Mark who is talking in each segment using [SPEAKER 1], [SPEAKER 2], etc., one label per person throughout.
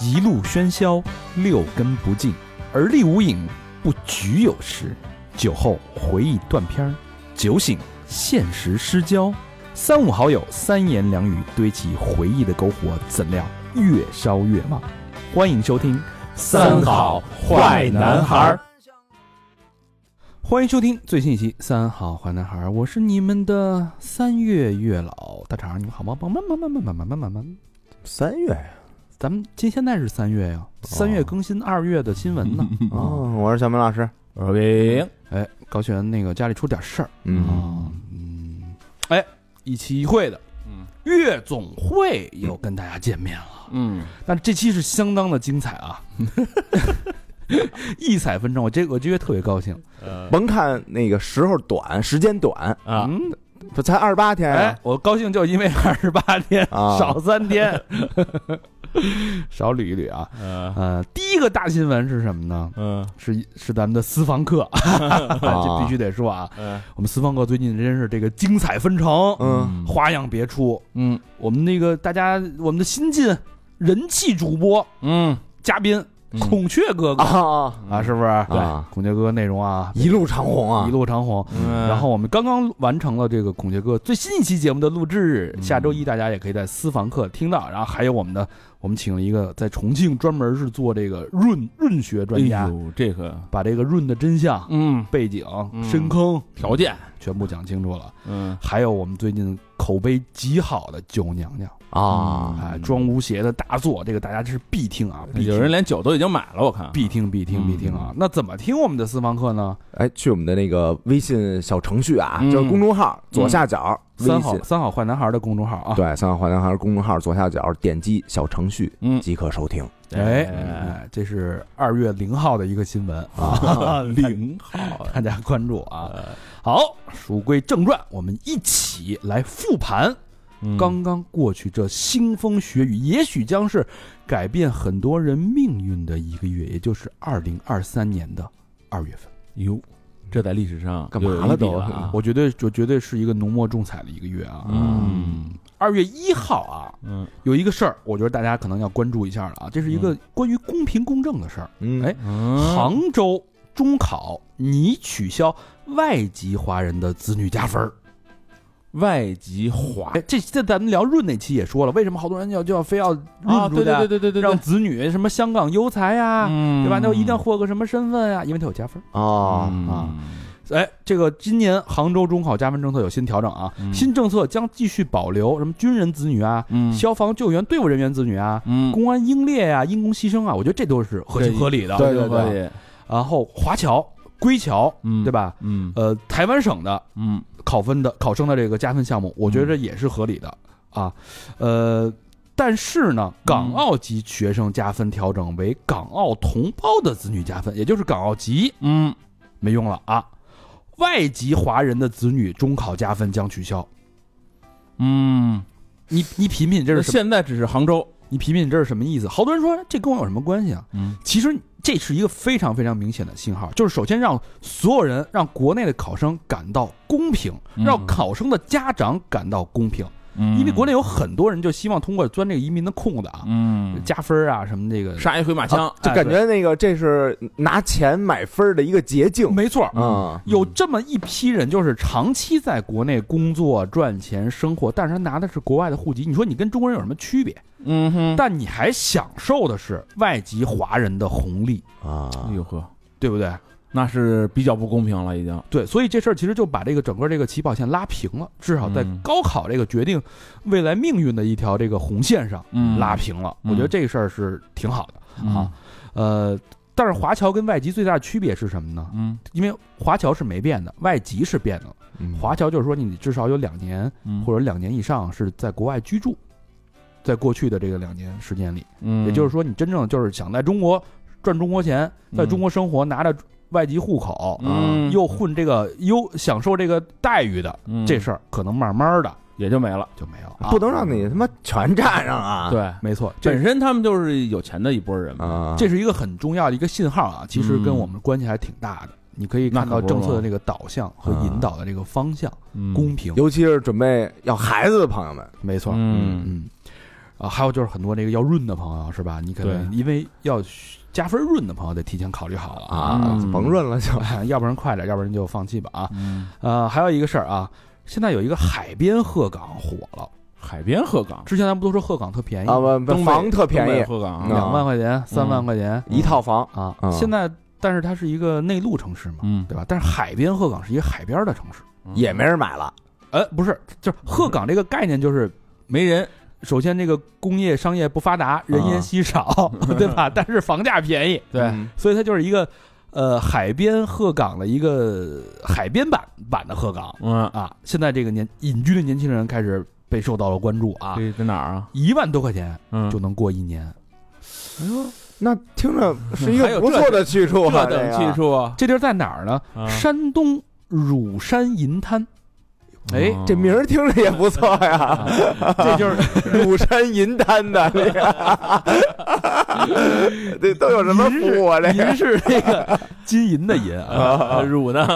[SPEAKER 1] 一路喧嚣，六根不净，而立无影，不局有时。酒后回忆断片儿，酒醒现实失焦。三五好友，三言两语堆起回忆的篝火，怎料越烧越旺。欢迎收听《
[SPEAKER 2] 儿》。
[SPEAKER 1] 欢迎收听最新一期《三好坏男孩》，我是你们的三月月老大肠，你们好吗？棒棒棒棒棒棒棒棒棒棒！
[SPEAKER 2] 三月呀、
[SPEAKER 1] 咱们今现在是三月呀，三月更新二月的新闻呢。
[SPEAKER 2] 啊，我是小明老师，
[SPEAKER 3] 我说冰，
[SPEAKER 1] 哎，高璇那个家里出点事儿
[SPEAKER 2] 嗯，
[SPEAKER 1] 啊，嗯，哎，一期一会的，嗯，月总会又跟大家见面了，
[SPEAKER 3] 嗯，
[SPEAKER 1] 但这期是相当的精彩啊， 异彩纷呈，我这我这月特别高兴
[SPEAKER 3] 呃
[SPEAKER 2] 甭看那个时候短，时间短，
[SPEAKER 3] 啊，
[SPEAKER 1] 嗯，
[SPEAKER 2] 不才二十八天啊
[SPEAKER 1] 哎
[SPEAKER 2] 呀，
[SPEAKER 1] 我高兴就因为二十八天
[SPEAKER 2] 啊
[SPEAKER 1] 少三天， 少捋一捋啊。
[SPEAKER 3] 呃，
[SPEAKER 1] 呃，第一个大新闻是什么呢？
[SPEAKER 3] 嗯，
[SPEAKER 1] 是是咱们的私房课， 哎 这必须得说啊！
[SPEAKER 3] 嗯，
[SPEAKER 1] 我们私房课最近真是这个精彩纷呈，
[SPEAKER 2] 嗯，
[SPEAKER 1] 花样别出。
[SPEAKER 3] 嗯
[SPEAKER 1] 我们那个大家，我们的新晋人气主播
[SPEAKER 3] 嗯，
[SPEAKER 1] 嘉宾
[SPEAKER 3] 嗯
[SPEAKER 1] 孔雀哥哥
[SPEAKER 2] 啊，
[SPEAKER 1] 啊，是不是？
[SPEAKER 2] 啊
[SPEAKER 1] 孔雀哥哥内容啊，
[SPEAKER 2] 一路长虹啊
[SPEAKER 1] 一，路长虹。
[SPEAKER 3] 嗯
[SPEAKER 1] 然后我们刚刚完成了这个孔雀哥最新一期节目的录制，下周
[SPEAKER 3] 嗯
[SPEAKER 1] 一大家也可以在私房课听到。然后还有我们的，我们请了一个在重庆专门是做这个润润学专
[SPEAKER 3] 哎
[SPEAKER 1] 家，
[SPEAKER 3] 呦，这个，
[SPEAKER 1] 把这个润的真相、
[SPEAKER 3] 嗯，
[SPEAKER 1] 背景、
[SPEAKER 3] 嗯
[SPEAKER 1] 深坑
[SPEAKER 3] 条件，
[SPEAKER 1] 全部讲清楚了。
[SPEAKER 3] 嗯
[SPEAKER 1] 还有我们最近口碑极好的《九娘娘》
[SPEAKER 2] 啊，
[SPEAKER 1] 啊，庄无邪的大作，这个大家这是必听啊，必听
[SPEAKER 3] 有人连酒都已经买了，我看，
[SPEAKER 1] 必听必听必听啊！那怎么听我们的私房课呢？
[SPEAKER 2] 哎，去我们的那个微信小程序啊，
[SPEAKER 3] 嗯
[SPEAKER 2] 就是公众号左下角微
[SPEAKER 1] 三好
[SPEAKER 2] 信，
[SPEAKER 1] 三好坏男孩的公众号啊，
[SPEAKER 2] 对，三好坏男孩公众号左下角点击小程序
[SPEAKER 3] 嗯，
[SPEAKER 2] 即可收听
[SPEAKER 1] 哎
[SPEAKER 3] 哎，
[SPEAKER 1] 哎，这是二月零号的一个新闻啊，
[SPEAKER 2] 啊，
[SPEAKER 3] 零号，
[SPEAKER 1] 大家关注啊。好，书归正传，我们一起来复盘
[SPEAKER 3] 嗯
[SPEAKER 1] 刚刚过去这腥风血雨，也许将是改变很多人命运的一个月，也就是二零二三年的二月份。
[SPEAKER 3] 哟，这在历史上
[SPEAKER 2] 干嘛
[SPEAKER 3] 有
[SPEAKER 2] 了
[SPEAKER 3] 一笔
[SPEAKER 2] 都
[SPEAKER 3] 啊
[SPEAKER 1] 我绝对，我绝对是一个浓墨重彩的一个月啊。
[SPEAKER 3] 嗯
[SPEAKER 1] 二月一号啊，
[SPEAKER 3] 嗯
[SPEAKER 1] 有一个事儿，我觉得大家可能要关注一下了啊，这是一个关于公平公正的事儿。
[SPEAKER 2] 嗯，
[SPEAKER 1] 哎
[SPEAKER 3] 嗯，
[SPEAKER 1] 杭州中考拟取消外籍华人的子女加分
[SPEAKER 3] 嗯
[SPEAKER 1] 儿。
[SPEAKER 3] 外籍华
[SPEAKER 1] 哎，这这咱们聊润那期也说了，为什么好多人要就要非要
[SPEAKER 3] 啊，
[SPEAKER 1] 润
[SPEAKER 3] 对
[SPEAKER 1] 出去
[SPEAKER 3] 对
[SPEAKER 1] 啊
[SPEAKER 3] 对对对对，
[SPEAKER 1] 让子女什么香港优才呀、
[SPEAKER 3] 嗯，
[SPEAKER 1] 对吧？那一定要获个什么身份呀、因为他有加分。
[SPEAKER 2] 啊，
[SPEAKER 3] 嗯
[SPEAKER 1] 啊，哎，这个今年杭州中考加分政策有新调整啊，
[SPEAKER 3] 嗯
[SPEAKER 1] 新政策将继续保留什么军人子女啊、
[SPEAKER 3] 嗯，
[SPEAKER 1] 消防救援队伍人员子女啊、
[SPEAKER 3] 嗯，
[SPEAKER 1] 公安英烈啊、因公牺牲啊，我觉得这都是合情
[SPEAKER 3] 对
[SPEAKER 1] 合理的。
[SPEAKER 2] 对对
[SPEAKER 1] 吧
[SPEAKER 2] 对，
[SPEAKER 3] 对，
[SPEAKER 1] 然后华侨、归侨，
[SPEAKER 3] 嗯，
[SPEAKER 1] 对？吧？
[SPEAKER 3] 嗯
[SPEAKER 1] 呃，台湾省的
[SPEAKER 3] 嗯
[SPEAKER 1] 考分的考生的这个加分项目，我觉得也是合理的啊。呃，但是
[SPEAKER 3] 嗯
[SPEAKER 1] 呢，港澳籍学生加分调整为港澳同胞的子女加分，也就是港澳籍
[SPEAKER 3] 嗯，
[SPEAKER 1] 没用了啊。外籍华人的子女中考加分将取消。
[SPEAKER 3] 嗯，
[SPEAKER 1] 你你品品这是
[SPEAKER 3] 那
[SPEAKER 1] 什么？
[SPEAKER 3] 现在只是杭州，
[SPEAKER 1] 你品品这是什么意思？好多人说这跟我有什么关系啊？
[SPEAKER 3] 嗯
[SPEAKER 1] 其实这是一个非常非常明显的信号，就是首先让所有人、让国内的考生感到公平，
[SPEAKER 3] 嗯
[SPEAKER 1] 让考生的家长感到公平。
[SPEAKER 3] 嗯，
[SPEAKER 1] 因为国内有很多人就希望通过钻这个移民的空子啊，
[SPEAKER 3] 嗯啊
[SPEAKER 1] 加分啊什么这个，
[SPEAKER 3] 杀一回马枪，
[SPEAKER 2] 就感觉那个这是拿钱买分儿的一个捷径
[SPEAKER 1] 没错儿。
[SPEAKER 2] 啊，
[SPEAKER 1] 有
[SPEAKER 3] 嗯
[SPEAKER 1] 这么一批人，就是长期在国内工作赚钱生活，但是他拿的是国外的户籍。你说你跟中国人有什么区别？
[SPEAKER 3] 嗯哼，
[SPEAKER 1] 但你还享受的是外籍华人的红利，
[SPEAKER 2] 啊，
[SPEAKER 1] 嗯
[SPEAKER 3] 哎呦呵，
[SPEAKER 1] 对不对？
[SPEAKER 3] 那是比较不公平了，已经。
[SPEAKER 1] 对，所以这事儿其实就把这个整个这个起跑线拉平了，至少在
[SPEAKER 3] 嗯
[SPEAKER 1] 高考这个决定未来命运的一条这个红线上
[SPEAKER 3] 嗯
[SPEAKER 1] 拉平了。
[SPEAKER 3] 嗯
[SPEAKER 1] 我觉得这个事儿是挺好的。啊，呃，但是华侨跟外籍最大的区别是什么呢？
[SPEAKER 3] 嗯
[SPEAKER 1] 因为华侨是没变的，外籍是变的。
[SPEAKER 2] 嗯
[SPEAKER 1] 华侨就是说，你至少有两年
[SPEAKER 3] 嗯，
[SPEAKER 1] 或者两年以上是在国外居住，在过去的这个两年时间里，
[SPEAKER 3] 嗯，
[SPEAKER 1] 也就是说，你真正就是想在中国赚中国钱，在中国生活，拿着外籍户口，
[SPEAKER 3] 嗯，
[SPEAKER 1] 又混这个优享受这个待遇的
[SPEAKER 3] 嗯
[SPEAKER 1] 这事儿，可能慢慢的
[SPEAKER 3] 也就没了。
[SPEAKER 1] 就没有
[SPEAKER 2] 啊
[SPEAKER 1] 啊
[SPEAKER 2] 不能让你他妈全占上啊！
[SPEAKER 3] 对，
[SPEAKER 1] 没错，这
[SPEAKER 3] 本身他们就是有钱的一波人嘛。
[SPEAKER 2] 啊，
[SPEAKER 1] 这是一个很重要的一个信号啊，其实跟
[SPEAKER 3] 嗯
[SPEAKER 1] 我们关系还挺大的。你可以
[SPEAKER 3] 那
[SPEAKER 1] 看到
[SPEAKER 3] 可不是
[SPEAKER 1] 政策的
[SPEAKER 3] 吗
[SPEAKER 1] 这个导向和
[SPEAKER 2] 啊
[SPEAKER 1] 引导的这个方向，
[SPEAKER 3] 嗯
[SPEAKER 1] 公平，
[SPEAKER 2] 尤其是准备要孩子的朋友们，
[SPEAKER 1] 没错，
[SPEAKER 3] 嗯
[SPEAKER 1] 嗯。啊，还有就是很多这个要润的朋友是吧？你可能
[SPEAKER 3] 对
[SPEAKER 1] 因为要加分润的朋友得提前考虑好了
[SPEAKER 2] 啊，
[SPEAKER 3] 嗯
[SPEAKER 2] 甭润了就
[SPEAKER 1] 啊， 要不然快点，要不然就放弃吧啊。
[SPEAKER 3] 嗯，
[SPEAKER 1] 呃，还有一个事儿啊，现在有一个海边鹤岗火了。
[SPEAKER 3] 海边鹤岗，
[SPEAKER 1] 之前咱们不都说鹤岗特便宜吗，
[SPEAKER 2] 啊，不不
[SPEAKER 3] 东北
[SPEAKER 2] 房特便
[SPEAKER 3] 东北
[SPEAKER 2] 宜，
[SPEAKER 3] 鹤岗
[SPEAKER 2] 嗯
[SPEAKER 3] 啊，
[SPEAKER 1] 两万块钱、三万块钱
[SPEAKER 2] 一套房
[SPEAKER 1] 啊
[SPEAKER 2] 嗯。
[SPEAKER 1] 现在，但是它是一个内陆城市嘛，
[SPEAKER 3] 嗯，
[SPEAKER 1] 对吧？但是海边鹤岗是一个海边的城市，
[SPEAKER 3] 嗯
[SPEAKER 2] 也没人买了，
[SPEAKER 1] 呃，不是，就是鹤岗这个概念就是没人。首先，这个工业商业不发
[SPEAKER 3] 啊
[SPEAKER 1] 达，人烟稀 少，对吧？但是房价便宜，
[SPEAKER 3] 对，
[SPEAKER 2] 嗯
[SPEAKER 1] 所以它就是一个呃海边鹤岗的一个海边版版的鹤岗
[SPEAKER 3] 嗯，
[SPEAKER 1] 啊。现在这个年隐居的年轻人开始被受到了关注啊，
[SPEAKER 3] 这在哪儿啊？
[SPEAKER 1] 一万多块钱
[SPEAKER 3] 嗯，
[SPEAKER 1] 就能过一年，
[SPEAKER 2] 那听着是一
[SPEAKER 3] 还有
[SPEAKER 2] 个不
[SPEAKER 3] 这
[SPEAKER 2] 错的去处啊，
[SPEAKER 3] 这等技
[SPEAKER 2] 个
[SPEAKER 3] 术啊，
[SPEAKER 1] 这地儿在哪儿呢？
[SPEAKER 3] 啊
[SPEAKER 1] 山东乳山银滩，哎，
[SPEAKER 3] 哦
[SPEAKER 2] 这名儿听着也不错呀，
[SPEAKER 1] 这就是
[SPEAKER 2] 乳山银滩的， 这个这都有什么服务啊？这
[SPEAKER 1] 银是那个金银的银 啊，
[SPEAKER 3] 啊乳呢？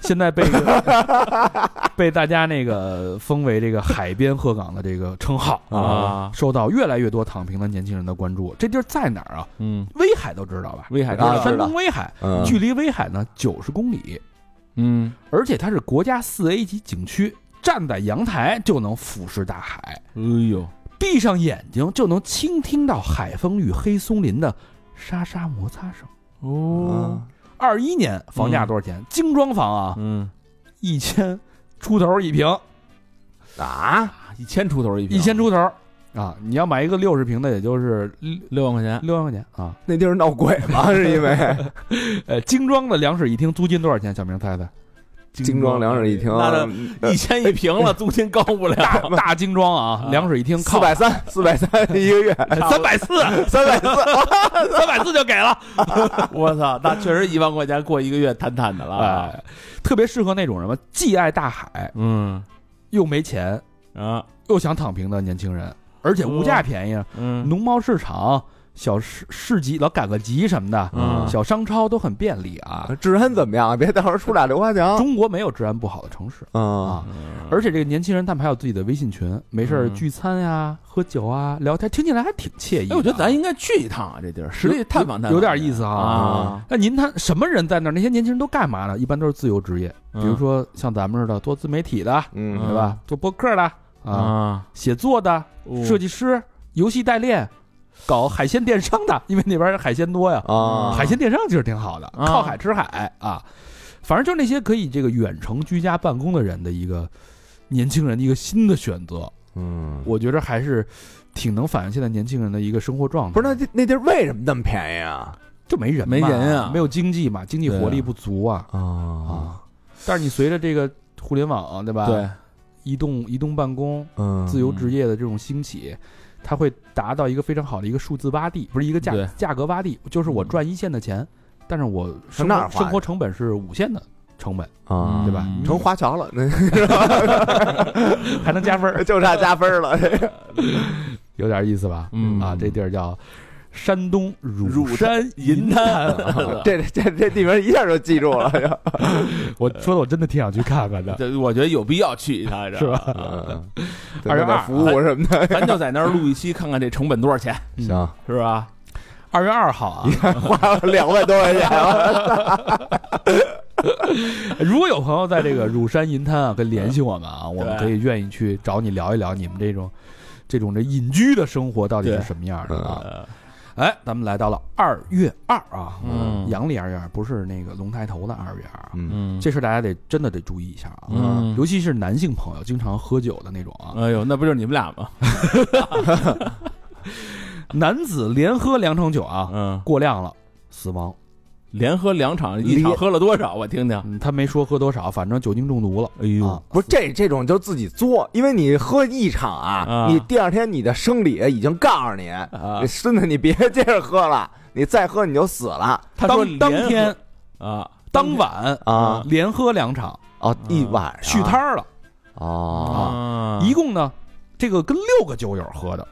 [SPEAKER 1] 现在被 被大家那个封为这个海边鹤岗的这个称号
[SPEAKER 3] 啊
[SPEAKER 1] 受到越来越多躺平的年轻人的关注。这地儿在哪儿啊？
[SPEAKER 3] 嗯，
[SPEAKER 1] 威海都知道吧？
[SPEAKER 3] 威海知
[SPEAKER 2] 啊
[SPEAKER 3] 道，
[SPEAKER 1] 山东威海，
[SPEAKER 2] 嗯
[SPEAKER 1] 距离威海呢九十公里，
[SPEAKER 3] 嗯，
[SPEAKER 1] 而且它是国家四 A 级景区，站在阳台就能俯视大海。
[SPEAKER 3] 哎呦，
[SPEAKER 1] 闭上眼睛就能倾听到海风与黑松林的沙沙摩擦声。
[SPEAKER 3] 哦，
[SPEAKER 1] 二一年房价多少钱？精装房啊，
[SPEAKER 3] 嗯，
[SPEAKER 1] 一千出头一平，
[SPEAKER 2] 啊，
[SPEAKER 3] 一千出头一平，
[SPEAKER 1] 一千出头啊！你要买一个六十平的，也就是六
[SPEAKER 3] 六万块钱，
[SPEAKER 1] 六万块钱啊。
[SPEAKER 2] 那地儿闹鬼吗？是 因为
[SPEAKER 1] 呃，精装的两室一厅租金多少钱？小明猜猜？
[SPEAKER 2] 精装两室一嗯厅，
[SPEAKER 3] 那
[SPEAKER 1] 呃
[SPEAKER 3] 一千一平
[SPEAKER 1] 哎
[SPEAKER 3] 了，租金高不
[SPEAKER 1] 大
[SPEAKER 3] 了，
[SPEAKER 1] 大精装啊，
[SPEAKER 3] 啊
[SPEAKER 1] 两室一厅
[SPEAKER 2] 四
[SPEAKER 1] 靠
[SPEAKER 2] 百三，四百三一个月，
[SPEAKER 1] 三百四，
[SPEAKER 2] 三百四，
[SPEAKER 1] 三百四就给了。
[SPEAKER 3] 我操，那确实一万块钱过一个月，坦坦的了啊，
[SPEAKER 1] 哎，特别适合那种什么既爱大海
[SPEAKER 3] 嗯
[SPEAKER 1] 又没钱
[SPEAKER 3] 啊，
[SPEAKER 1] 又想躺平的年轻人，而且物价便宜啊，
[SPEAKER 3] 嗯
[SPEAKER 1] 农贸市场、小市市集、老赶个集什么的，
[SPEAKER 3] 嗯
[SPEAKER 1] 小商超都很便利啊。
[SPEAKER 2] 治安怎么样？别到时候出俩刘华强
[SPEAKER 1] 中国没有治安不好的城市
[SPEAKER 2] 啊
[SPEAKER 1] 啊，
[SPEAKER 3] 嗯
[SPEAKER 1] 而且这个年轻人他们还有自己的微信群，没事儿
[SPEAKER 3] 嗯
[SPEAKER 1] 聚餐呀、喝酒啊、聊天，听起来还挺惬意的。
[SPEAKER 3] 哎，我觉得咱应该去一趟啊，这地儿实地探访探访，
[SPEAKER 1] 有点意思啊
[SPEAKER 3] 啊，
[SPEAKER 1] 那您看什么人在那儿？那些年轻人都干嘛呢？一般都是自由职业，比
[SPEAKER 3] 嗯
[SPEAKER 1] 如说像咱们似的做自媒体的，
[SPEAKER 2] 嗯
[SPEAKER 1] 对吧？做播客的啊，
[SPEAKER 3] 啊，
[SPEAKER 1] 写作的，
[SPEAKER 3] 哦
[SPEAKER 1] 设计师，游戏代练，搞海鲜电商的， 因为那边儿海鲜多呀。
[SPEAKER 2] 啊
[SPEAKER 1] 海鲜电商其实挺好的，
[SPEAKER 3] 啊
[SPEAKER 1] 靠海吃海啊。反正就是那些可以这个远程居家办公的人的一个年轻人的一个新的选择，
[SPEAKER 2] 嗯，
[SPEAKER 1] 我觉得还是挺能反映现在年轻人的一个生活状态。
[SPEAKER 2] 不是那地那地儿为什么那么便宜啊？
[SPEAKER 1] 就没人嘛
[SPEAKER 3] 没人啊
[SPEAKER 1] 没有经济嘛，经济活力不足啊
[SPEAKER 2] 啊，
[SPEAKER 1] 啊。但是你随着这个互联网、对吧？，
[SPEAKER 3] 对，
[SPEAKER 1] 移动移动办公、
[SPEAKER 2] 嗯
[SPEAKER 1] 自由职业的这种兴起。它会达到一个非常好的一个数字洼地，不是一个价
[SPEAKER 3] 对
[SPEAKER 1] 价格洼地，就是我赚一线的钱，但是我生
[SPEAKER 2] 上那
[SPEAKER 1] 活
[SPEAKER 2] 儿花
[SPEAKER 1] 生活成本是五线的成本，
[SPEAKER 2] 啊
[SPEAKER 1] 对吧
[SPEAKER 3] 嗯？
[SPEAKER 2] 成华侨了，那，
[SPEAKER 1] 还能加分儿
[SPEAKER 2] 就差加分了。
[SPEAKER 1] 有点意思吧？
[SPEAKER 3] 嗯
[SPEAKER 1] 啊，这地儿叫山东乳
[SPEAKER 3] 乳山银滩
[SPEAKER 1] 滩
[SPEAKER 2] 这这这地名一下就记住了，
[SPEAKER 1] 我说的我真的挺想去看看的。
[SPEAKER 3] 这我觉得有必要去一趟，
[SPEAKER 1] 是吧
[SPEAKER 3] 吧？
[SPEAKER 2] 嗯对弄点服务什么的，
[SPEAKER 3] 咱就在那儿录一期，看看这成本多少钱，
[SPEAKER 1] 嗯，
[SPEAKER 3] 是吧？
[SPEAKER 1] 二月二号啊，
[SPEAKER 2] 花了两万多块钱了。
[SPEAKER 1] 如果有朋友在这个乳山银滩啊，可以联系我们啊，我们
[SPEAKER 3] 对
[SPEAKER 1] 可以愿意去找你聊一聊你们这种这种这隐居的生活到底是什么样的啊？
[SPEAKER 3] 呃
[SPEAKER 1] 哎，咱们来到了二月二啊，
[SPEAKER 3] 嗯
[SPEAKER 1] 阳历二月二，不是那个龙抬头的二月二啊，
[SPEAKER 2] 嗯
[SPEAKER 3] 嗯，
[SPEAKER 1] 这事儿大家得真的得注意一下啊，
[SPEAKER 3] 嗯
[SPEAKER 1] 尤其是男性朋友经常喝酒的那种啊，
[SPEAKER 3] 哎呦，那不就是你们俩吗？
[SPEAKER 1] 男子连喝两场酒啊，
[SPEAKER 3] 嗯，
[SPEAKER 1] 过量了死亡。
[SPEAKER 3] 连喝两场，一场
[SPEAKER 2] 连
[SPEAKER 3] 喝了多少？我听听。
[SPEAKER 1] 嗯，他没说喝多少，反正酒精中毒了。
[SPEAKER 3] 哎
[SPEAKER 1] 啊
[SPEAKER 3] 呦，
[SPEAKER 2] 不是这这种就自己作，因为你喝一场啊
[SPEAKER 3] 啊，
[SPEAKER 2] 你第二天你的生理已经告诉你，
[SPEAKER 3] 啊
[SPEAKER 1] 哎
[SPEAKER 2] 你孙子你别接着喝了，你再喝你就死了
[SPEAKER 3] 他说
[SPEAKER 1] 当当
[SPEAKER 3] 连喝
[SPEAKER 1] 天
[SPEAKER 3] 啊，
[SPEAKER 1] 当晚
[SPEAKER 2] 啊！
[SPEAKER 1] 连喝两场，
[SPEAKER 2] 哦，一晚上
[SPEAKER 1] 续摊儿了。
[SPEAKER 2] 哦，
[SPEAKER 3] 啊哦
[SPEAKER 1] 一共呢，这个跟六个酒友喝的，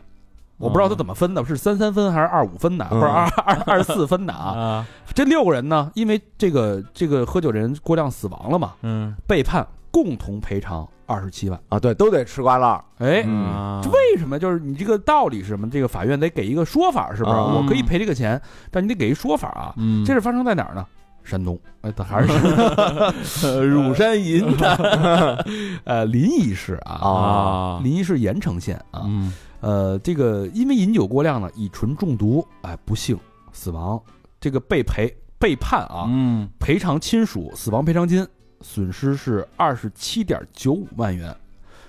[SPEAKER 1] 我不知道他怎么分的，是三三分还是二五分的，不
[SPEAKER 2] 嗯
[SPEAKER 1] 是二二二十四分的 啊？
[SPEAKER 3] 啊，
[SPEAKER 1] 这六个人呢，因为这个这个喝酒的人过量死亡了嘛，
[SPEAKER 3] 嗯
[SPEAKER 1] 被判共同赔偿二十七万。
[SPEAKER 2] 啊，对，都得吃瓜烂儿，
[SPEAKER 1] 哎，
[SPEAKER 2] 嗯
[SPEAKER 3] 啊
[SPEAKER 1] 这为什么？就是你这个道理是什么？这个法院得给一个说法，是不是？
[SPEAKER 2] 啊
[SPEAKER 1] 我可以赔这个钱，但你得给一说法啊。
[SPEAKER 3] 嗯
[SPEAKER 1] 这是发生在哪儿呢？山东，哎，还是
[SPEAKER 3] 是 乳山银的
[SPEAKER 1] 呃临沂市啊，
[SPEAKER 2] 啊
[SPEAKER 1] 临沂市盐城县啊。
[SPEAKER 3] 嗯
[SPEAKER 1] 呃，这个因为饮酒过量呢，乙醇中毒，哎，不幸死亡。这个被赔被判啊，
[SPEAKER 3] 嗯
[SPEAKER 1] 赔偿亲属死亡赔偿金，损失是二十七点九五万元。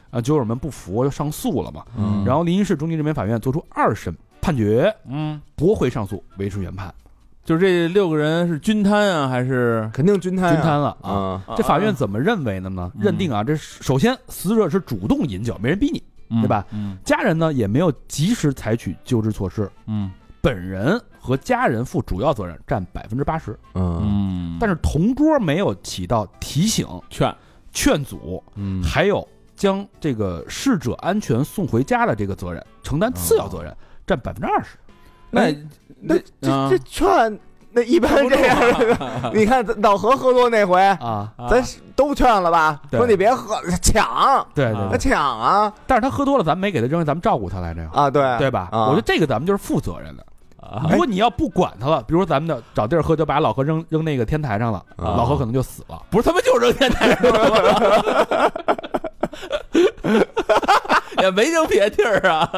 [SPEAKER 1] 啊，酒友们不服就上诉了嘛。
[SPEAKER 3] 嗯
[SPEAKER 1] 然后临沂市中级人民法院作出二审判决，
[SPEAKER 3] 嗯，
[SPEAKER 1] 驳回上诉，维持原判，
[SPEAKER 3] 就是这六个人是均摊啊，还是
[SPEAKER 2] 肯定均摊
[SPEAKER 1] 均
[SPEAKER 2] 呀
[SPEAKER 1] 摊了啊。
[SPEAKER 2] 啊，
[SPEAKER 1] 这法院怎么认为的呢？
[SPEAKER 3] 哎嗯
[SPEAKER 1] 认定啊，这是首先死者是主动饮酒，没人逼你；
[SPEAKER 3] 嗯
[SPEAKER 1] 对吧？
[SPEAKER 3] 嗯
[SPEAKER 1] 家人呢也没有及时采取救治措施，
[SPEAKER 3] 嗯
[SPEAKER 1] 本人和家人负主要责任，占百分之八十。
[SPEAKER 2] 嗯
[SPEAKER 3] 嗯，
[SPEAKER 1] 但
[SPEAKER 3] 是
[SPEAKER 1] 是同桌没有起到提醒、
[SPEAKER 3] 劝
[SPEAKER 1] 劝阻，
[SPEAKER 3] 嗯
[SPEAKER 1] 还有将这个逝者安全送回家的这个责任，承担次要责任，占百分之二十。哎
[SPEAKER 3] 那
[SPEAKER 2] 那
[SPEAKER 3] 啊
[SPEAKER 1] 嗯
[SPEAKER 2] 这这劝那一般这样的， 你看老何喝多那回，
[SPEAKER 1] 啊，
[SPEAKER 3] 啊
[SPEAKER 2] 咱是都劝了吧，
[SPEAKER 1] 对嗯
[SPEAKER 2] 说你别喝，抢，
[SPEAKER 1] 对
[SPEAKER 3] 啊
[SPEAKER 1] 对
[SPEAKER 2] 那
[SPEAKER 1] 对。
[SPEAKER 2] 抢啊
[SPEAKER 1] 但是他喝多了，咱们没给他扔，咱们照顾他来着呀，
[SPEAKER 2] 啊，对
[SPEAKER 1] 对吧？
[SPEAKER 2] 啊
[SPEAKER 1] 我觉得这个咱们就是负责任的。
[SPEAKER 3] 啊
[SPEAKER 1] 如果你要不管他了，比如说咱们的找地儿喝酒，把老何扔扔那个天台上了，
[SPEAKER 2] 啊
[SPEAKER 1] 老何可能就死了。
[SPEAKER 3] 不是他们就扔天台上了吗，也没扔别地儿啊。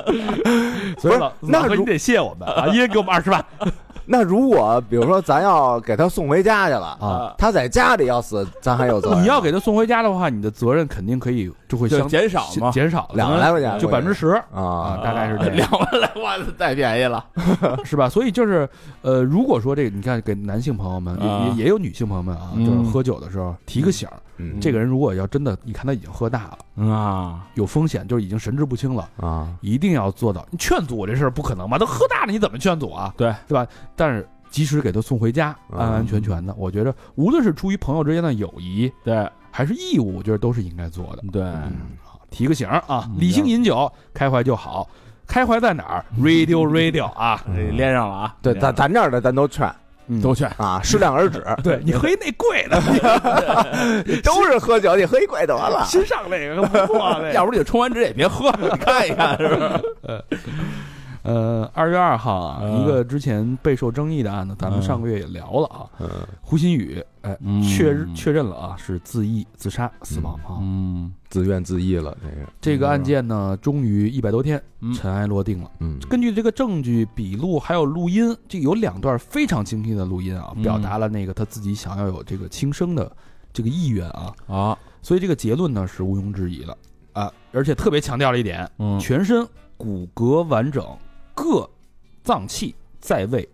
[SPEAKER 1] 所以
[SPEAKER 2] 不是
[SPEAKER 1] 老
[SPEAKER 2] 那
[SPEAKER 1] 老何
[SPEAKER 2] 如
[SPEAKER 1] 你得谢我们啊，一人给我们二十万
[SPEAKER 2] 那如果比如说咱要给他送回家去了，
[SPEAKER 1] 啊。
[SPEAKER 2] 他在家里要死，咱还有责任。
[SPEAKER 1] 你要给他送回家的话，你的责任肯定可以就会
[SPEAKER 3] 就
[SPEAKER 1] 相
[SPEAKER 3] 减少嘛，
[SPEAKER 1] 减少
[SPEAKER 2] 两万来块钱，
[SPEAKER 1] 就百分之十啊，
[SPEAKER 2] 啊，
[SPEAKER 1] 大概是 这样，
[SPEAKER 3] 两万来万太便宜了。
[SPEAKER 1] 是吧？所以就是，呃，如果说这个，你看给男性朋友们，
[SPEAKER 3] 啊
[SPEAKER 1] 也也也有女性朋友们啊，
[SPEAKER 3] 嗯
[SPEAKER 1] 就是喝酒的时候提个醒儿，
[SPEAKER 2] 嗯
[SPEAKER 1] 这个人如果要真的，你看他已经喝大了，
[SPEAKER 3] 啊，
[SPEAKER 1] 有风险，就是已经神志不清了，
[SPEAKER 2] 啊，
[SPEAKER 1] 一定要做到。你劝阻我这事儿不可能吧？都喝大了，你怎么劝阻啊？
[SPEAKER 3] 对，
[SPEAKER 1] 对吧？但是及时给他送回家，
[SPEAKER 2] 嗯
[SPEAKER 1] 安安全全的，我觉得无论是出于朋友之间的友谊，
[SPEAKER 3] 对
[SPEAKER 1] 还是义务，我觉得都是应该做的。
[SPEAKER 3] 对，
[SPEAKER 2] 嗯
[SPEAKER 1] 提个醒儿啊
[SPEAKER 3] 嗯，
[SPEAKER 1] 理性饮酒，开怀就好。开怀在哪儿？Radio Radio 啊，
[SPEAKER 3] 这连上了啊，
[SPEAKER 2] 对，咱咱这儿的咱都劝
[SPEAKER 1] 都
[SPEAKER 3] 都劝
[SPEAKER 2] 啊，适量而 止，
[SPEAKER 1] 对你喝一那贵 的，
[SPEAKER 2] 都是喝酒，你喝一贵得了。
[SPEAKER 1] 新上那个不 错那
[SPEAKER 3] 要
[SPEAKER 1] 个。
[SPEAKER 3] 不你冲完脂也别喝，你看一看是不是？
[SPEAKER 1] 呃，二月二号啊，
[SPEAKER 3] 嗯
[SPEAKER 1] 一个之前备受争议的案子，咱们
[SPEAKER 3] 嗯
[SPEAKER 1] 上个月也聊了啊。
[SPEAKER 2] 嗯，
[SPEAKER 1] 胡鑫宇，哎，
[SPEAKER 3] 嗯
[SPEAKER 1] 确认确认了啊，是自缢自杀死亡啊。
[SPEAKER 3] 嗯
[SPEAKER 2] 自怨自艾了，这个，
[SPEAKER 1] 这个案件呢，终于一百多天
[SPEAKER 3] 嗯
[SPEAKER 1] 尘埃落定了。
[SPEAKER 2] 嗯
[SPEAKER 1] 根据这个证据笔录还有录音，这有两段非常清晰的录音啊，
[SPEAKER 3] 嗯
[SPEAKER 1] 表达了那个他自己想要有这个轻生的这个意愿啊，
[SPEAKER 3] 啊，
[SPEAKER 1] 所以这个结论呢是毋庸置疑的啊，而且特别强调了一点，
[SPEAKER 3] 嗯
[SPEAKER 1] 全身骨骼完整，各脏器在位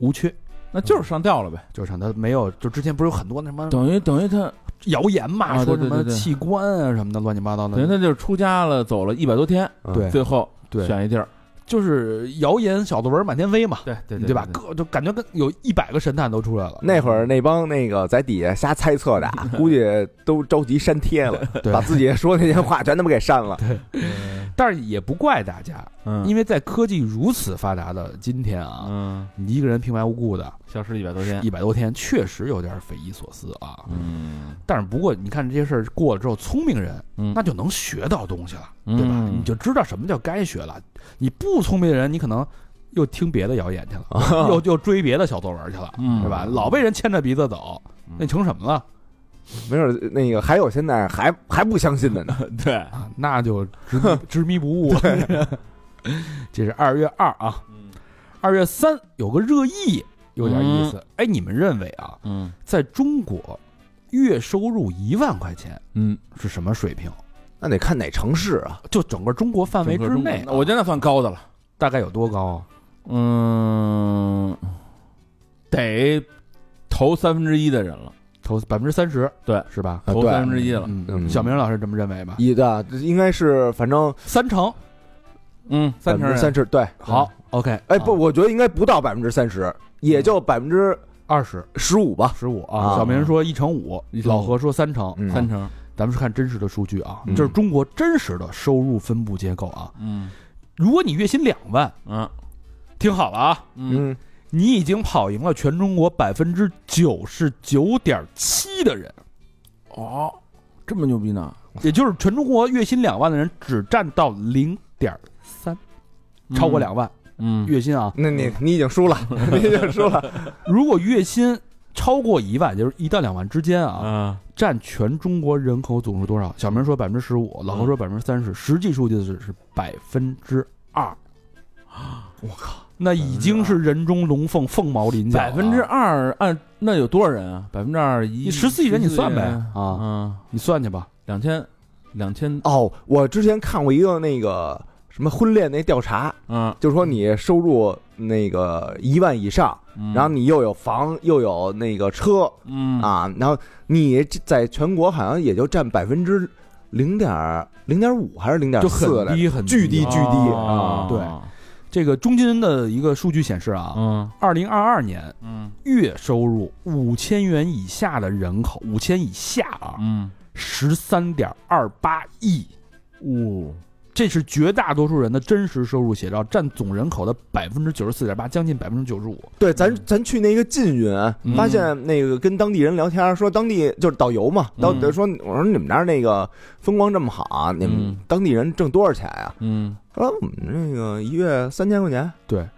[SPEAKER 1] 无缺，
[SPEAKER 3] 那就是上吊了呗，
[SPEAKER 1] 就是上他没有，就之前不是有很多那什么
[SPEAKER 3] 等于等于他
[SPEAKER 1] 谣言嘛，
[SPEAKER 3] 啊
[SPEAKER 1] 说
[SPEAKER 3] 对
[SPEAKER 1] 什
[SPEAKER 3] 对
[SPEAKER 1] 么
[SPEAKER 3] 对对
[SPEAKER 1] 器官啊什么的乱七八糟
[SPEAKER 3] 等于
[SPEAKER 1] 的，
[SPEAKER 3] 他就是出家了，走了一百多天，
[SPEAKER 2] 嗯
[SPEAKER 1] 对
[SPEAKER 3] 最后
[SPEAKER 1] 对，
[SPEAKER 3] 选一地儿，
[SPEAKER 1] 就是谣言小作文满天飞嘛。
[SPEAKER 3] 对对
[SPEAKER 1] 对吧？各就感觉跟有一百个神探都出来了，
[SPEAKER 2] 那会儿那帮那个在底下瞎猜 测的啊，估计都着急删帖了，
[SPEAKER 1] 对
[SPEAKER 2] 把自己说那些话全他妈给删了。
[SPEAKER 1] 但是也不怪大家，
[SPEAKER 3] 嗯，
[SPEAKER 1] 因
[SPEAKER 3] 为
[SPEAKER 1] 为在科技如此发达的今天啊，
[SPEAKER 3] 嗯
[SPEAKER 1] 你一个人平白无故的
[SPEAKER 3] 消失一百多天，
[SPEAKER 1] 一百多天，确实有点匪夷所思啊。
[SPEAKER 3] 嗯
[SPEAKER 1] 但是不过你看这些事儿过了之后，聪明人
[SPEAKER 3] 嗯
[SPEAKER 1] 那就能学到东西了，对吧？
[SPEAKER 3] 嗯
[SPEAKER 1] 你就知道什么叫该学了。你不聪明的人，你可能又听别的谣言去 了，又又追别的小作文去了，
[SPEAKER 3] 哦嗯
[SPEAKER 1] 对吧？老被人牵着鼻子走，
[SPEAKER 3] 嗯
[SPEAKER 1] 那你成什么了
[SPEAKER 2] 没准儿那个还有现在还还不相信的呢。
[SPEAKER 3] 对，
[SPEAKER 1] 啊？那就执 迷执迷不悟了。 这是二月二啊，
[SPEAKER 3] 嗯
[SPEAKER 1] 二月三有个热议，有点意思。哎，你们认为啊，
[SPEAKER 3] 嗯
[SPEAKER 1] 在中国，月收入一万块钱
[SPEAKER 3] 嗯，
[SPEAKER 1] 是什么水平？
[SPEAKER 2] 那得看哪城市啊？
[SPEAKER 1] 就整个中国范围之内啊、
[SPEAKER 3] 我觉得那算高的了。
[SPEAKER 1] 大概有多高啊？
[SPEAKER 3] 嗯，得投三分之一的人了，
[SPEAKER 1] 投百分之三十，
[SPEAKER 3] 对，
[SPEAKER 1] 是吧？
[SPEAKER 2] 啊
[SPEAKER 3] 投
[SPEAKER 2] 对
[SPEAKER 3] 三分之一了。
[SPEAKER 1] 嗯，
[SPEAKER 2] 嗯
[SPEAKER 1] 小明老师这么认为吧？
[SPEAKER 2] 一的这应该是反正
[SPEAKER 1] 三成，
[SPEAKER 3] 嗯，三成
[SPEAKER 2] 百分
[SPEAKER 3] 人哦
[SPEAKER 2] 之三十对。
[SPEAKER 1] 好，OK，
[SPEAKER 2] 哎
[SPEAKER 1] 啊
[SPEAKER 2] 不，我觉得应该不到百分之三十，也就百分之
[SPEAKER 1] 二十
[SPEAKER 2] 十五吧。
[SPEAKER 1] 十五
[SPEAKER 2] 啊
[SPEAKER 1] 啊。小明说一乘五
[SPEAKER 3] 一，乘五
[SPEAKER 1] 老何说三成，
[SPEAKER 2] 嗯
[SPEAKER 3] 三成。
[SPEAKER 1] 咱们是看真实的数据啊，
[SPEAKER 2] 嗯
[SPEAKER 1] 这是中国真实的收入分布结构啊。
[SPEAKER 3] 嗯
[SPEAKER 1] 如果你月薪两万，
[SPEAKER 3] 嗯
[SPEAKER 1] 听好了啊，
[SPEAKER 3] 嗯
[SPEAKER 2] 嗯，
[SPEAKER 1] 你已经跑赢了全中国百分之九十九点七的人，
[SPEAKER 3] 哦，这么牛逼呢？
[SPEAKER 1] 也就是全中国月薪两万的人只占到零点三，超过两万、
[SPEAKER 3] 嗯，嗯，
[SPEAKER 1] 月薪啊。
[SPEAKER 2] 那你你已 经输了，你已经输了。
[SPEAKER 1] 如果月薪超过一万，就是一到两万之间啊，
[SPEAKER 3] 啊，
[SPEAKER 1] 占全中国人口总数多少？小明说百分之十五，
[SPEAKER 3] 嗯
[SPEAKER 1] 老何说百分之三十，实际数据是是百分之二。
[SPEAKER 2] 我靠，
[SPEAKER 1] 那已经是人中龙凤，凤毛麟角了。
[SPEAKER 3] 百分之二按那有多少人啊？百分之二一，
[SPEAKER 1] 你14亿人你算呗
[SPEAKER 3] 14亿人
[SPEAKER 1] 啊
[SPEAKER 3] 嗯，
[SPEAKER 1] 你算去吧，
[SPEAKER 3] 两千，两千，
[SPEAKER 2] 哦，我之前看过一个那个什么婚恋那调查，
[SPEAKER 3] 嗯，
[SPEAKER 2] 就是说你收入那个一万以上，
[SPEAKER 3] 嗯
[SPEAKER 2] 然后，你又有房又有那个车
[SPEAKER 3] 嗯，
[SPEAKER 2] 啊，然后你这在全国好像也就占百分之零点零点五还是零点
[SPEAKER 1] 就
[SPEAKER 2] 四
[SPEAKER 1] 很
[SPEAKER 2] 来着，
[SPEAKER 1] 低很
[SPEAKER 2] 巨低
[SPEAKER 1] 啊
[SPEAKER 2] 巨低
[SPEAKER 3] 哦
[SPEAKER 2] 啊
[SPEAKER 1] 对这个中金的一个数据显示啊，
[SPEAKER 3] 嗯
[SPEAKER 1] 二零二二年
[SPEAKER 3] 嗯
[SPEAKER 1] 月收入五千元以下的人口，五千以下啊，
[SPEAKER 3] 嗯，
[SPEAKER 1] 十三点二八亿，
[SPEAKER 3] 哦，
[SPEAKER 1] 这是绝大多数人的真实收入写照，占总人口的百分之九十四点八，将近百分之九十五。
[SPEAKER 2] 对，咱咱去那个缙云，
[SPEAKER 1] 嗯
[SPEAKER 2] 发现那个跟当地人聊天，说当地就是导游嘛，导
[SPEAKER 3] 嗯
[SPEAKER 2] 说我说你们那儿那个风光这么好，啊你们
[SPEAKER 3] 嗯
[SPEAKER 2] 当地人挣多少钱呀？
[SPEAKER 3] 嗯
[SPEAKER 2] 说我们那个一月三千块钱，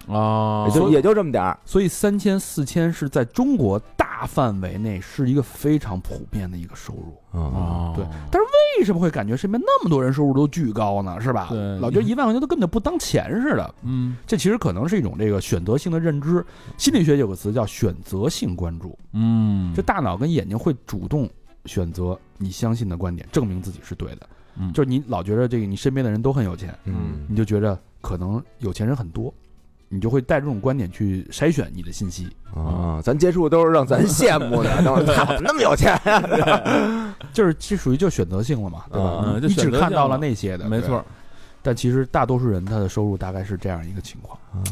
[SPEAKER 3] 啊
[SPEAKER 2] 也，就也就这么点儿。
[SPEAKER 1] 所以三千四千是在中国大范围内是一个非常普遍的一个收入。
[SPEAKER 3] 哦
[SPEAKER 1] 对为什么会感觉身边那么多人收入都巨高呢？是吧？
[SPEAKER 3] 对
[SPEAKER 1] 老觉得一万块钱都根本就不当钱似的。
[SPEAKER 3] 嗯
[SPEAKER 1] 这其实可能是一种这个选择性的认知。心理学有个词叫选择性关注，
[SPEAKER 3] 嗯，
[SPEAKER 1] 这大脑跟眼睛会主动选择你相信的观点，证明自己是对的。
[SPEAKER 3] 嗯
[SPEAKER 1] 就是你老觉得这个你身边的人都很有钱，
[SPEAKER 3] 嗯
[SPEAKER 1] 你就觉得可能有钱人很多，你就会带这种观点去筛选你的信息。
[SPEAKER 2] 啊，咱接触都是让咱羡慕的， 都是他怎么那么有钱呀？
[SPEAKER 1] 就是这属于就选择性了嘛，对吧？
[SPEAKER 3] 嗯就
[SPEAKER 1] 你
[SPEAKER 3] 选
[SPEAKER 1] 只
[SPEAKER 3] 择性
[SPEAKER 1] 看到了
[SPEAKER 3] 了
[SPEAKER 1] 那些的，
[SPEAKER 3] 没
[SPEAKER 1] 对
[SPEAKER 3] 错。
[SPEAKER 1] 但其实大多数人他的收入大概是这样一个情况，
[SPEAKER 3] 啊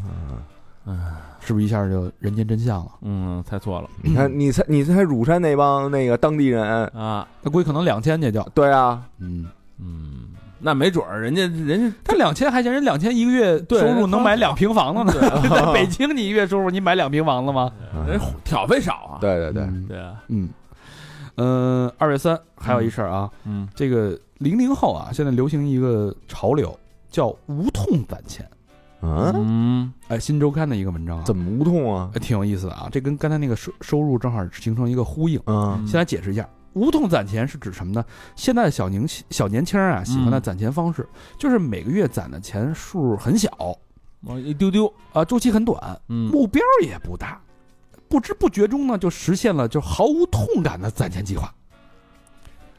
[SPEAKER 1] 是不是一下就人间真相了？
[SPEAKER 3] 嗯，猜错了
[SPEAKER 2] 你看，你猜，你猜乳山那帮那个当地人，
[SPEAKER 3] 啊，
[SPEAKER 1] 那估计可能两千也就，
[SPEAKER 3] 呃
[SPEAKER 2] 对啊，
[SPEAKER 1] 嗯，
[SPEAKER 3] 嗯，那没准儿人家人家
[SPEAKER 1] 他两千还嫌人两千一个月
[SPEAKER 3] 对
[SPEAKER 1] 收入能买两平房了呢，
[SPEAKER 3] 对
[SPEAKER 1] 在北京你一月收入你买两平房了吗？
[SPEAKER 2] 嗯
[SPEAKER 3] 人家挑费少啊，
[SPEAKER 2] 对对对，
[SPEAKER 1] 嗯
[SPEAKER 3] 对啊，
[SPEAKER 1] 嗯，呃，二月三还有一事儿啊，
[SPEAKER 3] 嗯
[SPEAKER 1] 这个零零后啊，现在流行一个潮流叫无痛攒钱，
[SPEAKER 2] 嗯，
[SPEAKER 3] 嗯
[SPEAKER 1] 哎，新周刊的一个文章啊，
[SPEAKER 2] 怎么无痛啊？
[SPEAKER 1] 哎挺有意思的啊，这跟刚才那个收收入正好形成一个呼应。
[SPEAKER 2] 嗯
[SPEAKER 1] 先来解释一下，无痛攒钱是指什么呢？现在的小年小年轻啊，喜欢的攒钱方式、就是每个月攒的钱数很小
[SPEAKER 3] 往一丢丢，
[SPEAKER 1] 啊，周期很短，
[SPEAKER 3] 嗯
[SPEAKER 1] 目标也不大，不知不觉中呢就实现了就毫无痛感的攒钱计划。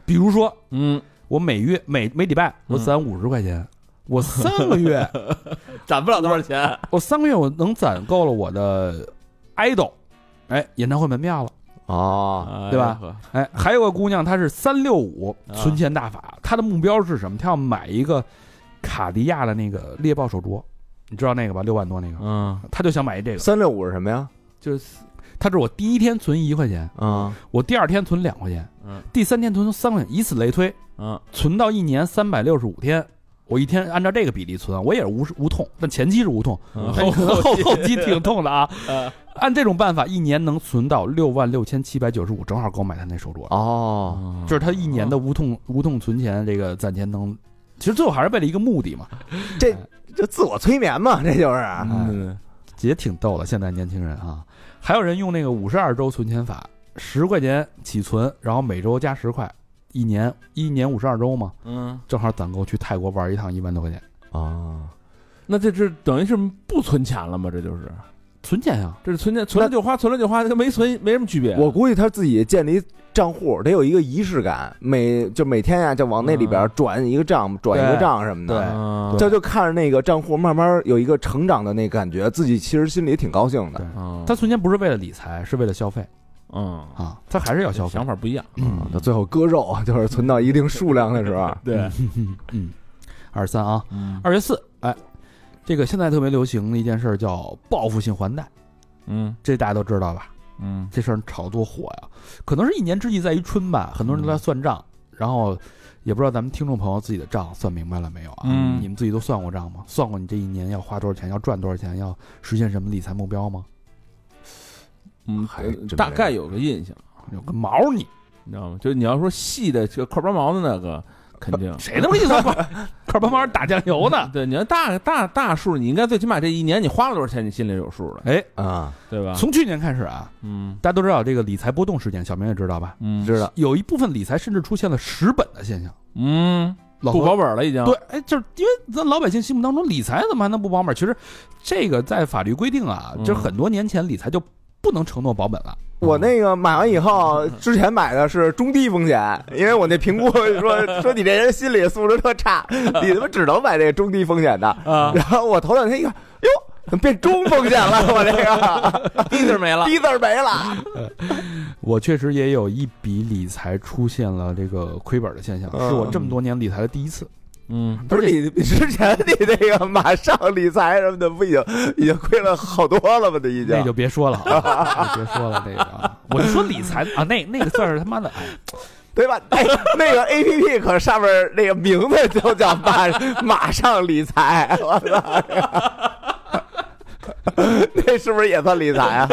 [SPEAKER 1] 比如说，
[SPEAKER 3] 嗯，
[SPEAKER 1] 我每月每每礼拜我攒五十块钱，我三个 月
[SPEAKER 3] 攒不了多少钱，
[SPEAKER 1] 我三个月我能攒够了我的 idol，哎，演唱会门票了。
[SPEAKER 2] 哦，
[SPEAKER 1] 对吧？哎，还有个姑娘，她是三六五
[SPEAKER 3] 嗯啊
[SPEAKER 1] 存钱大法，她的目标是什么？她要买一个卡地亚的那个猎豹手镯，你知道那个吧？六万多那个，
[SPEAKER 3] 嗯
[SPEAKER 1] 她就想买这个。
[SPEAKER 2] 三六五是什么呀？
[SPEAKER 1] 就是，她是我第一天存一块钱，
[SPEAKER 2] 啊，
[SPEAKER 1] 我第二天存两块钱，
[SPEAKER 3] 嗯
[SPEAKER 1] 第三天存三块钱，以此类推，
[SPEAKER 3] 嗯
[SPEAKER 1] 存到一年三百六十五天。我一天按照这个比例存啊，我也是无无痛，但前期是无痛，
[SPEAKER 3] 嗯
[SPEAKER 1] 后
[SPEAKER 3] 后
[SPEAKER 1] 后后期挺痛的啊。
[SPEAKER 3] 嗯
[SPEAKER 1] 按这种办法，一年能存到六万六千七百九十五，正好够买她那手镯了。
[SPEAKER 2] 哦，
[SPEAKER 3] 嗯
[SPEAKER 1] 就是他一年的无痛、无痛存钱，这个攒钱能，其实最后还是为了一个目的嘛，
[SPEAKER 2] 这这自我催眠嘛，这就是，
[SPEAKER 3] 哎
[SPEAKER 2] 啊
[SPEAKER 3] 嗯
[SPEAKER 1] 也挺逗的。现在年轻人啊，还有人用那个五十二周存钱法，十块钱起存，然后每周加十块，一年一年五十二周嘛，
[SPEAKER 3] 嗯，
[SPEAKER 1] 正好攒够去泰国玩一趟一万多块钱，
[SPEAKER 2] 啊，
[SPEAKER 3] 那这是等于是不存钱了吗？这就是
[SPEAKER 1] 存钱啊呀、
[SPEAKER 3] 这是存钱，存了就花，存了就花，跟没存没什么区别。
[SPEAKER 2] 我估计他自己建立账户得有一个仪式感，每就每天呀就往那里
[SPEAKER 3] 嗯
[SPEAKER 2] 边转一个账，转一个账什么的，
[SPEAKER 3] 啊
[SPEAKER 2] 这就看着那个账户慢慢有一个成长的那感觉，自己其实心里挺高兴的
[SPEAKER 1] 对。
[SPEAKER 3] 嗯
[SPEAKER 1] 他存钱不是为了理财，是为了消费
[SPEAKER 3] 嗯，
[SPEAKER 1] 啊，他还是要消费
[SPEAKER 3] 想。法不一样，
[SPEAKER 2] 啊，到最后割肉就是存到一定数量的时候，
[SPEAKER 3] 对，
[SPEAKER 1] 嗯，二十三啊，
[SPEAKER 3] 嗯
[SPEAKER 1] 二月四，哎，这个现在特别流行的一件事儿叫报复性还贷，
[SPEAKER 3] 嗯
[SPEAKER 1] 这大家都知道吧？
[SPEAKER 3] 嗯
[SPEAKER 1] 这事儿炒得多火呀！可能是一年之计在于春吧，很多人都在算账，然后也不知道咱们听众朋友自己的账算明白了没有啊？
[SPEAKER 3] 嗯
[SPEAKER 1] 你们自己都算过账吗？算过你这一年要花多少钱，要赚多少钱，要实现什么理财目标吗？
[SPEAKER 3] 嗯
[SPEAKER 2] 还真没有
[SPEAKER 3] 呃大概有个印象，
[SPEAKER 1] 有个毛你！
[SPEAKER 3] 你知道吗？就你要说细的，就块八毛的那个，肯 定
[SPEAKER 1] 谁他妈一说 块块八毛打酱 油呢？
[SPEAKER 3] 对，你要大大大数，你应该最起码这一年你花了多少钱，你心里有数了，
[SPEAKER 1] 哎，
[SPEAKER 2] 啊，
[SPEAKER 3] 对吧？
[SPEAKER 1] 从去年开始啊，
[SPEAKER 3] 嗯
[SPEAKER 1] 大家都知道这个理财波动事件，小明也知道吧？
[SPEAKER 3] 嗯
[SPEAKER 2] 知道
[SPEAKER 1] 有一部分理财甚至出现了蚀本的现象。
[SPEAKER 3] 嗯，
[SPEAKER 1] 老
[SPEAKER 3] 不
[SPEAKER 1] 何
[SPEAKER 3] 保本了已经。
[SPEAKER 1] 对，哎，就是因为咱老百姓心目当中理财怎么还能不保本？其实这个在法律规定啊，
[SPEAKER 3] 嗯
[SPEAKER 1] 就是很多年前理财就不能承诺保本了。
[SPEAKER 2] 我那个买完以后，之前买的是中低风险，因为我那 评估说说你这人心理素质特差，你他妈只能买这个中低风险的。
[SPEAKER 3] 啊，
[SPEAKER 2] 然后我头两天一看，哟，怎么变中风险了？我这 个
[SPEAKER 3] 地址没了。
[SPEAKER 2] 低字儿没了。
[SPEAKER 1] 我确实也有一笔理财出现了这个亏本的现象，
[SPEAKER 2] 嗯
[SPEAKER 1] 是我这么多年理财的第一次。
[SPEAKER 3] 嗯，
[SPEAKER 2] 不是你你之前你那个马上理财什么的，不已经已经亏了好多了吗？这已经
[SPEAKER 1] 那就别说了啊， 那就别说了那个啊，我就说理财啊，那那个算是他妈的，哎
[SPEAKER 2] 对吧？哎，那个 A P P 可上面那个名字就叫马马上理财，我操！那是不是也算理财啊？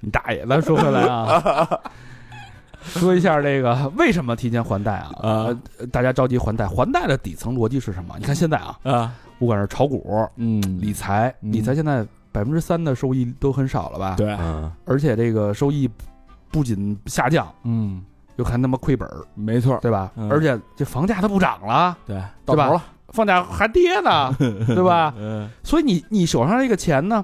[SPEAKER 1] 你大爷！咱说回来啊， 说一下这个为什么提前还贷啊？
[SPEAKER 3] 啊
[SPEAKER 1] 呃，大家着急还贷，还贷的底层逻辑是什么？你看现在啊，
[SPEAKER 3] 啊，
[SPEAKER 1] 不管是炒股、
[SPEAKER 3] 嗯，
[SPEAKER 1] 理财，
[SPEAKER 3] 嗯
[SPEAKER 1] 理财现在百分之三的收益都很少了吧？，
[SPEAKER 3] 对，
[SPEAKER 1] 而且这个收益不仅下降，
[SPEAKER 3] 嗯，
[SPEAKER 1] 又还他妈亏本儿，
[SPEAKER 3] 没错，
[SPEAKER 1] 对吧？
[SPEAKER 3] 嗯
[SPEAKER 1] 而且这房价它不涨了，
[SPEAKER 3] 对，
[SPEAKER 1] 对吧
[SPEAKER 3] 到头了，
[SPEAKER 1] 房价还跌 呢，对吧？
[SPEAKER 3] 嗯，
[SPEAKER 1] 所以你你手上这个钱呢，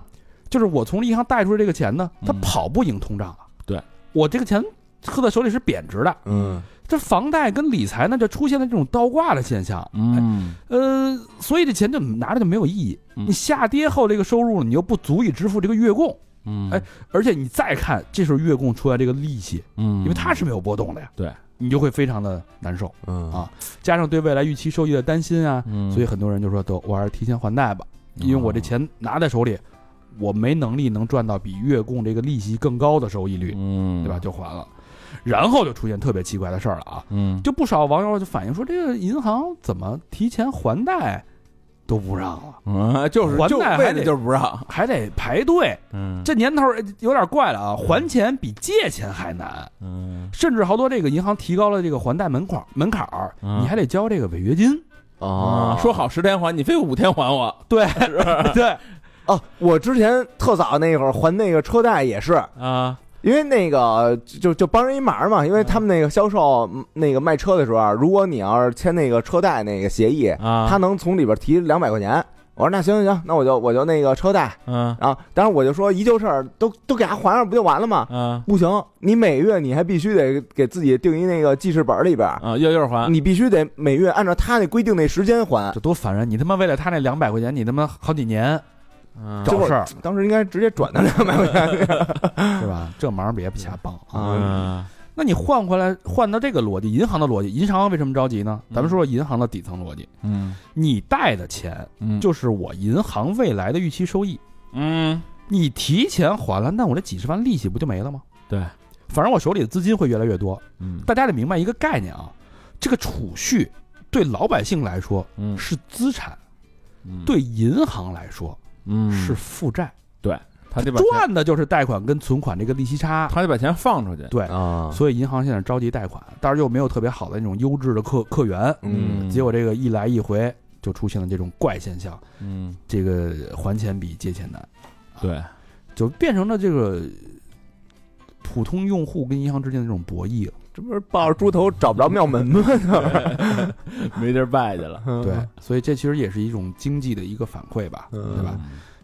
[SPEAKER 1] 就是我从银行贷出来这个钱呢，它
[SPEAKER 3] 嗯
[SPEAKER 1] 跑不赢通胀了。
[SPEAKER 3] 对，
[SPEAKER 1] 我这个钱喝在手里是贬值的。
[SPEAKER 2] 嗯
[SPEAKER 1] 这房贷跟理财呢，就出现了这种倒挂的现象。
[SPEAKER 3] 嗯，
[SPEAKER 1] 呃，所以这钱就拿着就没有意义。
[SPEAKER 3] 嗯
[SPEAKER 1] 你下跌后这个收入，你又不足以支付这个月供，
[SPEAKER 3] 嗯，
[SPEAKER 1] 哎，而且你再看这时候月供出来这个利息，
[SPEAKER 3] 嗯，
[SPEAKER 1] 因为它是没有波动的呀，
[SPEAKER 3] 对，
[SPEAKER 1] 你就会非常的难受，
[SPEAKER 2] 嗯
[SPEAKER 1] 啊加上对未来预期收益的担心啊，
[SPEAKER 3] 嗯，哦
[SPEAKER 1] 所以很多人就说，得我还是提前还贷吧，因为我这钱拿在手里，我没能力能赚到比月供这个利息更高的收益率，
[SPEAKER 3] 嗯，
[SPEAKER 1] 对吧？就还了，然后就出现特别奇怪的事儿了啊，
[SPEAKER 3] 嗯，
[SPEAKER 1] 就不少网友就反映说，这个银行怎么提前还贷都不让了，
[SPEAKER 3] 嗯，就是
[SPEAKER 1] 还
[SPEAKER 3] 就
[SPEAKER 1] 贷
[SPEAKER 3] 为
[SPEAKER 1] 还
[SPEAKER 3] 了
[SPEAKER 1] 得
[SPEAKER 3] 就是不让，
[SPEAKER 1] 还得排队。
[SPEAKER 3] 嗯，
[SPEAKER 1] 这年头儿有点怪了啊，还钱比借钱还难，
[SPEAKER 3] 嗯
[SPEAKER 1] 甚至好多这个银行提高了这个还贷门槛门槛儿，
[SPEAKER 3] 嗯
[SPEAKER 1] 你还得交这个违约金。
[SPEAKER 2] 哦，
[SPEAKER 3] 说好十天还，你非五天还我
[SPEAKER 1] 对， 对，
[SPEAKER 2] 哦，我之前特早那会儿还那个车贷也是，
[SPEAKER 3] 啊，
[SPEAKER 2] 因为那个就就帮人一忙嘛，因为他们那个销售嗯那个卖车的时候啊，如果你要是签那个车贷那个协议，
[SPEAKER 3] 啊
[SPEAKER 2] 他能从里边提两百块钱。我说那行行行，那我就我就那个车贷，
[SPEAKER 3] 嗯
[SPEAKER 2] 啊，当然我就说一旧事儿都都给他还上不就完了吗？
[SPEAKER 3] 啊
[SPEAKER 2] 不行，你每月你还必须得给自己定一那个记事本儿里边儿，
[SPEAKER 3] 啊，要要还，
[SPEAKER 2] 你必须得每月按照他那规定那时间还。
[SPEAKER 1] 这多烦人！你他妈为了他那两百块钱，你他妈好几年
[SPEAKER 3] 嗯
[SPEAKER 2] 这
[SPEAKER 1] 找
[SPEAKER 2] 我
[SPEAKER 1] 事儿，
[SPEAKER 2] 当时应该直接转他两百块钱。
[SPEAKER 1] 是吧？这忙别瞎帮啊！
[SPEAKER 3] 嗯
[SPEAKER 1] 那你换回来，换到这个逻辑，银行的逻辑，银行为什么着急呢？咱们说说银行的底层逻辑，
[SPEAKER 3] 嗯
[SPEAKER 1] 你贷的钱
[SPEAKER 3] 嗯，
[SPEAKER 1] 就是我银行未来的预期收益，
[SPEAKER 3] 嗯
[SPEAKER 1] 你提前还了，那我这几十万利息不就没了吗？
[SPEAKER 3] 对，
[SPEAKER 1] 反正我手里的资金会越来越多。
[SPEAKER 3] 嗯
[SPEAKER 1] 大家得明白一个概念啊，这个储蓄对老百姓来说
[SPEAKER 3] 嗯
[SPEAKER 1] 是资产，
[SPEAKER 3] 嗯
[SPEAKER 1] 对银行来说
[SPEAKER 3] 嗯
[SPEAKER 1] 是负债，
[SPEAKER 3] 他得把钱
[SPEAKER 1] 赚的就是贷款跟存款这个利息差。
[SPEAKER 3] 他得把钱放出去，
[SPEAKER 1] 对，
[SPEAKER 2] 啊
[SPEAKER 1] 所以银行现在着急贷款，但是又没有特别好的那种优质的客客源，
[SPEAKER 2] 嗯
[SPEAKER 1] 结果这个一来一回就出现了这种怪现象，
[SPEAKER 3] 嗯
[SPEAKER 1] 这个还钱比借钱难，
[SPEAKER 3] 对，
[SPEAKER 1] 就变成了这个普通用户跟银行之间的这种博弈了。
[SPEAKER 2] 这不是抱着猪头找不着庙门吗？
[SPEAKER 3] 没地儿拜去了，
[SPEAKER 1] 对，所以这其实也是一种经济的一个反馈吧，
[SPEAKER 2] 嗯
[SPEAKER 1] 对吧？？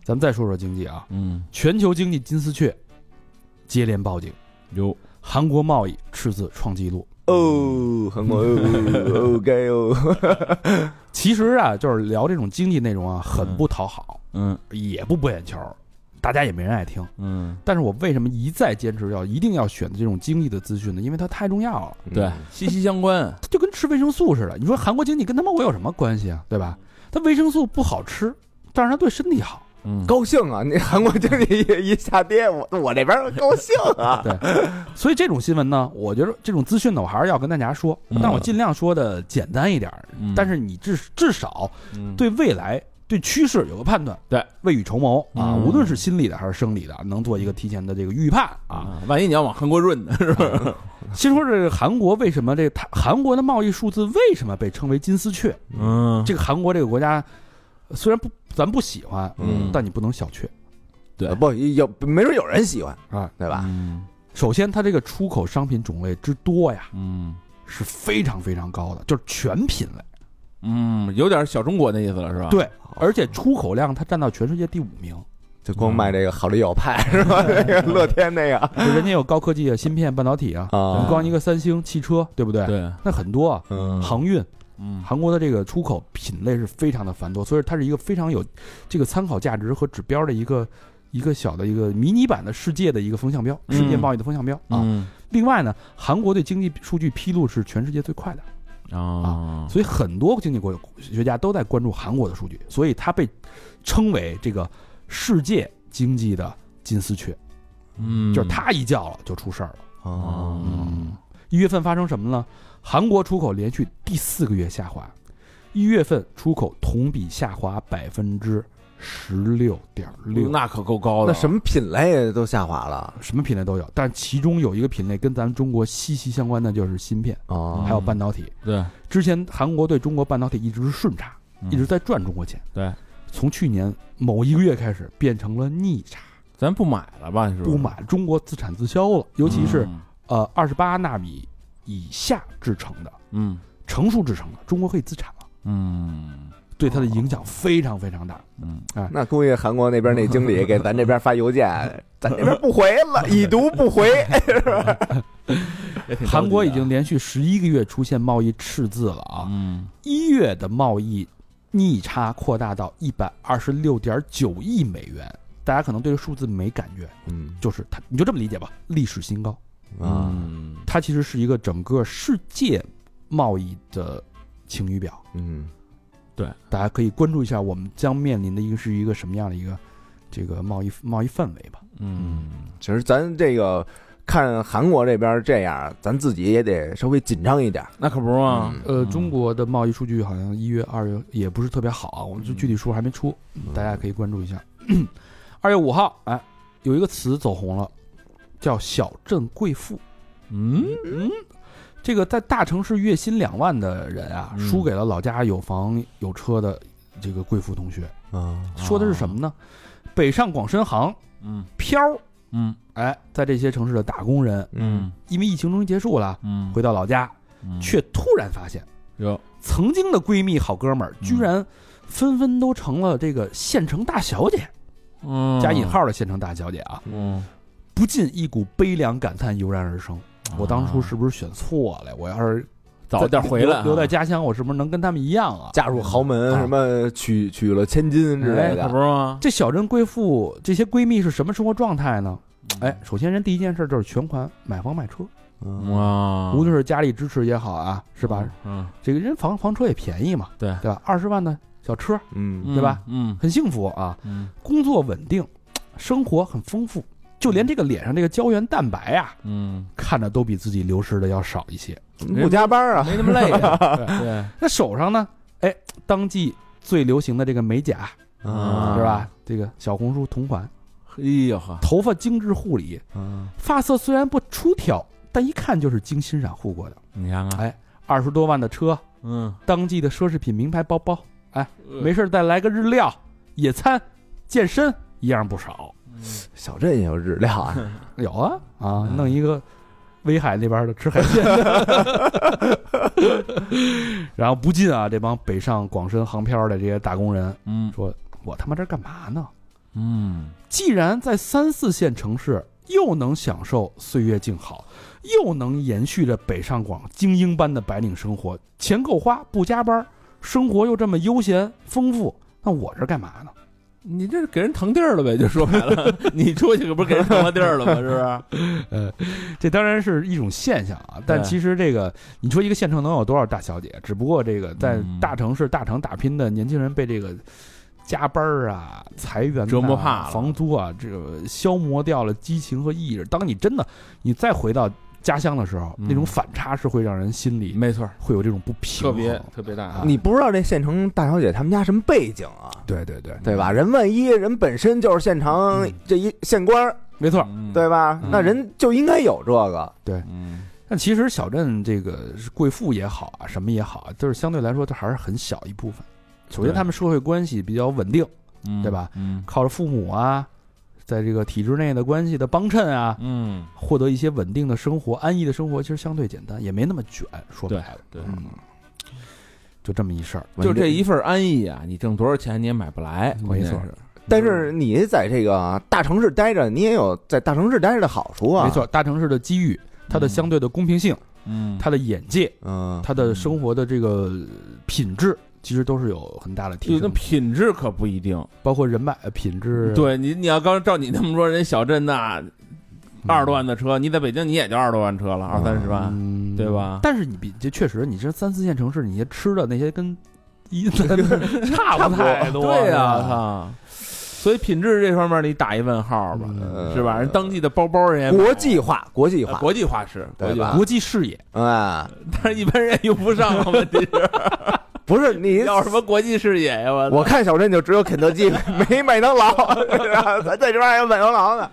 [SPEAKER 1] 咱们再说说经济啊，
[SPEAKER 3] 嗯，
[SPEAKER 1] 全球经济金丝雀接连报警，
[SPEAKER 3] 有
[SPEAKER 1] 韩国贸易赤字创纪录。
[SPEAKER 2] 哦，韩 国哦，OK 哦，
[SPEAKER 1] 其实啊，就是聊这种经济内容啊，很
[SPEAKER 3] 嗯
[SPEAKER 1] 不讨好，
[SPEAKER 3] 嗯
[SPEAKER 1] 也不博眼球，大家也没人爱听。
[SPEAKER 3] 嗯
[SPEAKER 1] 但是我为什么一再坚持要一定要选这种经济的资讯呢？因为它太重要了，
[SPEAKER 3] 对，息息相关，
[SPEAKER 1] 它就跟吃维生素似的。你说韩国经济跟他妈我有什么关系啊？对吧？它维生素不好吃，但是它对身体好。
[SPEAKER 3] 嗯
[SPEAKER 2] 高兴啊！你 韩国经济一一下跌，我我这边儿高兴啊！
[SPEAKER 1] 所以这种新闻呢，我觉得这种资讯呢，我还是要跟大家说，
[SPEAKER 3] 嗯
[SPEAKER 1] 但我尽量说的简单一点儿。
[SPEAKER 3] 嗯
[SPEAKER 1] 但是你至至少
[SPEAKER 3] 嗯
[SPEAKER 1] 对未来、对趋势有个判断，
[SPEAKER 3] 对，
[SPEAKER 1] 未雨绸缪啊，
[SPEAKER 3] 嗯
[SPEAKER 1] 无论是心理的还是生理的，能做一个提前的这个预判啊。
[SPEAKER 3] 啊，万一你要往韩国润呢，是吧？
[SPEAKER 1] 先说这个韩国为什么这它韩国的贸易数字为什么被称为金丝雀？
[SPEAKER 3] 嗯
[SPEAKER 1] 这个韩国这个国家虽然不咱不喜欢，
[SPEAKER 3] 嗯
[SPEAKER 1] 但你不能小觑。
[SPEAKER 3] 对
[SPEAKER 2] 不有没准有人喜欢
[SPEAKER 1] 啊，
[SPEAKER 2] 对吧？
[SPEAKER 3] 嗯
[SPEAKER 1] 首先，它这个出口商品种类之多呀，
[SPEAKER 3] 嗯
[SPEAKER 1] 是非常非常高的，就是全品类。
[SPEAKER 3] 嗯，有点小中国那意思了，是吧？
[SPEAKER 1] 对，而且出口量它占到全世界第五 名，
[SPEAKER 2] 就光卖这个好利友派是吧？那个乐天那个
[SPEAKER 1] 就人家有高科技啊、芯片、半导体啊，你
[SPEAKER 2] 啊
[SPEAKER 1] 光一个三星汽车，对不对？
[SPEAKER 3] 对，
[SPEAKER 1] 那很多啊，
[SPEAKER 2] 嗯
[SPEAKER 1] 航运，
[SPEAKER 3] 嗯
[SPEAKER 1] 韩国的这个出口品类是非常的繁多，所以它是一个非常有这个参考价值和指标的一个一个小的一个迷你版的世界的一个风向标，
[SPEAKER 3] 嗯
[SPEAKER 1] 世界贸易的风向标啊。
[SPEAKER 3] 嗯
[SPEAKER 1] 另外呢，韩国对经济数据披露是全世界最快的，
[SPEAKER 3] 啊，
[SPEAKER 1] 所以很多经济国学家都在关注韩国的数据，所以它被称为这个世界经济的金丝雀，
[SPEAKER 3] 嗯，
[SPEAKER 1] 就是它一叫了就出事儿了。
[SPEAKER 2] 哦
[SPEAKER 1] 嗯，一月份发生什么呢？韩国出口连续第四个月下滑，一月份出口同比下滑百分之十六点六，
[SPEAKER 3] 那可够高的，
[SPEAKER 2] 那什么品类都下滑了
[SPEAKER 1] 什么品类都有，但其中有一个品类跟咱们中国息息相关的就是芯片，
[SPEAKER 2] 哦
[SPEAKER 3] 嗯
[SPEAKER 1] 还有半导体。
[SPEAKER 3] 对，
[SPEAKER 1] 之前韩国对中国半导体一直是顺差，一直在赚中国钱。
[SPEAKER 3] 嗯对，
[SPEAKER 1] 从去年某一个月开始变成了逆差，
[SPEAKER 3] 咱不买了吧？是吧？
[SPEAKER 1] 不，买中国自产自销了，尤其是
[SPEAKER 3] 嗯
[SPEAKER 1] 呃二十八纳米以下制成的
[SPEAKER 3] 嗯
[SPEAKER 1] 成熟制成的，中国可以自产了。
[SPEAKER 3] 嗯
[SPEAKER 1] 对它的影响非常非常大。
[SPEAKER 3] 嗯，
[SPEAKER 2] 那估计韩国那边那经理给咱这边发邮件，咱这边不回了，已读不回。哎
[SPEAKER 3] 也挺着急的
[SPEAKER 1] 韩国已经连续十一个月出现贸易赤字了啊！
[SPEAKER 3] 嗯
[SPEAKER 1] 一月的贸易逆差扩大到一百二十六点九亿美元，大家可能对这数字没感觉，
[SPEAKER 2] 嗯
[SPEAKER 1] 就是它，你就这么理解吧，历史新高。
[SPEAKER 2] 啊，
[SPEAKER 3] 嗯
[SPEAKER 1] 它其实是一个整个世界贸易的晴雨表，
[SPEAKER 2] 嗯，
[SPEAKER 1] 大家可以关注一下我们将面临的一个是一个什么样的一个这个贸易贸易氛围吧。
[SPEAKER 3] 嗯
[SPEAKER 2] 其实咱这个看韩国这边这样，咱自己也得稍微紧张一点。
[SPEAKER 3] 那可不是吗？
[SPEAKER 2] 嗯
[SPEAKER 1] 呃，
[SPEAKER 3] 嗯
[SPEAKER 1] 中国的贸易数据好像一月、二月也不是特别好啊，我们这
[SPEAKER 3] 嗯
[SPEAKER 1] 具体数还没出，
[SPEAKER 2] 嗯
[SPEAKER 1] 大家可以关注一下。 二月五号，哎，有一个词走红了，叫“小镇贵妇
[SPEAKER 3] 嗯”。
[SPEAKER 1] 这个在大城市月薪两万的人啊，
[SPEAKER 3] 嗯
[SPEAKER 1] 输给了老家有房有车的这个贵妇同学。
[SPEAKER 2] 啊，
[SPEAKER 1] 说的是什么呢？北上广深杭
[SPEAKER 3] 嗯
[SPEAKER 1] 漂儿，
[SPEAKER 3] 嗯
[SPEAKER 1] 哎，在这些城市的打工人，
[SPEAKER 3] 嗯
[SPEAKER 1] 因为疫情终于结束了，
[SPEAKER 3] 嗯，
[SPEAKER 1] 回到老家，
[SPEAKER 3] 嗯
[SPEAKER 1] 却突然发现。
[SPEAKER 3] 有
[SPEAKER 1] 曾经的闺蜜、好哥们儿，
[SPEAKER 3] 嗯
[SPEAKER 1] 居然纷纷都成了这个县城大小姐
[SPEAKER 3] 嗯
[SPEAKER 1] （加引，号的县城大小姐）啊，
[SPEAKER 3] 嗯，
[SPEAKER 1] 不禁一股悲凉感叹油然而生。我当
[SPEAKER 3] 啊
[SPEAKER 1] 初是不是选错了？我要是
[SPEAKER 3] 早点回来啊，
[SPEAKER 1] 留留在家乡，我是不是能跟他们一样啊？
[SPEAKER 2] 嫁入豪门，
[SPEAKER 1] 啊
[SPEAKER 2] 什么娶娶了千金之类
[SPEAKER 3] 可不
[SPEAKER 2] 的。
[SPEAKER 3] 是吗？
[SPEAKER 1] 这小镇贵妇这些闺蜜是什么生活状态呢？
[SPEAKER 3] 嗯
[SPEAKER 1] 哎，首先人第一件事就是全款买房买车，
[SPEAKER 2] 嗯
[SPEAKER 3] 哇，
[SPEAKER 1] 无论是家里支持也好啊，是
[SPEAKER 3] 是
[SPEAKER 1] 吧？？
[SPEAKER 3] 嗯
[SPEAKER 1] 这个人房房车也便宜嘛，
[SPEAKER 3] 对
[SPEAKER 1] 对吧？二十万的小车，
[SPEAKER 2] 嗯
[SPEAKER 1] 对吧？
[SPEAKER 3] 嗯
[SPEAKER 1] 很幸福啊。
[SPEAKER 3] 嗯
[SPEAKER 1] 工作稳定，生活很丰富，就连这个脸上这个胶原蛋白啊，
[SPEAKER 3] 嗯，
[SPEAKER 1] 看着都比自己流失的要少一些。
[SPEAKER 2] 不加班啊，
[SPEAKER 3] 没那么累啊，对，
[SPEAKER 1] 那手上呢？哎，当季最流行的这个美甲
[SPEAKER 2] 嗯
[SPEAKER 3] 啊
[SPEAKER 1] 是吧？这个小红书同款，
[SPEAKER 3] 哎呦呵，
[SPEAKER 1] 头发精致护理，
[SPEAKER 2] 嗯
[SPEAKER 1] 发色虽然不出挑，但一看就是精心染护过的。
[SPEAKER 3] 你看看，
[SPEAKER 1] 哎二十多万的车，
[SPEAKER 3] 嗯，
[SPEAKER 1] 当季的奢侈品名牌包包，没事儿再来个日料、野餐、健身，一样不少。
[SPEAKER 2] 小镇也有日料啊，
[SPEAKER 1] 有啊啊，弄一个威海那边的吃海鲜的， 然后不禁啊，这帮北上广深航漂的这些打工人，
[SPEAKER 3] 嗯
[SPEAKER 1] 我他妈这儿干嘛呢？
[SPEAKER 3] 嗯
[SPEAKER 1] 既然在三四线城市又能享受岁月静好，又能延续着北上广精英般的白领生活，钱够花，不加班，生活又这么悠闲丰富，那我这儿干嘛呢？
[SPEAKER 3] 你这是给人腾地儿了呗？就说白 了，你出去可不是给人腾了地儿了吗？是不是？
[SPEAKER 1] 这当然是一种现象啊，但
[SPEAKER 3] 对
[SPEAKER 1] 其实这个，你说一个县城能有多少大小姐？只不过这个在
[SPEAKER 3] 嗯
[SPEAKER 1] 大城市、大城打拼的年轻人被这个加班儿啊、裁员、
[SPEAKER 3] 折磨怕了
[SPEAKER 1] 房租啊，这个消磨掉了激情和意志。当你真的你再回到家乡的时候，
[SPEAKER 3] 嗯
[SPEAKER 1] 那种反差是会让人心里
[SPEAKER 3] 没错，
[SPEAKER 1] 会有这种不平
[SPEAKER 3] 特
[SPEAKER 1] 衡。
[SPEAKER 3] 别特别大。啊
[SPEAKER 2] 你不知道这县城大小姐他们家什么背景啊，
[SPEAKER 1] 对对对，
[SPEAKER 2] 对吧？人万一人本身就是县城
[SPEAKER 1] 嗯
[SPEAKER 2] 这一县官儿，
[SPEAKER 1] 没错。
[SPEAKER 3] 嗯
[SPEAKER 2] 对，吧
[SPEAKER 3] 嗯？
[SPEAKER 2] 那人就应该有这个，
[SPEAKER 3] 嗯
[SPEAKER 1] 但其实小镇这个是贵妇也好啊，什么也好啊，就是相对来说，它还是很小一部分。首先，
[SPEAKER 3] 对
[SPEAKER 1] 他们社会关系比较稳定，
[SPEAKER 3] 嗯，
[SPEAKER 1] 对吧？
[SPEAKER 3] 嗯
[SPEAKER 1] 靠着父母啊，在这个体制内的关系的帮衬啊，
[SPEAKER 3] 嗯，
[SPEAKER 1] 获得一些稳定的生活、安逸的生活，其实相对简单，也没那么卷。说白了，
[SPEAKER 3] 对，
[SPEAKER 1] 嗯，就这么一事儿。
[SPEAKER 3] 就这一份安逸啊，你挣多少钱你也买不来，
[SPEAKER 1] 没
[SPEAKER 3] 关键
[SPEAKER 1] 错
[SPEAKER 3] 是
[SPEAKER 2] 但是你在这个大城市待着，你也有在大城市待着的好处啊。
[SPEAKER 1] 没错，，大城市的机遇，它的
[SPEAKER 3] 嗯
[SPEAKER 1] 相对的公平性，
[SPEAKER 3] 嗯，
[SPEAKER 1] 它的眼界，
[SPEAKER 2] 嗯，
[SPEAKER 1] 他的生活的这个品质，其实都是有很大的提
[SPEAKER 3] 有那
[SPEAKER 1] 升，
[SPEAKER 3] 品质可不一定。
[SPEAKER 1] 包括人脉、呃品质。
[SPEAKER 3] 对你，你要刚照你那么说，人小镇那
[SPEAKER 1] 嗯，
[SPEAKER 3] 二十多万的车，你在北京你也就二十多万车了，二三十万。
[SPEAKER 1] 嗯
[SPEAKER 3] 对吧
[SPEAKER 1] 但是你比这确实，你这三四线城市，你这吃的那些跟一
[SPEAKER 3] 嗯
[SPEAKER 1] 差不太多了，
[SPEAKER 3] 对呀，操！所以品质这方面你打一问号吧，
[SPEAKER 1] 嗯
[SPEAKER 3] 是吧？人当地的包包人也买
[SPEAKER 2] 国际化，国际
[SPEAKER 3] 呃
[SPEAKER 2] 化，
[SPEAKER 3] 国际化是
[SPEAKER 2] 对
[SPEAKER 3] 国际
[SPEAKER 2] 吧
[SPEAKER 3] 化，
[SPEAKER 1] 国际视野，
[SPEAKER 2] 啊，
[SPEAKER 3] 但是一般人也用不上啊，问题是
[SPEAKER 2] 不是你
[SPEAKER 3] 要什么国际视野呀？我
[SPEAKER 2] 我看小镇就只有肯德基， 没麦 当劳，咱在这边还有麦当劳呢。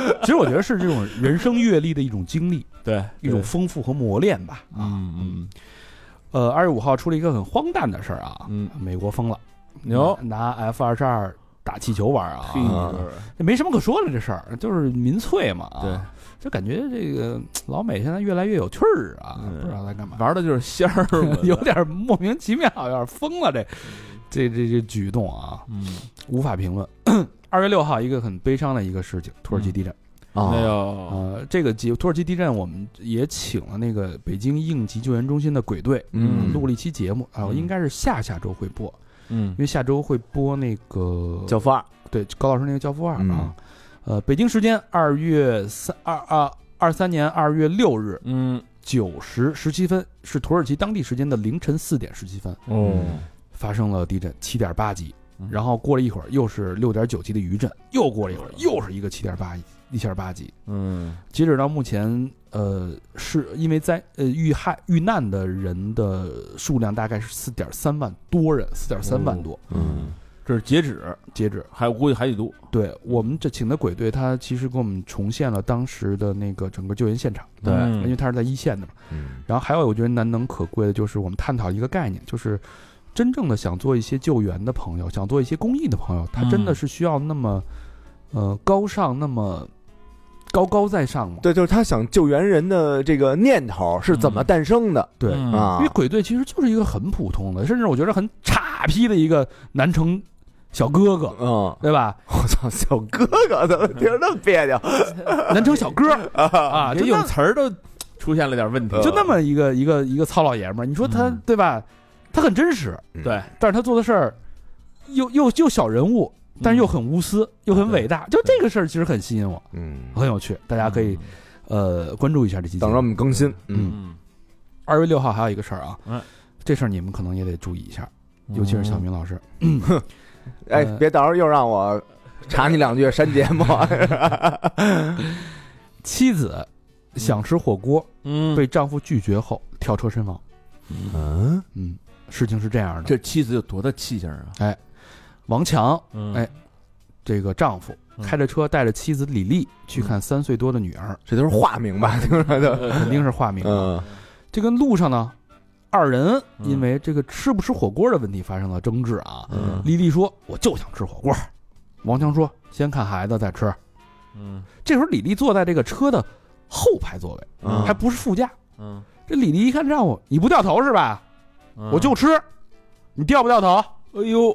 [SPEAKER 1] 其实我觉得是这种人生阅历的一种经历，
[SPEAKER 3] 对
[SPEAKER 1] 一种丰富和磨练吧。啊，
[SPEAKER 3] 嗯
[SPEAKER 1] 呃，二月五号出了一个很荒诞的事儿啊，
[SPEAKER 3] 嗯
[SPEAKER 1] 美国疯了，
[SPEAKER 3] 牛
[SPEAKER 1] 拿 F 二十二打气球玩啊，
[SPEAKER 3] 嘿
[SPEAKER 2] 啊
[SPEAKER 1] 这没什么可说的，这事儿就是民粹嘛。啊
[SPEAKER 3] 对，
[SPEAKER 1] 就感觉这个老美现在越来越有趣儿啊，
[SPEAKER 3] 嗯
[SPEAKER 1] 不知道在干嘛，，
[SPEAKER 3] 玩的就是仙儿
[SPEAKER 1] 有点莫名其妙，有点疯了这这这这举动啊，
[SPEAKER 3] 嗯，
[SPEAKER 1] 无法评论。二月六号，一个很悲伤的一个事情，土耳其地震。
[SPEAKER 3] 哎
[SPEAKER 2] 啊，
[SPEAKER 3] 呦，
[SPEAKER 1] 呃，这个节土耳其地震，我们也请了那个北京应急救援中心的鬼队，
[SPEAKER 3] 嗯
[SPEAKER 1] 录了一期节目啊，
[SPEAKER 3] 嗯
[SPEAKER 1] 应该是下下周会播，
[SPEAKER 3] 嗯
[SPEAKER 1] 因为下周会播那个
[SPEAKER 2] 教父二，
[SPEAKER 1] 对高老师那个《教父二》
[SPEAKER 2] 嗯
[SPEAKER 1] 啊，呃，北京时间二月三二二二三年二月六日
[SPEAKER 3] 嗯
[SPEAKER 1] 九时十七分，是土耳其当地时间的凌晨四点十七分
[SPEAKER 3] 哦
[SPEAKER 1] 发生了地震，七点八级
[SPEAKER 3] 嗯。
[SPEAKER 1] 然后过了一会儿，又是六点九级的余震，又过了一会儿，又是一个七点八一下八级。
[SPEAKER 3] 嗯
[SPEAKER 1] 截止到目前，呃，是因为灾呃遇害遇难的人的数量大概是四点三万多人，四点三万多。
[SPEAKER 3] 嗯，这是截止，
[SPEAKER 1] 截止，
[SPEAKER 3] 还我估计还得多，
[SPEAKER 1] 对我们这请的鬼队，他其实给我们重现了当时的那个整个救援现场，
[SPEAKER 3] 对
[SPEAKER 1] 因为他是在一线的嘛。
[SPEAKER 2] 嗯
[SPEAKER 1] 然后还有我觉得难能可贵的就是我们探讨一个概念，就是真正的想做一些救援的朋友，想做一些公益的朋友，他真的是需要那么、呃高尚、那么高高在上吗？
[SPEAKER 2] 对，就是他想救援人的这个念头是怎么诞生的
[SPEAKER 1] 对
[SPEAKER 3] 嗯
[SPEAKER 2] 啊
[SPEAKER 1] 因为？鬼队其实就是一个很普通的，甚至我觉得很叉劈的一个南城小哥哥，
[SPEAKER 2] 嗯， 我
[SPEAKER 1] 对吧？
[SPEAKER 2] 操，小哥哥怎么听着那么别扭？
[SPEAKER 1] 南城小哥 儿啊，
[SPEAKER 3] 这
[SPEAKER 1] 就那
[SPEAKER 3] 用词儿都出现了点问题，
[SPEAKER 1] 就那么一个一个一个糙老爷们儿，你说他、
[SPEAKER 3] 嗯
[SPEAKER 1] 对吧？他很真实，
[SPEAKER 2] 嗯
[SPEAKER 3] 对，
[SPEAKER 1] 但是他做的事儿又又又小人物，
[SPEAKER 2] 嗯
[SPEAKER 1] 但是又很无私，又很伟大。就这个事儿其实很吸引我，
[SPEAKER 2] 嗯，
[SPEAKER 1] 很有趣，大家可以呃关注一下这期节
[SPEAKER 2] 等着我
[SPEAKER 1] 目。
[SPEAKER 2] 们更新。嗯，
[SPEAKER 3] 嗯，
[SPEAKER 1] 二月六号还有一个事儿啊
[SPEAKER 3] 嗯，
[SPEAKER 1] 这事儿你们可能也得注意一下，嗯尤其是小明老师。
[SPEAKER 2] 哎
[SPEAKER 1] 呃，
[SPEAKER 2] 别到时候又让我查你两句删节目。
[SPEAKER 1] 妻子想吃火锅，
[SPEAKER 3] 嗯，
[SPEAKER 1] 被丈夫拒绝后跳车身亡。
[SPEAKER 2] 嗯，
[SPEAKER 1] 嗯，事情是这样的，
[SPEAKER 3] 这妻子有多大气性啊？
[SPEAKER 1] 王强
[SPEAKER 3] 嗯
[SPEAKER 1] 哎，这个丈夫
[SPEAKER 3] 嗯
[SPEAKER 1] 开着车带着妻子李丽去看三岁多的女儿，
[SPEAKER 2] 这都是化名吧？听着就，
[SPEAKER 1] 呃肯定是化名。
[SPEAKER 2] 嗯
[SPEAKER 1] 这跟路上呢，二人
[SPEAKER 3] 嗯
[SPEAKER 1] 因为这个吃不吃火锅的问题发生了争执啊。
[SPEAKER 3] 嗯
[SPEAKER 1] 丽丽说：“我就想吃火锅。”王强说：“先看孩子再吃。
[SPEAKER 3] 嗯”
[SPEAKER 1] 这时候李丽坐在这个车的后排座位，
[SPEAKER 2] 嗯
[SPEAKER 1] 还不是副驾。
[SPEAKER 3] 嗯，
[SPEAKER 1] 这李丽一看丈夫，你不掉头是吧？我就吃，你掉不掉头？
[SPEAKER 3] 哎呦，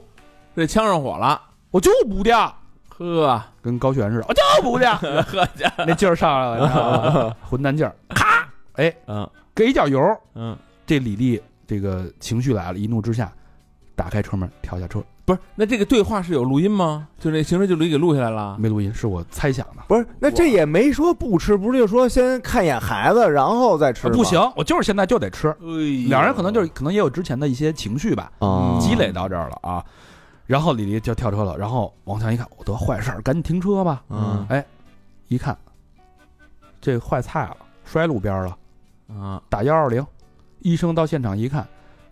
[SPEAKER 3] 这呛上火了，
[SPEAKER 1] 我就不掉，
[SPEAKER 3] 呵，啊
[SPEAKER 1] 跟高悬似的，我就不掉，
[SPEAKER 3] 呵家，
[SPEAKER 1] 那劲儿上来了你知道吗，混蛋劲儿，咔，哎，
[SPEAKER 3] 嗯
[SPEAKER 1] 给一脚油，
[SPEAKER 3] 嗯，
[SPEAKER 1] 这李丽这个情绪来了，一怒之下，打开车门跳下车，
[SPEAKER 3] 不是，那这个对话是有录音吗？就这行车记录仪给录下来了，
[SPEAKER 1] 没录音，是我猜想的。
[SPEAKER 2] 不是，那这也没说不吃，不是就说先看一眼孩子，然后再吃吗？
[SPEAKER 1] 啊不行，我就是现在就得吃。
[SPEAKER 3] 哎，
[SPEAKER 1] 两人可能就是可能也有之前的一些情绪吧，
[SPEAKER 2] 啊，
[SPEAKER 1] 积累到这儿了啊。然后李丽就跳车了，然后王强一看，我得坏事儿，赶紧停车吧。
[SPEAKER 2] 嗯
[SPEAKER 1] 哎，一看这坏菜了，摔路边了，
[SPEAKER 3] 啊，
[SPEAKER 1] 打幺二零。医生到现场一看，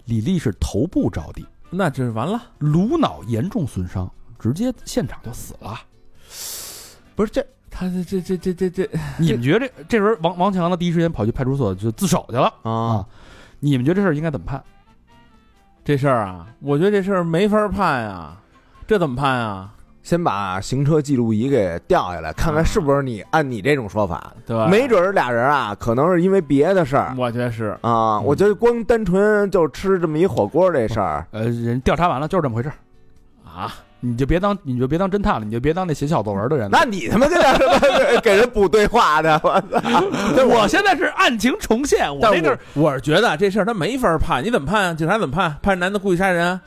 [SPEAKER 1] 李丽是头部着地，
[SPEAKER 3] 那这完了，
[SPEAKER 1] 颅脑严重损伤，直接现场就死了。
[SPEAKER 2] 不是这
[SPEAKER 3] 他这这这这这这
[SPEAKER 1] 你们觉得这这时候王王强呢，第一时间跑去派出所就自首去了
[SPEAKER 2] 啊
[SPEAKER 1] 啊？你们觉得这事儿应该怎么判？
[SPEAKER 3] 这事儿啊，我觉得这事儿没法判啊，这怎么判啊？
[SPEAKER 2] 先把行车记录仪给调下来，看看是不是
[SPEAKER 1] 嗯
[SPEAKER 2] 你按你这种说法，
[SPEAKER 3] 对吧？
[SPEAKER 2] 没准儿俩人啊，可能是因为别的事儿
[SPEAKER 3] 我觉得是，
[SPEAKER 2] 啊。
[SPEAKER 1] 嗯
[SPEAKER 2] 我觉得光单纯就吃这么一火锅这事儿，
[SPEAKER 1] 呃，人调查完了就是这么回事儿，
[SPEAKER 3] 啊，
[SPEAKER 1] 你就别当你就别当侦探了，你就别当那写小作文的人了。
[SPEAKER 2] 那你他妈跟那什么 给人补对话的，我操！
[SPEAKER 1] 我现在是案情重现，我那阵儿
[SPEAKER 3] 但我我是觉得这事儿他没法判，你怎么判啊？警察怎么判？判男的故意杀人？啊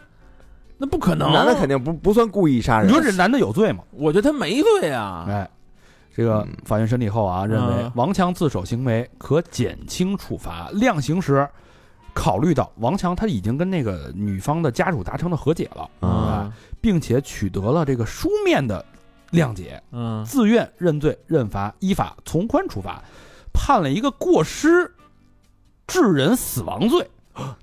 [SPEAKER 3] 那不可能，
[SPEAKER 2] 男的肯定不不算故意杀人。
[SPEAKER 1] 你说这男的有罪吗？
[SPEAKER 3] 我觉得他没罪啊。
[SPEAKER 1] 哎，这个
[SPEAKER 2] 嗯
[SPEAKER 1] 法院审理后啊，认为
[SPEAKER 3] 嗯
[SPEAKER 1] 王强自首行为可减轻处罚。量刑时，考虑到王强他已经跟那个女方的家属达成了和解了，
[SPEAKER 2] 啊
[SPEAKER 3] 嗯
[SPEAKER 1] 并且取得了这个书面的谅解，
[SPEAKER 3] 嗯
[SPEAKER 1] 自愿认罪认罚，依法从宽处罚，判了一个过失致人死亡罪，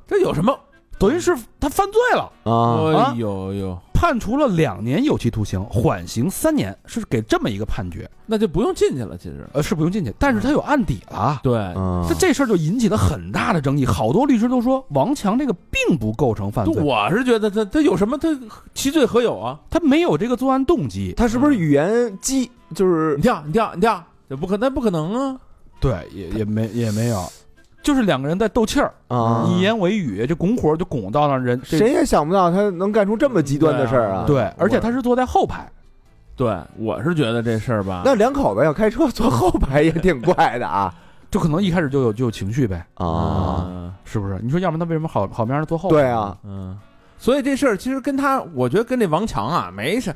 [SPEAKER 3] 这有什么？
[SPEAKER 1] 等于是他犯罪了。
[SPEAKER 2] 啊，
[SPEAKER 3] 哎呦呦，
[SPEAKER 1] 判处了两年有期徒刑，缓刑三年，是给这么一个判决，
[SPEAKER 3] 那就不用进去了。其实，
[SPEAKER 1] 呃，是不用进去，但是他有案底了，
[SPEAKER 3] 对，
[SPEAKER 2] 嗯
[SPEAKER 1] 这这事儿就引起了很大的争议，好多律师都说王强这个并不构成犯
[SPEAKER 3] 就
[SPEAKER 1] 罪，
[SPEAKER 3] 我是觉得他他有什么？他其罪何有啊？
[SPEAKER 1] 他没有这个作案动机。
[SPEAKER 2] 他是不是语言机？就是
[SPEAKER 3] 你跳，你跳，你跳，这不可，那不可能啊！
[SPEAKER 1] 对，也也没也没有，就是两个人在斗气儿，
[SPEAKER 2] 啊，
[SPEAKER 1] 以言为语，就拱火就拱到那人这
[SPEAKER 2] 谁也想不到他能干出这么极端的事儿啊！
[SPEAKER 1] 对，而且他是坐在后排，
[SPEAKER 3] 对，我是觉得这事儿吧，
[SPEAKER 2] 那两口子要开车坐后排也挺怪的啊
[SPEAKER 1] 就可能一开始就有就有情绪呗，
[SPEAKER 2] 啊！
[SPEAKER 3] 嗯
[SPEAKER 1] 是不是？你说要不然他为什么好好面儿地坐后排？
[SPEAKER 2] 对，啊，
[SPEAKER 3] 嗯，所以这事儿其实跟他，我觉得跟这王强啊没啥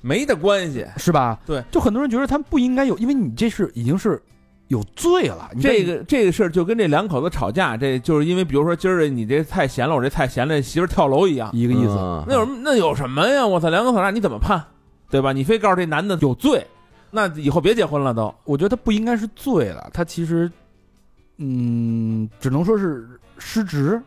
[SPEAKER 3] 没的关系。
[SPEAKER 1] 是吧？
[SPEAKER 3] 对，
[SPEAKER 1] 就很多人觉得他们不应该有，因为你这是已经是有罪了。你
[SPEAKER 3] 这个这个事儿就跟这两口子吵架，这就是因为比如说今儿你这菜咸了，我这菜咸了，媳妇儿跳楼一样，啊
[SPEAKER 1] 一个意思，
[SPEAKER 2] 嗯
[SPEAKER 3] 那有什么那有什么呀？我操，两口子吵架你怎么判，对吧？你非告诉这男的有罪，那以后别结婚了都。
[SPEAKER 1] 我觉得他不应该是罪了，他其实，嗯，只能说是失职、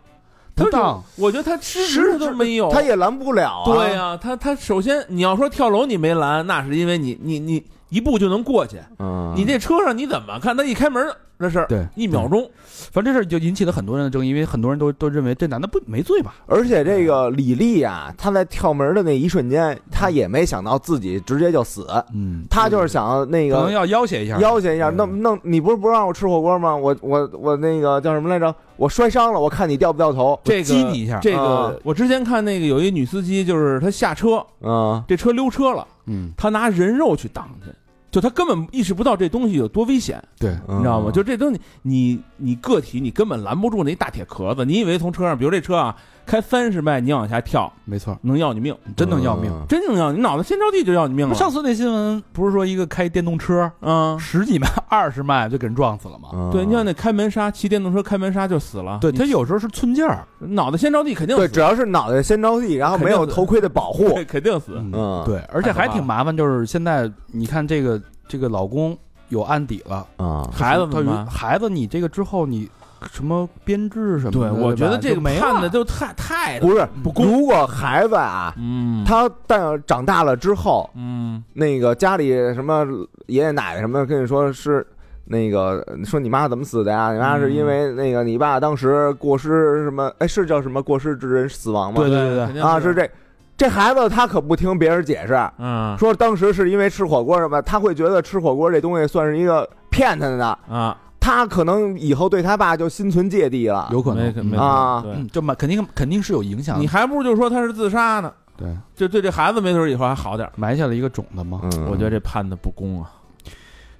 [SPEAKER 3] 他
[SPEAKER 1] 不
[SPEAKER 3] 就
[SPEAKER 1] 当。
[SPEAKER 3] 我觉得他失职都没有，
[SPEAKER 2] 他也拦不了啊！
[SPEAKER 3] 对呀、他他首先你要说跳楼你没拦，那是因为你你你一步就能过去，
[SPEAKER 2] 嗯，
[SPEAKER 3] 你这车上你怎么看？他一开门这事儿
[SPEAKER 1] 对，
[SPEAKER 3] 一秒钟，
[SPEAKER 1] 反正这事儿就引起了很多人的争议，因为很多人都都认为这男的不没罪吧？
[SPEAKER 2] 而且这个李丽啊，她在跳门的那一瞬间，她也没想到自己直接就死，
[SPEAKER 1] 嗯，
[SPEAKER 2] 她就是想那
[SPEAKER 1] 可能
[SPEAKER 2] 个
[SPEAKER 1] 要要挟一下，
[SPEAKER 2] 要挟一下，
[SPEAKER 1] 嗯
[SPEAKER 2] 弄弄你不是不让我吃火锅吗？我我我那个叫什么来着？我摔伤了，我看你掉不掉头？
[SPEAKER 3] 这个
[SPEAKER 1] 激你一下
[SPEAKER 3] 这
[SPEAKER 2] 啊
[SPEAKER 3] 个我之前看那个有一女司机，就是她下车，
[SPEAKER 2] 嗯
[SPEAKER 3] 这车溜车了，
[SPEAKER 1] 嗯，
[SPEAKER 3] 她拿人肉去挡去，就她根本意识不到这东西有多危险，
[SPEAKER 1] 对，
[SPEAKER 2] 嗯
[SPEAKER 3] 你知道吗？就这东西，你你个体你根本拦不住那一大铁壳子，你以为从车上，比如这车啊开三十迈，你往下跳
[SPEAKER 1] 没错，
[SPEAKER 3] 能要你命，
[SPEAKER 1] 真能要命。
[SPEAKER 2] 嗯
[SPEAKER 3] 真正要你脑袋先着地就要你命
[SPEAKER 1] 不
[SPEAKER 3] 了。
[SPEAKER 1] 上次那啊新闻不是说一个开电动车
[SPEAKER 3] 嗯，
[SPEAKER 1] 十几迈、二十迈就给人撞死了吗？
[SPEAKER 2] 嗯
[SPEAKER 3] 对，你像那开门杀，骑电动车开门杀就死了。
[SPEAKER 1] 对他有时候是寸劲儿，
[SPEAKER 3] 脑袋先着地肯定
[SPEAKER 2] 对，
[SPEAKER 3] 死，
[SPEAKER 2] 只要是脑袋先着地，然后没有
[SPEAKER 3] 肯定是
[SPEAKER 2] 头盔的保护，
[SPEAKER 3] 对肯定死。
[SPEAKER 1] 嗯
[SPEAKER 2] 嗯，
[SPEAKER 1] 对，而且还挺麻烦，就是现在你看这个这个老公有案底了，
[SPEAKER 2] 啊
[SPEAKER 3] 孩子
[SPEAKER 1] 他
[SPEAKER 3] 们
[SPEAKER 1] 于
[SPEAKER 3] 嘛，
[SPEAKER 1] 孩子，你这个之后你什么编制什么的？
[SPEAKER 3] 对，我觉
[SPEAKER 1] 吧
[SPEAKER 3] 得
[SPEAKER 1] 嗯
[SPEAKER 3] 这
[SPEAKER 1] 就
[SPEAKER 3] 个
[SPEAKER 1] 没了
[SPEAKER 3] 判的就太太
[SPEAKER 2] 不是
[SPEAKER 3] 不，公
[SPEAKER 2] 如果孩子啊，
[SPEAKER 3] 嗯，
[SPEAKER 2] 他但长大了之后，
[SPEAKER 3] 嗯
[SPEAKER 2] 那个家里什么爷爷奶奶什么的跟你说是那个说你妈怎么死的呀？你妈是因为那个你爸当时过失什么？哎，是叫什么过失致人死亡吗？
[SPEAKER 1] 对对对
[SPEAKER 3] 肯定
[SPEAKER 2] 啊，是这这孩子他可不听别人解释，
[SPEAKER 3] 嗯
[SPEAKER 2] 说当时是因为吃火锅什么，他会觉得吃火锅这东西算是一个骗他的，
[SPEAKER 3] 啊，
[SPEAKER 2] 他可能以后对他爸就心存芥蒂了。
[SPEAKER 1] 有可
[SPEAKER 3] 没
[SPEAKER 1] 能
[SPEAKER 3] 可没
[SPEAKER 1] 嗯
[SPEAKER 2] 啊
[SPEAKER 3] 可能
[SPEAKER 1] 嗯，就蛮肯定肯定是有影
[SPEAKER 3] 对
[SPEAKER 1] 响
[SPEAKER 3] 你
[SPEAKER 1] 的。
[SPEAKER 3] 还不如就说他是自杀呢，
[SPEAKER 1] 对，
[SPEAKER 3] 就对这孩子没准以后还好点儿。
[SPEAKER 1] 埋下了一个种子嘛。
[SPEAKER 2] 嗯，
[SPEAKER 3] 我觉得这判的不公啊，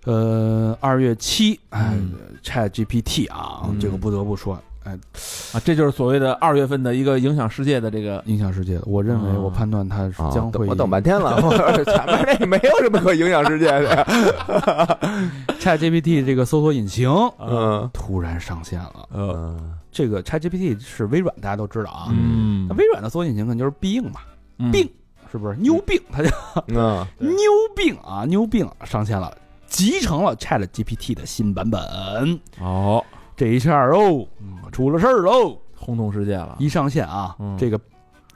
[SPEAKER 1] 呃，二月七，哎
[SPEAKER 3] 嗯
[SPEAKER 1] ，Chat GPT 啊
[SPEAKER 3] 嗯，
[SPEAKER 1] 这个不得不说哎
[SPEAKER 3] 啊，这就是所谓的二月份的一个影响世界的这个
[SPEAKER 1] 影响世界的。我认为
[SPEAKER 3] 啊
[SPEAKER 1] 我判断它是
[SPEAKER 2] 啊
[SPEAKER 1] 将
[SPEAKER 2] 等
[SPEAKER 1] 会
[SPEAKER 2] 我等半天了，我说前面那没有什么可影响世界的。
[SPEAKER 1] Chat GPT 这个搜索引擎
[SPEAKER 3] 啊
[SPEAKER 2] 嗯
[SPEAKER 1] 突然上线了。
[SPEAKER 3] 呃
[SPEAKER 2] 嗯
[SPEAKER 1] 这个 Chat GPT 是微软，大家都知道啊。
[SPEAKER 3] 嗯
[SPEAKER 1] 那微软的搜索引擎可能就是必应嘛，
[SPEAKER 3] 嗯
[SPEAKER 1] 病是不是？牛病，它就
[SPEAKER 2] 嗯
[SPEAKER 1] 牛病啊，牛病上线了。集成了 Chat GPT 的新版本。
[SPEAKER 3] 哦，
[SPEAKER 1] 这一下哦，
[SPEAKER 2] 嗯
[SPEAKER 1] 出了事儿喽！
[SPEAKER 3] 轰动世界了，
[SPEAKER 1] 一上线啊，
[SPEAKER 3] 嗯
[SPEAKER 1] 这个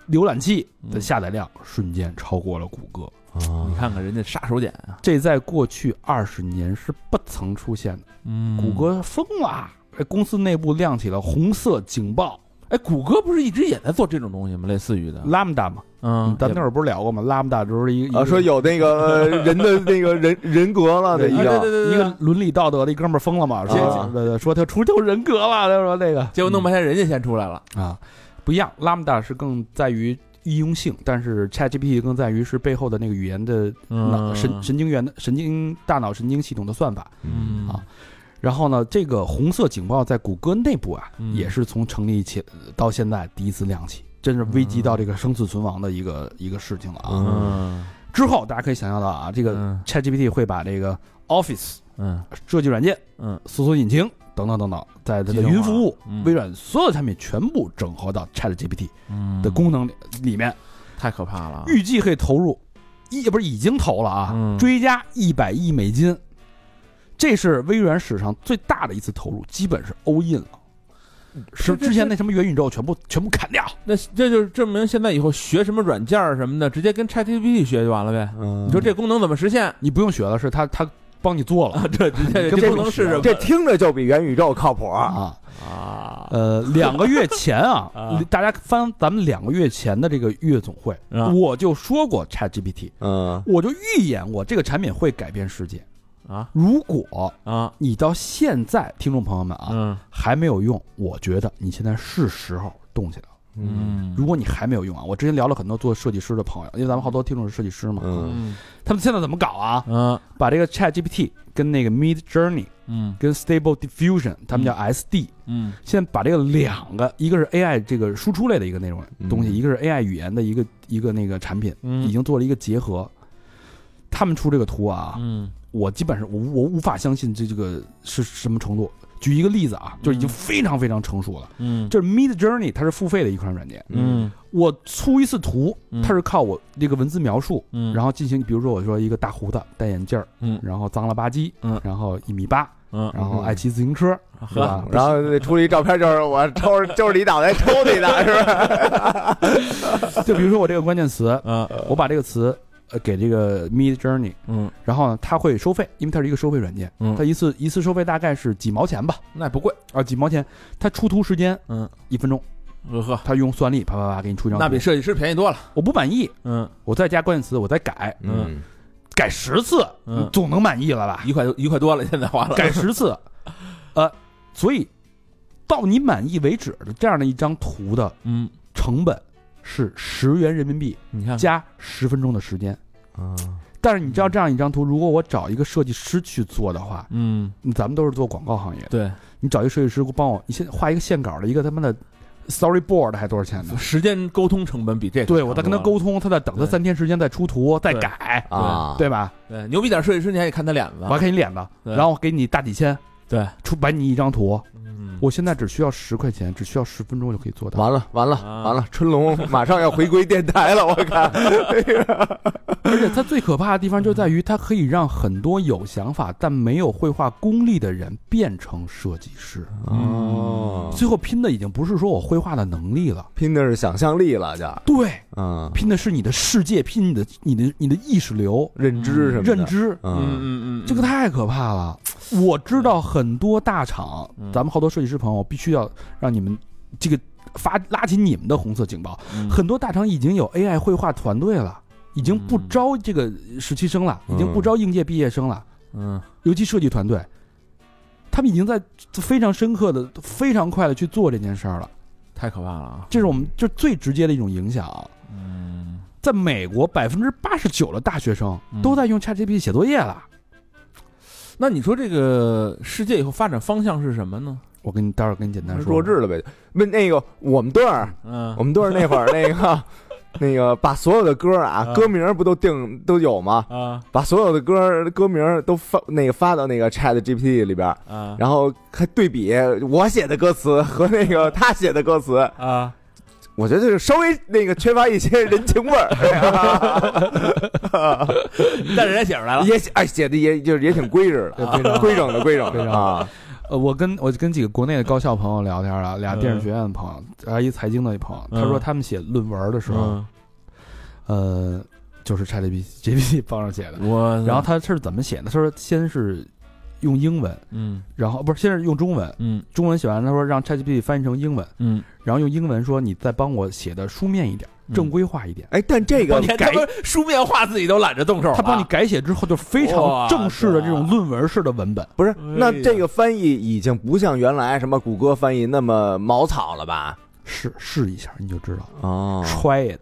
[SPEAKER 1] 浏览器的下载量瞬间超过了谷歌，
[SPEAKER 2] 啊
[SPEAKER 3] 你看看人家杀手锏啊，
[SPEAKER 1] 这在过去二十年是不曾出现的。
[SPEAKER 3] 嗯
[SPEAKER 1] 谷歌疯了，
[SPEAKER 2] 嗯
[SPEAKER 1] 哎，公司内部亮起了红色警报
[SPEAKER 3] 哎，谷歌不是一直也在做这种东西吗？类似于的，
[SPEAKER 1] ，Lambda 嘛，
[SPEAKER 3] 嗯，
[SPEAKER 1] 咱们那会儿不是聊过吗？Lambda 就是一
[SPEAKER 2] 嗯啊，
[SPEAKER 1] 个
[SPEAKER 2] 说有那个人的那个人人格了，
[SPEAKER 1] 对
[SPEAKER 2] 得
[SPEAKER 1] 一
[SPEAKER 2] 已
[SPEAKER 1] 个
[SPEAKER 3] 啊对对
[SPEAKER 2] 经。
[SPEAKER 3] 对
[SPEAKER 1] 一
[SPEAKER 3] 对
[SPEAKER 1] 个伦理道德的一哥们儿疯了嘛，说
[SPEAKER 2] 啊
[SPEAKER 1] 对对说他出丢人格了，他说那个
[SPEAKER 3] 结果弄半天人家先出来了，
[SPEAKER 1] 啊，不一样，Lambda 是更在于易用性，但是 ChatGPT 更在于是背后的那个语言的
[SPEAKER 3] 嗯
[SPEAKER 1] 脑神神经元的神经大脑神经系统的算法。
[SPEAKER 3] 嗯
[SPEAKER 1] 啊然后呢，这个红色警报在谷歌内部啊，
[SPEAKER 3] 嗯
[SPEAKER 1] 也是从成立起到现在第一次亮起，真是危及到这个生死存亡的一个一个事情了啊。
[SPEAKER 3] 嗯
[SPEAKER 1] 之后大家可以想象到啊，这个 ChatGPT 会把这个 Office
[SPEAKER 3] 嗯
[SPEAKER 1] 设计软件、
[SPEAKER 3] 嗯，
[SPEAKER 1] 搜索引擎等等等等，在它的云服务、
[SPEAKER 3] 嗯
[SPEAKER 1] 微软所有的产品全部整合到 ChatGPT
[SPEAKER 3] 嗯
[SPEAKER 1] 的功能里里面，
[SPEAKER 3] 太可怕了，
[SPEAKER 1] 预计会投入一不是已经投了啊，
[SPEAKER 3] 啊嗯
[SPEAKER 1] 追加一百亿美金，这是微软史上最大的一次投入，基本是 all in 了。是
[SPEAKER 3] 嗯这
[SPEAKER 1] 之前那什么元宇宙全部全部砍掉，
[SPEAKER 3] 那这就是证明现在以后学什么软件儿什么的，直接跟 ChatGPT 学就完了呗。
[SPEAKER 2] 嗯
[SPEAKER 3] 你说这功能怎么实现
[SPEAKER 1] 你不用学了，是他他帮你做了
[SPEAKER 3] 啊？这这
[SPEAKER 1] 你根本
[SPEAKER 3] 这
[SPEAKER 1] 不
[SPEAKER 3] 功能是什么
[SPEAKER 2] 这听着就比元宇宙靠谱啊！
[SPEAKER 1] 啊。
[SPEAKER 3] 啊？
[SPEAKER 1] 呃，两个月前啊
[SPEAKER 3] 啊，
[SPEAKER 1] 大家翻咱们两个月前的这个月总会，
[SPEAKER 3] 啊
[SPEAKER 1] 我就说过 ChatGPT，
[SPEAKER 2] 嗯
[SPEAKER 1] 我就预言我这个产品会改变世界。
[SPEAKER 3] 啊
[SPEAKER 1] 如果
[SPEAKER 3] 啊
[SPEAKER 1] 你到现在，听众朋友们啊，
[SPEAKER 3] 嗯
[SPEAKER 1] 还没有用，我觉得你现在是时候动起来了。
[SPEAKER 2] 嗯
[SPEAKER 3] 嗯
[SPEAKER 1] 如果你还没有用啊，我之前聊了很多做设计师的朋友，因为咱们好多听众是设计师嘛，
[SPEAKER 2] 嗯
[SPEAKER 3] 嗯
[SPEAKER 1] 他们现在怎么搞啊？
[SPEAKER 3] 嗯
[SPEAKER 1] 把这个 Chat GPT 跟那个 Mid Journey
[SPEAKER 3] 嗯
[SPEAKER 1] 跟 Stable Diffusion，他们叫 SD，、
[SPEAKER 3] 嗯
[SPEAKER 1] 现在把这个两个，一个是 AI 这个输出类的一个内容东西，
[SPEAKER 2] 嗯
[SPEAKER 1] 一个是 AI 语言的一个一个那个产品，
[SPEAKER 3] 嗯
[SPEAKER 1] 已经做了一个结合。他们出这个图啊，
[SPEAKER 3] 嗯
[SPEAKER 1] 我基本上我无我无法相信这这个是什么程度。举一个例子啊，就已经
[SPEAKER 3] 嗯非
[SPEAKER 1] 非常非常成熟了。
[SPEAKER 3] 嗯
[SPEAKER 1] 就是 Mid Journey，它是付费的一款软件。
[SPEAKER 3] 嗯
[SPEAKER 1] 我出一次图，
[SPEAKER 3] 嗯
[SPEAKER 1] 它是靠我这个文字描述，
[SPEAKER 3] 嗯
[SPEAKER 1] 然后进行，比如说我说一个大胡子、戴眼镜儿，
[SPEAKER 3] 嗯
[SPEAKER 1] 然后脏了吧唧，
[SPEAKER 3] 嗯
[SPEAKER 1] 然后一米八，
[SPEAKER 3] 嗯
[SPEAKER 1] 然后爱骑自行车，对吧
[SPEAKER 3] 呵？
[SPEAKER 2] 然后那出了一照片，就是我抽，就是你脑袋抽你的，是吧？
[SPEAKER 1] 就比如说我这个关键词，
[SPEAKER 3] 啊
[SPEAKER 1] 我把这个词呃给这个 Mid Journey，
[SPEAKER 3] 嗯
[SPEAKER 1] 然后呢，它会收费，因为它是一个收费软件，
[SPEAKER 3] 嗯
[SPEAKER 1] 它一次一次收费大概是几毛钱吧，
[SPEAKER 3] 那也不贵
[SPEAKER 1] 啊，几毛钱，它出图时间
[SPEAKER 3] 嗯
[SPEAKER 1] 一分钟，
[SPEAKER 3] 呵呵
[SPEAKER 1] 它用算力啪啪啪给你出一张图，
[SPEAKER 3] 那比设计师便宜多了
[SPEAKER 1] 我不满意，
[SPEAKER 3] 嗯
[SPEAKER 1] 我再加关键词，我再改，
[SPEAKER 3] 嗯
[SPEAKER 1] 改十次，
[SPEAKER 3] 嗯
[SPEAKER 1] 你总能满意了吧？
[SPEAKER 3] 一块一块多了现在花 了
[SPEAKER 1] 改十次， 呃，所以到你满意为止的这样的一张图的
[SPEAKER 3] 嗯
[SPEAKER 1] 成本是十元人民币
[SPEAKER 3] 你看
[SPEAKER 1] 加十分钟的时间。
[SPEAKER 2] 嗯
[SPEAKER 1] 但是你知道这样一张图，如果我找一个设计师去做的话，
[SPEAKER 3] 嗯
[SPEAKER 1] 嗯咱们都是做广告行业的，
[SPEAKER 3] 对
[SPEAKER 1] 你找一设计师帮我，你先画一个线稿的一个他妈的 storyboard 还多少钱呢？
[SPEAKER 3] 时间沟通成本比这个
[SPEAKER 1] 嗯对，我在跟他
[SPEAKER 3] 差不
[SPEAKER 1] 沟
[SPEAKER 3] 多
[SPEAKER 1] 通，他在等他
[SPEAKER 3] 对
[SPEAKER 1] 三天时间再出图再
[SPEAKER 3] 对
[SPEAKER 1] 改，
[SPEAKER 2] 啊，
[SPEAKER 1] 对啊吧？
[SPEAKER 3] 对牛逼点设计师你还得看他脸子
[SPEAKER 1] 我还看你脸子，
[SPEAKER 3] 对
[SPEAKER 1] 然后给你大几千
[SPEAKER 3] 对
[SPEAKER 1] 出买你一张图，
[SPEAKER 3] 嗯
[SPEAKER 1] 我现在只需要十块钱，只需要十分钟就可以做到。
[SPEAKER 2] 完了完了
[SPEAKER 3] 啊
[SPEAKER 2] 完了，春龙马上要回归电台了，我看。
[SPEAKER 1] 而且它最可怕的地方就在于，它可以让很多有想法但没有绘画功力的人变成设计师。
[SPEAKER 2] 哦
[SPEAKER 1] 最后拼的已经不是说我绘画的能力了，
[SPEAKER 2] 拼的是想象力了，就
[SPEAKER 1] 对，
[SPEAKER 2] 嗯，
[SPEAKER 1] 拼的是你的世界，拼你的你的你的意识流、
[SPEAKER 2] 认知什么的
[SPEAKER 1] 认，知。
[SPEAKER 2] 嗯
[SPEAKER 3] 嗯嗯嗯
[SPEAKER 1] 这个太可怕了！我知道很多大厂
[SPEAKER 3] 嗯，
[SPEAKER 1] 咱们好多设计师朋友必须要让你们这个发拉起你们的红色警报。很多大厂已经有 AI 绘画团队了，已经不招这个实习生了，
[SPEAKER 2] 嗯
[SPEAKER 1] 已经不招应届毕业生了，
[SPEAKER 3] 嗯
[SPEAKER 1] 尤其设计团队，他们已经在非常深刻的、非常快的去做这件事儿了。
[SPEAKER 3] 太可怕了啊
[SPEAKER 1] 这是我们这是最直接的一种影响。
[SPEAKER 3] 嗯
[SPEAKER 1] 在美国，百分之八十九的大学生
[SPEAKER 3] 嗯
[SPEAKER 1] 都在用 ChatGPT 写作业了。
[SPEAKER 3] 那你说这个世界以后发展方向是什么呢
[SPEAKER 1] 我跟你待会儿跟你简单说，
[SPEAKER 2] 弱智了呗。不，那个我们队儿，
[SPEAKER 3] 嗯
[SPEAKER 2] 我们队儿那会 儿那个。那个把所有的歌啊
[SPEAKER 1] 嗯
[SPEAKER 3] 啊，
[SPEAKER 2] 歌名儿不都定都有吗？
[SPEAKER 3] 啊
[SPEAKER 2] 把所有的歌儿歌名儿都发那个发到那个 Chat GPT 里边儿，
[SPEAKER 1] 嗯
[SPEAKER 3] 啊
[SPEAKER 2] 然后还对比我写的歌词和 那个他写的歌词，
[SPEAKER 3] 啊
[SPEAKER 2] 我觉得就是稍微那个缺乏一些人情味儿。
[SPEAKER 3] 但是人家写出来了。
[SPEAKER 2] 也哎写的也就是也挺规整的，
[SPEAKER 1] 对非常好
[SPEAKER 2] 规整的规整
[SPEAKER 1] 非常
[SPEAKER 2] 的
[SPEAKER 1] 好
[SPEAKER 2] 啊，
[SPEAKER 1] 呃，我跟我跟几个国内的高校朋友聊天了，俩电影学院的朋友，还有一财经的一朋友，他说
[SPEAKER 3] 嗯
[SPEAKER 1] 他们写论文的时候，
[SPEAKER 3] 嗯，
[SPEAKER 1] 呃，就是 ChatGPT 帮着写的。
[SPEAKER 3] 我
[SPEAKER 1] 嗯然后他是怎么写的？他说先是用英文，
[SPEAKER 3] 嗯
[SPEAKER 1] 然后不是先是用中文，
[SPEAKER 3] 嗯
[SPEAKER 1] 中文写完，他说让 ChatGPT 翻译成英文，
[SPEAKER 3] 嗯，
[SPEAKER 1] 然后用英文说你再帮我写的书面一点，正规化一点。
[SPEAKER 2] 哎，但这个
[SPEAKER 1] 帮你
[SPEAKER 3] 连他们书面化自己都懒得动手了，
[SPEAKER 1] 他帮你改写之后，就非常
[SPEAKER 3] 哇
[SPEAKER 1] 正式的这种论文式的文本。
[SPEAKER 2] 不是
[SPEAKER 3] 哎呀
[SPEAKER 2] 那这个翻译已经不像原来什么谷歌翻译那么毛草了吧？
[SPEAKER 1] 试试一下你就知道。
[SPEAKER 2] 哦
[SPEAKER 1] Try it,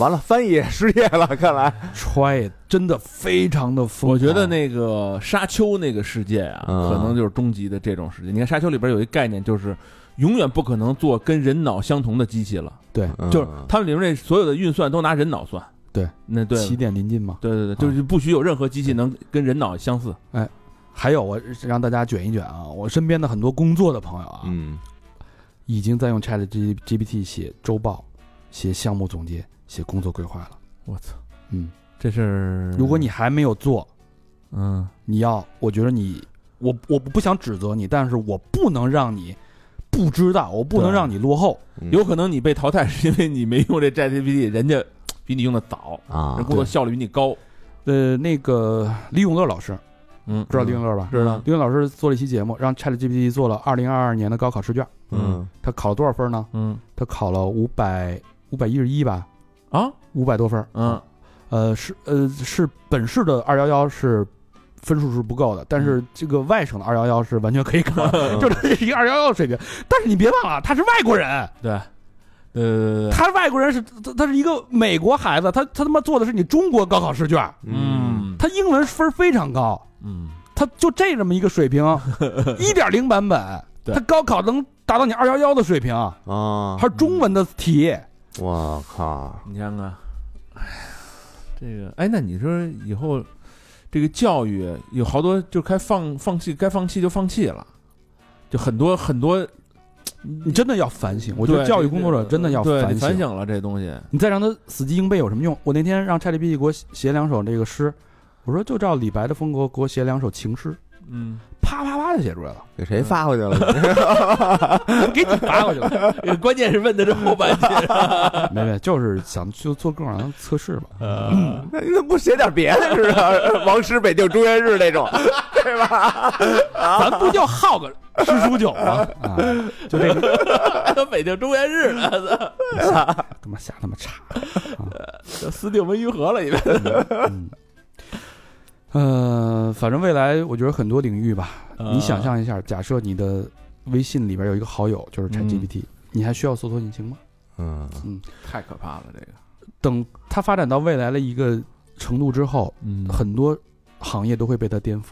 [SPEAKER 2] 完了，翻译也失业了，看来
[SPEAKER 1] try it，真的非常的疯狂。
[SPEAKER 3] 我觉得那个沙丘那个世界啊，
[SPEAKER 2] 嗯
[SPEAKER 3] 可能就是终极的这种世界。你看沙丘里边有一概念，就是永远不可能做跟人脑相同的机器了，
[SPEAKER 1] 对
[SPEAKER 3] 就是他们里面这所有的运算都拿人脑算。
[SPEAKER 1] 嗯对，啊
[SPEAKER 3] 那对了
[SPEAKER 1] 起点临近嘛。
[SPEAKER 3] 对对对，就是不许有任何机器能跟人脑相似。
[SPEAKER 1] 还有，我让大家卷一卷啊，我身边的很多工作的朋友啊，
[SPEAKER 2] 嗯，
[SPEAKER 1] 已经在用 Chat G GPT 写周报、写项目总结、写工作规划了。
[SPEAKER 3] 我操，
[SPEAKER 1] 嗯，
[SPEAKER 3] 这是
[SPEAKER 1] 如果你还没有做，
[SPEAKER 3] 嗯
[SPEAKER 1] 你要，我觉得你，我我不想指责你，但是我不能让你不知道，我不能
[SPEAKER 3] 对
[SPEAKER 1] 让你落后。
[SPEAKER 2] 嗯
[SPEAKER 3] 有可能你被淘汰是因为你没用这 ChatGPT，人家比你用的早，
[SPEAKER 2] 啊
[SPEAKER 3] 人，工作效率比你高。
[SPEAKER 1] 呃，那个李永乐老师，
[SPEAKER 3] 嗯，
[SPEAKER 1] 知道李永乐吧？
[SPEAKER 3] 知道
[SPEAKER 1] 李永乐老师做了一期节目，让 Chat GPT 做了二零二二年的高考试卷，
[SPEAKER 2] 嗯
[SPEAKER 1] 他考了多少分呢？
[SPEAKER 3] 嗯
[SPEAKER 1] 他考了五百五百一十一吧，
[SPEAKER 3] 啊
[SPEAKER 1] 五百多分。
[SPEAKER 3] 嗯，
[SPEAKER 1] 呃，是呃是本市的二幺幺是分数是不够的，但
[SPEAKER 3] 嗯
[SPEAKER 1] 是这个外省的二幺幺是完全可以考的，
[SPEAKER 2] 嗯
[SPEAKER 1] 就是这是一个二幺幺的水平。但是你别忘了，他是外国人，
[SPEAKER 3] 对，对对对对，
[SPEAKER 1] 他是外国人是他他是一个美国孩子，他他他妈做的是你中国高考试卷，
[SPEAKER 2] 嗯，
[SPEAKER 1] 他英文分非常高，
[SPEAKER 3] 嗯。
[SPEAKER 1] 他就这这么一个水 平，一点零版本，
[SPEAKER 3] 对
[SPEAKER 1] 他高考能达到你二幺幺的水平，
[SPEAKER 2] 啊
[SPEAKER 1] 还，是中文的题，
[SPEAKER 2] 我靠，
[SPEAKER 3] 你看看，哎呀，这个，哎，那你说以后这个教育有好多就该放放弃，该放弃就放弃了，就很多很多，
[SPEAKER 1] 你真的要反省。我觉得
[SPEAKER 3] 对
[SPEAKER 1] 教育工作者真的要
[SPEAKER 3] 对
[SPEAKER 1] 反
[SPEAKER 3] 得
[SPEAKER 1] 省
[SPEAKER 3] 反。省了这东西，
[SPEAKER 1] 你再让他死记硬背有什么用？我那天让 ChatGPT 给我写写两首这个诗，我说就照李白的风格给我写两首情诗，
[SPEAKER 3] 嗯，
[SPEAKER 1] 啪啪啪就写出来了，
[SPEAKER 2] 给谁发过去了？
[SPEAKER 1] 给你发过去了。
[SPEAKER 3] 关键是问的是后半句，
[SPEAKER 1] 没没，就是想就做各种各样的测试嘛。
[SPEAKER 2] 那你怎么不写点别的是吧？王师北定中原日那种，对吧？
[SPEAKER 1] 咱不就好个诗书酒吗？ 啊，就这个
[SPEAKER 3] 都北京中原日 了，
[SPEAKER 1] 他妈瞎他妈查。
[SPEAKER 3] 私定文娱河了，因为
[SPEAKER 1] 嗯，呃，反正未来我觉得很多领域吧，你想，象一下，假设你的微信里边有一个好友就是 ChatGPT，、你还需要搜索引擎吗？
[SPEAKER 2] 嗯
[SPEAKER 3] 太可怕了，这个，
[SPEAKER 1] 等它发展到未来的一个程度之后，
[SPEAKER 3] 嗯
[SPEAKER 1] 很多行业都会被它颠覆，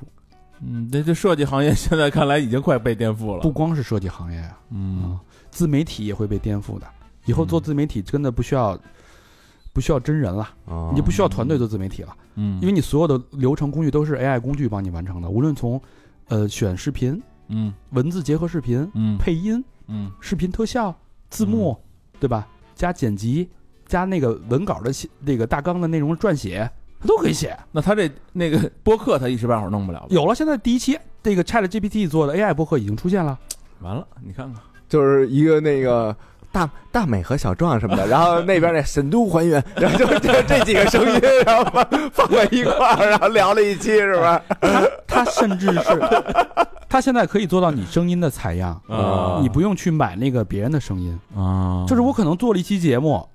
[SPEAKER 3] 嗯，这这设计行业现在看来已经快被颠覆了，
[SPEAKER 1] 不，光是设计行业啊，
[SPEAKER 3] 嗯
[SPEAKER 1] 啊，自媒体也会被颠覆的。以后做
[SPEAKER 3] 嗯
[SPEAKER 1] 自媒体真的不需要。不需要真人了，
[SPEAKER 2] 啊
[SPEAKER 1] 你就不需要团队做自媒体了，
[SPEAKER 3] 嗯，
[SPEAKER 1] 因为你所有的流程工具都是 AI 工具帮你完成的，无论从，呃，选视频、
[SPEAKER 3] 嗯
[SPEAKER 1] 文字结合视频、
[SPEAKER 3] 嗯
[SPEAKER 1] 配音、
[SPEAKER 3] 嗯
[SPEAKER 1] 视频特效、字幕，对吧？加剪辑，加那个文稿的写那个大纲的内容撰写，它都可以写。
[SPEAKER 3] 那他这那个播客，他一时半会儿弄不了吧？
[SPEAKER 1] 有了，现在第一期这个 Chat GPT 做的 AI 播客已经出现了，
[SPEAKER 3] 完了，你看看，
[SPEAKER 2] 就是一个那个大大美和小壮什么的，然后那边那沈都还原， 然后就是这这几个声音，然后放放在一块儿，然后聊了一期，是吧？
[SPEAKER 1] 它甚至 是它现在可以做到你声音的采样，
[SPEAKER 2] 啊
[SPEAKER 1] 你不用去买那个别人的声音。
[SPEAKER 3] 啊，
[SPEAKER 1] 就是我可能做了一期节目，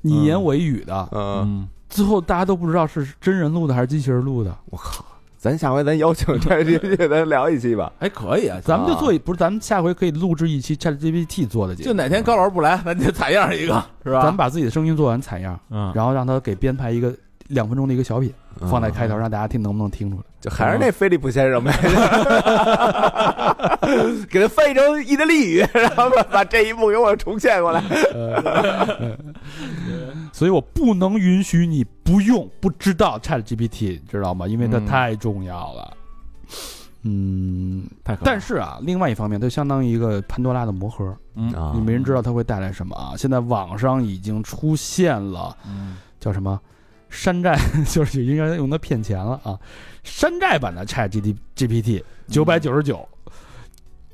[SPEAKER 1] 你言我一语的，
[SPEAKER 2] 嗯，
[SPEAKER 3] 嗯，
[SPEAKER 1] 最后大家都不知道是真人录的还是机器人录的。
[SPEAKER 2] 我靠，咱下回咱邀请 这这咱聊一期吧。
[SPEAKER 3] 还可以啊，
[SPEAKER 1] 咱们就做一，不是咱们下回可以录制一期 Chat GPT 做的节
[SPEAKER 3] 就
[SPEAKER 1] 目，
[SPEAKER 3] 哪天高老师不来，咱就采样一个，是吧？
[SPEAKER 1] 咱们把自己的声音做完采样。
[SPEAKER 3] 嗯，
[SPEAKER 1] 然后让他给编排一个两分钟的一个小品，
[SPEAKER 3] 啊
[SPEAKER 1] 嗯放在开头，让大家听能不能听出来。
[SPEAKER 2] 就还是那菲利普先生呗，给他翻译成意大利语，然后把把这一幕给我重现过来。
[SPEAKER 1] 所以我不能允许你不用不知道 Chat GPT，知道吗？因为它
[SPEAKER 3] 嗯
[SPEAKER 1] 太重要了。嗯，
[SPEAKER 3] 太可怕了
[SPEAKER 1] 但是啊，另外一方面，它相当于一个潘多拉的魔盒，
[SPEAKER 3] 嗯
[SPEAKER 2] 啊
[SPEAKER 1] 你没人知道它会带来什么啊。现在网上已经出现了
[SPEAKER 3] 嗯
[SPEAKER 1] 叫什么山寨 就是应该用它骗钱了啊！山寨版的 Chat G T G P T
[SPEAKER 3] 嗯
[SPEAKER 1] 九百九十九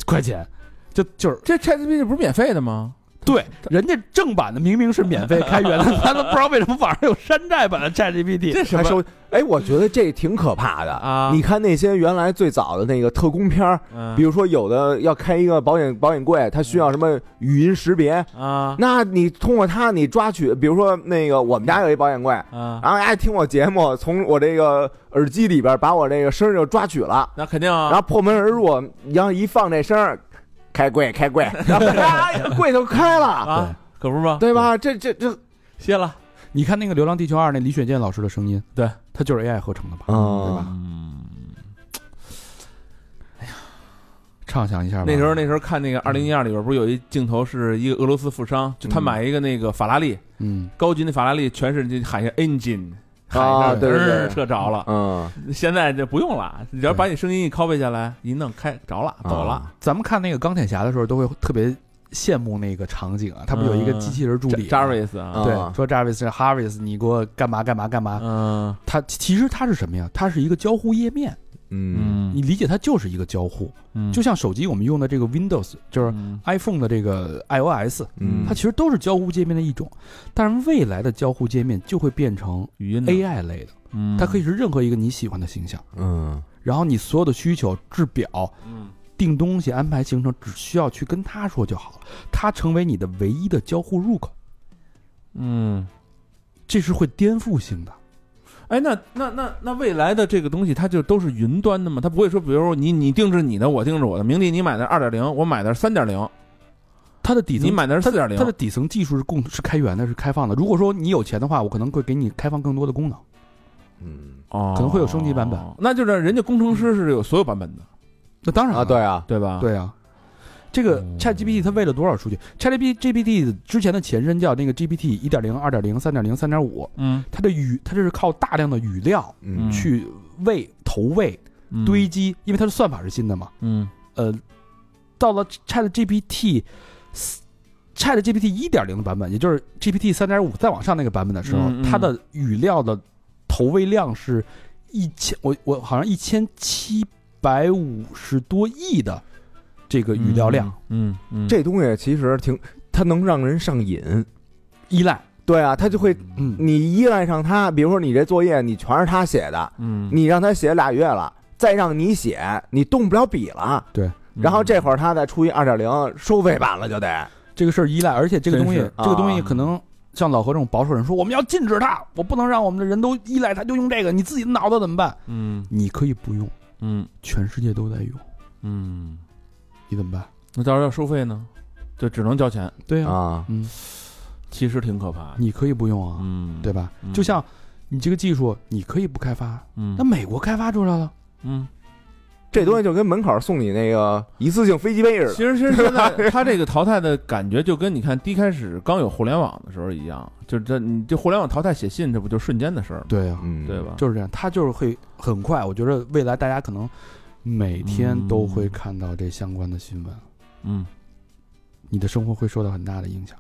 [SPEAKER 1] 块钱，就就是
[SPEAKER 3] 这 ChatGPT 不是免费的吗？
[SPEAKER 1] 对人家正版的明明是 免费开源的，他都不知道为什么网上有山寨版的 Chat G P T。
[SPEAKER 3] 这什
[SPEAKER 2] 还
[SPEAKER 3] 么
[SPEAKER 2] 收哎，我觉得这挺可怕的
[SPEAKER 3] 啊
[SPEAKER 2] 你看那些原来最早的那个特工片儿，
[SPEAKER 3] 嗯
[SPEAKER 2] 比如说有的要开一个保险保险柜，它需要什么语音识别，
[SPEAKER 3] 啊
[SPEAKER 2] 那你通过它你抓取，比如说那个我们家有一保险柜，
[SPEAKER 3] 啊，
[SPEAKER 2] 然后哎听我节目，从我这个耳机里边把我这个声儿就抓取了，
[SPEAKER 3] 那肯定
[SPEAKER 2] 然
[SPEAKER 3] 啊，
[SPEAKER 2] 后破门而入，然后一放这声儿，开柜开柜，然后哎呀柜就开了，
[SPEAKER 3] 啊，可不是吗？
[SPEAKER 2] 对吧？这这这
[SPEAKER 3] 歇了，
[SPEAKER 1] 你看那个《流浪地球二》，那李雪健老师的声音，
[SPEAKER 3] 对，
[SPEAKER 1] 他就是 AI 合成的吧？对吧？
[SPEAKER 3] 嗯，
[SPEAKER 1] 畅想一下吧。
[SPEAKER 3] 那时候那时候看那个《二零一二》里边不是有一镜头是一个俄罗斯富商，就他
[SPEAKER 1] 嗯
[SPEAKER 3] 买一个那个法拉利，
[SPEAKER 1] 嗯，
[SPEAKER 3] 高级那法拉利全是这喊一下 engine，喊一
[SPEAKER 2] 啊
[SPEAKER 3] 下
[SPEAKER 2] 对对对
[SPEAKER 3] 嘚儿车着了。
[SPEAKER 2] 嗯，
[SPEAKER 3] 现在这不用了，你只要把你声音一 copy 下来，一弄开着了，
[SPEAKER 1] 啊
[SPEAKER 2] 嗯
[SPEAKER 3] 走了。
[SPEAKER 1] 咱们看那个钢铁侠的时候，都会特别羡慕那个场景啊，他不有
[SPEAKER 3] 嗯
[SPEAKER 1] 一个机器人助理吗
[SPEAKER 3] Jarvis 啊，
[SPEAKER 1] 对
[SPEAKER 2] 啊，
[SPEAKER 1] 说 Jarvis、Harvis，你给我干嘛干嘛干嘛？
[SPEAKER 3] 嗯
[SPEAKER 1] 它其实它是什么呀？它是一个交互页面，
[SPEAKER 2] 嗯
[SPEAKER 3] 嗯
[SPEAKER 1] 你理解它就是一个交互，
[SPEAKER 3] 嗯
[SPEAKER 1] 就像手机我们用的这个 Windows，就是
[SPEAKER 3] 嗯
[SPEAKER 1] iPhone 的这个 iOS，
[SPEAKER 2] 嗯
[SPEAKER 1] 它其实都是交互界面的一种。但是未来的交互界面就会变成
[SPEAKER 3] 语音的
[SPEAKER 1] AI 类的，
[SPEAKER 3] 嗯
[SPEAKER 1] 它可以是任何一个你喜欢的形象，
[SPEAKER 2] 嗯
[SPEAKER 1] 然后你所有的需求、制表、
[SPEAKER 3] 嗯
[SPEAKER 1] 定东西、安排行程，只需要去跟他说就好了，他成为你的唯一的交互入口，
[SPEAKER 3] 嗯，
[SPEAKER 1] 这是会颠覆性的。
[SPEAKER 3] 哎，那那那那未来的这个东西，它就都是云端的吗？它不会说，比如说你你定制你的，我定制我的，明帝你买的二点零，我买的三点零，
[SPEAKER 1] 它的底层
[SPEAKER 3] 你买的是四点零
[SPEAKER 1] 它，的底层技术是共是开源的，是开放的。如果说你有钱的话，我可能会给你开放更多的功能。
[SPEAKER 2] 嗯
[SPEAKER 3] 哦
[SPEAKER 1] 可能会有升级版本，
[SPEAKER 3] 那就是人家工程师是有所有版本的，
[SPEAKER 1] 那当然
[SPEAKER 2] 啊，对啊，
[SPEAKER 3] 对吧？，
[SPEAKER 1] 对啊，这个
[SPEAKER 3] 嗯
[SPEAKER 1] ChatGPT 它为了多少数据？ChatGPT GPT 之前的前身叫那个 GPT 一点零、二点零、三点零、三点五，
[SPEAKER 3] 嗯，
[SPEAKER 1] 它的语它这是靠大量的语料
[SPEAKER 2] 嗯
[SPEAKER 3] 嗯
[SPEAKER 1] 去喂投喂
[SPEAKER 3] 嗯
[SPEAKER 1] 堆，积，因为它的算法是新的嘛。
[SPEAKER 3] 嗯
[SPEAKER 1] 呃，到了 Chat GPT。Chat GPT 一点零的版本，也就是 GPT 三点五再往上那个版本的时候，
[SPEAKER 3] 嗯嗯
[SPEAKER 1] 它的语料的投喂量是一千，我我好像一千七百五十多亿的这个语料量、，
[SPEAKER 3] 嗯嗯，
[SPEAKER 2] 这东西其实挺，它能让人上瘾。
[SPEAKER 1] 依赖，
[SPEAKER 2] 对啊，它就会
[SPEAKER 1] 嗯，
[SPEAKER 2] 你依赖上它。比如说你这作业你全是他写的，
[SPEAKER 3] 嗯，
[SPEAKER 2] 你让他写俩月了，再让你写，你动不了笔了。
[SPEAKER 3] 嗯
[SPEAKER 2] 然后这会儿他再出一二点零收费版了，就得
[SPEAKER 1] 这个事儿依赖，而且这个
[SPEAKER 3] 真
[SPEAKER 1] 东西，
[SPEAKER 3] 是
[SPEAKER 1] 这个东西
[SPEAKER 2] 啊
[SPEAKER 1] 可能像老何这种保守人说，我们要禁止它，我不能让我们的人都依赖它，就用这个，你自己的脑子怎么办？
[SPEAKER 3] 嗯
[SPEAKER 1] 你可以不用，
[SPEAKER 3] 嗯
[SPEAKER 1] 全世界都在用，
[SPEAKER 3] 嗯，
[SPEAKER 1] 你怎么办？
[SPEAKER 3] 那到时候要收费呢，就只能交钱，
[SPEAKER 1] 对呀、
[SPEAKER 2] 啊，
[SPEAKER 1] 嗯，
[SPEAKER 3] 其实挺可怕的，
[SPEAKER 1] 你可以不用啊，
[SPEAKER 3] 嗯，
[SPEAKER 1] 对吧？
[SPEAKER 3] 嗯
[SPEAKER 1] 就像你这个技术，你可以不开发，
[SPEAKER 3] 嗯，
[SPEAKER 1] 那美国开发出来了，
[SPEAKER 3] 嗯，
[SPEAKER 2] 这东西就跟门口送你那个一次性飞机杯似
[SPEAKER 3] 其实其实现在 它这个淘汰的感觉，就跟你看第一开始刚有互联网的时候一样，就是这你这互联网淘汰写信，这不就瞬间的事儿吗？
[SPEAKER 1] 对呀、
[SPEAKER 2] 的，嗯，
[SPEAKER 3] 对？吧？
[SPEAKER 1] 就是这样，它就是会很快。我觉得未来大家可能每天都会看到这相关的新闻，
[SPEAKER 3] 嗯
[SPEAKER 1] 你的生活会受到很大的影响。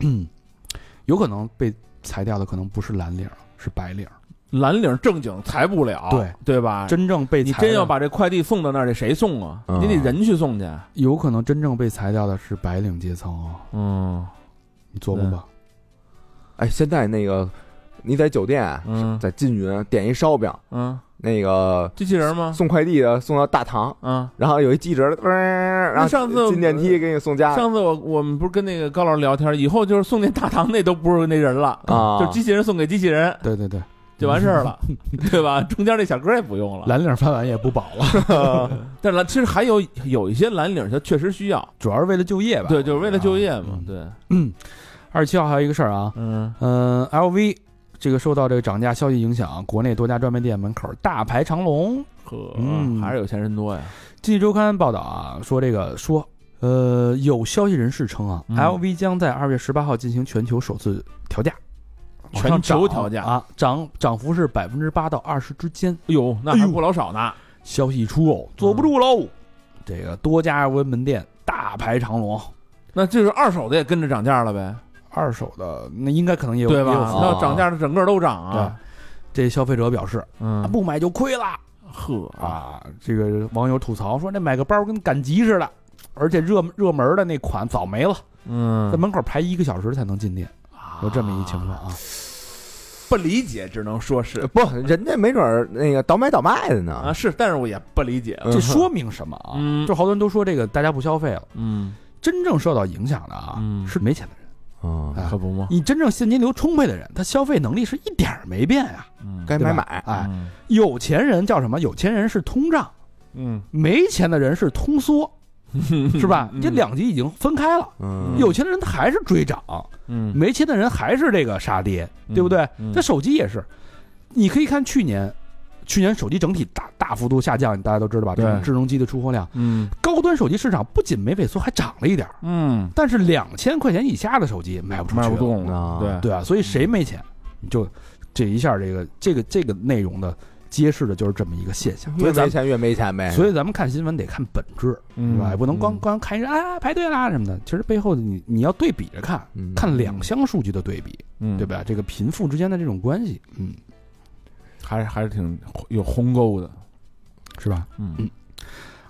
[SPEAKER 3] 嗯
[SPEAKER 1] 有可能被裁掉的可能不是蓝领儿，是白领儿。
[SPEAKER 3] 蓝领正经裁不了，
[SPEAKER 1] 对
[SPEAKER 3] 对吧？
[SPEAKER 1] 真正被
[SPEAKER 3] 哎你
[SPEAKER 1] 裁的
[SPEAKER 3] 真要把这快递送到那儿，这谁送啊？
[SPEAKER 2] 嗯
[SPEAKER 3] 你得人去送去。
[SPEAKER 1] 有可能真正被裁掉的是白领阶层哦，
[SPEAKER 3] 嗯
[SPEAKER 1] 你琢磨吧。
[SPEAKER 2] 哎，现在那个你在酒店啊
[SPEAKER 3] 嗯
[SPEAKER 2] 在缙云点一烧饼，
[SPEAKER 3] 嗯，
[SPEAKER 2] 那个
[SPEAKER 3] 机器人吗？
[SPEAKER 2] 送快递的送到大堂，
[SPEAKER 3] 啊，
[SPEAKER 2] 然后有一记者，嗡然后
[SPEAKER 3] 上次
[SPEAKER 2] 进电梯给你送家
[SPEAKER 3] 上次我我们不是跟那个高老师聊天，以后就是送那大堂那都不是那人了，
[SPEAKER 2] 啊，
[SPEAKER 3] 就是机器人送给机器人
[SPEAKER 1] 对对对，
[SPEAKER 3] 就完事 儿了，对吧？中间那小哥也不用了。
[SPEAKER 1] 蓝领饭碗也不保了，
[SPEAKER 3] 但是蓝其实还有有一些蓝领，他确实需要，
[SPEAKER 1] 主要是为了就业吧。
[SPEAKER 3] 对，就是为了就业嘛
[SPEAKER 1] 嗯，
[SPEAKER 3] 对，
[SPEAKER 1] 二十七号还有一个事儿啊，
[SPEAKER 3] 嗯
[SPEAKER 1] 嗯、l v 这个受到这个涨价消息影响，国内多家专卖店门口大排长龙。
[SPEAKER 3] 呵
[SPEAKER 1] 嗯，
[SPEAKER 3] 还是有钱人多呀，
[SPEAKER 1] 经济周刊报道啊，说这个说，呃，有消息人士称啊、
[SPEAKER 3] 嗯
[SPEAKER 1] l v 将在二月十八号进行全球首次调价，
[SPEAKER 3] 全
[SPEAKER 1] 往上涨
[SPEAKER 3] 球调价
[SPEAKER 1] 啊，涨涨幅是百分之八到二十之间。
[SPEAKER 3] 哎呦，那还不老少呢，
[SPEAKER 1] 消息一出哦，坐不住
[SPEAKER 3] 嗯
[SPEAKER 1] 喽，这个多家温门店大排长龙，
[SPEAKER 3] 那就是二手的也跟着涨价了呗，
[SPEAKER 1] 二手的，那应该可能也有
[SPEAKER 3] 对吧？
[SPEAKER 1] 也有服务
[SPEAKER 2] 啊
[SPEAKER 3] 那涨价的整个都涨啊，
[SPEAKER 1] 这消费者表示，啊
[SPEAKER 3] 嗯，
[SPEAKER 1] 不买就亏了
[SPEAKER 3] 呵啊，
[SPEAKER 1] 啊！这个网友吐槽说，那买个包跟赶集似的，而且热热门的那款早没了，
[SPEAKER 3] 嗯
[SPEAKER 1] 在门口排一个小时才能进店，有这么一情况啊。
[SPEAKER 3] 不理解，只能说是
[SPEAKER 2] 不，人家没准儿那个倒买倒卖的
[SPEAKER 3] 啊，
[SPEAKER 2] 呢。
[SPEAKER 3] 是，但是我也不理解，
[SPEAKER 2] 嗯
[SPEAKER 1] 这说明什么啊？
[SPEAKER 3] 嗯
[SPEAKER 1] 就好多人都说这个大家不消费了，
[SPEAKER 3] 嗯
[SPEAKER 1] 真正受到影响的啊，
[SPEAKER 3] 嗯
[SPEAKER 1] 是没钱的人。
[SPEAKER 2] 嗯，
[SPEAKER 1] 哎
[SPEAKER 3] 可不吗？
[SPEAKER 1] 你真正现金流充沛的人，他消费能力是一点儿没变呀、
[SPEAKER 3] 嗯
[SPEAKER 2] 该
[SPEAKER 1] 对
[SPEAKER 2] 买
[SPEAKER 1] 吧
[SPEAKER 2] 买。
[SPEAKER 1] 哎，
[SPEAKER 3] 嗯
[SPEAKER 1] 有钱人叫什么？有钱人是通胀，
[SPEAKER 3] 嗯，
[SPEAKER 1] 没钱的人是通 缩，是吧？
[SPEAKER 3] 嗯
[SPEAKER 1] 这两极已经分开了。
[SPEAKER 2] 嗯，
[SPEAKER 1] 有钱的人他还是追涨，
[SPEAKER 3] 嗯，
[SPEAKER 1] 没钱的人还是这个杀跌，对不对？
[SPEAKER 3] 嗯
[SPEAKER 1] 这手机也是，你可以看去年，去年手机整体大大幅度下降，大家都知道吧？这
[SPEAKER 3] 对
[SPEAKER 1] 种智能机的出货量，
[SPEAKER 3] 嗯
[SPEAKER 1] 高端手机市场不仅没萎缩，还涨了一点儿。
[SPEAKER 3] 嗯，
[SPEAKER 1] 但是两千块钱以下的手机卖不出去，
[SPEAKER 3] 卖不，动
[SPEAKER 2] 啊
[SPEAKER 3] 了，嗯对
[SPEAKER 1] 对啊，所以谁没钱，你就这一下这个这个这个内容的揭示的就是这么一个现象。所
[SPEAKER 2] 越
[SPEAKER 1] 以咱
[SPEAKER 2] 没
[SPEAKER 1] 们
[SPEAKER 2] 钱越没钱呗。
[SPEAKER 1] 所
[SPEAKER 2] 以
[SPEAKER 1] 以咱们看新闻得看本质，
[SPEAKER 3] 嗯
[SPEAKER 1] 是吧？也不能光光看一人啊排队啦什么的，其实背后的你你要对比着看，
[SPEAKER 2] 嗯
[SPEAKER 1] 看两项数据的对比，
[SPEAKER 3] 嗯
[SPEAKER 1] 对？吧？这个贫富之间的这种关系，嗯，
[SPEAKER 3] 还是还是挺有鸿沟的，
[SPEAKER 1] 是吧？
[SPEAKER 3] 嗯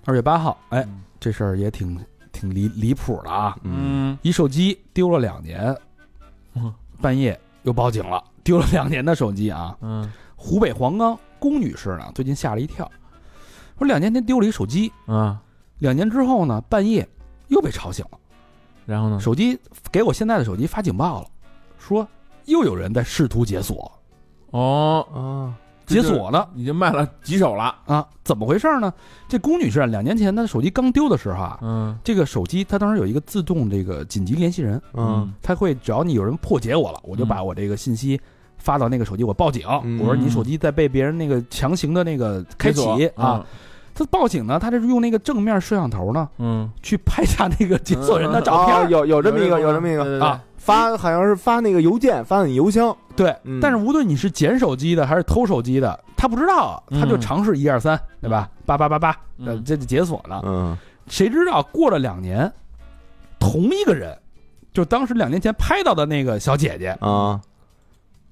[SPEAKER 1] 二月八号，哎，这事儿也挺挺离离谱的啊！
[SPEAKER 2] 嗯，
[SPEAKER 1] 一手机丢了两年
[SPEAKER 3] 嗯，
[SPEAKER 1] 半夜又报警了，丢了两年的手机啊！
[SPEAKER 3] 嗯
[SPEAKER 1] 湖北黄冈龚女士呢，最近吓了一跳，说两年前丢了一手机，
[SPEAKER 3] 啊，
[SPEAKER 1] 两年之后呢，半夜又被吵醒了，
[SPEAKER 3] 然后呢？
[SPEAKER 1] 手机给我现在的手机发警报了，说又有人在试图解锁，
[SPEAKER 3] 哦，
[SPEAKER 2] 啊，
[SPEAKER 1] 解锁呢
[SPEAKER 3] 已经卖了几手了，
[SPEAKER 1] 啊，怎么回事呢？这龚女士啊，两年前她的手机刚丢的时候啊，
[SPEAKER 3] 嗯
[SPEAKER 1] 这个手机它当时有一个自动这个紧急联系人，
[SPEAKER 2] 嗯，
[SPEAKER 1] 它会只要你有人破解我了，我就
[SPEAKER 3] 嗯
[SPEAKER 1] 把我这个信息。发到那个手机，我报警，
[SPEAKER 2] 嗯
[SPEAKER 1] 我说你手机在被别人那个强行的那个开启啊，，
[SPEAKER 2] 嗯
[SPEAKER 1] 他报警呢，他这是用那个正面摄像头呢
[SPEAKER 3] 嗯，
[SPEAKER 1] 去拍下那个解锁人的照片
[SPEAKER 2] 啊
[SPEAKER 1] 儿、
[SPEAKER 2] 有有这么一个，有这么一个
[SPEAKER 1] 啊。
[SPEAKER 2] 发，好像是发那个邮件，发你邮箱。
[SPEAKER 1] 对，
[SPEAKER 2] 嗯
[SPEAKER 1] 但是无论你是捡手机的还是偷手机的，他不知道啊，他就
[SPEAKER 3] 嗯
[SPEAKER 1] 尝试一二三，对吧？八八八八，呃，
[SPEAKER 3] 嗯
[SPEAKER 1] 这就解锁了。
[SPEAKER 2] 嗯，
[SPEAKER 1] 谁知道过了两年，同一个人，就当时两年前拍到的那个小姐姐，
[SPEAKER 2] 啊，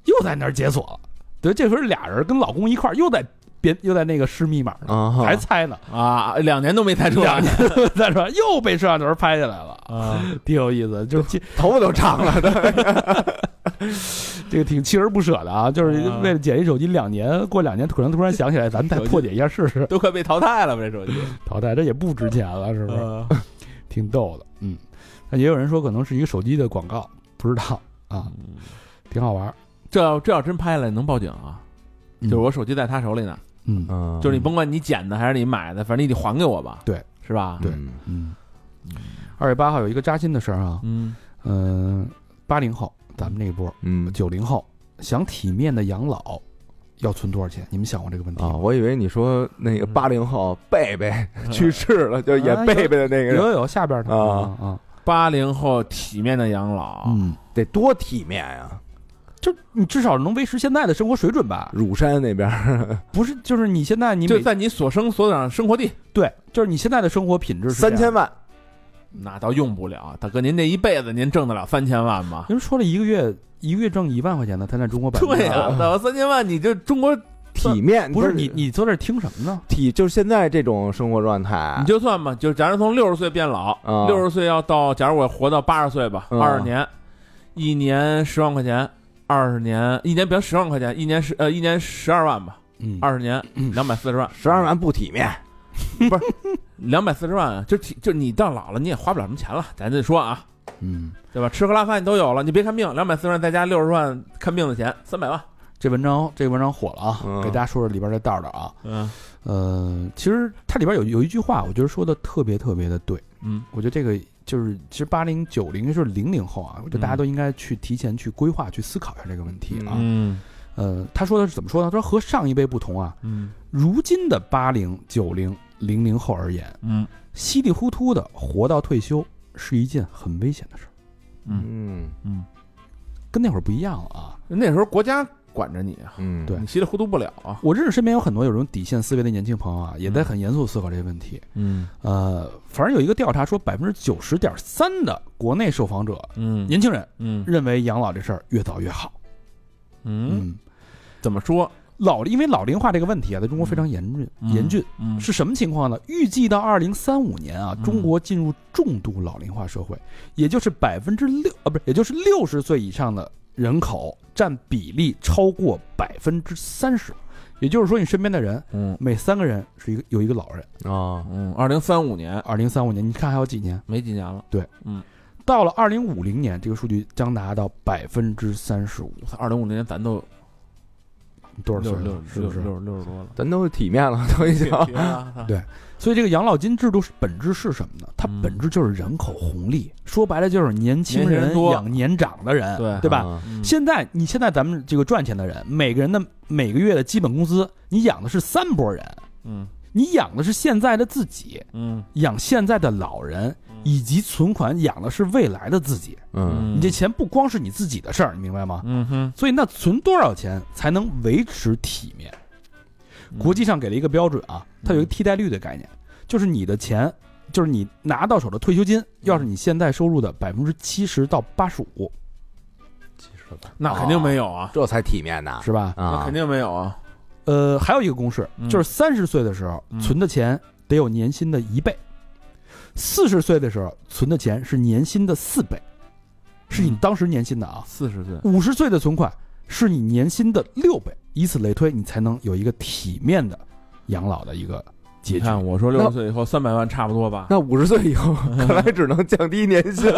[SPEAKER 1] 又在那儿解锁了。对，这回是俩人跟老公一块儿又在别又在那个试密码呢，
[SPEAKER 2] 啊哈
[SPEAKER 1] 还猜 呢，
[SPEAKER 3] 啊，两 年都没猜出来
[SPEAKER 1] 两年再说又被摄像头拍下来了，
[SPEAKER 3] 啊，
[SPEAKER 1] 挺有意思，就是
[SPEAKER 2] 头发都长了的。
[SPEAKER 1] 这个挺锲而不舍的啊，就是为了捡一手机两年，过两年可能突然想起来，咱们再破解一下试试，
[SPEAKER 3] 都快被淘汰了吧这手机？啊
[SPEAKER 1] 淘汰这也不值钱了，是不是？挺逗的，嗯。但啊也有人说可能是一个手机的广告，不知道 啊，挺好玩儿。
[SPEAKER 3] 这要这要真拍了，能报警啊？
[SPEAKER 1] 嗯
[SPEAKER 3] 就是我手机在他手里呢，
[SPEAKER 1] 嗯
[SPEAKER 2] 嗯
[SPEAKER 3] 就是你甭管你捡的还是你买的，反正你得还给我吧，
[SPEAKER 1] 对，
[SPEAKER 3] 是吧？
[SPEAKER 1] 对嗯。二月八号有一个扎心的事儿啊，
[SPEAKER 3] 嗯
[SPEAKER 1] 嗯，八零后，咱们这一波，
[SPEAKER 2] 嗯
[SPEAKER 1] 九零后想体面的养老，要存多少钱？你们想过这个问题
[SPEAKER 2] 啊，
[SPEAKER 1] 吗？
[SPEAKER 2] 我以为你说那个
[SPEAKER 3] 嗯
[SPEAKER 2] 八零后贝贝去世了，就演
[SPEAKER 1] 啊
[SPEAKER 2] 贝贝的那个
[SPEAKER 1] 有
[SPEAKER 2] 人，
[SPEAKER 1] 有有，下边呢
[SPEAKER 2] 啊
[SPEAKER 1] 啊，
[SPEAKER 3] 八零后体面的养老，
[SPEAKER 1] 嗯，
[SPEAKER 2] 得多体面呀！
[SPEAKER 1] 就你至少能维持现在的生活水准吧？
[SPEAKER 2] 乳山那边儿，
[SPEAKER 1] 不是，就是你现在你
[SPEAKER 3] 就
[SPEAKER 1] 每
[SPEAKER 3] 在你所生所长生活地，
[SPEAKER 1] 对，就是你现在的生活品质是这
[SPEAKER 2] 三
[SPEAKER 1] 样
[SPEAKER 2] 千。万，
[SPEAKER 3] 那倒用不了。大哥，您这一辈子您挣得了三千万吗？
[SPEAKER 1] 人说了一个月一个月挣一万块钱的，他在中国百分之
[SPEAKER 3] 对呀、
[SPEAKER 1] 二
[SPEAKER 3] 啊，到三千万你就中国，
[SPEAKER 2] 体面
[SPEAKER 1] 不是
[SPEAKER 2] 是
[SPEAKER 1] 你你坐这儿听什么呢？
[SPEAKER 2] 体就是现在这种生活状态，
[SPEAKER 3] 你就算吧，就假如从六十岁变老
[SPEAKER 2] 啊，
[SPEAKER 3] 六十、岁要到，假如我活到八十岁吧，
[SPEAKER 2] 嗯
[SPEAKER 3] 二十、年，一年十万块钱，二十年一年，别十万块钱，一年十呃一年十二万吧，
[SPEAKER 1] 嗯，
[SPEAKER 3] 二十 年
[SPEAKER 1] 嗯
[SPEAKER 3] 两百四十万，
[SPEAKER 2] 十二万不体面，
[SPEAKER 3] 两百四十万啊，就体就你到老了你也花不了什么钱了，咱就说啊，
[SPEAKER 1] 嗯，
[SPEAKER 3] 对吧？吃喝拉撒你都有了，你别看病，两百四十万再加六十万看病的钱，三百万，
[SPEAKER 1] 这文章这文章火了啊，
[SPEAKER 2] 嗯
[SPEAKER 1] 给大家说说里边的道道啊。
[SPEAKER 3] 嗯
[SPEAKER 1] 呃，其实它里边有有一句话，我觉得说的特别特别的对。
[SPEAKER 3] 嗯
[SPEAKER 1] 我觉得这个就是其实八零九零就是零零后啊，我觉得大家
[SPEAKER 3] 嗯
[SPEAKER 1] 都应该去提前去规划、去思考一下这个问题啊。
[SPEAKER 3] 嗯
[SPEAKER 1] 呃，他说的是怎么说呢？他说和上一辈不同啊，
[SPEAKER 3] 嗯
[SPEAKER 1] 如今的八零、九零、零零后而言，
[SPEAKER 3] 嗯
[SPEAKER 1] 稀里糊涂的活到退休是一件很危险的事儿，
[SPEAKER 3] 嗯
[SPEAKER 2] 嗯
[SPEAKER 3] 嗯，
[SPEAKER 1] 跟那会儿不一样了啊。
[SPEAKER 3] 那时候国家管着你啊，
[SPEAKER 2] 嗯，
[SPEAKER 1] 对
[SPEAKER 3] 你稀里糊涂不了啊。
[SPEAKER 1] 我认识身边有很多有这种底线思维的年轻朋友啊，也在很严肃思考这个问题。
[SPEAKER 3] 嗯
[SPEAKER 1] 呃，反正有一个调查说，百分之九十点三的国内受访者
[SPEAKER 3] 嗯
[SPEAKER 1] 年轻人
[SPEAKER 3] 嗯
[SPEAKER 1] 认为养老这事儿越早越好。
[SPEAKER 3] 嗯，，怎么说？
[SPEAKER 1] 老因为老龄化这个问题啊，在中国非常严峻，严峻。
[SPEAKER 3] 嗯
[SPEAKER 1] 是什么情况呢？预计到二零三五年啊，
[SPEAKER 3] 嗯
[SPEAKER 1] 中国进入重度老龄化社会，也就是百分之六啊，不是，也就是六十岁以上的人口占比例超过百分之三十，也就是说，你身边的人
[SPEAKER 3] 嗯
[SPEAKER 1] 每三个人是一个有一个老人。
[SPEAKER 2] 啊，
[SPEAKER 3] 嗯，二零三五年
[SPEAKER 1] 二零三五年，你看还有几年？
[SPEAKER 3] 没几年了，
[SPEAKER 1] 到了二零五零年，这个数据将达到百分之三十五，
[SPEAKER 3] 二零五零年咱都
[SPEAKER 1] 多少岁
[SPEAKER 3] 六
[SPEAKER 1] 了？
[SPEAKER 3] 六
[SPEAKER 1] 是不
[SPEAKER 3] 六
[SPEAKER 1] 是？
[SPEAKER 3] 六六十多了。
[SPEAKER 2] 咱都体面了，都已经，
[SPEAKER 1] 对所以这个养老金制度是本质是什么呢？它
[SPEAKER 3] 嗯
[SPEAKER 1] 本质就是人口红利，说白了就是年轻
[SPEAKER 3] 年轻人
[SPEAKER 1] 人
[SPEAKER 3] 多
[SPEAKER 1] 养年长的人，
[SPEAKER 3] 对
[SPEAKER 1] 对吧？
[SPEAKER 2] 啊？
[SPEAKER 3] 嗯
[SPEAKER 1] 现在你现在咱们这个赚钱的人，每个人的每个月的基本工资，你养的是三拨人，
[SPEAKER 3] 嗯
[SPEAKER 1] 你养的是现在的自己，
[SPEAKER 3] 嗯，
[SPEAKER 1] 养现在的老人，以及存款养的是未来的自己。
[SPEAKER 2] 嗯，
[SPEAKER 1] 你这钱不光是你自己的事儿，你明白吗？
[SPEAKER 3] 嗯哼，
[SPEAKER 1] 所以那存多少钱才能维持体面？国际上给了一个标准啊，它有
[SPEAKER 3] 嗯
[SPEAKER 1] 一个替代率的概念，就是你的钱，就是你拿到手的退休金，要
[SPEAKER 3] 嗯
[SPEAKER 1] 是你现在收入的百分之七十到八十五，
[SPEAKER 3] 那肯定没有啊，
[SPEAKER 2] 这才体面呢，
[SPEAKER 1] 是吧？
[SPEAKER 3] 那
[SPEAKER 2] 啊，
[SPEAKER 3] 肯定没有啊。
[SPEAKER 1] 呃，还有一个公式，
[SPEAKER 3] 嗯
[SPEAKER 1] 就是三十岁的时候
[SPEAKER 3] 嗯
[SPEAKER 1] 存的钱得有年薪的一倍，四十岁的时候存的钱是年薪的四倍，是你
[SPEAKER 3] 嗯
[SPEAKER 1] 当时年薪的啊。
[SPEAKER 3] 四十岁，
[SPEAKER 1] 五十岁的存款是你年薪的六倍，以此类推，你才能有一个体面的养老的一个结
[SPEAKER 3] 你
[SPEAKER 1] 局。
[SPEAKER 3] 看我说六十岁以后三百万差不多吧？
[SPEAKER 2] 那五十岁以后，看来只能降低年薪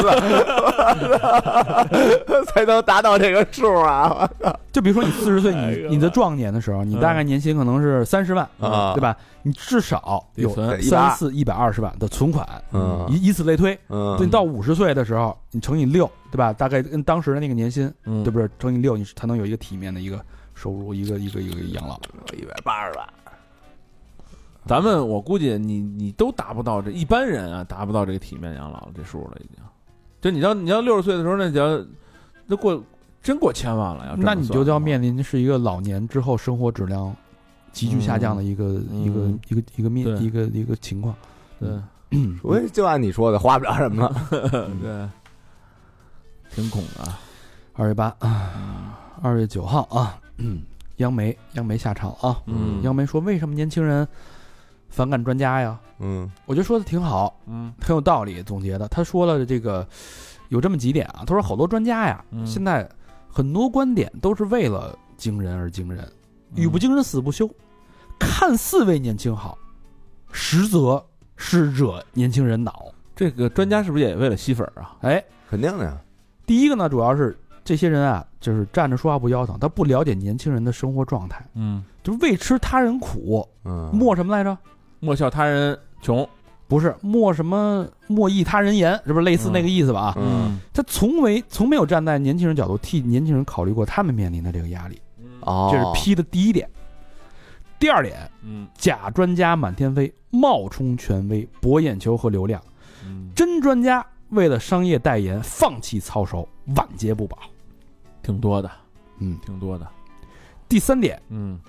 [SPEAKER 2] 了， 才能达到这个数啊！
[SPEAKER 1] 就比如说你四十岁，
[SPEAKER 3] 哎呦嗯
[SPEAKER 1] 你你的壮年的时候，你大概年薪可能是三十万，
[SPEAKER 2] 啊
[SPEAKER 1] 对吧？你至少有
[SPEAKER 3] 得存
[SPEAKER 1] 三
[SPEAKER 2] 120
[SPEAKER 1] 四一百二十万的存款，
[SPEAKER 2] 嗯
[SPEAKER 1] 以以此类推。
[SPEAKER 2] 嗯
[SPEAKER 1] 对，你到五十岁的时候，你乘以六，对吧？大概跟当时的那个年薪，
[SPEAKER 3] 嗯
[SPEAKER 1] 对不对？乘以六，你才能有一个体面的一个收入，一个一个一个一个养老。
[SPEAKER 2] 一百八十万，
[SPEAKER 3] 咱们我估计你你都达不到这一般人啊，达不到这个体面养老这数了，已经。就你要你要六十岁的时候，那叫那过真过千万啊了，要这么
[SPEAKER 1] 那你就
[SPEAKER 3] 算的
[SPEAKER 1] 要
[SPEAKER 3] 话
[SPEAKER 1] 面临是一个老年之后生活质量急剧下降的一个、一个
[SPEAKER 3] 嗯
[SPEAKER 1] 一个一个面
[SPEAKER 3] 对
[SPEAKER 1] 一个一个情况。
[SPEAKER 3] 对呃
[SPEAKER 2] 我也就按你说的，花不了什么。
[SPEAKER 1] 嗯
[SPEAKER 3] 对，挺恐的啊。
[SPEAKER 1] 二月八啊，
[SPEAKER 3] 嗯
[SPEAKER 1] 二月九号啊，嗯央媒央媒下场啊，
[SPEAKER 2] 嗯
[SPEAKER 1] 央媒说为什么年轻人反感专家呀？
[SPEAKER 2] 嗯
[SPEAKER 1] 我觉得说的挺好，
[SPEAKER 3] 嗯
[SPEAKER 1] 很有道理，总结的。他说了这个有这么几点啊，他说好多专家呀，
[SPEAKER 3] 嗯
[SPEAKER 1] 现在很多观点都是为了惊人而惊人，
[SPEAKER 2] 嗯
[SPEAKER 1] 语不
[SPEAKER 3] 惊，
[SPEAKER 1] 惊人死不休，看似为年轻好，实则是惹年轻人恼。
[SPEAKER 3] 这个专家是不是也为了吸粉儿啊？
[SPEAKER 1] 哎，
[SPEAKER 2] 肯定的呀。
[SPEAKER 1] 第一个呢，主要是这些人啊，就是站着说话不腰疼，他不了解年轻人的生活状态，
[SPEAKER 3] 嗯，
[SPEAKER 1] 就为吃他人苦，
[SPEAKER 2] 嗯，
[SPEAKER 1] 莫什么来着？
[SPEAKER 3] 莫笑他人穷，
[SPEAKER 1] 不是莫什么莫忆他人言，是不是类似那个意思吧？啊，
[SPEAKER 2] 嗯
[SPEAKER 1] 他从为从没有站在年轻人角度替年轻人考虑过他们面临的这个压力，
[SPEAKER 2] 哦，
[SPEAKER 1] 这是批的第一点。第二点，
[SPEAKER 3] 嗯
[SPEAKER 1] 假专家满天飞，冒充权威，博眼球和流量。
[SPEAKER 3] 嗯，
[SPEAKER 1] 真专家为了商业代言放弃操守，晚节不保。
[SPEAKER 3] 挺多的，
[SPEAKER 1] 嗯，
[SPEAKER 3] 挺多的，
[SPEAKER 1] 第三点，
[SPEAKER 3] 嗯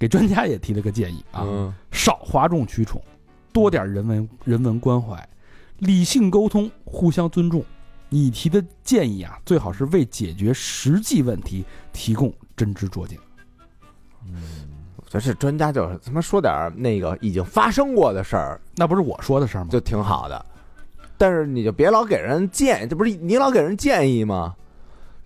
[SPEAKER 1] 给专家也提了个建议啊，
[SPEAKER 2] 嗯
[SPEAKER 1] 少哗众取宠，多点人文人文关怀，理性沟通，互相尊重。你提的建议啊，最好是为解决实际问题提供真知灼见。
[SPEAKER 3] 嗯
[SPEAKER 2] 这是专家就是他妈说点儿那个已经发生过的事儿
[SPEAKER 1] 那不是我说的事儿吗？
[SPEAKER 2] 就挺好的，但是你就别老给人建议，这不是你老给人建议吗？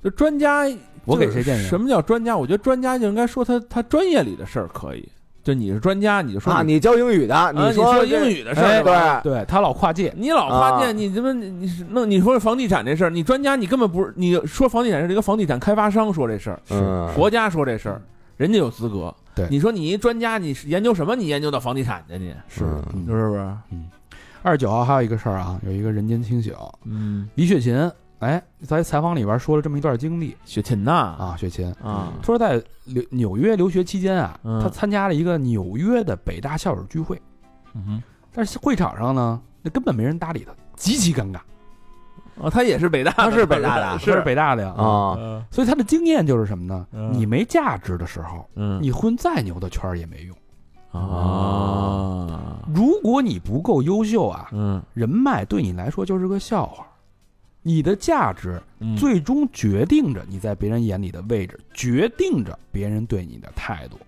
[SPEAKER 3] 就专家，
[SPEAKER 1] 我给
[SPEAKER 3] 就是
[SPEAKER 1] 谁建议啊
[SPEAKER 3] 什么叫专家？我觉得专家就应该说他他专业里的事儿可以，就你是专家，你就说
[SPEAKER 2] 啊，
[SPEAKER 3] 你
[SPEAKER 2] 你教英语的，
[SPEAKER 3] 啊
[SPEAKER 2] 说
[SPEAKER 3] 你说英语的事
[SPEAKER 2] 哎
[SPEAKER 3] 儿
[SPEAKER 2] 对
[SPEAKER 3] 吧。
[SPEAKER 1] 对他老跨界，
[SPEAKER 3] 你老发
[SPEAKER 2] 啊
[SPEAKER 3] 现你他妈你你是弄你说房地产这事儿，你专家你根本不是你说房地产是一个房地产开发商说这事儿，
[SPEAKER 2] 嗯
[SPEAKER 3] 国家说这事儿，人家有资格。
[SPEAKER 1] 对
[SPEAKER 3] 你说你一专家，你是研究什么？你研究到房地产去，你
[SPEAKER 1] 是
[SPEAKER 2] 嗯
[SPEAKER 1] 嗯
[SPEAKER 3] 是不是？
[SPEAKER 1] 二十九号还有一个事儿啊，有一个人间清醒，
[SPEAKER 3] 嗯，
[SPEAKER 1] 李雪琴，哎，在采访里边说了这么一段经历
[SPEAKER 3] 雪琴呐啊
[SPEAKER 1] 啊，雪琴，
[SPEAKER 3] 啊，
[SPEAKER 1] 他说在纽纽约留学期间啊，
[SPEAKER 3] 嗯
[SPEAKER 1] 他参加了一个纽约的北大校友聚会，
[SPEAKER 3] 嗯哼
[SPEAKER 1] 但是会场上呢，那根本没人搭理他，极其尴尬。
[SPEAKER 3] 哦，他也是北大的，
[SPEAKER 2] 他是北大 的
[SPEAKER 1] 他是北大的呀
[SPEAKER 2] 啊，
[SPEAKER 3] 啊，
[SPEAKER 1] 所以他的经验就是什么呢？
[SPEAKER 3] 嗯
[SPEAKER 1] 你没价值的时候，
[SPEAKER 3] 嗯
[SPEAKER 1] 你混再牛的圈儿也没用。
[SPEAKER 3] 啊，
[SPEAKER 1] 如果你不够优秀啊，
[SPEAKER 3] 嗯，
[SPEAKER 1] 人脉对你来说就是个笑话。你的价值
[SPEAKER 3] 嗯
[SPEAKER 1] 最终决定着你在别人眼里的位置，决定着别人对你的态度，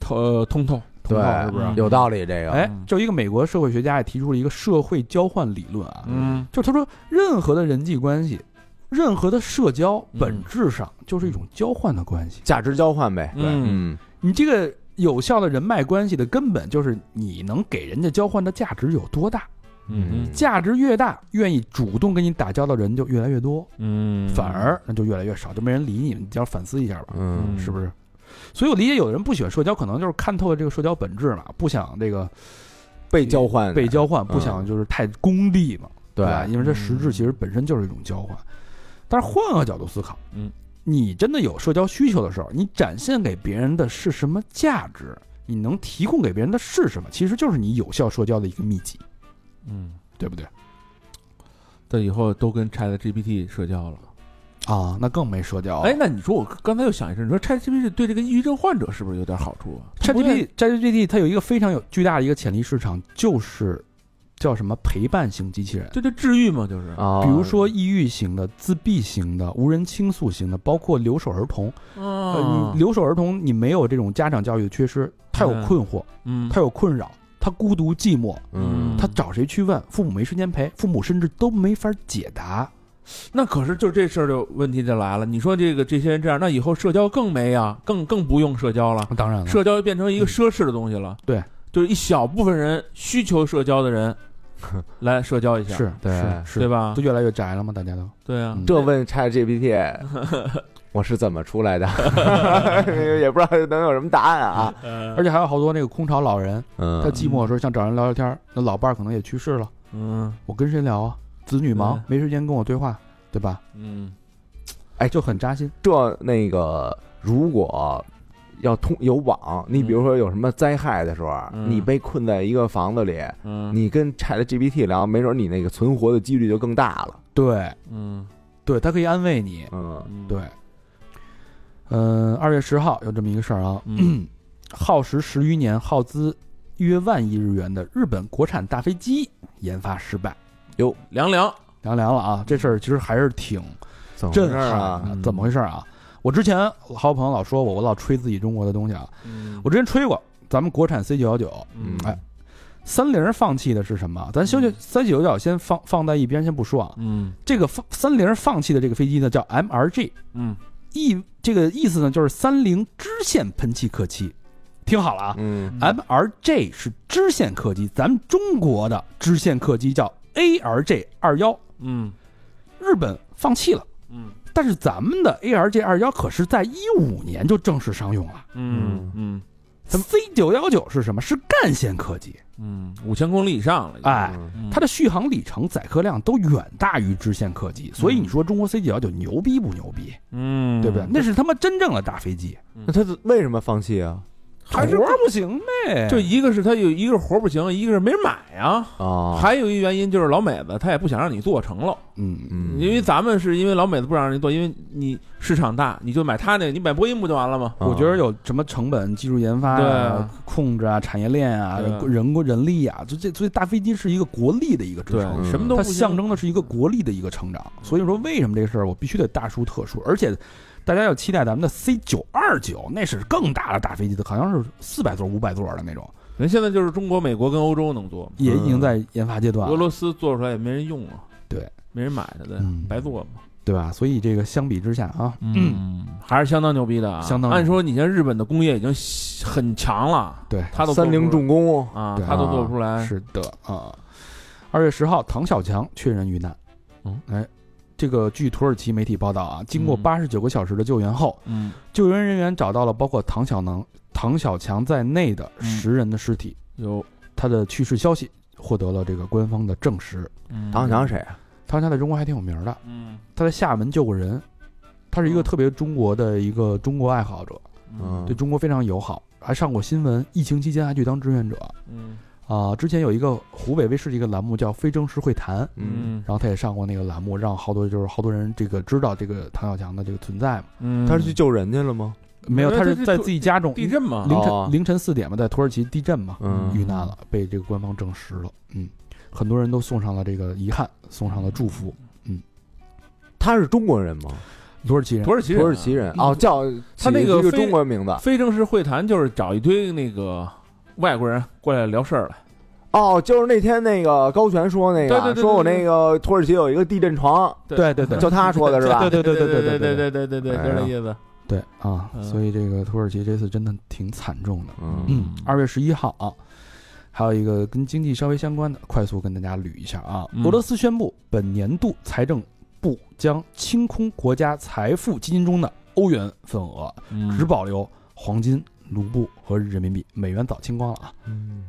[SPEAKER 3] 透呃通透，
[SPEAKER 1] 通透
[SPEAKER 2] 对，
[SPEAKER 1] 是不是？
[SPEAKER 3] 嗯
[SPEAKER 2] 有道理这个？
[SPEAKER 1] 哎，就一个美国社会学家也提出了一个社会交换理论啊，
[SPEAKER 3] 嗯
[SPEAKER 1] 就他说，任何的人际关系，任何的社交，
[SPEAKER 3] 嗯
[SPEAKER 1] 本质上就是一种交换的关系。
[SPEAKER 2] 价值交换呗。
[SPEAKER 3] 嗯
[SPEAKER 2] 对嗯，
[SPEAKER 1] 你这个有效的人脉关系的根本就是你能给人家交换的价值有多大，
[SPEAKER 3] 嗯
[SPEAKER 1] 价值越大，愿意主动跟你打交道的人就越来越多，
[SPEAKER 3] 嗯，
[SPEAKER 1] 反而那就越来越少，就没人理你。你只要反思一下吧，
[SPEAKER 2] 嗯，
[SPEAKER 1] 是不是？所以我理解有的人不喜欢社交，可能就是看透了这个社交本质嘛，不想这个
[SPEAKER 2] 被交换的，
[SPEAKER 1] 被交换，不想就是太功利嘛。
[SPEAKER 2] 对
[SPEAKER 1] 吧？因为这实质其实本身就是一种交换。但是换个角度思考，
[SPEAKER 3] 嗯，
[SPEAKER 1] 你真的有社交需求的时候，你展现给别人的是什么价值？你能提供给别人的是什么？其实就是你有效社交的一个秘籍，
[SPEAKER 3] 嗯，
[SPEAKER 1] 对不对？
[SPEAKER 3] 但以后都跟 Chat GPT 社交了。
[SPEAKER 1] 啊，那更没社交。
[SPEAKER 3] 哎，那你说我刚才又想一声，你说 Chat GPT 对这个抑郁症患者是不是有点好处啊？不愿意
[SPEAKER 1] ，ChatGPT ChatGPT 它有一个非常有巨大的一个潜力市场，就是叫什么陪伴型机器人。
[SPEAKER 3] 对对治愈嘛，就是
[SPEAKER 2] 啊，
[SPEAKER 1] 比如说抑郁型的、自闭型的、无人倾诉型的，包括留守儿童。呃，
[SPEAKER 3] 嗯
[SPEAKER 1] 你留守儿童，你没有这种家长教育的缺失，他有
[SPEAKER 3] 嗯
[SPEAKER 1] 困惑，
[SPEAKER 3] 嗯
[SPEAKER 1] 他有困扰，他孤独寂寞，
[SPEAKER 2] 嗯，
[SPEAKER 1] 他找谁去问？父母没时间陪，父母甚至都没法解答。
[SPEAKER 3] 那可是就这事儿就问题就来了。你说这个这些人这样，那以后社交更没呀，更更不用社交了，
[SPEAKER 1] 当然了，
[SPEAKER 3] 社交就变成一个奢侈的东西了。
[SPEAKER 1] 嗯对，
[SPEAKER 3] 就是一小部分人需求社交 的人来社交一下，
[SPEAKER 1] 是，
[SPEAKER 2] 对
[SPEAKER 1] 是是
[SPEAKER 3] 对，吧
[SPEAKER 1] 都？越来越宅了吗？大家都
[SPEAKER 3] 对啊
[SPEAKER 1] 嗯，
[SPEAKER 2] 这问 Chat GPT，我是怎么出来的？也不知道能有什么答案啊。
[SPEAKER 3] 呃
[SPEAKER 1] 而且还有好多那个空巢老人，他
[SPEAKER 2] 嗯，
[SPEAKER 1] 寂寞的时候想找人聊聊天儿，那老伴儿可能也去世了，
[SPEAKER 3] 嗯
[SPEAKER 1] 我跟谁聊啊？子女忙，没时间跟我对话，对吧？
[SPEAKER 3] 嗯
[SPEAKER 2] 哎
[SPEAKER 1] 就很扎心。
[SPEAKER 2] 这那个如果。要通有网，你比如说有什么灾害的时候，啊
[SPEAKER 3] 嗯
[SPEAKER 2] 你被困在一个房子里，
[SPEAKER 3] 嗯
[SPEAKER 2] 你跟 Chat GPT 聊，没准你那个存活的几率就更大了。
[SPEAKER 1] 对，
[SPEAKER 3] 嗯
[SPEAKER 1] 对他可以安慰你，
[SPEAKER 2] 嗯
[SPEAKER 3] 嗯，
[SPEAKER 1] 对，嗯，二月十号有这么一个事儿啊，
[SPEAKER 3] 嗯
[SPEAKER 1] 耗时十余年、耗资约万亿日元的日本国产大飞机研发失败，
[SPEAKER 3] 凉凉，
[SPEAKER 1] 凉凉了啊！这事儿其实还是挺
[SPEAKER 2] 怎么回
[SPEAKER 1] 震
[SPEAKER 2] 事
[SPEAKER 1] 撼
[SPEAKER 2] 儿啊？
[SPEAKER 1] 的
[SPEAKER 3] 嗯，
[SPEAKER 1] 怎么回事儿啊？我之前好友朋友老说我，我老吹自己中国的东西啊，
[SPEAKER 3] 嗯
[SPEAKER 1] 我之前吹过咱们国产 C 九幺九，
[SPEAKER 3] 嗯
[SPEAKER 1] 哎三菱放弃的是什么？咱休息
[SPEAKER 3] 嗯
[SPEAKER 1] 三九九先放放在一边，先不说啊。
[SPEAKER 3] 嗯
[SPEAKER 1] 这个放三菱放弃的这个飞机呢，叫 MRG，
[SPEAKER 3] 嗯
[SPEAKER 1] 意这个意思呢就是三菱支线喷气客机。听好了啊，
[SPEAKER 2] 嗯
[SPEAKER 1] MRJ 是支线客机，咱们中国的支线客机叫 ARJ 二幺，
[SPEAKER 3] 嗯
[SPEAKER 1] 日本放弃了。
[SPEAKER 3] 嗯
[SPEAKER 1] 但是咱们的 ARJ 二幺可是在一五年就正式商用了。
[SPEAKER 3] 嗯嗯
[SPEAKER 1] C 九幺九是什么？是干线客机，
[SPEAKER 3] 嗯，五千公里以上了，
[SPEAKER 1] 哎，
[SPEAKER 3] 嗯
[SPEAKER 1] 它的续航里程、载客量都远大于支线客机，所以你说中国 C 九幺九牛逼不牛逼？
[SPEAKER 3] 嗯，
[SPEAKER 1] 对不对？那是他妈真正的大飞机，
[SPEAKER 2] 那他为什么放弃啊？
[SPEAKER 3] 还是
[SPEAKER 1] 活儿不行呗？
[SPEAKER 3] 就一个是他有一个活儿不行，一个是没人买啊。
[SPEAKER 2] 啊，
[SPEAKER 3] 还有一原因就是老美子他也不想让你做成了，
[SPEAKER 1] 嗯，
[SPEAKER 2] 嗯
[SPEAKER 3] 因为咱们是因为老美子不想让你做，因为你市场大，你就买他那个，你买波音不就完了吗？
[SPEAKER 2] 啊
[SPEAKER 1] 我觉得有什么成本、技术研发
[SPEAKER 3] 对
[SPEAKER 1] 啊
[SPEAKER 3] 啊、
[SPEAKER 1] 控制啊、产业链啊、
[SPEAKER 3] 对啊
[SPEAKER 1] 人工人力啊，就这所以大飞机是一个国力的一个支
[SPEAKER 3] 对
[SPEAKER 1] 撑，
[SPEAKER 2] 嗯，
[SPEAKER 3] 什么都
[SPEAKER 1] 它
[SPEAKER 3] 不
[SPEAKER 1] 象
[SPEAKER 3] 行
[SPEAKER 1] 征的是一个国力的一个成长。所以说，为什么这个事儿我必须得大书特书？而且大家要期待咱们的 C 九二九，那是更大的大飞机，好像是四百座、五百座的那种，
[SPEAKER 3] 人现在就是中国、美国跟欧洲能做，
[SPEAKER 1] 也已经在研发阶段
[SPEAKER 3] 俄
[SPEAKER 1] 了，
[SPEAKER 3] 罗斯做出来也没人用啊，
[SPEAKER 1] 对，
[SPEAKER 3] 没人买它的
[SPEAKER 1] 嗯，
[SPEAKER 3] 白做嘛。
[SPEAKER 1] 对吧？所以这个相比之下啊，
[SPEAKER 3] 嗯，还是相当牛逼的啊！
[SPEAKER 1] 相当牛逼
[SPEAKER 3] 按说你像日本的工业已经很强了，
[SPEAKER 1] 对
[SPEAKER 3] 他都做
[SPEAKER 2] 三菱
[SPEAKER 3] 不出来
[SPEAKER 2] 重工，
[SPEAKER 3] 啊
[SPEAKER 1] 对，
[SPEAKER 3] 他都做不出来。
[SPEAKER 1] 是的啊。二月十号，唐小强确认遇难。
[SPEAKER 3] 嗯，
[SPEAKER 1] 哎，这个据土耳其媒体报道啊，经过
[SPEAKER 3] 嗯
[SPEAKER 1] 八十九个小时的救援后，
[SPEAKER 3] 嗯
[SPEAKER 1] 救援人员找到了包括唐小能、唐小强在内的
[SPEAKER 3] 嗯
[SPEAKER 1] 十人的尸体，
[SPEAKER 3] 有
[SPEAKER 1] 他的去世消息获得了这个官方的证实。
[SPEAKER 2] 唐强，谁啊？
[SPEAKER 1] 唐小强在中国还挺有名的，
[SPEAKER 3] 嗯
[SPEAKER 1] 他在厦门救过人，他是一个
[SPEAKER 3] 嗯
[SPEAKER 1] 特别中国的一个中国爱好者，
[SPEAKER 3] 嗯
[SPEAKER 1] 对中国非常友好，还上过新闻，疫情期间还去当志愿者。
[SPEAKER 3] 嗯
[SPEAKER 1] 啊、之前有一个湖北卫视的一个栏目叫《非正式会谈》，
[SPEAKER 2] 嗯，
[SPEAKER 1] 然后他也上过那个栏目，让好多就是好多人这个知道这个唐小强的这个存在嘛。
[SPEAKER 3] 嗯，
[SPEAKER 2] 他是去救人去了吗？
[SPEAKER 1] 没有，
[SPEAKER 3] 对
[SPEAKER 1] 他
[SPEAKER 3] 对
[SPEAKER 1] 是
[SPEAKER 3] 对
[SPEAKER 1] 在
[SPEAKER 3] 就
[SPEAKER 1] 自己家中
[SPEAKER 3] 地震嘛，
[SPEAKER 1] 凌
[SPEAKER 2] 哦
[SPEAKER 1] 晨凌晨四点嘛，在土耳其地震嘛，
[SPEAKER 2] 嗯
[SPEAKER 1] 遇难了，被这个官方证实了。嗯，很多人都送上了这个遗憾，送上了祝福。
[SPEAKER 3] 嗯
[SPEAKER 2] 他是中国人吗？
[SPEAKER 1] 土耳其人
[SPEAKER 3] 土耳其人
[SPEAKER 2] 土
[SPEAKER 3] 啊
[SPEAKER 2] 耳其人哦，叫
[SPEAKER 3] 他那个
[SPEAKER 2] 起的是一
[SPEAKER 3] 非
[SPEAKER 2] 中国名字
[SPEAKER 3] 非正式会谈就是找一堆那个外国人过来聊事儿来，
[SPEAKER 2] 哦，就是那天那个高泉说
[SPEAKER 3] 对
[SPEAKER 2] 那
[SPEAKER 3] 对
[SPEAKER 2] 个，啊
[SPEAKER 3] 对
[SPEAKER 2] 说我
[SPEAKER 3] 对对
[SPEAKER 2] 那个土耳其有一个地震床，
[SPEAKER 1] 对对对
[SPEAKER 2] 就他说的是吧？
[SPEAKER 1] 对对对对对
[SPEAKER 3] 对
[SPEAKER 1] 对对
[SPEAKER 3] 对对对对，
[SPEAKER 2] 哎
[SPEAKER 3] 就
[SPEAKER 2] 呀
[SPEAKER 3] 这意思。
[SPEAKER 1] 对啊，
[SPEAKER 3] 嗯
[SPEAKER 1] 所以这个土耳其这次真的挺惨重的。
[SPEAKER 2] 嗯
[SPEAKER 1] 嗯，二月十一号啊，还有一个跟经济稍微相关的，快速跟大家捋一下啊。
[SPEAKER 3] 嗯
[SPEAKER 1] 俄罗斯宣布，本年度财政部将清空国家财富基金中的欧元份额，
[SPEAKER 3] 嗯
[SPEAKER 1] 只保留黄金、卢布和人民币，美元早清光了啊。
[SPEAKER 3] 嗯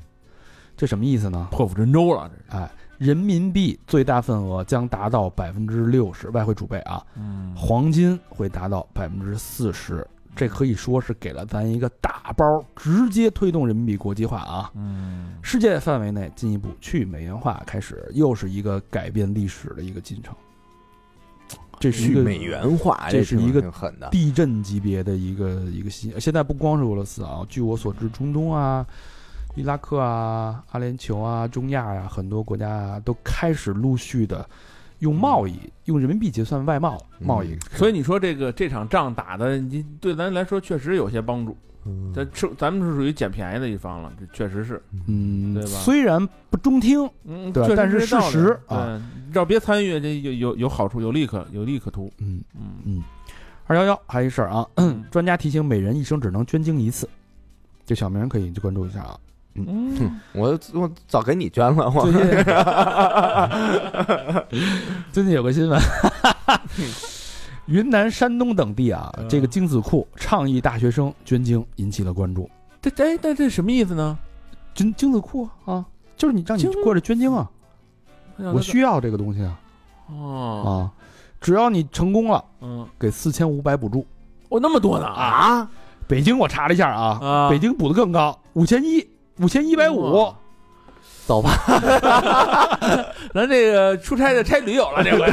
[SPEAKER 1] 这什么意思呢？
[SPEAKER 3] 破釜沉舟了，这是。
[SPEAKER 1] 哎，人民币最大份额将达到百分之六十外汇储备啊，
[SPEAKER 3] 嗯
[SPEAKER 1] 黄金会达到百分之四十，这可以说是给了咱一个大包，直接推动人民币国际化啊。
[SPEAKER 3] 嗯
[SPEAKER 1] 世界范围内进一步去美元化开始，又是一个改变历史的一个进程。这是一
[SPEAKER 2] 去
[SPEAKER 1] 个
[SPEAKER 2] 美元化，
[SPEAKER 1] 这是一个
[SPEAKER 2] 挺狠的，
[SPEAKER 1] 地震级别的一个一个新，现在不光是俄罗斯啊，据我所知，中东啊、伊拉克啊、阿联酋啊、中亚呀、很多国家啊都开始陆续的用贸
[SPEAKER 3] 嗯
[SPEAKER 1] 易、用人民币结算外贸了
[SPEAKER 2] 嗯
[SPEAKER 1] 贸易。
[SPEAKER 3] 所以你说这个这场仗打的，你对咱来说确实有些帮助。
[SPEAKER 2] 嗯
[SPEAKER 3] 咱吃咱们是属于捡便宜的一方了，这确实是，
[SPEAKER 1] 嗯，
[SPEAKER 3] 对吧
[SPEAKER 1] 虽然不中听，
[SPEAKER 3] 嗯，
[SPEAKER 1] 对
[SPEAKER 3] 确实
[SPEAKER 1] 但是
[SPEAKER 3] 这道理
[SPEAKER 1] 事实啊
[SPEAKER 3] 对，要别参与，这有有有好处，有利可有利可图。
[SPEAKER 1] 嗯，
[SPEAKER 3] 嗯
[SPEAKER 1] 嗯，二幺幺还有一事儿啊，专家提醒每人一生只能捐精一次，这小明可以关注一下啊。
[SPEAKER 3] 嗯，
[SPEAKER 2] 我我早给你捐了，我
[SPEAKER 1] 最 近最近有个新闻，嗯 云南、山东等地啊，这个精子库倡议大学生捐精，引起了关注。
[SPEAKER 3] 这哎，那这什么意思呢？
[SPEAKER 1] 精精子库啊，就是你让你
[SPEAKER 3] 精
[SPEAKER 1] 过着捐精啊，我需要这个东西啊
[SPEAKER 3] 哦，
[SPEAKER 1] 啊，只要你成功了，
[SPEAKER 3] 嗯，
[SPEAKER 1] 给四千五百补助。
[SPEAKER 3] 哦，那么多呢啊
[SPEAKER 2] 啊，
[SPEAKER 1] 北京我查了一下啊，
[SPEAKER 3] 啊！
[SPEAKER 1] 北京补的更高，五千一，五千一百五
[SPEAKER 3] 哇。
[SPEAKER 1] 走吧，
[SPEAKER 3] 咱这个出差的差旅有了，这 回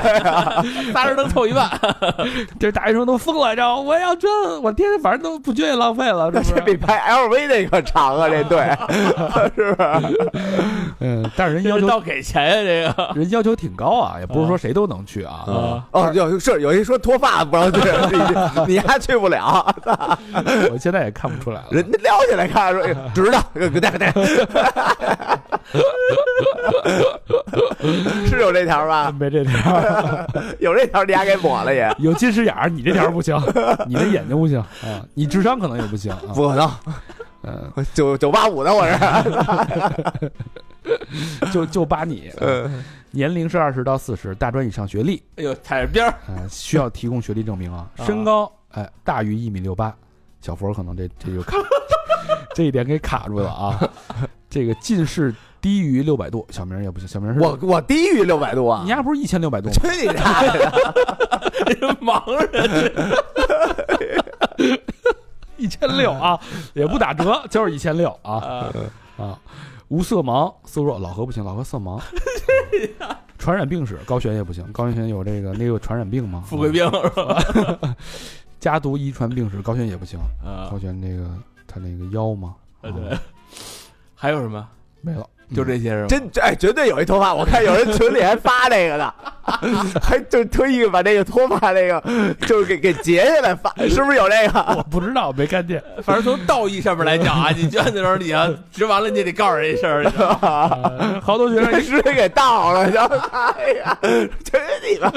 [SPEAKER 3] 仨人能凑一万，
[SPEAKER 1] 这大学生都疯了，你知道吗？我要捐，我天天反正都不捐也浪费了，是
[SPEAKER 2] 那
[SPEAKER 1] 不是
[SPEAKER 2] 这 比拍 LV 那个长啊，这 对，是不是？
[SPEAKER 1] 嗯，但 是人要
[SPEAKER 3] 这是
[SPEAKER 1] 求
[SPEAKER 3] 倒给钱呀，
[SPEAKER 1] 人要求挺高啊，也不是说谁都能去啊。
[SPEAKER 3] 这个
[SPEAKER 2] 哦，有是有一说脱发不让去，你你还去不了，
[SPEAKER 1] 我现在也看不出来了。
[SPEAKER 2] 人家撩起来看说哎 值的，给带给带， 是有这条吧？
[SPEAKER 1] 没这条，
[SPEAKER 2] 有这条你还给抹了也？
[SPEAKER 1] 有近视眼儿，你这条不 行，你的眼睛不行啊，你智商可能也不行啊。
[SPEAKER 2] 不可能，
[SPEAKER 1] 嗯，
[SPEAKER 2] 九九八五的我是，
[SPEAKER 1] 就就扒你，呃年龄是二十到四十，大专以上学历，
[SPEAKER 3] 哎呦，踩着边儿，
[SPEAKER 1] 呃，需要提供学历证明啊，
[SPEAKER 3] 啊
[SPEAKER 1] 身高哎大于一米六八，小佛可能这这就卡 这一点给卡住了啊。这个近视低于六百度，小明儿也不行，小明儿是
[SPEAKER 2] 我我低于六百度啊
[SPEAKER 1] 你！丫不是一千六百度吗？
[SPEAKER 2] 去你大爷！
[SPEAKER 3] 盲人
[SPEAKER 1] 一千六啊， 也不打折，就是一千六啊
[SPEAKER 3] 啊，
[SPEAKER 1] 啊！无色盲，色弱，老何不行，老何色 盲。传染病史，高璇也不行，高璇有这个那个传染病吗？啊
[SPEAKER 3] 富贵 病是吧？
[SPEAKER 1] 家族遗传病史，高璇也不行，
[SPEAKER 3] 啊
[SPEAKER 1] 高，璇那个他那个腰嘛，啊
[SPEAKER 3] 对，还有什么？
[SPEAKER 1] 没了，
[SPEAKER 3] 就这些是吧？
[SPEAKER 2] 真哎，绝对有一脱发，我看有人群里还发这个呢，还就特意把这个脱发这个就是给给截下来发，是不是有这个？
[SPEAKER 1] 我不知道，没看见。
[SPEAKER 3] 反正从道义上面来讲 啊，你捐的时候你要值完了，你也得告诉人一声。你知道吗
[SPEAKER 1] 啊好多学生
[SPEAKER 2] 直接给倒了， 然后哎呀，去你吧！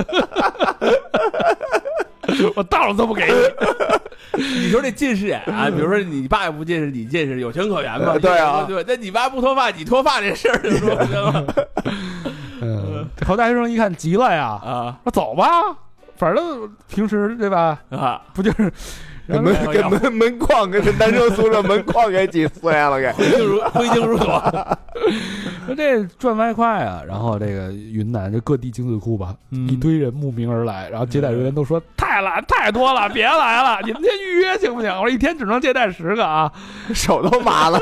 [SPEAKER 1] 一，我道都不给你。
[SPEAKER 3] 你说这近视眼啊，比如说你爸不近视，你近视有情可原吧？
[SPEAKER 2] 呃对啊
[SPEAKER 3] 对吧，那你爸不脱发，你脱发这事儿就说不清 了
[SPEAKER 1] 嗯，这 好大学生一看急了呀，
[SPEAKER 3] 啊
[SPEAKER 1] 说走吧，反正平时对吧，
[SPEAKER 3] 啊！
[SPEAKER 1] 不就是
[SPEAKER 2] 给
[SPEAKER 1] 哎
[SPEAKER 2] 门给门门框给男生宿舍门框给挤碎了， 给
[SPEAKER 3] 挥金如 挥金如土，
[SPEAKER 1] 那这赚外快啊！然后这个云南这各地精子库吧，
[SPEAKER 3] 嗯
[SPEAKER 1] 一堆人慕名而来，然后接待人员都说太来太多了，别来了，你们先预约行不行？我说一天只能接待十个啊，
[SPEAKER 2] 手都麻了，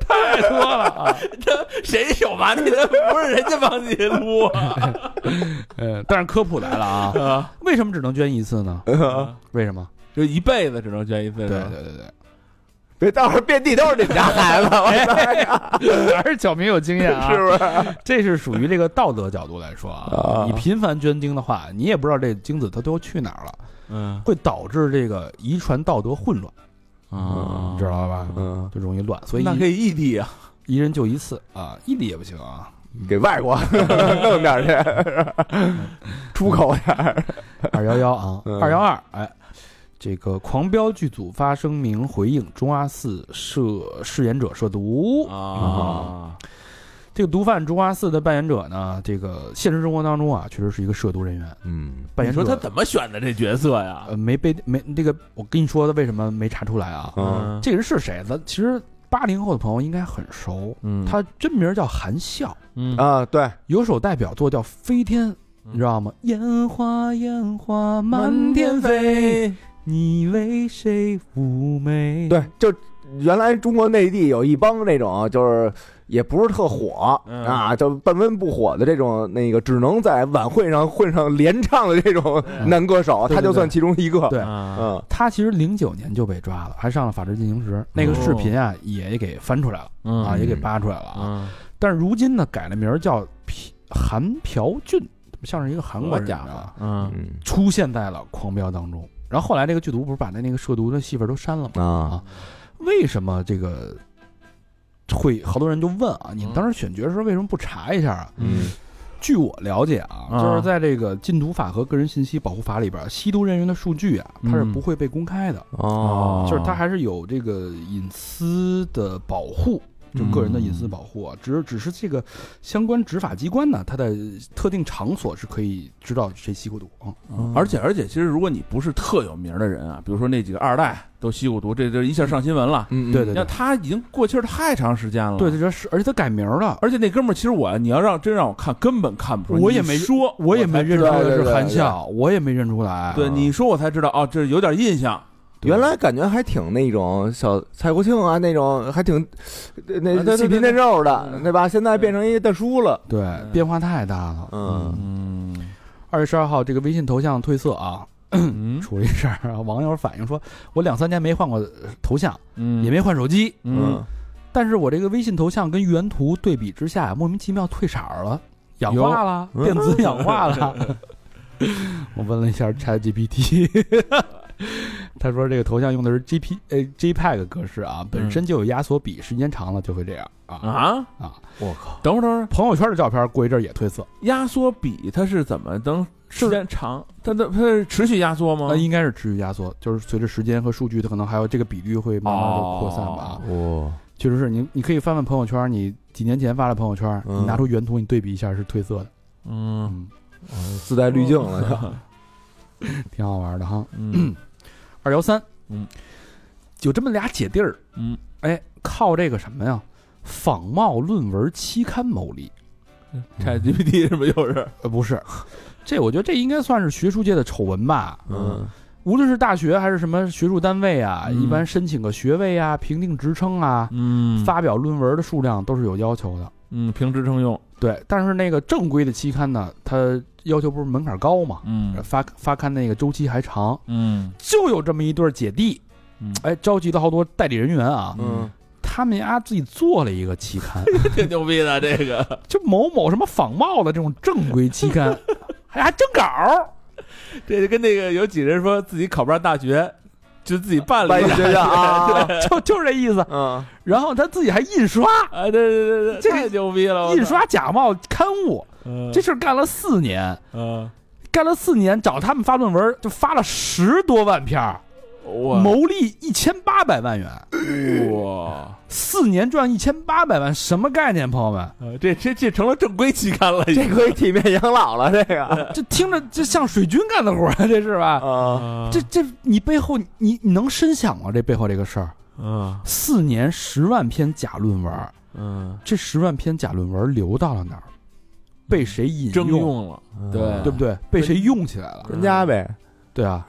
[SPEAKER 3] 太多了 啊！ 谁手麻你的？不是人家帮你撸
[SPEAKER 1] 呃，但是科普来了 啊，
[SPEAKER 3] 啊，
[SPEAKER 1] 为什么只能捐一次呢？为什么？
[SPEAKER 3] 就一辈子只能捐一次。
[SPEAKER 1] 嗯对
[SPEAKER 3] 是吧
[SPEAKER 1] 对对
[SPEAKER 2] 别到时候遍地都是你们家孩子，我操，
[SPEAKER 1] 对， 还 是小明有经验哎啊，
[SPEAKER 2] 是不是？
[SPEAKER 1] 这是属于这个道德角度来说啊
[SPEAKER 2] 啊，
[SPEAKER 1] 你频繁捐精的话，你也不知道这精子它都去哪儿了，
[SPEAKER 3] 嗯
[SPEAKER 1] 会导致这个遗传道德混乱，
[SPEAKER 3] 啊
[SPEAKER 1] 你知道吧？
[SPEAKER 2] 嗯，
[SPEAKER 1] 就容易乱，所以
[SPEAKER 3] 那可
[SPEAKER 1] 一
[SPEAKER 3] 以异地啊，
[SPEAKER 1] 一人就一次啊，异地也不行啊。
[SPEAKER 2] 给外国弄点去，出口点儿。
[SPEAKER 1] 二幺幺 啊，
[SPEAKER 2] 嗯
[SPEAKER 1] 二幺二，哎，这个狂飙剧组发声明回应中阿四涉饰演者涉毒
[SPEAKER 3] 啊
[SPEAKER 1] 这个毒贩中阿四的扮演者呢，这个现实生活当中啊，确实是一个涉毒人员。
[SPEAKER 2] 嗯
[SPEAKER 1] 扮
[SPEAKER 3] 你
[SPEAKER 1] 演者
[SPEAKER 3] 说他怎么选的这角色呀？
[SPEAKER 1] 呃没被没这个，我跟你说他为什么没查出来啊？
[SPEAKER 2] 嗯
[SPEAKER 1] 这个人是谁？咱其实八零后的朋友应该很熟，
[SPEAKER 3] 嗯
[SPEAKER 1] 他真名叫韩笑，
[SPEAKER 3] 嗯
[SPEAKER 2] 啊，对，
[SPEAKER 1] 有首代表作叫《飞天》，你知道吗？烟花烟花满天飞，，你为谁妩媚？
[SPEAKER 2] 对，就原来中国内地有一帮那种就是。也不是特火、
[SPEAKER 3] 嗯
[SPEAKER 2] 啊，就半温不火的这种，那个只能在晚会上混上连唱的这种男歌手，
[SPEAKER 1] 嗯对对
[SPEAKER 2] 他就算
[SPEAKER 1] 对
[SPEAKER 2] 其中一个。
[SPEAKER 1] 对
[SPEAKER 3] 啊
[SPEAKER 2] 嗯，
[SPEAKER 1] 他其实零九年就被抓了，还上了法制进行时。那个视频啊，也给翻出来了
[SPEAKER 3] 嗯
[SPEAKER 1] 啊，也给
[SPEAKER 2] 嗯
[SPEAKER 1] 扒出来了啊。
[SPEAKER 3] 啊，
[SPEAKER 1] 但是如今呢，改了名儿叫朴韩朴俊，怎么像是一个韩国人
[SPEAKER 3] 家
[SPEAKER 1] 啊，
[SPEAKER 3] 伙，嗯
[SPEAKER 2] 嗯
[SPEAKER 1] 出现在了《狂飙》当中。然后后来这个剧组不是把他那个涉毒的戏份都删了吗？
[SPEAKER 2] 啊，
[SPEAKER 1] 为什么这个会好多人就问啊？你们
[SPEAKER 3] 嗯
[SPEAKER 1] 当时选角的时候为什么不查一下啊？
[SPEAKER 3] 嗯
[SPEAKER 1] 据我了解啊，
[SPEAKER 3] 啊
[SPEAKER 1] 就是在这个《禁毒法》和《个人信息保护法》里边，吸毒人员的数据啊，它是
[SPEAKER 3] 嗯
[SPEAKER 1] 不会被公开的，
[SPEAKER 3] 哦
[SPEAKER 1] 就是它还是有这个隐私的保护。就个人的隐私保护
[SPEAKER 3] 嗯
[SPEAKER 1] 啊，只只是这个相关执法机关呢，它在特定场所是可以知道谁吸过毒
[SPEAKER 3] 嗯
[SPEAKER 1] 啊。
[SPEAKER 3] 而且而且，其实如果你不是特有名的人啊，比如说那几个二代都吸过毒，这这一下上新闻了。
[SPEAKER 2] 嗯
[SPEAKER 1] 对对
[SPEAKER 3] 那他已经过气儿太长时间了。
[SPEAKER 1] 对，这是而且它改名了，
[SPEAKER 3] 而且那哥们儿，其实我你要让真让我看，根本看不出来。
[SPEAKER 1] 我也
[SPEAKER 3] 哦你
[SPEAKER 1] 没
[SPEAKER 3] 说，
[SPEAKER 1] 我也没
[SPEAKER 3] 才
[SPEAKER 1] 认
[SPEAKER 3] 知
[SPEAKER 1] 出
[SPEAKER 3] 道
[SPEAKER 1] 来
[SPEAKER 2] 对对
[SPEAKER 1] 是
[SPEAKER 2] 对
[SPEAKER 1] 韩
[SPEAKER 2] 对
[SPEAKER 1] 笑，我也没认出来。啊
[SPEAKER 3] 对，你说我才知道，哦，这有点印象。
[SPEAKER 1] 对
[SPEAKER 2] 原来感觉还挺那种小蔡国庆啊，那种还挺呃
[SPEAKER 3] 啊对
[SPEAKER 2] 那
[SPEAKER 3] 对
[SPEAKER 2] 细
[SPEAKER 3] 对
[SPEAKER 2] 皮嫩肉的
[SPEAKER 3] 嗯，
[SPEAKER 2] 对吧？现在变成一大叔了，
[SPEAKER 1] 对变化太大了。
[SPEAKER 2] 嗯
[SPEAKER 3] 嗯
[SPEAKER 1] 二月十二号这个微信头像褪色啊，
[SPEAKER 3] 嗯
[SPEAKER 1] 出了一事儿啊，网友反映说，我两三年没换过呃头像，
[SPEAKER 3] 嗯
[SPEAKER 1] 也没换手机，
[SPEAKER 3] 嗯，
[SPEAKER 1] 但是我这个微信头像跟原图对比之下，莫名其妙褪色儿了，氧化了，
[SPEAKER 2] 哟
[SPEAKER 1] 电子氧化 了。 我问了一下 ChatGPT，他说这个头像用的是 G P 呃 JPEG 格式啊，本身就有压缩比，时间长了就会这样啊
[SPEAKER 3] 嗯啊，
[SPEAKER 1] 啊！
[SPEAKER 2] 我靠，
[SPEAKER 3] 等会儿等会儿，
[SPEAKER 1] 朋友圈的照片过一阵儿也褪色，
[SPEAKER 3] 压缩比它是怎么能时
[SPEAKER 1] 是
[SPEAKER 3] 间哎长？它它它是持续压缩吗
[SPEAKER 1] 那？呃应该是持续压缩，就是随着时间和数据，它可能还有这个比率会慢慢的扩散吧。
[SPEAKER 3] 哦
[SPEAKER 2] 哇，
[SPEAKER 1] 确实是你，你可以翻翻朋友圈，你几年前发的朋友圈，
[SPEAKER 2] 嗯
[SPEAKER 1] 你拿出原图，你对比一下是褪色的，
[SPEAKER 3] 嗯，
[SPEAKER 1] 嗯，
[SPEAKER 2] 自带滤镜了，
[SPEAKER 1] 挺好玩的哈。
[SPEAKER 3] 嗯
[SPEAKER 1] 二幺三，
[SPEAKER 3] 嗯，
[SPEAKER 1] 有这么俩姐弟儿，
[SPEAKER 3] 嗯，
[SPEAKER 1] 哎，靠这个什么呀，仿冒论文期刊牟利？
[SPEAKER 3] 拆 GPT 嗯是不是又是？
[SPEAKER 1] 呃，不是，这我觉得这应该算是学术界的丑闻吧。
[SPEAKER 2] 嗯
[SPEAKER 1] 无论是大学还是什么学术单位啊，
[SPEAKER 3] 嗯
[SPEAKER 1] 一般申请个学位啊、评定职称啊、
[SPEAKER 3] 嗯
[SPEAKER 1] 发表论文的数量都是有要求的。
[SPEAKER 3] 嗯凭职称用，
[SPEAKER 1] 对，但是那个正规的期刊呢，它要求不是门槛高嘛，
[SPEAKER 3] 嗯
[SPEAKER 1] 发发刊那个周期还长，
[SPEAKER 3] 嗯
[SPEAKER 1] 就有这么一对儿姐弟，
[SPEAKER 3] 嗯，
[SPEAKER 1] 哎，召集了好多代理人员啊，
[SPEAKER 2] 嗯
[SPEAKER 1] 他们家自己做了一个期刊，
[SPEAKER 3] 挺牛逼的这个，
[SPEAKER 1] 就某某什么仿冒的这种正规期刊，还还征稿 儿，
[SPEAKER 3] 这就跟那个有几人说自己考不上大学，就自己办了
[SPEAKER 2] 办
[SPEAKER 3] 一
[SPEAKER 2] 一
[SPEAKER 3] 个
[SPEAKER 2] 学校啊，
[SPEAKER 1] 就就是这意思。
[SPEAKER 2] 嗯，
[SPEAKER 1] 然后他自己还印刷，
[SPEAKER 3] 啊，对对对对，
[SPEAKER 1] 这个
[SPEAKER 3] 太牛逼了，我操
[SPEAKER 1] 印刷假冒刊物，
[SPEAKER 3] 哦嗯
[SPEAKER 1] 这事儿干了四年，
[SPEAKER 3] 嗯，
[SPEAKER 1] 干了四年，找他们发论文就发了十多万篇儿，
[SPEAKER 3] 我
[SPEAKER 1] 牟利一千八百万元，
[SPEAKER 3] 哇。
[SPEAKER 1] 四年赚一千八百万，什么概念，朋友 们？
[SPEAKER 3] 呃，这这这成了正规期刊了，已
[SPEAKER 2] 嗯这
[SPEAKER 3] 经。
[SPEAKER 2] 可以体面养老了，这个
[SPEAKER 1] 这听着就像水军干的活儿啊，这是吧？
[SPEAKER 2] 啊，
[SPEAKER 3] 啊
[SPEAKER 1] 这这你背后你你能深想吗？这背后这个事儿，
[SPEAKER 3] 啊
[SPEAKER 1] 四年十万篇假论文，
[SPEAKER 3] 嗯，
[SPEAKER 1] 这十万篇假论文流到了哪儿？被谁引
[SPEAKER 3] 征
[SPEAKER 1] 用？
[SPEAKER 3] 用了，对
[SPEAKER 1] 对不对？被谁用起来了？
[SPEAKER 2] 专家呗，
[SPEAKER 1] 对啊，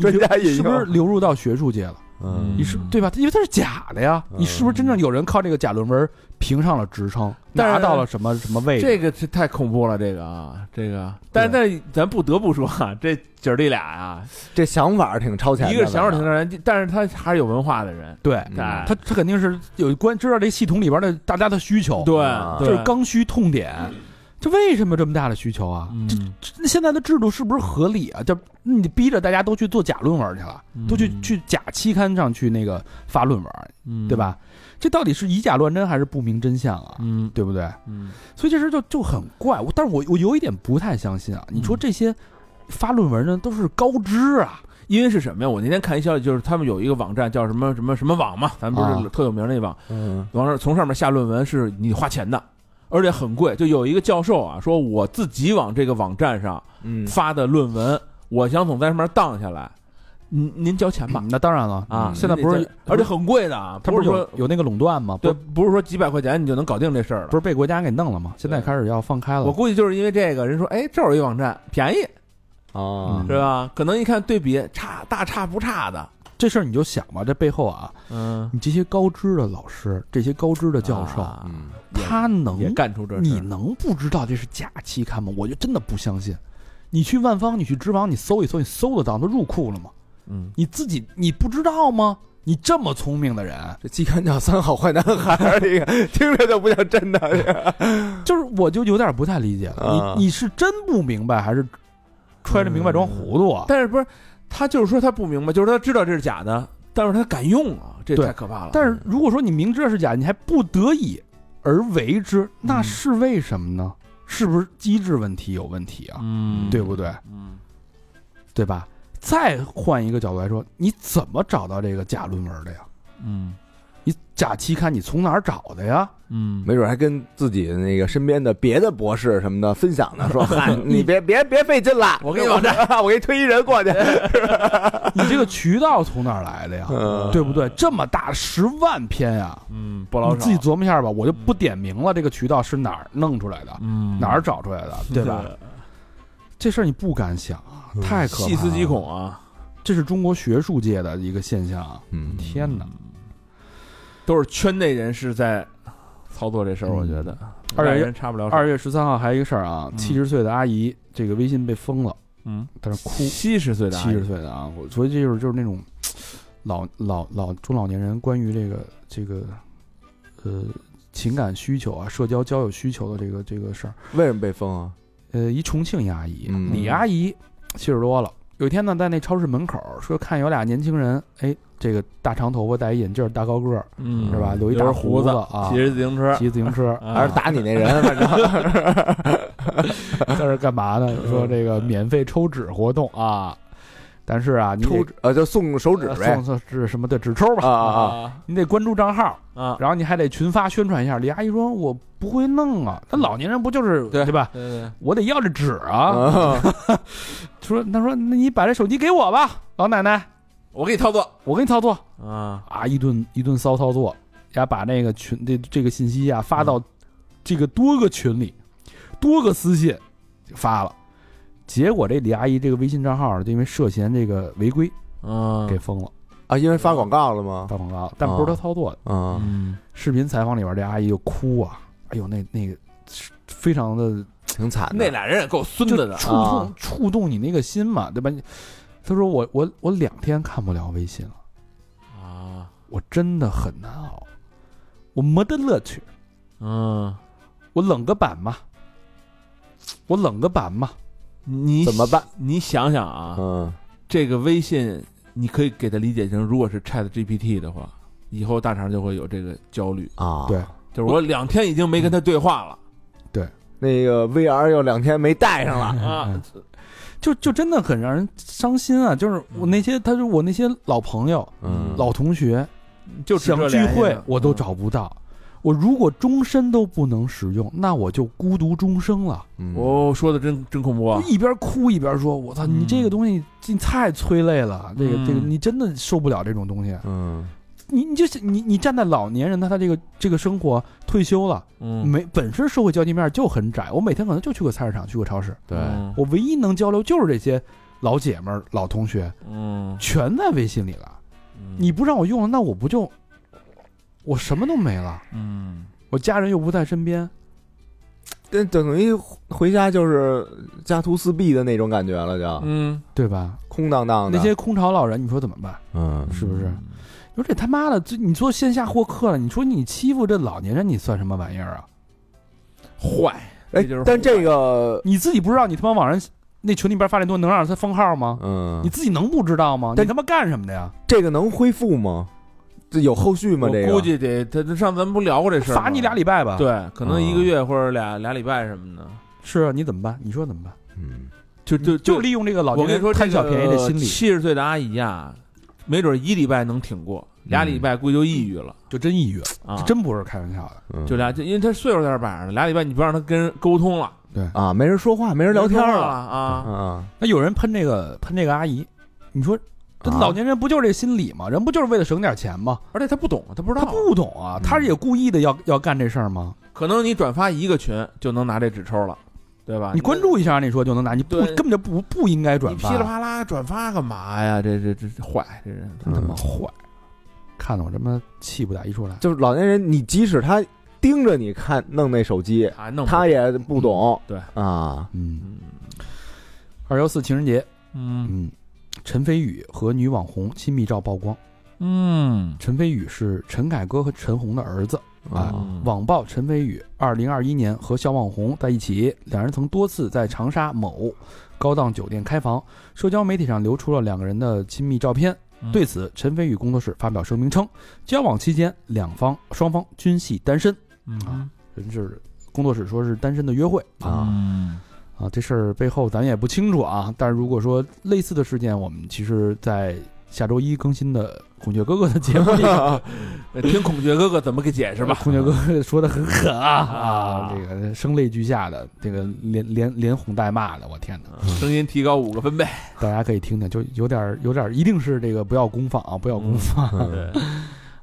[SPEAKER 2] 专家引
[SPEAKER 1] 是不是
[SPEAKER 2] 用，
[SPEAKER 1] 流入到学术界了？
[SPEAKER 2] 嗯
[SPEAKER 1] 你是对吧？因为它是假的呀，
[SPEAKER 2] 嗯
[SPEAKER 1] 你是不是真正有人靠这个假论文评上了职称，
[SPEAKER 3] 但是
[SPEAKER 1] 拿到了什么什么位置？
[SPEAKER 3] 这个是太恐怖了，这个啊，这个，但但咱不得不说啊，这姐儿弟俩啊，
[SPEAKER 2] 这想法儿挺超
[SPEAKER 1] 啊
[SPEAKER 2] 前的，
[SPEAKER 3] 一个是想法挺让人，但是他还是有文化的人，
[SPEAKER 1] 对，
[SPEAKER 2] 嗯
[SPEAKER 3] 哎
[SPEAKER 1] 他他肯定是有关知道这系统里边的大家的需求，
[SPEAKER 2] 啊
[SPEAKER 3] 对，
[SPEAKER 1] 这是刚需痛点。这为什么这么大的需求啊？
[SPEAKER 3] 嗯，
[SPEAKER 1] 那现在的制度是不是合理啊？就你逼着大家都去做假论文去了，都去
[SPEAKER 3] 嗯
[SPEAKER 1] 去假期刊上去那个发论文，
[SPEAKER 3] 嗯
[SPEAKER 1] 对？吧？这到底是以假乱真还是不明真相啊？
[SPEAKER 3] 嗯
[SPEAKER 1] 对不对？
[SPEAKER 3] 嗯
[SPEAKER 1] 所以这事儿就就很怪。我，但是我我有一点不太相信啊。你
[SPEAKER 3] 嗯
[SPEAKER 1] 说这些发论文呢，都是高知啊，
[SPEAKER 3] 因为是什么呀？我那天看一消息，就是他们有一个网站叫什么什么什么网嘛，咱们不
[SPEAKER 1] 啊
[SPEAKER 3] 是特有名那网，
[SPEAKER 2] 嗯
[SPEAKER 3] 网上从上面下论文是你花钱的，而且很贵。就有一个教授啊，说我自己往这个网站上
[SPEAKER 2] 嗯
[SPEAKER 3] 发的论文，我想从在上面荡下来，您您交钱吧
[SPEAKER 1] 那当然了
[SPEAKER 3] 啊！
[SPEAKER 1] 现在不
[SPEAKER 3] 您
[SPEAKER 1] 是
[SPEAKER 3] 得，交而且很贵的啊，
[SPEAKER 1] 他不是
[SPEAKER 3] 说
[SPEAKER 1] 有有那个垄断吗？不
[SPEAKER 3] 对，
[SPEAKER 1] 是
[SPEAKER 3] 不是说几百块钱你就能搞定这事儿了。
[SPEAKER 1] 不是被国家给弄了吗？现在开始要放开了。
[SPEAKER 3] 我估计就是因为这个人说，哎，这儿有一网站便宜
[SPEAKER 2] 啊
[SPEAKER 1] 嗯
[SPEAKER 3] 是吧？可能一看对比差大差不差的，
[SPEAKER 1] 这事儿你就想吧，这背后啊，
[SPEAKER 3] 嗯，
[SPEAKER 1] 你这些高知的老师，这些高知的教授，
[SPEAKER 3] 啊
[SPEAKER 2] 嗯
[SPEAKER 3] 也
[SPEAKER 1] 他能
[SPEAKER 3] 也干出这事
[SPEAKER 1] 你
[SPEAKER 3] 儿，
[SPEAKER 1] 能不知道这是假期刊吗？我就真的不相信。你去万方，你去知网，你搜一搜，你搜得到，都入库了吗？
[SPEAKER 3] 嗯，
[SPEAKER 1] 你自己你不知道吗？你这么聪明的人，
[SPEAKER 2] 这期刊叫《三好坏男孩》，这个听着就不像真的。这个
[SPEAKER 1] 就是我就有点不太理解了
[SPEAKER 2] 啊。
[SPEAKER 1] 你你是真不明白，还是揣着明白装糊涂啊？
[SPEAKER 3] 但是不是他就是说他不明白，就是他知道这是假的，但是他敢用啊，这
[SPEAKER 1] 对
[SPEAKER 3] 太可怕了。
[SPEAKER 1] 但是如果说你明知道是假，你还不得已而为之，那
[SPEAKER 3] 嗯
[SPEAKER 1] 是为什么呢？是不是机制问题有问题啊？
[SPEAKER 3] 嗯
[SPEAKER 1] 对不？对？
[SPEAKER 3] 嗯
[SPEAKER 1] 对吧？再换一个角度来说，你怎么找到这个假论文的呀？
[SPEAKER 3] 嗯
[SPEAKER 1] 你假期刊你从哪儿找的 呀？
[SPEAKER 3] 嗯，
[SPEAKER 2] 没准还跟自己那个身边的别的博士什么的分享呢， 说：“嗨，你别别别费劲了，
[SPEAKER 3] 我给你网
[SPEAKER 2] 站， 我给你推一人过去。
[SPEAKER 1] 你这个渠道从哪儿来的呀？
[SPEAKER 2] 嗯
[SPEAKER 1] 对不对？这么大十万篇呀、
[SPEAKER 3] 嗯不老
[SPEAKER 1] 你
[SPEAKER 3] 少
[SPEAKER 1] 自己琢磨一下吧，我就不点名了。这个渠道是哪儿弄出来的，
[SPEAKER 3] 嗯
[SPEAKER 1] 哪儿找出来的，对吧？？这事儿你不敢想啊，太可怕了
[SPEAKER 3] 细思极，恐啊！
[SPEAKER 1] 这是中国学术界的一个现象啊。”
[SPEAKER 2] 嗯
[SPEAKER 1] 天哪！
[SPEAKER 3] 都是圈内人士在操作这事儿，
[SPEAKER 1] 嗯
[SPEAKER 3] 我觉得
[SPEAKER 1] 二月
[SPEAKER 3] 外人差不了手
[SPEAKER 1] 二月十三号还有一个事儿啊，
[SPEAKER 3] 嗯
[SPEAKER 1] 七十岁的阿姨这个微信被封了，
[SPEAKER 3] 嗯，
[SPEAKER 1] 在那哭。
[SPEAKER 3] 七十岁的阿
[SPEAKER 1] 七
[SPEAKER 3] 姨
[SPEAKER 1] 十岁的啊，我所以这就是就是那种老老老中老年人关于这个这个呃情感需求啊、社交交友需求的这个这个事儿。
[SPEAKER 2] 为什么被封啊？
[SPEAKER 1] 呃，一重庆一阿姨，
[SPEAKER 2] 嗯
[SPEAKER 1] 李阿姨七十多了，有一天呢，在那超市门口说看有俩年轻人，哎，这个大长头发、戴一眼镜儿、大高个儿，
[SPEAKER 3] 嗯
[SPEAKER 1] 是吧？留一
[SPEAKER 3] 留
[SPEAKER 1] 大
[SPEAKER 3] 着胡
[SPEAKER 1] 子
[SPEAKER 3] 子
[SPEAKER 1] 啊
[SPEAKER 3] 骑，着自行车，
[SPEAKER 1] 骑自行车
[SPEAKER 3] 啊
[SPEAKER 2] 还是打你那人？反正
[SPEAKER 1] 在这儿干嘛呢？
[SPEAKER 2] 嗯
[SPEAKER 1] 说这个免费抽纸活动啊，但是啊，你得
[SPEAKER 2] 抽纸呃，就送手指呗
[SPEAKER 1] 送。送是什么的纸抽吧
[SPEAKER 2] 啊，啊啊！
[SPEAKER 3] 啊
[SPEAKER 1] 你得关注账号。
[SPEAKER 3] 啊！
[SPEAKER 1] 然后你还得群发宣传一下。李阿姨说：“我不会弄啊，那老年人不就是
[SPEAKER 3] 对
[SPEAKER 1] 吧？
[SPEAKER 3] 对对，
[SPEAKER 1] 我得要这纸啊。
[SPEAKER 2] 啊，
[SPEAKER 1] 说他说那你把这手机给我吧，老奶奶，
[SPEAKER 3] 我给你操作
[SPEAKER 1] 我给你操作
[SPEAKER 3] 啊！
[SPEAKER 1] 啊，一顿一顿骚操作，呀，把那个群这这个信息呀、发
[SPEAKER 3] 嗯
[SPEAKER 1] 到这个多个群里，多个私信发了。结果这李阿姨这个微信账号就因为涉嫌这个违规
[SPEAKER 3] 嗯哦
[SPEAKER 1] 给封了，
[SPEAKER 2] 啊，因为发广告了吗？
[SPEAKER 1] 发广告了，但不是她操作的。
[SPEAKER 2] 啊，
[SPEAKER 3] 嗯
[SPEAKER 1] 视频采访里边这阿姨就哭啊，哎呦那那个非常的
[SPEAKER 2] 挺惨的。
[SPEAKER 3] 那俩人也够孙
[SPEAKER 1] 就
[SPEAKER 3] 子的，
[SPEAKER 1] 触动、
[SPEAKER 2] 啊
[SPEAKER 1] 触动你那个心嘛，对吧？你他说我我我两天看不了微信了，
[SPEAKER 3] 啊，
[SPEAKER 1] 我真的很难熬，我没得乐趣，
[SPEAKER 3] 嗯，
[SPEAKER 1] 我冷个板嘛，我冷个板嘛，
[SPEAKER 3] 你
[SPEAKER 2] 怎么办？
[SPEAKER 3] 你想想啊，
[SPEAKER 2] 嗯，
[SPEAKER 3] 这个微信你可以给它理解成，如果是 Chat GPT 的话，以后大肠就会有这个焦虑，
[SPEAKER 2] 啊，
[SPEAKER 1] 对，
[SPEAKER 3] 就是我两天已经没跟他对话了
[SPEAKER 2] 那个 VR 又两天没带上了。
[SPEAKER 3] 啊，
[SPEAKER 1] 就就真的很让人伤心啊！就是
[SPEAKER 3] 嗯
[SPEAKER 1] 我那些，他说我那些老朋友、
[SPEAKER 2] 嗯，
[SPEAKER 1] 老同学
[SPEAKER 3] 就只
[SPEAKER 1] 想
[SPEAKER 3] 这
[SPEAKER 1] 聚
[SPEAKER 3] 联系嗯
[SPEAKER 1] 会
[SPEAKER 3] 呢
[SPEAKER 1] 我都找不到，我如果终身都不能使用，那我就孤独终生了。
[SPEAKER 2] 嗯
[SPEAKER 3] 哦，说的真真恐怖啊
[SPEAKER 1] 就！一边哭一边说：“我操，你
[SPEAKER 3] 嗯
[SPEAKER 1] 这个东西你太催泪了，这个
[SPEAKER 3] 嗯
[SPEAKER 1] 这个你真的受不了这种东西。
[SPEAKER 2] 嗯，
[SPEAKER 1] 你你就是你你站在老年人的他这个这个生活退休了，
[SPEAKER 3] 嗯，
[SPEAKER 1] 没本身社会交际面就很窄，我每天可能就去个菜市场，去个超市，
[SPEAKER 2] 对，
[SPEAKER 3] 嗯
[SPEAKER 1] 我唯一能交流就是这些老姐们儿、老同学，
[SPEAKER 3] 嗯
[SPEAKER 1] 全在微信里了。你不让我用了，那我不就我什么都没了？
[SPEAKER 3] 嗯，
[SPEAKER 1] 我家人又不在身边，
[SPEAKER 2] 这等于回家就是家徒四壁的那种感觉了，就
[SPEAKER 3] 嗯，
[SPEAKER 1] 对吧？
[SPEAKER 2] 空荡荡的。
[SPEAKER 1] 那些空巢老人，你说怎么办？
[SPEAKER 2] 嗯
[SPEAKER 1] 是不是？你说这他妈的，这你做线下获客了，你说你欺负这老年人，你算什么玩意儿啊？
[SPEAKER 3] 坏？
[SPEAKER 2] 哎
[SPEAKER 3] 这就是，
[SPEAKER 2] 但这个
[SPEAKER 1] 你自己不知道你他妈往人那群里边发那东西能让他封号吗？
[SPEAKER 2] 嗯
[SPEAKER 1] 你，自己能不知道吗？
[SPEAKER 2] 但
[SPEAKER 1] 你他妈干什么的呀？
[SPEAKER 2] 这个能恢复吗？这有后续吗？
[SPEAKER 3] 我
[SPEAKER 2] 这个
[SPEAKER 3] 估计得他他上次咱们不聊过这事儿吗，
[SPEAKER 1] 罚你俩礼拜吧。，
[SPEAKER 3] 对，可能一个月或者俩俩礼拜什么的，
[SPEAKER 1] 是啊，你怎么办？你说怎么办？
[SPEAKER 2] 嗯，
[SPEAKER 3] 就就
[SPEAKER 1] 就利用这个老年
[SPEAKER 3] 我跟你说，
[SPEAKER 1] 人贪小便宜的心理，
[SPEAKER 3] 七十岁的阿姨啊，没准一礼拜能挺过，俩礼拜估计就抑郁了
[SPEAKER 1] 就真抑郁，
[SPEAKER 3] 啊
[SPEAKER 1] 这，真不是开玩笑的。
[SPEAKER 2] 嗯
[SPEAKER 3] 就俩，就因为她岁数在这摆着呢，俩礼拜你不让她跟人沟通了，
[SPEAKER 2] 啊，没人说话，没人聊天
[SPEAKER 3] 没说话了
[SPEAKER 2] 了
[SPEAKER 3] 啊，
[SPEAKER 2] 啊。
[SPEAKER 1] 那有人喷这个喷这个阿姨，你说这
[SPEAKER 2] 啊
[SPEAKER 1] 老年人不就是这心理吗？人不就是为了省点钱吗？
[SPEAKER 3] 而且她不懂，她不知
[SPEAKER 1] 他
[SPEAKER 3] 道，嗯
[SPEAKER 1] 不懂啊，他也故意的要要干这事儿吗？
[SPEAKER 3] 可能你转发一个群就能拿这纸抽了，对吧？
[SPEAKER 1] 你关注一下，你说就能拿，你不
[SPEAKER 3] 啊对
[SPEAKER 1] 根本就不不应该转
[SPEAKER 3] 你噼
[SPEAKER 1] 发，
[SPEAKER 3] 里啪啦转发干嘛呀？这这这这坏，这人
[SPEAKER 1] 真他妈坏，嗯
[SPEAKER 3] 嗯
[SPEAKER 1] 看得我他妈气不打一处来。
[SPEAKER 2] 就是老年人，你即使他盯着你看弄那手机，
[SPEAKER 3] 他弄不
[SPEAKER 2] 他也不懂。
[SPEAKER 3] 对
[SPEAKER 2] 啊，
[SPEAKER 1] 嗯，
[SPEAKER 3] 嗯
[SPEAKER 1] 二幺四情人节，
[SPEAKER 3] 嗯
[SPEAKER 1] 嗯，陈飞宇和女网红亲密照曝光。
[SPEAKER 3] 嗯
[SPEAKER 1] 陈飞宇是陈凯歌和陈红的儿子，啊
[SPEAKER 2] 哦
[SPEAKER 3] 嗯
[SPEAKER 1] 网曝陈飞宇二零二一年和小网红在一起，两人曾多次在长沙某高档酒店开房，社交媒体上流出了两个人的亲密照片。
[SPEAKER 3] 嗯
[SPEAKER 1] 对此，陈飞宇工作室发表声明称，交往期间两方双方均系单身，
[SPEAKER 3] 嗯
[SPEAKER 1] 人是工作室说是单身的约会啊
[SPEAKER 2] 啊
[SPEAKER 3] 嗯
[SPEAKER 1] 啊，这事儿背后咱也不清楚啊。但是如果说类似的事件，我们其实在下周一更新的孔雀哥哥的节目里
[SPEAKER 3] 听孔雀哥哥怎么给解释吧。
[SPEAKER 1] 孔雀哥 哥说的很狠啊
[SPEAKER 3] 啊
[SPEAKER 1] 啊，这个声泪俱下的，这个连连连哄带骂的，我天哪！
[SPEAKER 3] 声音提高五个分贝，
[SPEAKER 1] 大家可以听听，就有点儿有点儿，一定是这个不要公放啊，不要公放。
[SPEAKER 2] 嗯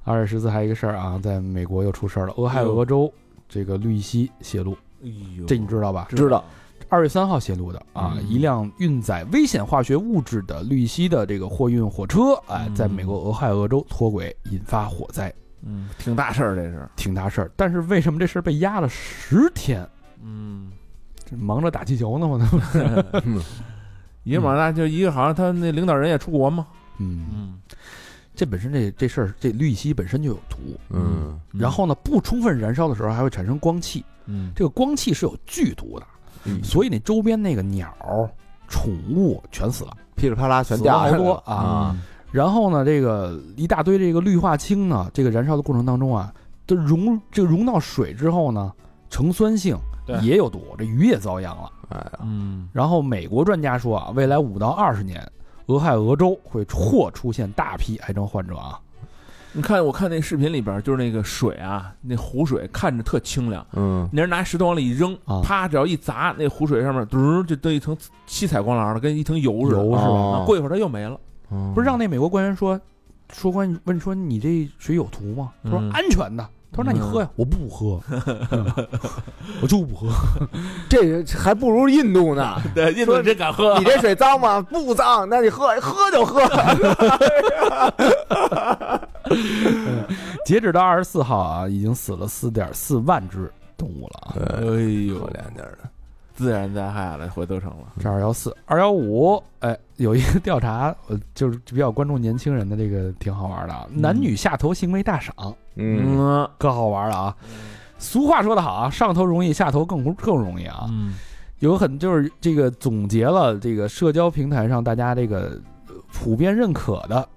[SPEAKER 1] 二月十四还有一个事儿啊，在美国又出事儿了，俄亥
[SPEAKER 3] 哎呦
[SPEAKER 1] 俄州这个绿溪泄露，
[SPEAKER 3] 哎
[SPEAKER 1] 这你知道吧？
[SPEAKER 2] 知道
[SPEAKER 1] 二月三号泄露的啊，
[SPEAKER 3] 嗯
[SPEAKER 1] 一辆运载危险化学物质的氯烯的这个货运火车，哎，
[SPEAKER 3] 嗯
[SPEAKER 1] 在美国俄亥俄州脱轨，引发火灾，
[SPEAKER 3] 嗯，挺大事儿，这是，
[SPEAKER 1] 挺大事儿。但是为什么这事儿被压了十天？
[SPEAKER 3] 嗯，
[SPEAKER 1] 这忙着打气球呢我呢？
[SPEAKER 3] 一个马大就一个，好像他那领导人也出国嘛，
[SPEAKER 1] 嗯，
[SPEAKER 3] 嗯，
[SPEAKER 1] 这本身这这事儿，这氯烯本身就有毒，
[SPEAKER 2] 嗯
[SPEAKER 1] 然后呢，不充分燃烧的时候还会产生光气，
[SPEAKER 3] 嗯，
[SPEAKER 1] 这个光气是有剧毒的，
[SPEAKER 2] 嗯
[SPEAKER 1] 所以那周边那个鸟、宠物全死了。
[SPEAKER 2] 噼里啪啦全
[SPEAKER 1] 死
[SPEAKER 2] 掉
[SPEAKER 1] 了好多
[SPEAKER 2] 下来了
[SPEAKER 1] 啊，然后呢，这个一大堆这个氯化氢呢，这个燃烧的过程当中啊，这溶这个溶到水之后呢，呈酸性
[SPEAKER 3] 对
[SPEAKER 1] 也有毒，这鱼也遭殃了。
[SPEAKER 2] 哎呀，
[SPEAKER 3] 嗯，
[SPEAKER 1] 然后美国专家说啊，未来五到二十年，俄亥俄州会或出现大批癌症患者啊。
[SPEAKER 3] 你看，我看那视频里边，就是那个水啊，那湖水看着特清凉，
[SPEAKER 2] 嗯，
[SPEAKER 3] 那人拿石头往里一扔
[SPEAKER 1] 啊，
[SPEAKER 3] 啪，只要一砸，那湖水上面嘟儿就都一层七彩光芒的，跟一层油似的
[SPEAKER 1] 油不是吧
[SPEAKER 3] 啊。
[SPEAKER 2] 哦
[SPEAKER 3] 过一会儿它又没了，
[SPEAKER 2] 嗯
[SPEAKER 1] 不是让那美国官员说说官问说你这水有毒吗？他说
[SPEAKER 3] 嗯
[SPEAKER 1] 安全的。他说：“那你喝呀？我不喝， 我就不喝。
[SPEAKER 2] 这还不如印度呢。
[SPEAKER 3] 对，印度真敢喝
[SPEAKER 2] 你这水脏吗？不脏，那你喝喝就喝。
[SPEAKER 1] 截止到二十四号啊，已经死了四点四万只动物了啊。
[SPEAKER 3] 哎
[SPEAKER 2] 可
[SPEAKER 3] 呦，
[SPEAKER 2] 怜点儿的，
[SPEAKER 3] 自然灾害了，回头城了。
[SPEAKER 1] 这二幺四、二幺五，哎，有一个调查，我就是比较关注年轻人的这个，挺好玩的啊。男女下头行为大赏，
[SPEAKER 2] 嗯，
[SPEAKER 1] 可好玩了啊！俗话说得好啊，上头容易，下头更更容易啊。
[SPEAKER 3] 嗯
[SPEAKER 1] 有很就是这个总结了这个社交平台上大家这个呃普遍认可的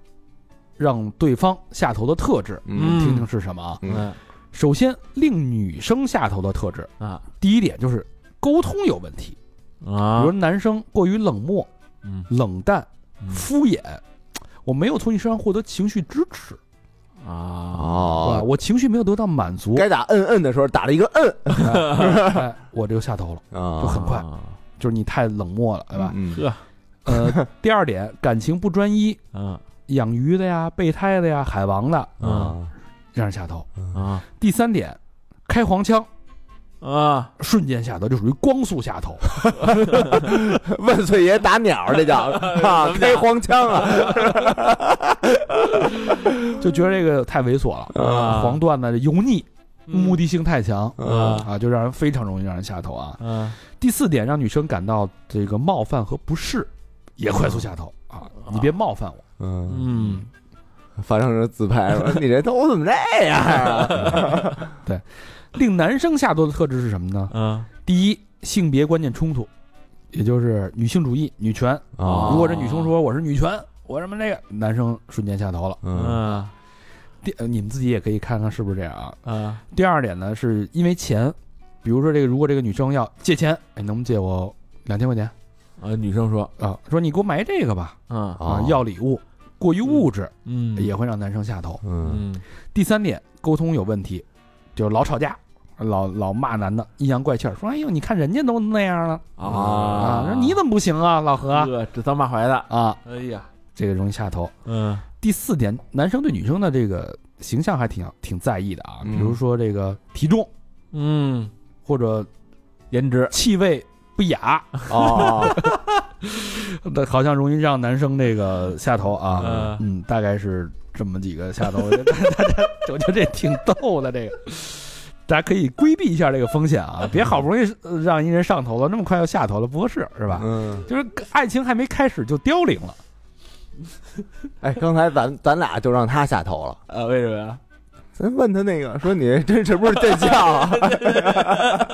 [SPEAKER 1] 让对方下头的特质，
[SPEAKER 2] 嗯
[SPEAKER 1] 听听是什么啊？
[SPEAKER 2] 嗯
[SPEAKER 1] 首先，令女生下头的特质，
[SPEAKER 3] 啊
[SPEAKER 1] 第一点就是沟通有问题，比
[SPEAKER 3] 啊
[SPEAKER 1] 如，男生过于冷漠、
[SPEAKER 3] 嗯
[SPEAKER 1] 冷淡、
[SPEAKER 3] 嗯
[SPEAKER 1] 敷衍，我没有从你身上获得情绪支持，
[SPEAKER 3] 啊，
[SPEAKER 1] 啊，
[SPEAKER 2] 哦，
[SPEAKER 1] 我情绪没有得到满足，
[SPEAKER 2] 该打摁摁的时候打了一个摁
[SPEAKER 1] 哎，我就下头了，
[SPEAKER 2] 啊
[SPEAKER 1] 就很快就是你太冷漠了，对吧？
[SPEAKER 2] 嗯
[SPEAKER 3] 呵，
[SPEAKER 1] 呃，第二点，感情不专一，
[SPEAKER 3] 嗯
[SPEAKER 1] 养鱼的呀、备胎的呀、海王的，
[SPEAKER 2] 啊
[SPEAKER 3] 嗯
[SPEAKER 1] 让人下头。
[SPEAKER 3] 啊
[SPEAKER 1] 第三点，开黄腔，
[SPEAKER 3] 啊，
[SPEAKER 1] 瞬间下头，就属于光速下 头。
[SPEAKER 2] 问岁爷打鸟儿，这 叫啊，开黄腔啊，
[SPEAKER 1] 就觉得这个太猥琐了，
[SPEAKER 3] 啊
[SPEAKER 1] 黄段子油腻，目
[SPEAKER 3] 的
[SPEAKER 1] 的性太强
[SPEAKER 3] 啊
[SPEAKER 1] 啊，就让人非常容易让人下头啊。
[SPEAKER 3] 啊，
[SPEAKER 1] 第四点，让女生感到这个冒犯和不适，也快速下头啊！你别冒犯我，
[SPEAKER 2] 嗯，
[SPEAKER 3] 嗯，
[SPEAKER 2] 发上人自拍说你这头怎么这样 啊？
[SPEAKER 1] 令男生下头的特质是什么呢？
[SPEAKER 3] 啊，
[SPEAKER 1] 第一，性别观念冲突，也就是女性主义、女权。
[SPEAKER 3] 哦
[SPEAKER 1] 如果这女生说我是女权，我什么那个，男生瞬间下头了。
[SPEAKER 2] 嗯
[SPEAKER 3] 啊，
[SPEAKER 1] 第，呃你们自己也可以看看是不是这样啊。
[SPEAKER 3] 啊，
[SPEAKER 1] 第二点呢，是因为钱，比如说这个，如果这个女生要借钱，哎，能不能借我两千块钱
[SPEAKER 3] 啊，女生说，
[SPEAKER 1] 啊？说你给我买这个吧，
[SPEAKER 3] 啊，
[SPEAKER 1] 啊
[SPEAKER 2] 哦，
[SPEAKER 1] 要礼物，过于物质
[SPEAKER 3] 嗯，
[SPEAKER 1] 也会让男生下头。
[SPEAKER 2] 嗯
[SPEAKER 3] 嗯，
[SPEAKER 1] 第三点，沟通有问题，就是老吵架，老老骂男的，阴阳怪气儿，说：“哎呦，你看人家都那样了
[SPEAKER 2] 嗯
[SPEAKER 1] 啊，说你怎么不行啊，老何啊
[SPEAKER 3] 么这当骂槐的？”？
[SPEAKER 1] 啊，
[SPEAKER 3] 嗯哎呀，
[SPEAKER 1] 这个容易下头。
[SPEAKER 3] 嗯
[SPEAKER 1] 第四点，男生对女生的这个形象还挺挺在意的啊，比
[SPEAKER 2] 嗯
[SPEAKER 1] 如说这个体重
[SPEAKER 3] 嗯，
[SPEAKER 1] 或者
[SPEAKER 3] 颜值，
[SPEAKER 1] 气味不 雅，
[SPEAKER 2] 哦，
[SPEAKER 1] 那好像容易让男生这个下头啊
[SPEAKER 3] 嗯。
[SPEAKER 1] 嗯，大概是这么几个下头，我 觉得大家我觉得这挺逗的这个。大家可以规避一下这个风险啊，别好不容易呃让一人上头了，那么快要下头了，不合适是吧？
[SPEAKER 2] 嗯，
[SPEAKER 1] 就是爱情还没开始就凋零了，
[SPEAKER 2] 哎，刚才咱咱俩就让他下头了。
[SPEAKER 3] 呃，为什么 呀？
[SPEAKER 2] 咱问他那个，说你 这是不是见笑啊？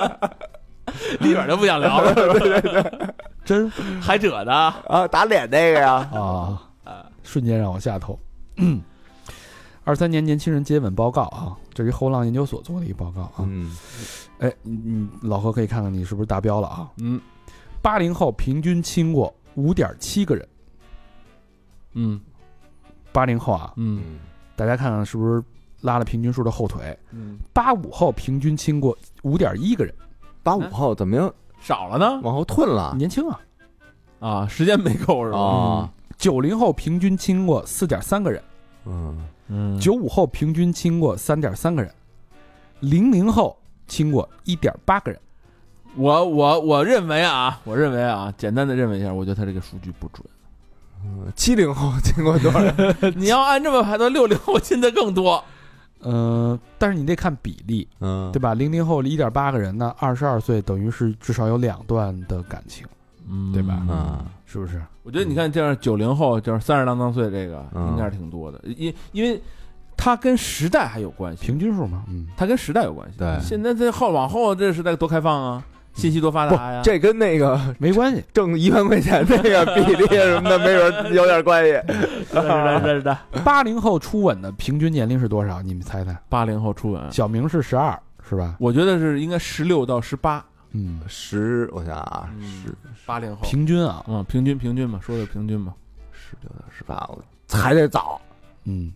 [SPEAKER 3] 一点都不想聊 了，
[SPEAKER 1] 真
[SPEAKER 3] 还扯呢？
[SPEAKER 2] 啊，打脸那个呀？
[SPEAKER 1] 啊，瞬间让我下头。 二三年年轻人接吻报告啊，这是一后浪研究所做的一个报告啊。
[SPEAKER 2] 嗯，
[SPEAKER 1] 哎，你你老何可以看看你是不是达标了啊？
[SPEAKER 3] 嗯
[SPEAKER 1] 八零后平均亲过五点七个人，
[SPEAKER 3] 嗯
[SPEAKER 1] 八零后啊，
[SPEAKER 3] 嗯
[SPEAKER 1] 大家看看是不是拉了平均数的后腿？
[SPEAKER 3] 嗯，
[SPEAKER 1] 八五后平均亲过五点一个人，
[SPEAKER 2] 八五后怎么又
[SPEAKER 3] 少了呢？
[SPEAKER 2] 往后退了？
[SPEAKER 1] 年轻啊。
[SPEAKER 3] 啊，时间没够是吧？
[SPEAKER 2] 哦，
[SPEAKER 1] 九零后平均亲过四点三个人，
[SPEAKER 2] 嗯，
[SPEAKER 3] 嗯
[SPEAKER 1] 九五后平均亲过三点三个人，零零后亲过一点八个人。
[SPEAKER 3] 我我我认为啊，我认为啊，简单的认为一下，我觉得他这个数据不准。
[SPEAKER 2] 七零后经过多少人？
[SPEAKER 3] 你要按这么排的，六零后进的更多。
[SPEAKER 1] 嗯、但是你得看比例，
[SPEAKER 2] 嗯
[SPEAKER 1] 对，吧？零零后一点八个人呢，二十二岁等于是至少有两段的感情，
[SPEAKER 3] 嗯
[SPEAKER 1] 对吧
[SPEAKER 2] 嗯，
[SPEAKER 1] 是不是？
[SPEAKER 3] 我觉得你看这样九零后，就是三十郎当岁，这个
[SPEAKER 2] 嗯
[SPEAKER 3] 应该是挺多的，因因为它跟时代还有关系，
[SPEAKER 1] 平均数嘛，嗯。
[SPEAKER 3] 它跟时代有关系。
[SPEAKER 2] 对
[SPEAKER 3] 现在这后往后这时代多开放啊，信息多发
[SPEAKER 2] 不
[SPEAKER 3] 达呀，，
[SPEAKER 2] 这跟那个
[SPEAKER 1] 没关系，
[SPEAKER 2] 挣一万块钱那个比例什么的，没准有点关系。
[SPEAKER 3] 是的，是的。
[SPEAKER 1] 八零后初吻的平均年龄是多少？你们猜猜？
[SPEAKER 3] 八零后初吻，
[SPEAKER 1] 小明是十二，是吧？
[SPEAKER 3] 我觉得是应该十六到十八，
[SPEAKER 1] 嗯，
[SPEAKER 2] 十，我想啊，
[SPEAKER 3] 嗯
[SPEAKER 2] 十
[SPEAKER 3] 八零后，
[SPEAKER 1] 平均啊，
[SPEAKER 3] 嗯，平均平均嘛，说的平均嘛。
[SPEAKER 2] 十六到十八，我还得早
[SPEAKER 1] 嗯，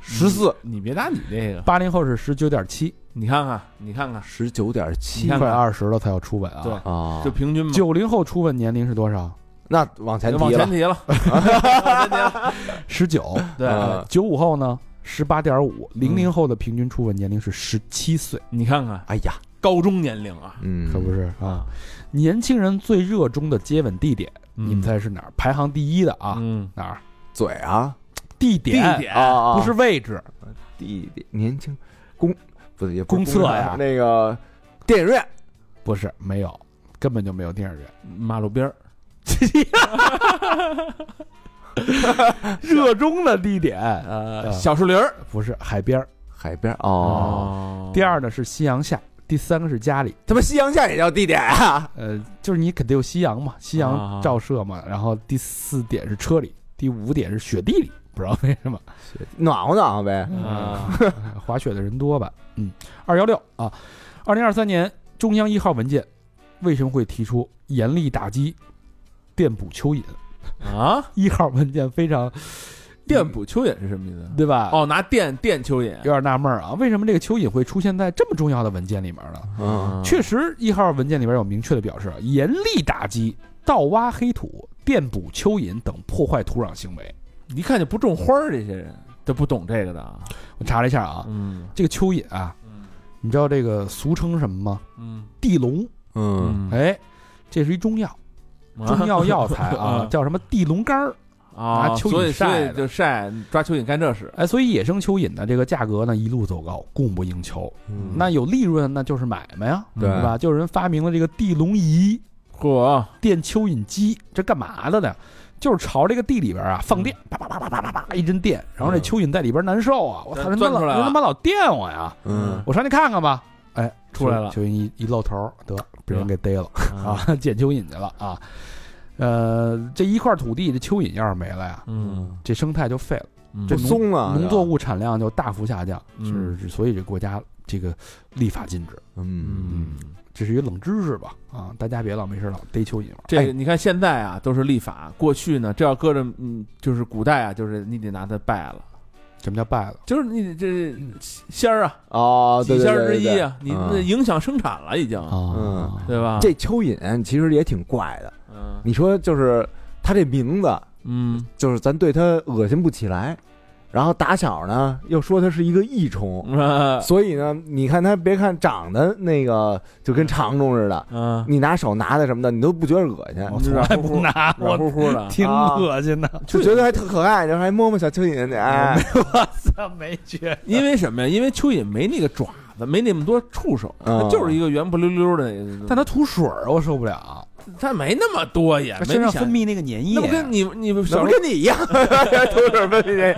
[SPEAKER 2] 十四
[SPEAKER 3] 你别打你这个，
[SPEAKER 1] 八零后是十九点七，
[SPEAKER 3] 你看看，你看看，
[SPEAKER 2] 十九点
[SPEAKER 3] 你
[SPEAKER 2] 七
[SPEAKER 3] 看
[SPEAKER 1] 快
[SPEAKER 3] 看，
[SPEAKER 1] 二十了才要初吻啊。
[SPEAKER 3] 对嗯
[SPEAKER 2] 啊
[SPEAKER 3] 就，平均嘛。
[SPEAKER 1] 九零后初吻年龄是多少？
[SPEAKER 2] 那往前
[SPEAKER 3] 往
[SPEAKER 2] 提
[SPEAKER 3] 前
[SPEAKER 2] 了，
[SPEAKER 3] 提了，往前提了。
[SPEAKER 1] 十九。呃
[SPEAKER 3] 对，
[SPEAKER 2] 啊
[SPEAKER 1] 九五后呢？十八点五。零零后的平均初吻年龄是十七岁，
[SPEAKER 3] 你看看
[SPEAKER 2] 哎呀，
[SPEAKER 3] 高中年龄啊，
[SPEAKER 2] 嗯，
[SPEAKER 1] 可不是啊？年轻人最热衷的接吻地点，嗯你们猜是哪儿？排行第一的啊？
[SPEAKER 3] 嗯，
[SPEAKER 1] 哪儿？
[SPEAKER 2] 嘴啊
[SPEAKER 1] 地
[SPEAKER 3] 地
[SPEAKER 1] 点，
[SPEAKER 3] 点
[SPEAKER 2] 啊啊，
[SPEAKER 1] 不是位置。
[SPEAKER 2] 弟弟年轻公不是也不
[SPEAKER 1] 公
[SPEAKER 2] 是
[SPEAKER 1] 厕呀
[SPEAKER 2] 厂那个电影院
[SPEAKER 1] 不是，没有，根本就没有电影院。
[SPEAKER 3] 马路边儿，
[SPEAKER 1] 热衷的地点
[SPEAKER 3] 呃
[SPEAKER 1] 啊
[SPEAKER 3] 小树林儿。
[SPEAKER 1] 不是海边儿。
[SPEAKER 2] 海边哦，
[SPEAKER 1] 第二呢是夕阳下，第三个是家里。
[SPEAKER 2] 他妈夕阳下也叫地点啊，
[SPEAKER 1] 呃，就是你肯定有夕
[SPEAKER 3] 啊
[SPEAKER 1] 阳嘛，夕阳照射嘛。然后第四点是车里，第五点是雪地里，不知道为什么，
[SPEAKER 2] 暖和暖和呗，
[SPEAKER 3] 啊，
[SPEAKER 1] 滑雪的人多吧？嗯，二幺六啊，二零二三年中央一号文件为什么会提出严厉打击电捕蚯蚓？
[SPEAKER 3] 啊，
[SPEAKER 1] 一号文件非常
[SPEAKER 3] 电捕蚯蚓是什么意 思？
[SPEAKER 1] 对吧？，
[SPEAKER 3] 哦，拿电电蚯
[SPEAKER 1] 有
[SPEAKER 3] 蚓，
[SPEAKER 1] 点纳闷儿啊，为什么这个蚯蚓会出现在这么重要的文件里面呢？
[SPEAKER 2] 嗯
[SPEAKER 1] 确实，一号文件里边有明确的表示，严厉打击盗挖黑土、电捕蚯蚓等破坏土壤行为。
[SPEAKER 3] 一看就不种花儿，这些人都不懂这个的啊。
[SPEAKER 1] 我查了一下啊，
[SPEAKER 3] 嗯
[SPEAKER 1] 这个蚯蚓啊，你知道这个俗称什么吗？
[SPEAKER 3] 嗯
[SPEAKER 1] 地龙，
[SPEAKER 2] 嗯，
[SPEAKER 1] 哎，这是一中药，中药药材 啊， 叫什么地龙干儿。拿
[SPEAKER 3] 啊，
[SPEAKER 1] 蚯蚓
[SPEAKER 3] 所以所
[SPEAKER 1] 晒
[SPEAKER 3] 以
[SPEAKER 1] 的
[SPEAKER 3] 就晒抓蚯蚓干这事，
[SPEAKER 1] 哎，所以野生蚯蚓的这个价格呢一路走高，供不应求。
[SPEAKER 2] 嗯
[SPEAKER 1] 那有利润，那就是买卖呀，
[SPEAKER 2] 对
[SPEAKER 1] 对吧？就有人发明了这个地龙仪、
[SPEAKER 3] 嚯，啊
[SPEAKER 1] 电蚯蚓机，这干嘛的呢？就是朝这个地里边啊放电，啪啪啪啪啪啪啪一阵电，然后这
[SPEAKER 2] 嗯
[SPEAKER 1] 蚯蚓在里边难受啊！我操，
[SPEAKER 3] 钻
[SPEAKER 1] 人他
[SPEAKER 3] 钻
[SPEAKER 1] 妈
[SPEAKER 3] 出
[SPEAKER 1] 老
[SPEAKER 3] 来
[SPEAKER 1] 人他
[SPEAKER 3] 了
[SPEAKER 1] 妈老电我呀！
[SPEAKER 2] 嗯
[SPEAKER 1] 我上去看看吧。哎，
[SPEAKER 3] 出来了
[SPEAKER 1] 蚯蚓一一露头，得被人给逮了
[SPEAKER 3] 啊，
[SPEAKER 1] 啊，捡蚯蚓去了啊。呃，这一块土地，这蚯蚓要是没了呀，
[SPEAKER 3] 嗯，
[SPEAKER 1] 这生态就废了，
[SPEAKER 3] 嗯
[SPEAKER 1] 这
[SPEAKER 2] 不
[SPEAKER 1] 农
[SPEAKER 2] 松了，
[SPEAKER 1] 农作物产量就大幅下降。
[SPEAKER 3] 嗯
[SPEAKER 1] 是，所以这国家这个立法禁止，
[SPEAKER 2] 嗯，
[SPEAKER 3] 嗯，
[SPEAKER 1] 这是一个冷知识吧？啊，大家别老没事老逮蚯蚓玩。
[SPEAKER 3] 这
[SPEAKER 1] 哎
[SPEAKER 3] 个你看现在啊都是立法，过去呢这要搁着，嗯，就是古代啊，就是你得拿它拜了，
[SPEAKER 1] 什么叫败了？
[SPEAKER 3] 就是你这仙儿啊，
[SPEAKER 2] 哦，对
[SPEAKER 3] 几
[SPEAKER 2] 对
[SPEAKER 3] 仙儿
[SPEAKER 2] 对
[SPEAKER 3] 之
[SPEAKER 2] 对
[SPEAKER 3] 一
[SPEAKER 2] 对，
[SPEAKER 3] 啊，你
[SPEAKER 2] 嗯
[SPEAKER 3] 那影响生产了已经，
[SPEAKER 1] 啊，
[SPEAKER 3] 对吧？
[SPEAKER 2] 这蚯蚓其实也挺怪的，
[SPEAKER 3] 嗯
[SPEAKER 2] 你说就是它这名字，
[SPEAKER 3] 嗯
[SPEAKER 2] 就是咱对它恶心不起来，然后打小呢又说它是一个益虫，
[SPEAKER 3] 嗯
[SPEAKER 2] 所以呢，你看它别看长得那个就跟长虫似的，
[SPEAKER 3] 嗯，
[SPEAKER 2] 你拿手拿它什么的，你都不觉得恶心，
[SPEAKER 1] 从来不拿，我
[SPEAKER 3] 软乎乎的，
[SPEAKER 1] 挺
[SPEAKER 2] 啊
[SPEAKER 1] 恶心的。
[SPEAKER 2] 就觉得还特可爱，然后还摸摸小蚯蚓，哎，
[SPEAKER 1] 我操，没觉得
[SPEAKER 3] 因为什么呀？因为蚯蚓没那个爪子，没那么多触手，
[SPEAKER 2] 嗯
[SPEAKER 3] 它就是一个圆不溜溜的。
[SPEAKER 1] 但它吐水儿，啊我受不了，
[SPEAKER 3] 它没那么多也，
[SPEAKER 1] 它
[SPEAKER 3] 没
[SPEAKER 1] 身
[SPEAKER 3] 你
[SPEAKER 1] 上
[SPEAKER 3] 想
[SPEAKER 1] 分，哎泌那个粘液
[SPEAKER 3] 那不。跟你你
[SPEAKER 2] 怎
[SPEAKER 3] 小
[SPEAKER 2] 么
[SPEAKER 3] 时候
[SPEAKER 2] 跟你一样？都是分泌这，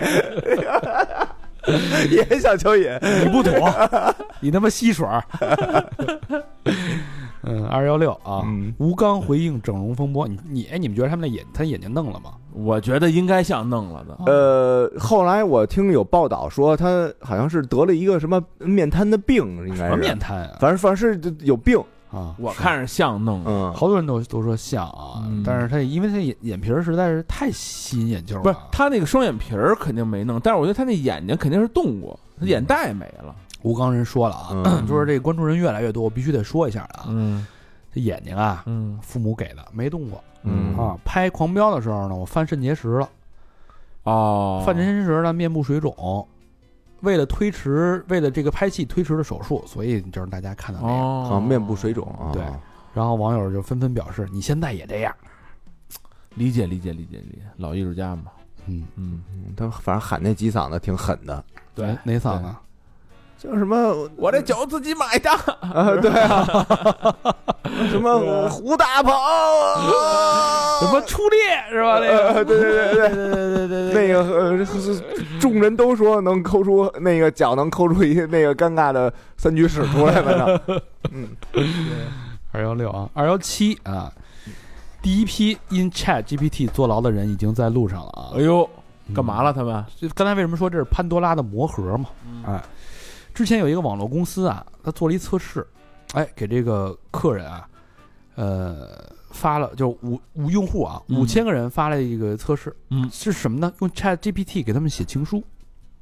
[SPEAKER 2] 也是小蚯蚓，
[SPEAKER 1] 你不吐，你他妈吸水儿。嗯，二幺六啊，
[SPEAKER 2] 嗯
[SPEAKER 1] 吴刚回应整容风波，你你哎，你们觉得他们那眼他眼睛弄了吗？
[SPEAKER 3] 我觉得应该像弄了的，
[SPEAKER 2] 呃，后来我听有报道说，他好像是得了一个什么面瘫的病，应
[SPEAKER 1] 什
[SPEAKER 2] 该
[SPEAKER 1] 么
[SPEAKER 2] 是，
[SPEAKER 1] 面瘫啊？
[SPEAKER 2] 反正反正是有病，
[SPEAKER 1] 啊，
[SPEAKER 3] 我看着像弄的。
[SPEAKER 2] 嗯，
[SPEAKER 1] 好多人都都说像啊，
[SPEAKER 3] 嗯
[SPEAKER 1] 但是他因为他眼眼皮儿实在是太吸引眼球了，啊
[SPEAKER 3] 不是他那个双眼皮儿肯定没弄，但是我觉得他那眼睛肯定是动过，他眼袋没了。
[SPEAKER 1] 吴刚人说了啊，
[SPEAKER 2] 嗯
[SPEAKER 1] 说是这个关注人越来越多，我必须得说一下啊，
[SPEAKER 3] 嗯
[SPEAKER 1] 这眼睛啊，
[SPEAKER 3] 嗯
[SPEAKER 1] 父母给的，没动过
[SPEAKER 2] 嗯
[SPEAKER 1] 啊。拍《狂飙》的时候呢，我犯肾结石了，
[SPEAKER 3] 哦，
[SPEAKER 1] 犯肾结石呢，面部水肿。为了推迟，为了这个拍戏推迟了手术，所以就是大家看到那样。
[SPEAKER 3] 哦，
[SPEAKER 2] 啊，面部水肿啊，
[SPEAKER 1] 对然后网友就纷纷表示：“你现在也这样。
[SPEAKER 3] 理解理解理解理解，老艺术家嘛，”
[SPEAKER 1] 嗯，
[SPEAKER 3] 嗯，
[SPEAKER 2] 嗯他反正喊那几嗓子挺狠的，
[SPEAKER 3] 对
[SPEAKER 1] 哎哪嗓子？
[SPEAKER 2] 叫什么？
[SPEAKER 3] 我这酒自己买的，
[SPEAKER 2] 啊，对啊，什么胡大鹏，
[SPEAKER 1] 什么初恋是吧？那个，
[SPEAKER 2] 呃对对对对。
[SPEAKER 1] 对对对对对，
[SPEAKER 2] 那个呃，是众人都说能抠出那个脚能抠出一个那个尴尬的三居室出来了 呢。嗯，
[SPEAKER 1] 二幺六啊，二幺七啊，第一批因 Chat GPT 坐牢的人已经在路上了啊。
[SPEAKER 3] 哎呦，
[SPEAKER 1] 嗯
[SPEAKER 3] 干嘛了他们？
[SPEAKER 1] 就刚才为什么说这是潘多拉的魔盒嘛？
[SPEAKER 3] 嗯
[SPEAKER 1] 哎，之前有一个网络公司啊，他做了一测试，哎，给这个客人啊，呃，发了就五五用户啊，
[SPEAKER 3] 嗯
[SPEAKER 1] 五千个人发了一个测试，
[SPEAKER 3] 嗯
[SPEAKER 1] 是什么呢？用 Chat GPT 给他们写情书，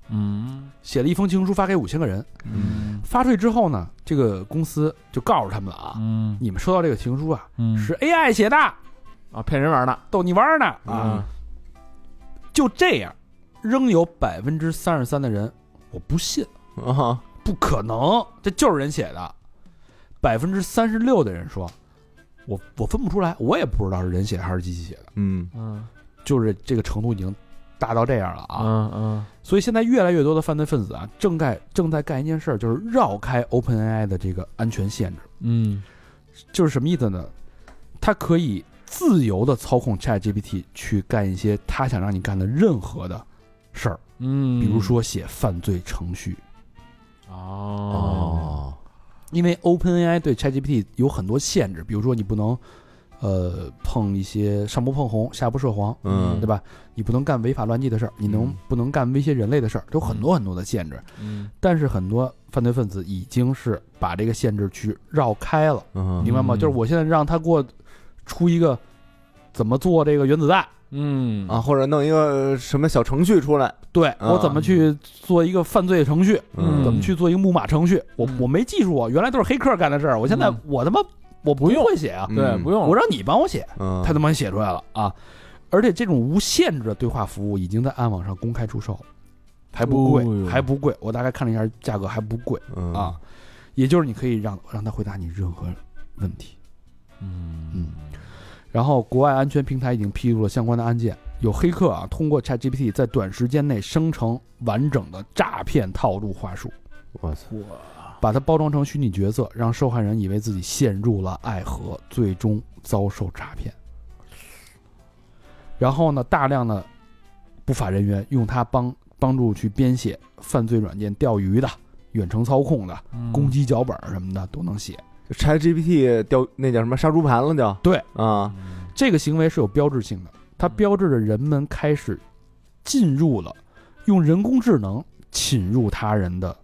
[SPEAKER 3] 嗯
[SPEAKER 1] 写了一封情书发给五千个人，
[SPEAKER 3] 嗯
[SPEAKER 1] 发出去之后呢，这个公司就告诉他们了啊，
[SPEAKER 3] 嗯
[SPEAKER 1] 你们收到这个情书啊，
[SPEAKER 3] 嗯
[SPEAKER 1] 是 AI 写的，
[SPEAKER 3] 啊，骗人玩嗯的
[SPEAKER 1] 逗你玩儿呢，
[SPEAKER 2] 啊，
[SPEAKER 1] 就这样，仍有百分之三十三的人我不信。
[SPEAKER 2] 啊，
[SPEAKER 1] 不可能，这就是人写的。百分之三十六的人说，我我分不出来，我也不知道是人写的还是机器写的，
[SPEAKER 2] 嗯
[SPEAKER 3] 嗯
[SPEAKER 1] 就是这个程度已经大到这样了啊。
[SPEAKER 3] 嗯嗯
[SPEAKER 1] 所以现在越来越多的犯罪分子啊，正在正在干一件事儿，就是绕开 OpenAI 的这个安全限制。
[SPEAKER 3] 嗯
[SPEAKER 1] 就是什么意思呢？它可以自由的操控 ChatGPT 去干一些他想让你干的任何的事儿，
[SPEAKER 3] 嗯
[SPEAKER 1] 比如说写犯罪程序。
[SPEAKER 3] 哦，
[SPEAKER 1] 因为 OpenAI 对 ChatGPT 有很多限制，比如说你不能，呃，碰一些上不碰红，下不涉黄，
[SPEAKER 2] 嗯
[SPEAKER 1] 对吧？你不能干违法乱纪的事儿，你能、
[SPEAKER 2] 嗯
[SPEAKER 1] 不能干威胁人类的事儿，有很多很多的限制。
[SPEAKER 3] 嗯
[SPEAKER 1] 但是很多犯罪分子已经是把这个限制去绕开了，
[SPEAKER 2] 嗯
[SPEAKER 1] 明白吗？
[SPEAKER 3] 嗯
[SPEAKER 1] 就是我现在让他给我出一个怎么做这个原子弹，
[SPEAKER 3] 嗯
[SPEAKER 2] 啊，或者弄一个什么小程序出来，
[SPEAKER 1] 对
[SPEAKER 2] 啊
[SPEAKER 1] 我怎么去做一个犯罪程序，
[SPEAKER 3] 嗯
[SPEAKER 1] 怎么去做一个木马程序，我
[SPEAKER 3] 嗯
[SPEAKER 1] 我没技术啊，原来都是黑客干的事儿，我现在
[SPEAKER 3] 嗯
[SPEAKER 1] 我他妈我不会写啊。
[SPEAKER 3] 对，不用
[SPEAKER 1] 我让你帮我写，
[SPEAKER 2] 嗯，
[SPEAKER 1] 他他妈写出来了啊！而且这种无限制的对话服务已经在暗网上公开出售，还不贵，
[SPEAKER 3] 哦哟
[SPEAKER 1] 还不贵。我大概看了一下价格，还不贵
[SPEAKER 2] 嗯
[SPEAKER 1] 啊。也就是你可以让让他回答你任何问题。
[SPEAKER 3] 嗯
[SPEAKER 1] 嗯然后，国外安全平台已经披露了相关的案件，有黑客啊通过 ChatGPT 在短时间内生成完整的诈骗套路话术，
[SPEAKER 4] 我操，
[SPEAKER 1] 嗯把它包装成虚拟角色，让受害人以为自己陷入了爱河，最终遭受诈骗。然后呢，大量的不法人员用它帮帮助去编写犯罪软件、钓鱼的、远程操控的、
[SPEAKER 3] 嗯
[SPEAKER 1] 攻击脚本什么的都能写。
[SPEAKER 2] 拆 GPT 掉那叫什么杀猪盘了就
[SPEAKER 1] 对
[SPEAKER 2] 啊，
[SPEAKER 1] 这个行为是有标志性的，它标志着人们开始进入了用人工智能侵入他人的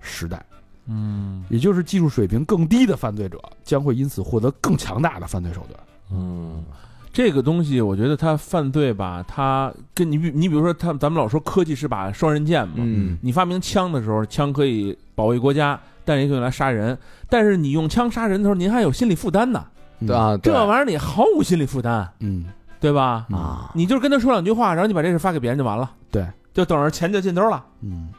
[SPEAKER 1] 时代，
[SPEAKER 3] 嗯
[SPEAKER 1] 也就是技术水平更低的犯罪者将会因此获得更强大的犯罪手段。
[SPEAKER 4] 嗯，
[SPEAKER 3] 这个东西，我觉得他犯罪吧，他跟你比，你比如说他，咱们老说科技是把双刃剑嘛，
[SPEAKER 2] 嗯，
[SPEAKER 3] 你发明枪的时候，枪可以保卫国家，但是也可以用来杀人。但是你用枪杀人的时候，您还有心理负担呢。
[SPEAKER 1] 嗯
[SPEAKER 2] 对，啊，
[SPEAKER 3] 这
[SPEAKER 2] 对
[SPEAKER 3] 玩意儿你毫无心理负担，
[SPEAKER 1] 嗯
[SPEAKER 3] 对吧？
[SPEAKER 1] 啊，
[SPEAKER 2] 啊，
[SPEAKER 3] 你就跟他说两句话，然后你把这事发给别人就完了。
[SPEAKER 1] 对，
[SPEAKER 3] 就等着钱就进兜了，
[SPEAKER 1] 嗯，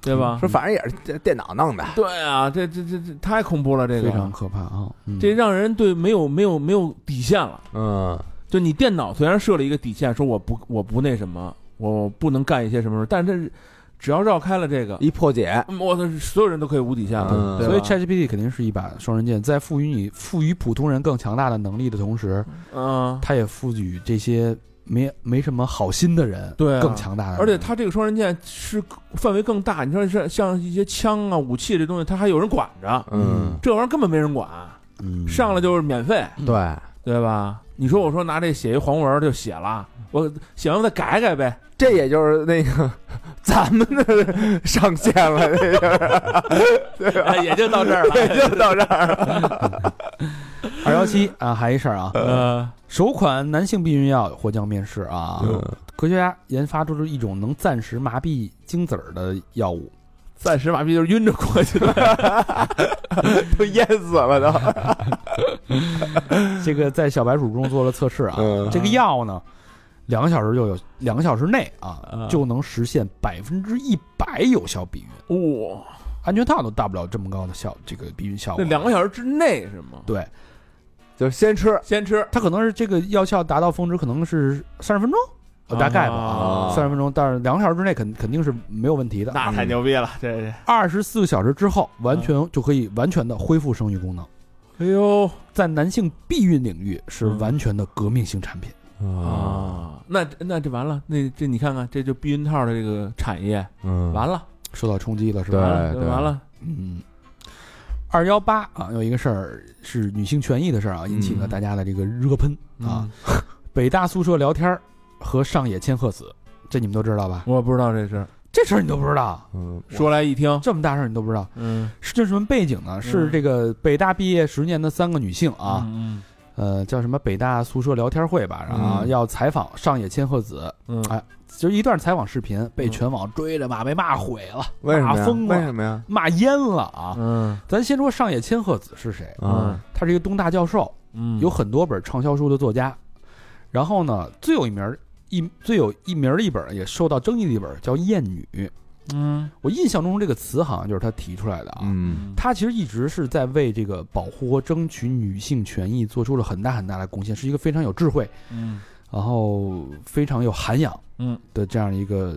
[SPEAKER 3] 对吧？
[SPEAKER 2] 说反正也是电电脑弄的，
[SPEAKER 3] 对啊，这这这这太恐怖了，这
[SPEAKER 1] 非常
[SPEAKER 3] 个
[SPEAKER 1] 可怕啊！嗯
[SPEAKER 3] 这让人对没有没有没有底线了。
[SPEAKER 2] 嗯，
[SPEAKER 3] 就你电脑虽然设了一个底线，说我不我不那什么，我不能干一些什么事儿，但是只要绕开了这个，
[SPEAKER 2] 一破解，
[SPEAKER 3] 嗯我的所有人都可以无底线了。
[SPEAKER 2] 嗯
[SPEAKER 3] 对吧
[SPEAKER 1] 所以 ChatGPT 肯定是一把双刃剑，在赋予你赋予普通人更强大的能力的同时，
[SPEAKER 3] 嗯，
[SPEAKER 1] 它也赋予这些没没什么好心的人
[SPEAKER 3] 对啊
[SPEAKER 1] 更强大的能力，
[SPEAKER 3] 而且它这个双刃剑是范围更大，你说是像一些枪啊、武器这东西，它还有人管着，
[SPEAKER 2] 嗯，
[SPEAKER 3] 这玩意儿根本没人管，
[SPEAKER 1] 嗯
[SPEAKER 3] 上来就是免费，
[SPEAKER 2] 对，
[SPEAKER 3] 对吧？你说我说拿这写一黄文儿就写了，我写完我再改改呗，
[SPEAKER 2] 这也就是那个 咱们的上线了，这就是
[SPEAKER 3] 哎也就到这儿了。
[SPEAKER 2] 对，就到这儿了，
[SPEAKER 1] 二幺七啊，还一事儿啊，
[SPEAKER 3] 呃，
[SPEAKER 1] 首款男性避孕药或将面世啊！
[SPEAKER 2] 嗯
[SPEAKER 1] 科学家研发出一种能暂时麻痹精子儿的药物，
[SPEAKER 3] 暂时麻痹就是晕着过去了。
[SPEAKER 2] 都淹死了都，
[SPEAKER 1] 这个在小白鼠中做了测试啊。
[SPEAKER 2] 嗯
[SPEAKER 1] 这个药呢，两个小时就有，两个小时内
[SPEAKER 3] 啊
[SPEAKER 1] 啊就能实现百分之一百有效避孕，
[SPEAKER 3] 哇，
[SPEAKER 1] 安全套都达不了这么高的效这个避孕效果。
[SPEAKER 3] 那两个小时之内是吗？
[SPEAKER 1] 对，
[SPEAKER 2] 就先吃，
[SPEAKER 3] 先吃，
[SPEAKER 1] 它可能是这个药效达到峰值，可能是三十分钟，呃大概吧
[SPEAKER 3] 啊
[SPEAKER 1] 三十分钟，但是两个小时之内肯肯定是没有问题的。嗯
[SPEAKER 3] 那太嗯牛逼了，这这，
[SPEAKER 1] 二十四个小时之后，完全就可以完全的恢复生育功能。
[SPEAKER 3] 哎呦
[SPEAKER 1] 在男性避孕领域是完全的革命性产品。
[SPEAKER 4] 啊，
[SPEAKER 3] 啊，那那这完了，那这你看看，这就避孕套的这个产业
[SPEAKER 4] 嗯，
[SPEAKER 3] 完了，
[SPEAKER 1] 受到冲击了是
[SPEAKER 4] 对
[SPEAKER 1] 吧？
[SPEAKER 3] 完了
[SPEAKER 4] 对
[SPEAKER 3] 完了，
[SPEAKER 1] 嗯。二幺八啊，有一个事儿是女性权益的事儿啊，引起了
[SPEAKER 3] 嗯
[SPEAKER 1] 大家的这个热喷啊。北大宿舍聊天儿和上野千鹤子，这你们都知道吧？
[SPEAKER 3] 我不知道这事儿，
[SPEAKER 1] 这事儿你都不知道，
[SPEAKER 4] 嗯，
[SPEAKER 3] 说来一听，
[SPEAKER 1] 这么大事儿你都不知道，
[SPEAKER 3] 嗯
[SPEAKER 1] 是这是什么背景呢？是这个北大毕业十年的三个女性啊，
[SPEAKER 3] 嗯
[SPEAKER 1] 呃，叫什么北大宿舍聊天会吧，然后
[SPEAKER 3] 嗯
[SPEAKER 1] 要采访上野千鹤子，
[SPEAKER 3] 嗯
[SPEAKER 1] 哎就是一段采访视频被
[SPEAKER 3] 嗯
[SPEAKER 1] 全网追着骂，被骂毁了，
[SPEAKER 2] 为什么
[SPEAKER 1] 骂
[SPEAKER 2] 呀？
[SPEAKER 1] 疯
[SPEAKER 2] 为
[SPEAKER 1] 了，
[SPEAKER 2] 什么呀？
[SPEAKER 1] 骂淹了啊！
[SPEAKER 3] 嗯
[SPEAKER 1] 咱先说上野千鹤子是谁，
[SPEAKER 4] 啊，
[SPEAKER 1] 他是一个东大教授，
[SPEAKER 3] 嗯
[SPEAKER 1] 有很多本畅销书的作家。然后呢，最有一名儿一最有一名儿的一本也受到争议的一本叫《艳女》，
[SPEAKER 3] 嗯
[SPEAKER 1] 我印象中这个词好像就是他提出来的啊。
[SPEAKER 2] 嗯，
[SPEAKER 1] 他其实一直是在为这个保护和争取女性权益做出了很大很大的贡献，是一个非常有智慧，
[SPEAKER 3] 嗯
[SPEAKER 1] 然后非常有涵养，
[SPEAKER 3] 嗯
[SPEAKER 1] 的这样一个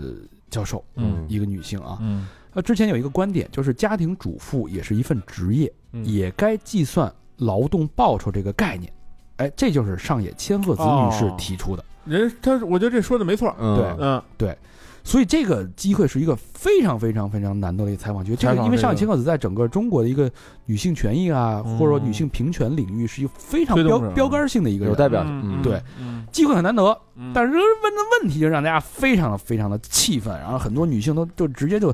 [SPEAKER 1] 教授，
[SPEAKER 3] 嗯
[SPEAKER 1] 一个女性啊。
[SPEAKER 3] 嗯
[SPEAKER 1] 呃，之前有一个观点，就是家庭主妇也是一份职业，
[SPEAKER 3] 嗯
[SPEAKER 1] 也该计算劳动报酬这个概念。哎，这就是上野千鹤子女士提出的。
[SPEAKER 3] 人他，我觉得这说的没错儿，
[SPEAKER 2] 嗯
[SPEAKER 1] 对
[SPEAKER 3] 嗯
[SPEAKER 1] 所以这个机会是一个非常非常非常难得的一个采访机会。这
[SPEAKER 3] 采
[SPEAKER 1] 个
[SPEAKER 3] 访
[SPEAKER 1] 因为
[SPEAKER 3] 这
[SPEAKER 1] 上野
[SPEAKER 3] 个
[SPEAKER 1] 千鹤子在整个中国的一个女性权益啊，
[SPEAKER 3] 嗯
[SPEAKER 1] 或者说女性平权领域是一个非常
[SPEAKER 3] 推动
[SPEAKER 1] 标
[SPEAKER 3] 者啊
[SPEAKER 1] 标杆性的一个人
[SPEAKER 4] 有代表
[SPEAKER 3] 嗯
[SPEAKER 4] 嗯
[SPEAKER 1] 对，
[SPEAKER 3] 嗯
[SPEAKER 1] 机会很难得，
[SPEAKER 3] 嗯
[SPEAKER 1] 但是问的问题就让大家非常的非常的气愤，然后很多女性都就直接就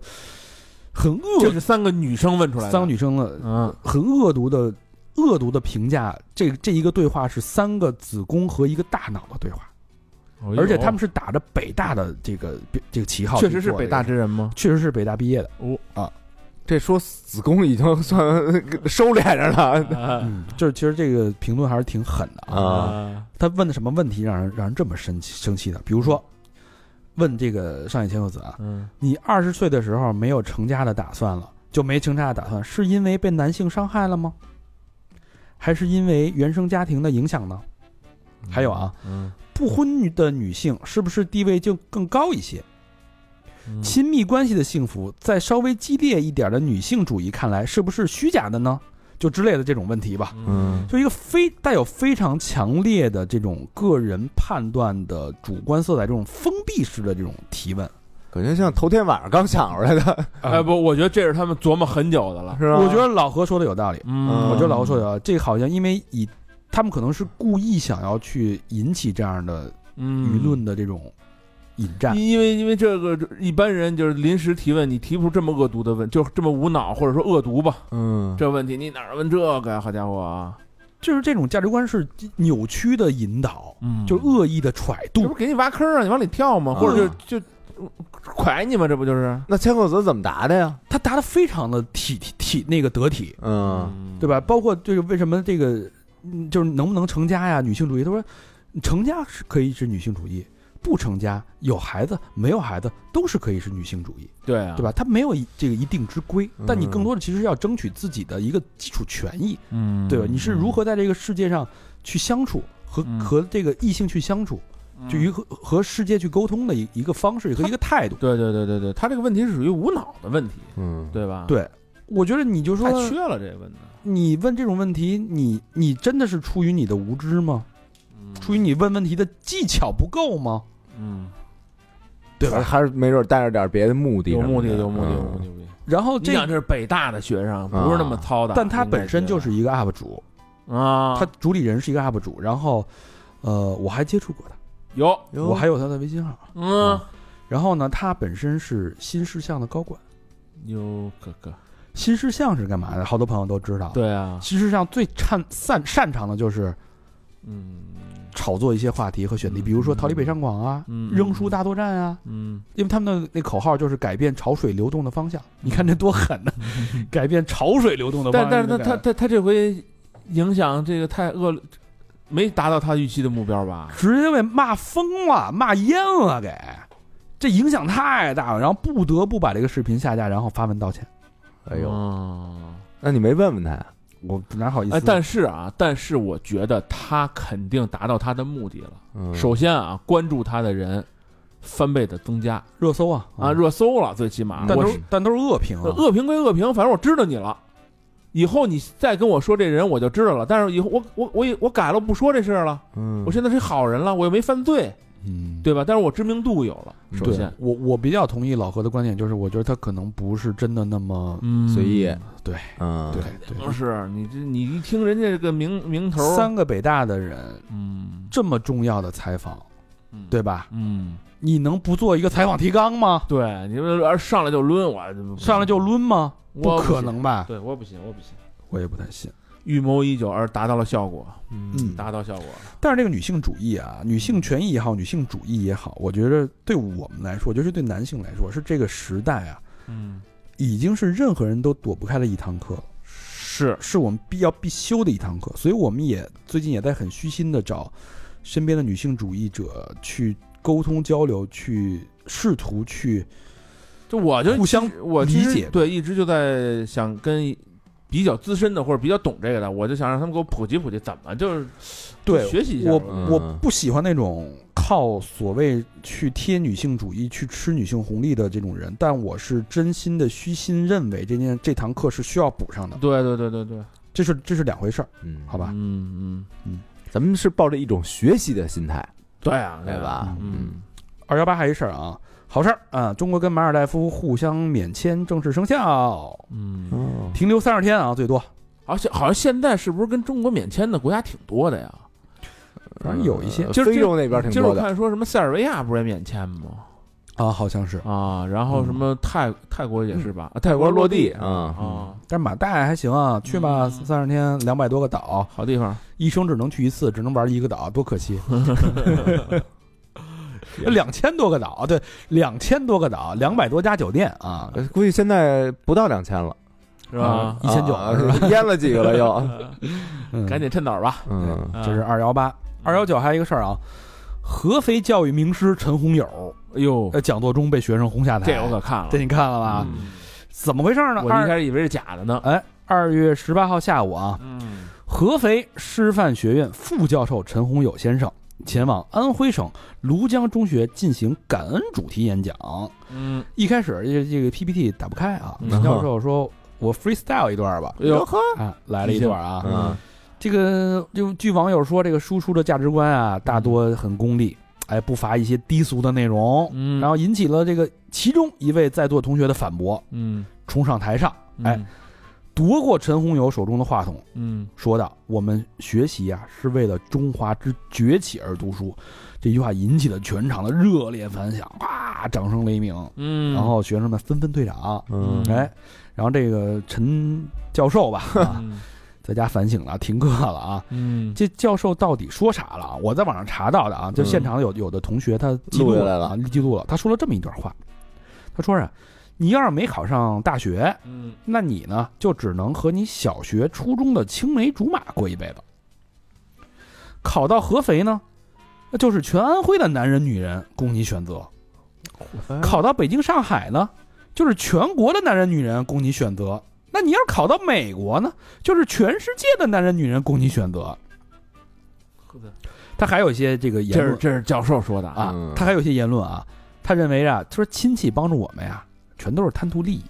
[SPEAKER 1] 很
[SPEAKER 3] 这
[SPEAKER 1] 恶
[SPEAKER 3] 是三个女生问出来的，
[SPEAKER 1] 三个女生的
[SPEAKER 3] 嗯
[SPEAKER 1] 很恶毒的恶毒的评价，这这一个对话是三个子宫和一个大脑的对话，
[SPEAKER 3] 嗯
[SPEAKER 1] 而且他们是打着北大的这个这个旗号去
[SPEAKER 3] 哎确
[SPEAKER 1] 做的，
[SPEAKER 3] 实是北大之人吗？
[SPEAKER 1] 确实是北大毕业的，
[SPEAKER 2] 这说子宫已经算 收敛着了，
[SPEAKER 1] 嗯，就是其实这个评论还是挺狠的啊。
[SPEAKER 2] 嗯
[SPEAKER 3] 啊
[SPEAKER 1] 他问的什么问题让人让人这么生气生气的？比如说，问这个上野千鹤子啊，
[SPEAKER 3] 嗯
[SPEAKER 1] 你二十岁的时候没有成家的打算了，就没清查的打算，是因为被男性伤害了吗？还是因为原生家庭的影响呢？还有啊，
[SPEAKER 3] 嗯，
[SPEAKER 1] 不婚女的女性是不是地位就更高一些？
[SPEAKER 3] 嗯
[SPEAKER 1] 亲密关系的幸福，在稍微激烈一点的女性主义看来，是不是虚假的呢？就之类的这种问题吧，
[SPEAKER 3] 嗯
[SPEAKER 1] 就一个非带有非常强烈的这种个人判断的主观色彩，这种封闭式的这种提问。
[SPEAKER 2] 感觉像头天晚上刚想出来的，
[SPEAKER 3] 哎不，我觉得这是他们琢磨很久的了。
[SPEAKER 2] 是吧？
[SPEAKER 1] 我觉得老何说的有道理，
[SPEAKER 3] 啊嗯
[SPEAKER 1] 啊我觉得老何说的有道理。这个好像因为以他们可能是故意想要去引起这样的
[SPEAKER 3] 舆
[SPEAKER 1] 舆论的这种引战，
[SPEAKER 3] 嗯因因为因为这个一般人就是临时提问，你提不出这么恶毒的问，就是这么无脑或者说恶毒吧，
[SPEAKER 2] 嗯，
[SPEAKER 3] 这问题你哪儿问这个呀？好家伙啊，
[SPEAKER 1] 就是这种价值观是扭曲的引导，
[SPEAKER 3] 嗯
[SPEAKER 1] 就是恶嗯意的揣
[SPEAKER 3] 这不
[SPEAKER 1] 度
[SPEAKER 3] 是。给你挖坑啊，你往里跳吗？
[SPEAKER 2] 啊
[SPEAKER 3] 或者就就蒯你吗？这不就是？
[SPEAKER 2] 那千鹤子怎么答的呀？
[SPEAKER 1] 他答的非常的体体体那个得体，
[SPEAKER 2] 嗯，
[SPEAKER 1] 对吧？包括这个为什么这个嗯就是能不能成家呀？女性主义，他说成家是可以是女性主义，不成家有孩子没有孩子都是可以是女性主义，
[SPEAKER 3] 对啊，
[SPEAKER 1] 对吧？它没有一这个一定之规，但你
[SPEAKER 2] 嗯
[SPEAKER 1] 更多的其实是要争取自己的一个基础权益，
[SPEAKER 3] 嗯，
[SPEAKER 1] 对吧？你是如何在这个世界上去相处和
[SPEAKER 3] 嗯
[SPEAKER 1] 和这个异性去相处，
[SPEAKER 3] 嗯
[SPEAKER 1] 就与和和世界去沟通的一一个方式和一个态度。
[SPEAKER 3] 对对对对对，他这个问题是属于无脑的问题，
[SPEAKER 2] 嗯，
[SPEAKER 3] 对吧？，嗯
[SPEAKER 1] 对，我觉得你就
[SPEAKER 3] 啊太
[SPEAKER 1] 说
[SPEAKER 3] 缺了这个问题，
[SPEAKER 1] 你问这种问题，你你真的是出于你的无知吗？出于你问问题的技巧不够吗？
[SPEAKER 3] 嗯，
[SPEAKER 1] 对
[SPEAKER 2] 还
[SPEAKER 1] 吧？
[SPEAKER 2] 还是没准带着点别的目的什
[SPEAKER 3] 有
[SPEAKER 2] 么的，
[SPEAKER 3] 目的有目的有啊目的
[SPEAKER 2] 嗯。
[SPEAKER 3] 有目的。
[SPEAKER 1] 然后
[SPEAKER 3] 你
[SPEAKER 1] 这
[SPEAKER 3] 想
[SPEAKER 1] 个，
[SPEAKER 3] 这是北大的学生，不是那么糙的，
[SPEAKER 1] 但他本身就是一个 UP 主，
[SPEAKER 3] 啊，
[SPEAKER 1] 他主理人是一个 UP 主，然后，呃，我还接触过他，
[SPEAKER 3] 有
[SPEAKER 1] 我还有他的微信号。
[SPEAKER 3] 嗯
[SPEAKER 1] 然后呢，他本身是新事项的高管，
[SPEAKER 3] 有哥哥，
[SPEAKER 1] 新事项是干嘛的？好多朋友都知道。，
[SPEAKER 3] 对啊，
[SPEAKER 1] 新事项最擅擅擅长的就是
[SPEAKER 3] 嗯
[SPEAKER 1] 炒作一些话题和选题，比如说
[SPEAKER 3] 嗯
[SPEAKER 1] 逃离北上广啊，
[SPEAKER 3] 嗯
[SPEAKER 1] 扔书大作战啊，
[SPEAKER 3] 嗯
[SPEAKER 1] 因为他们的那口号就是改变潮水流动的方向，你看这多狠 呐、改变潮水流动的方
[SPEAKER 3] 但
[SPEAKER 1] 向。
[SPEAKER 3] 但
[SPEAKER 1] 你
[SPEAKER 3] 是他他
[SPEAKER 1] 就
[SPEAKER 3] 他他这回影响这个太恶劣，没达到他预期的目标吧
[SPEAKER 1] 改？直接被骂疯了，骂淹了给，这影响太大了，然后不得不把这个视频下架，然后发文道歉。
[SPEAKER 2] 哎呦，
[SPEAKER 3] 嗯
[SPEAKER 2] 那你没问问他呀？
[SPEAKER 1] 我哪好意思？
[SPEAKER 3] 哎，但是啊，但是我觉得他肯定达到他的目的了。
[SPEAKER 2] 嗯
[SPEAKER 3] 首先啊，关注他的人翻倍的增加
[SPEAKER 1] 热搜啊
[SPEAKER 3] 啊，，热搜了，最起码
[SPEAKER 1] 嗯但
[SPEAKER 3] 我
[SPEAKER 1] 都
[SPEAKER 3] 是
[SPEAKER 1] 是但都是恶评啊，
[SPEAKER 3] 恶评归恶评，反正我知道你了。以后你再跟我说这人，我就知道了。但是以后我我我也我改了，我不说这事儿了。
[SPEAKER 2] 嗯，
[SPEAKER 3] 我现在是好人了，我又没犯罪，
[SPEAKER 1] 嗯，
[SPEAKER 3] 对吧？但是我知名度有了，首
[SPEAKER 1] 对
[SPEAKER 3] 先，
[SPEAKER 1] 我我比较同意老何的观点，就是我觉得他可能不是真的那么
[SPEAKER 3] 嗯
[SPEAKER 2] 随意，
[SPEAKER 1] 对
[SPEAKER 2] 嗯，
[SPEAKER 1] 对
[SPEAKER 3] 不
[SPEAKER 1] 对。
[SPEAKER 3] 是你这你一听人家这个名名头，
[SPEAKER 1] 三个北大的人
[SPEAKER 3] 嗯，
[SPEAKER 1] 这么重要的采访，
[SPEAKER 3] 嗯
[SPEAKER 1] 对吧？
[SPEAKER 3] 嗯，
[SPEAKER 1] 你能不做一个采访提纲吗？
[SPEAKER 3] 对，你们而上来就抡我，
[SPEAKER 1] 上来就抡吗？
[SPEAKER 3] 我不
[SPEAKER 1] 可
[SPEAKER 3] 信
[SPEAKER 1] 能吧？
[SPEAKER 3] 对我不行，我不行。
[SPEAKER 1] 我也不太信。
[SPEAKER 3] 预谋已久而达到了效果，
[SPEAKER 1] 嗯
[SPEAKER 3] 达到效果了。
[SPEAKER 1] 但是这个女性主义啊，女性权益也好，女性主义也好，我觉得对我们来说，就是对男性来说，是这个时代啊，
[SPEAKER 3] 嗯，
[SPEAKER 1] 已经是任何人都躲不开的一堂课了，
[SPEAKER 3] 是，
[SPEAKER 1] 是我们必要必修的一堂课。所以我们也最近也在很虚心的找身边的女性主义者去沟通交流，去试图去
[SPEAKER 3] 就我就
[SPEAKER 1] 互相
[SPEAKER 3] 我其实
[SPEAKER 1] 理解
[SPEAKER 3] 对，一直就在想跟比较资深的或者比较懂这个的，我就想让他们给我普及普及，怎么就是
[SPEAKER 1] 对
[SPEAKER 3] 学习一下
[SPEAKER 1] 我
[SPEAKER 3] 吧
[SPEAKER 1] 我
[SPEAKER 2] 嗯
[SPEAKER 1] 不喜欢那种靠所谓去贴女性主义、去吃女性红利的这种人，但我是真心的、虚心认为这件这堂课是需要补上的，
[SPEAKER 3] 对对对对对，
[SPEAKER 1] 这是这是两回事儿，
[SPEAKER 2] 嗯，
[SPEAKER 1] 好吧？
[SPEAKER 3] 嗯嗯，
[SPEAKER 2] 咱们是抱着一种学习的心态，
[SPEAKER 3] 对啊，
[SPEAKER 2] 对
[SPEAKER 3] 啊？
[SPEAKER 2] 吧？
[SPEAKER 3] 嗯，
[SPEAKER 1] 二幺八还有一事儿啊，好事儿啊！中国跟马尔代夫互相免签正式生效，
[SPEAKER 3] 嗯，
[SPEAKER 2] 嗯，
[SPEAKER 1] 停留三十天啊，最多。
[SPEAKER 3] 而且好像现在是不是跟中国免签的国家挺多的呀？
[SPEAKER 1] 反正有一些
[SPEAKER 2] 呃
[SPEAKER 3] 今儿
[SPEAKER 2] 非洲那边
[SPEAKER 3] 今
[SPEAKER 2] 挺
[SPEAKER 3] 儿我
[SPEAKER 2] 多的，
[SPEAKER 3] 看说什么塞尔维亚不是也免签吗？
[SPEAKER 1] 啊，好像
[SPEAKER 2] 嗯
[SPEAKER 1] 是，
[SPEAKER 3] 啊，然后什么泰泰国也是吧？啊
[SPEAKER 2] 泰
[SPEAKER 3] 泰
[SPEAKER 2] 国
[SPEAKER 3] 国
[SPEAKER 2] 落
[SPEAKER 3] 地
[SPEAKER 2] 地啊，
[SPEAKER 3] 啊，
[SPEAKER 1] 但是马代还行啊，去吧，
[SPEAKER 3] 嗯
[SPEAKER 1] 三十天，两百多个岛，
[SPEAKER 3] 好地方。
[SPEAKER 1] 一生只能去一次，只能玩一个岛，多可 惜！两千多个岛，对，两千多个岛，两百多家酒店啊，
[SPEAKER 3] 嗯
[SPEAKER 2] 呃估计现在不到两千了，
[SPEAKER 3] 是吧？
[SPEAKER 1] 一千九
[SPEAKER 2] 啊 淹了几个了又，
[SPEAKER 1] 嗯
[SPEAKER 3] 赶，紧趁啊嗯早吧。
[SPEAKER 2] 嗯，
[SPEAKER 1] 这是二幺八，二幺九还有一个事儿啊，合肥教育名师陈洪友，
[SPEAKER 3] 哎呦，
[SPEAKER 1] 呃，讲座中被学生轰下台，
[SPEAKER 3] 这我可看了，
[SPEAKER 1] 这你看了吧？
[SPEAKER 3] 嗯
[SPEAKER 1] 怎么回事呢？
[SPEAKER 3] 我一
[SPEAKER 1] 二
[SPEAKER 3] 开始以为是假的呢。
[SPEAKER 1] 哎，二月十八号下午啊，
[SPEAKER 3] 嗯，
[SPEAKER 1] 合肥师范学院副教授陈洪友先生前往安徽省庐江中学进行感恩主题演讲。
[SPEAKER 3] 嗯，
[SPEAKER 1] 一开始这这个 PPT 打不开啊，
[SPEAKER 3] 嗯
[SPEAKER 1] 陈教授说：“我 freestyle 一段吧。
[SPEAKER 3] 哎呦，
[SPEAKER 2] 呵，
[SPEAKER 1] 啊，来了一段啊。
[SPEAKER 2] 嗯，
[SPEAKER 1] 这个就据网友说，这个输出的价值观
[SPEAKER 3] 嗯
[SPEAKER 1] 啊，大多很功利，哎，不乏一些低俗的内容，
[SPEAKER 3] 嗯，
[SPEAKER 1] 然后引起了这个其中一位在座同学的反驳，
[SPEAKER 3] 嗯，
[SPEAKER 1] 冲上台上
[SPEAKER 3] 嗯
[SPEAKER 1] 哎，夺过陈洪友手中的话筒，
[SPEAKER 3] 嗯
[SPEAKER 1] 说道：“我们学习啊，是为了中华之崛起而读书。”这句话引起了全场的热烈反响，哇，掌声雷鸣。
[SPEAKER 3] 嗯，
[SPEAKER 1] 然后学生们纷纷退场，
[SPEAKER 4] 嗯
[SPEAKER 3] 嗯
[SPEAKER 1] 哎，然后这个陈教授吧， 啊
[SPEAKER 3] 嗯
[SPEAKER 1] 在家反省了，停课了啊。
[SPEAKER 3] 嗯，
[SPEAKER 1] 这教授到底说啥了啊？我在网上查到的啊，就现场有有的同学他记录
[SPEAKER 2] 录下来
[SPEAKER 1] 啊，记录了，他说了这么一段话，他说啊，你要是没考上大学，
[SPEAKER 3] 嗯
[SPEAKER 1] 那你呢就只能和你小学、初中的青梅竹马过一辈子。考到合肥呢，那就是全安徽的男人女人供你选择；考到北京、上海呢，就是全国的男人女人供你选择。那你要是考到美国呢，就是全世界的男人女人供你选择。他还有一些这个言
[SPEAKER 3] 这是
[SPEAKER 1] 论
[SPEAKER 3] 这是教授说的啊，
[SPEAKER 1] 啊
[SPEAKER 2] 嗯，
[SPEAKER 1] 他还有一些言论啊，他认为啊，他说亲戚帮助我们呀，全都是贪图利益。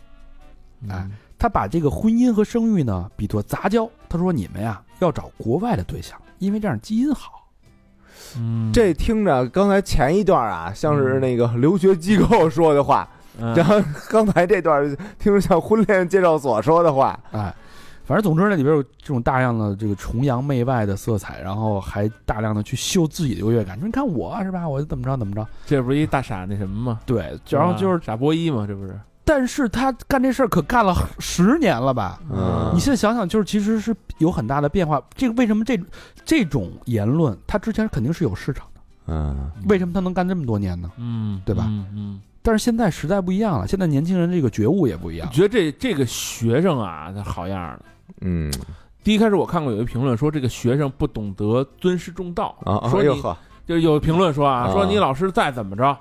[SPEAKER 1] 哎他把这个婚姻和生育呢比作杂交，他说你们呀要找国外的对象，因为这样基因好。
[SPEAKER 3] 嗯，
[SPEAKER 2] 这听着刚才前一段啊，像是那个留学机构说的话，
[SPEAKER 3] 嗯
[SPEAKER 2] 然后刚才这段听着像婚恋介绍所说的话，
[SPEAKER 1] 哎，反正总之那里边有这种大量的这个崇洋媚外的色彩，然后还大量的去秀自己的优越感，说你看我啊是吧，我怎么着怎么着。
[SPEAKER 3] 这不是一大傻那什么吗？
[SPEAKER 1] 对，然后就是，
[SPEAKER 3] 啊傻波一嘛，这不是？
[SPEAKER 1] 但是他干这事儿可干了十年了吧？
[SPEAKER 2] 嗯
[SPEAKER 1] 你现在想想，就是其实是有很大的变化。这个为什么这这种言论，他之前肯定是有市场的，
[SPEAKER 2] 嗯，
[SPEAKER 1] 为什么他能干这么多年呢？
[SPEAKER 3] 嗯，
[SPEAKER 1] 对吧
[SPEAKER 3] 嗯
[SPEAKER 1] 但是现在时代不一样了，现在年轻人这个觉悟也不一样
[SPEAKER 3] 嗯，。觉得这这个学生啊，他好样儿的。
[SPEAKER 2] 嗯
[SPEAKER 3] 第一开始我看过有一评论说这个学生不懂得尊师重道
[SPEAKER 2] 啊，啊
[SPEAKER 3] 说
[SPEAKER 2] 哎呦
[SPEAKER 3] 你
[SPEAKER 2] 呵，
[SPEAKER 3] 就是有评论说啊，
[SPEAKER 2] 啊
[SPEAKER 3] 说你老师再怎么着，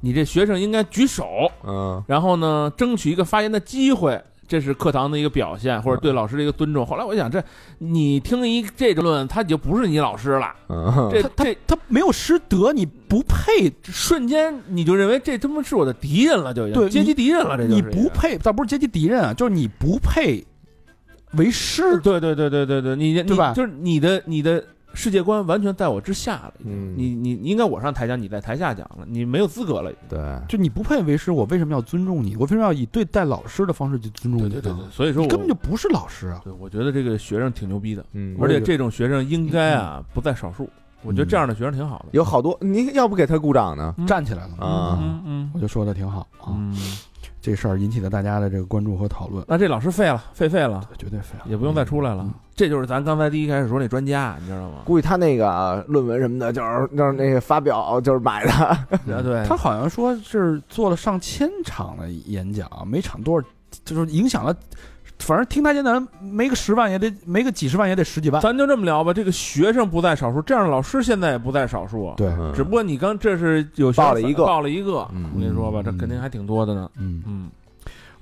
[SPEAKER 3] 你这学生应该举手，
[SPEAKER 2] 嗯
[SPEAKER 3] 然后呢，争取一个发言的机会，这是课堂的一个表现，或者对老师的一个尊重。后来我想，这你听一这种论，他就不是你老师了，
[SPEAKER 2] 嗯，
[SPEAKER 3] 这
[SPEAKER 1] 他
[SPEAKER 3] 这
[SPEAKER 1] 他没有师德，你不配，
[SPEAKER 3] 瞬间你就认为这他妈是我的敌人了，就已经
[SPEAKER 1] 对
[SPEAKER 3] 阶级敌人了，这就
[SPEAKER 1] 你
[SPEAKER 3] 是
[SPEAKER 1] 不配，倒不是阶级敌人啊，就是你不配为师。
[SPEAKER 3] 对对对对对对，你你
[SPEAKER 1] 对吧
[SPEAKER 3] 就是你的你的世界观完全在我之下了。
[SPEAKER 2] 嗯
[SPEAKER 3] 你你你应该我上台讲，你在台下讲了，你没有资格了。
[SPEAKER 2] 对，
[SPEAKER 1] 就你不配为师，我为什么要尊重你？我为什么要以对待老师的方式去尊重你
[SPEAKER 3] 对
[SPEAKER 1] 呢？
[SPEAKER 3] 对对对，所以说
[SPEAKER 1] 你
[SPEAKER 3] 我
[SPEAKER 1] 根本就不是老师啊！
[SPEAKER 3] 对，我觉得这个学生挺牛逼的，
[SPEAKER 2] 嗯
[SPEAKER 1] 我
[SPEAKER 3] 而
[SPEAKER 1] 也
[SPEAKER 3] 且
[SPEAKER 1] 觉得嗯
[SPEAKER 3] 这种学生应该啊不在少数。我觉得这样的学生挺好的。
[SPEAKER 2] 有好多，你要不给他鼓掌呢？
[SPEAKER 3] 嗯
[SPEAKER 1] 站起来了嘛，
[SPEAKER 2] 啊
[SPEAKER 3] 嗯嗯
[SPEAKER 1] 我就说的挺好啊。
[SPEAKER 3] 嗯，
[SPEAKER 1] 这事儿引起了大家的这个关注和讨论，
[SPEAKER 3] 那这老师废了，废废了，
[SPEAKER 1] 绝对废了。
[SPEAKER 3] 也不用再出来了
[SPEAKER 1] 嗯。
[SPEAKER 3] 这就是咱刚才第一开始说那专家，你知 道吗？
[SPEAKER 2] 估计他那个啊论文什么的，就是就是那个发表就是买的，
[SPEAKER 3] 啊，对，
[SPEAKER 1] 嗯他好像说是做了上千场的演讲，啊每场多少，就是影响了，反正听他演讲没个十万也得没个几十万也得十几万。
[SPEAKER 3] 咱就这么聊吧。这个学生不在少数，这样的老师现在也不在少数。啊
[SPEAKER 1] 对，
[SPEAKER 3] 只不过你刚这是有学生
[SPEAKER 2] 报了一个
[SPEAKER 3] 报了一个，
[SPEAKER 2] 嗯
[SPEAKER 3] 我跟你说吧，这肯定还挺多的呢。
[SPEAKER 1] 嗯，
[SPEAKER 3] 嗯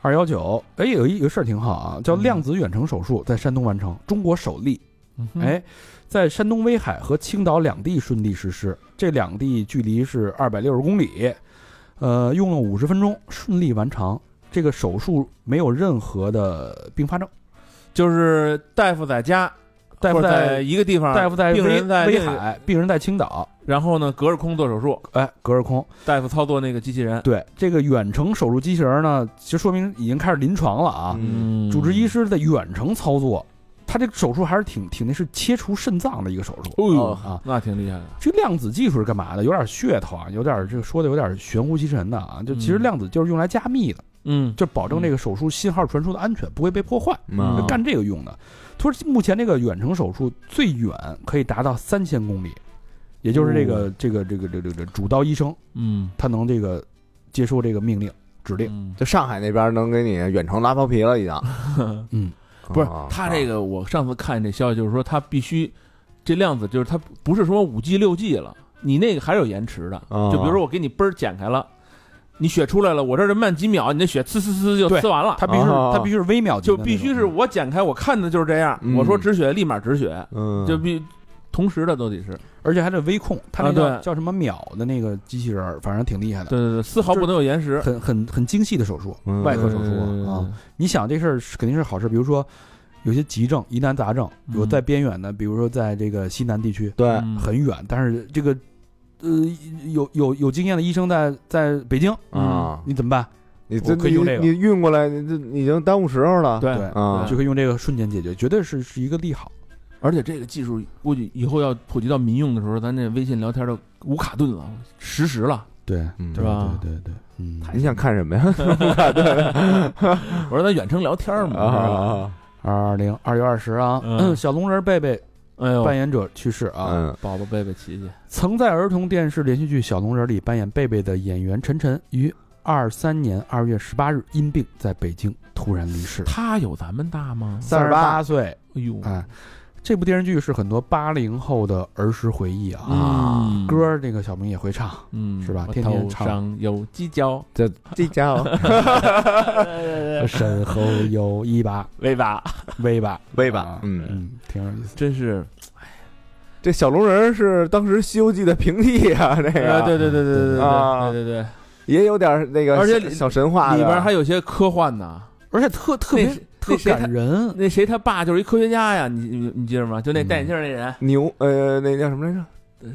[SPEAKER 1] 二幺九，哎，有一有事儿挺好啊，叫
[SPEAKER 3] 嗯
[SPEAKER 1] 量子远程手术在山东完成，中国首例。
[SPEAKER 3] 嗯哼
[SPEAKER 1] 哎，在山东威海和青岛两地顺利实施，这两地距离是二百六十公里，呃，用了五十分钟顺利完成。这个手术没有任何的并发症，
[SPEAKER 3] 就是大夫在家，
[SPEAKER 1] 大夫
[SPEAKER 3] 或者
[SPEAKER 1] 在
[SPEAKER 3] 在一个地方，
[SPEAKER 1] 大夫在
[SPEAKER 3] 病人
[SPEAKER 1] 威
[SPEAKER 3] 在
[SPEAKER 1] 威
[SPEAKER 3] 另一个，
[SPEAKER 1] 海，病人在青岛，
[SPEAKER 3] 然后呢隔着空做手术，
[SPEAKER 1] 哎，隔着空。
[SPEAKER 3] 大夫操作那个机器人。
[SPEAKER 1] 对，这个远程手术机器人呢，其实说明已经开始临床了啊。
[SPEAKER 2] 嗯
[SPEAKER 1] 主治医，师在远程操作，他这个手术还是挺挺那是切除肾脏的一个手术。
[SPEAKER 3] 哎呦
[SPEAKER 2] 哦
[SPEAKER 1] 啊，
[SPEAKER 3] 那挺厉害的。
[SPEAKER 1] 这量子技术是干嘛的？有点噱头啊，有点这个说的有点玄乎其神的啊。就其实
[SPEAKER 3] 嗯
[SPEAKER 1] 量子就是用来加密的，
[SPEAKER 3] 嗯，
[SPEAKER 1] 就保证这个手术信号传输的安全，不会被破坏，
[SPEAKER 3] 嗯
[SPEAKER 1] 就
[SPEAKER 3] 啊
[SPEAKER 1] 干这个用的。他说目前这个远程手术最远可以达到三千公里，也就是这
[SPEAKER 3] 哦
[SPEAKER 1] 个、这个这个这个这个主刀医生
[SPEAKER 3] 嗯，
[SPEAKER 1] 他能这个接收这个命令指令。
[SPEAKER 3] 嗯
[SPEAKER 2] 就上海那边能给你远程拉包皮了，已经。
[SPEAKER 1] 嗯，
[SPEAKER 3] 不是
[SPEAKER 2] 啊
[SPEAKER 3] 他这个，我上次看这消息就是说他必须这量子就是他不是说五 G 六 G 了，你那个还是有延迟的。
[SPEAKER 2] 啊
[SPEAKER 3] 就比如说我给你嘣儿剪开了，你血出来了，我这儿慢几秒，你那血呲呲呲就
[SPEAKER 1] 对
[SPEAKER 3] 呲完了，
[SPEAKER 1] 它必须是
[SPEAKER 2] 啊
[SPEAKER 1] 它必须是微秒级的
[SPEAKER 3] 哦就
[SPEAKER 1] 那种，
[SPEAKER 3] 必须是我剪开，我看的就是这样。
[SPEAKER 2] 嗯
[SPEAKER 3] 我说止血，立马止血，
[SPEAKER 2] 嗯，
[SPEAKER 3] 就必同时的都得是。
[SPEAKER 1] 而且还得微控，它那
[SPEAKER 3] 啊
[SPEAKER 1] 个
[SPEAKER 3] 对
[SPEAKER 1] 叫什么秒的那个机器人儿，反正挺厉害的，
[SPEAKER 3] 对对对，丝毫不能有延时。
[SPEAKER 1] 很很很精细的手术，
[SPEAKER 2] 嗯
[SPEAKER 1] 外科手术
[SPEAKER 3] 嗯
[SPEAKER 1] 啊。你想这事儿是肯定是好事，比如说有些急症、疑难杂症，有
[SPEAKER 3] 嗯
[SPEAKER 1] 在边远的，比如说在这个西南地区
[SPEAKER 2] 对，
[SPEAKER 3] 嗯
[SPEAKER 1] 啊很远，但是这个呃有有有经验的医生在在北京，
[SPEAKER 2] 啊，
[SPEAKER 1] 你怎么办？
[SPEAKER 2] 你
[SPEAKER 1] 嗯
[SPEAKER 2] 这
[SPEAKER 1] 我可以用
[SPEAKER 2] 你
[SPEAKER 1] 这个
[SPEAKER 2] 你运过来，你这你已经耽误时候了。
[SPEAKER 3] 对
[SPEAKER 1] 对
[SPEAKER 2] 啊
[SPEAKER 1] 就可以用这个瞬间解决，绝对是是一个利好。
[SPEAKER 3] 而且这个技术估计以后要普及到民用的时候，咱这微信聊天都无卡顿了，实时了。
[SPEAKER 1] 对，
[SPEAKER 2] 嗯
[SPEAKER 1] 对
[SPEAKER 3] 是吧
[SPEAKER 1] 对对对，嗯，
[SPEAKER 2] 你想看什么呀？
[SPEAKER 3] 我说咱远程聊天嘛，是吧
[SPEAKER 2] 啊，
[SPEAKER 1] 二零二月二十啊，
[SPEAKER 3] 嗯
[SPEAKER 1] 小龙人贝贝
[SPEAKER 3] 哎呦，
[SPEAKER 1] 扮演者去世啊。
[SPEAKER 2] 嗯
[SPEAKER 3] 宝宝贝贝琪琪，
[SPEAKER 1] 曾在儿童电视连续剧《小龙人》里扮演贝贝的演员陈晨，于二三年二月十八日因病在北京突然离世，
[SPEAKER 3] 他有咱们大吗？
[SPEAKER 1] 三十
[SPEAKER 2] 38
[SPEAKER 1] 八岁。
[SPEAKER 3] 哎呦，
[SPEAKER 2] 啊
[SPEAKER 1] 哎，这部电视剧是很多八零后的儿时回忆啊，
[SPEAKER 3] 嗯
[SPEAKER 1] 歌儿那个小明也会唱，
[SPEAKER 3] 嗯
[SPEAKER 1] 是吧
[SPEAKER 3] 我
[SPEAKER 1] 天天
[SPEAKER 3] 头
[SPEAKER 1] 唱
[SPEAKER 3] 上有犄 角，
[SPEAKER 2] 这这家 伙
[SPEAKER 1] 身后有一把
[SPEAKER 3] 尾巴，
[SPEAKER 1] 威吧，
[SPEAKER 2] 威
[SPEAKER 1] 啊
[SPEAKER 2] 嗯，
[SPEAKER 1] 嗯，挺有意思。
[SPEAKER 3] 真是
[SPEAKER 2] 这小龙人是当时《西游记》的平替啊，这
[SPEAKER 3] 哎
[SPEAKER 2] 个
[SPEAKER 3] 对对对对对对
[SPEAKER 2] 啊
[SPEAKER 3] 对对对，
[SPEAKER 2] 也有点那个，
[SPEAKER 3] 而且
[SPEAKER 2] 小小神话的
[SPEAKER 3] 里边还有些科幻呢。
[SPEAKER 1] 而且特特别
[SPEAKER 3] 那谁
[SPEAKER 1] 特
[SPEAKER 3] 那谁
[SPEAKER 1] 感人，
[SPEAKER 3] 那谁他爸就是一科学家呀，你你你记着吗？就那
[SPEAKER 2] 嗯
[SPEAKER 3] 戴眼镜那人，
[SPEAKER 2] 牛呃，那叫什么来着？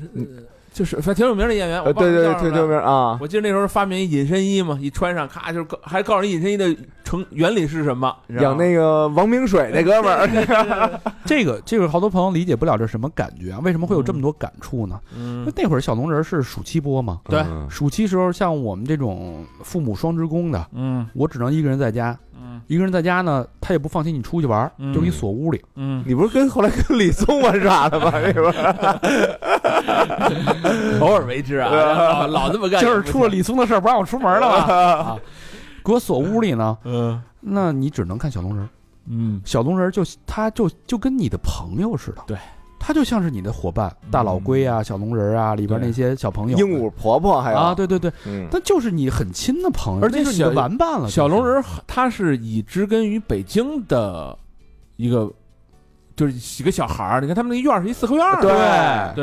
[SPEAKER 3] 就是反正挺有名的演员。
[SPEAKER 2] 呃，
[SPEAKER 3] 我忘
[SPEAKER 2] 对
[SPEAKER 3] 了
[SPEAKER 2] 对
[SPEAKER 3] 叫什
[SPEAKER 2] 对，
[SPEAKER 3] 么
[SPEAKER 2] 对
[SPEAKER 3] 了
[SPEAKER 2] 面啊，
[SPEAKER 3] 我记得那时候发明一隐身衣嘛，一穿上咔就是告还告诉你隐身衣的成原理是什么，你知道
[SPEAKER 2] 养
[SPEAKER 3] 吗
[SPEAKER 2] 那个王明水那哥们儿，
[SPEAKER 1] 这个这个好多朋友理解不了这什么感觉啊？为什么会有这么多感触呢？因为
[SPEAKER 3] 嗯
[SPEAKER 1] 那会儿小龙人是暑期播嘛，
[SPEAKER 3] 对
[SPEAKER 2] 嗯
[SPEAKER 1] 暑期时候像我们这种父母双职工的，
[SPEAKER 3] 嗯
[SPEAKER 1] 我只能一个人在家，
[SPEAKER 3] 嗯
[SPEAKER 1] 一个人在家呢，他也不放心你出去玩儿，
[SPEAKER 3] 嗯
[SPEAKER 1] 就给你锁屋里。
[SPEAKER 3] 嗯，
[SPEAKER 2] 你不是跟后来跟李松玩啥的吗？那边
[SPEAKER 3] 偶尔为之 啊，老老这么干，
[SPEAKER 1] 就是出了，李松的事儿，不让我出门了吧？啊，给我锁屋里呢，
[SPEAKER 3] 嗯
[SPEAKER 1] 那你只能看小龙人儿。
[SPEAKER 3] 嗯
[SPEAKER 1] 小龙人儿就他就就跟你的朋友似的，
[SPEAKER 3] 对，
[SPEAKER 1] 他就像是你的伙伴，大老龟啊、小龙人儿啊里边
[SPEAKER 3] 对
[SPEAKER 1] 那些小朋友
[SPEAKER 2] 鹦鹉婆婆还有
[SPEAKER 1] 啊，，对对对，
[SPEAKER 2] 嗯
[SPEAKER 1] 但就是你很亲的朋友，
[SPEAKER 3] 而且
[SPEAKER 1] 那是你的
[SPEAKER 3] 小
[SPEAKER 1] 玩伴了。
[SPEAKER 3] 小龙
[SPEAKER 1] 就是
[SPEAKER 3] 人儿他是以植根于北京的一个，就是几个小孩儿，你看他们那院儿是一四合院儿，
[SPEAKER 2] 对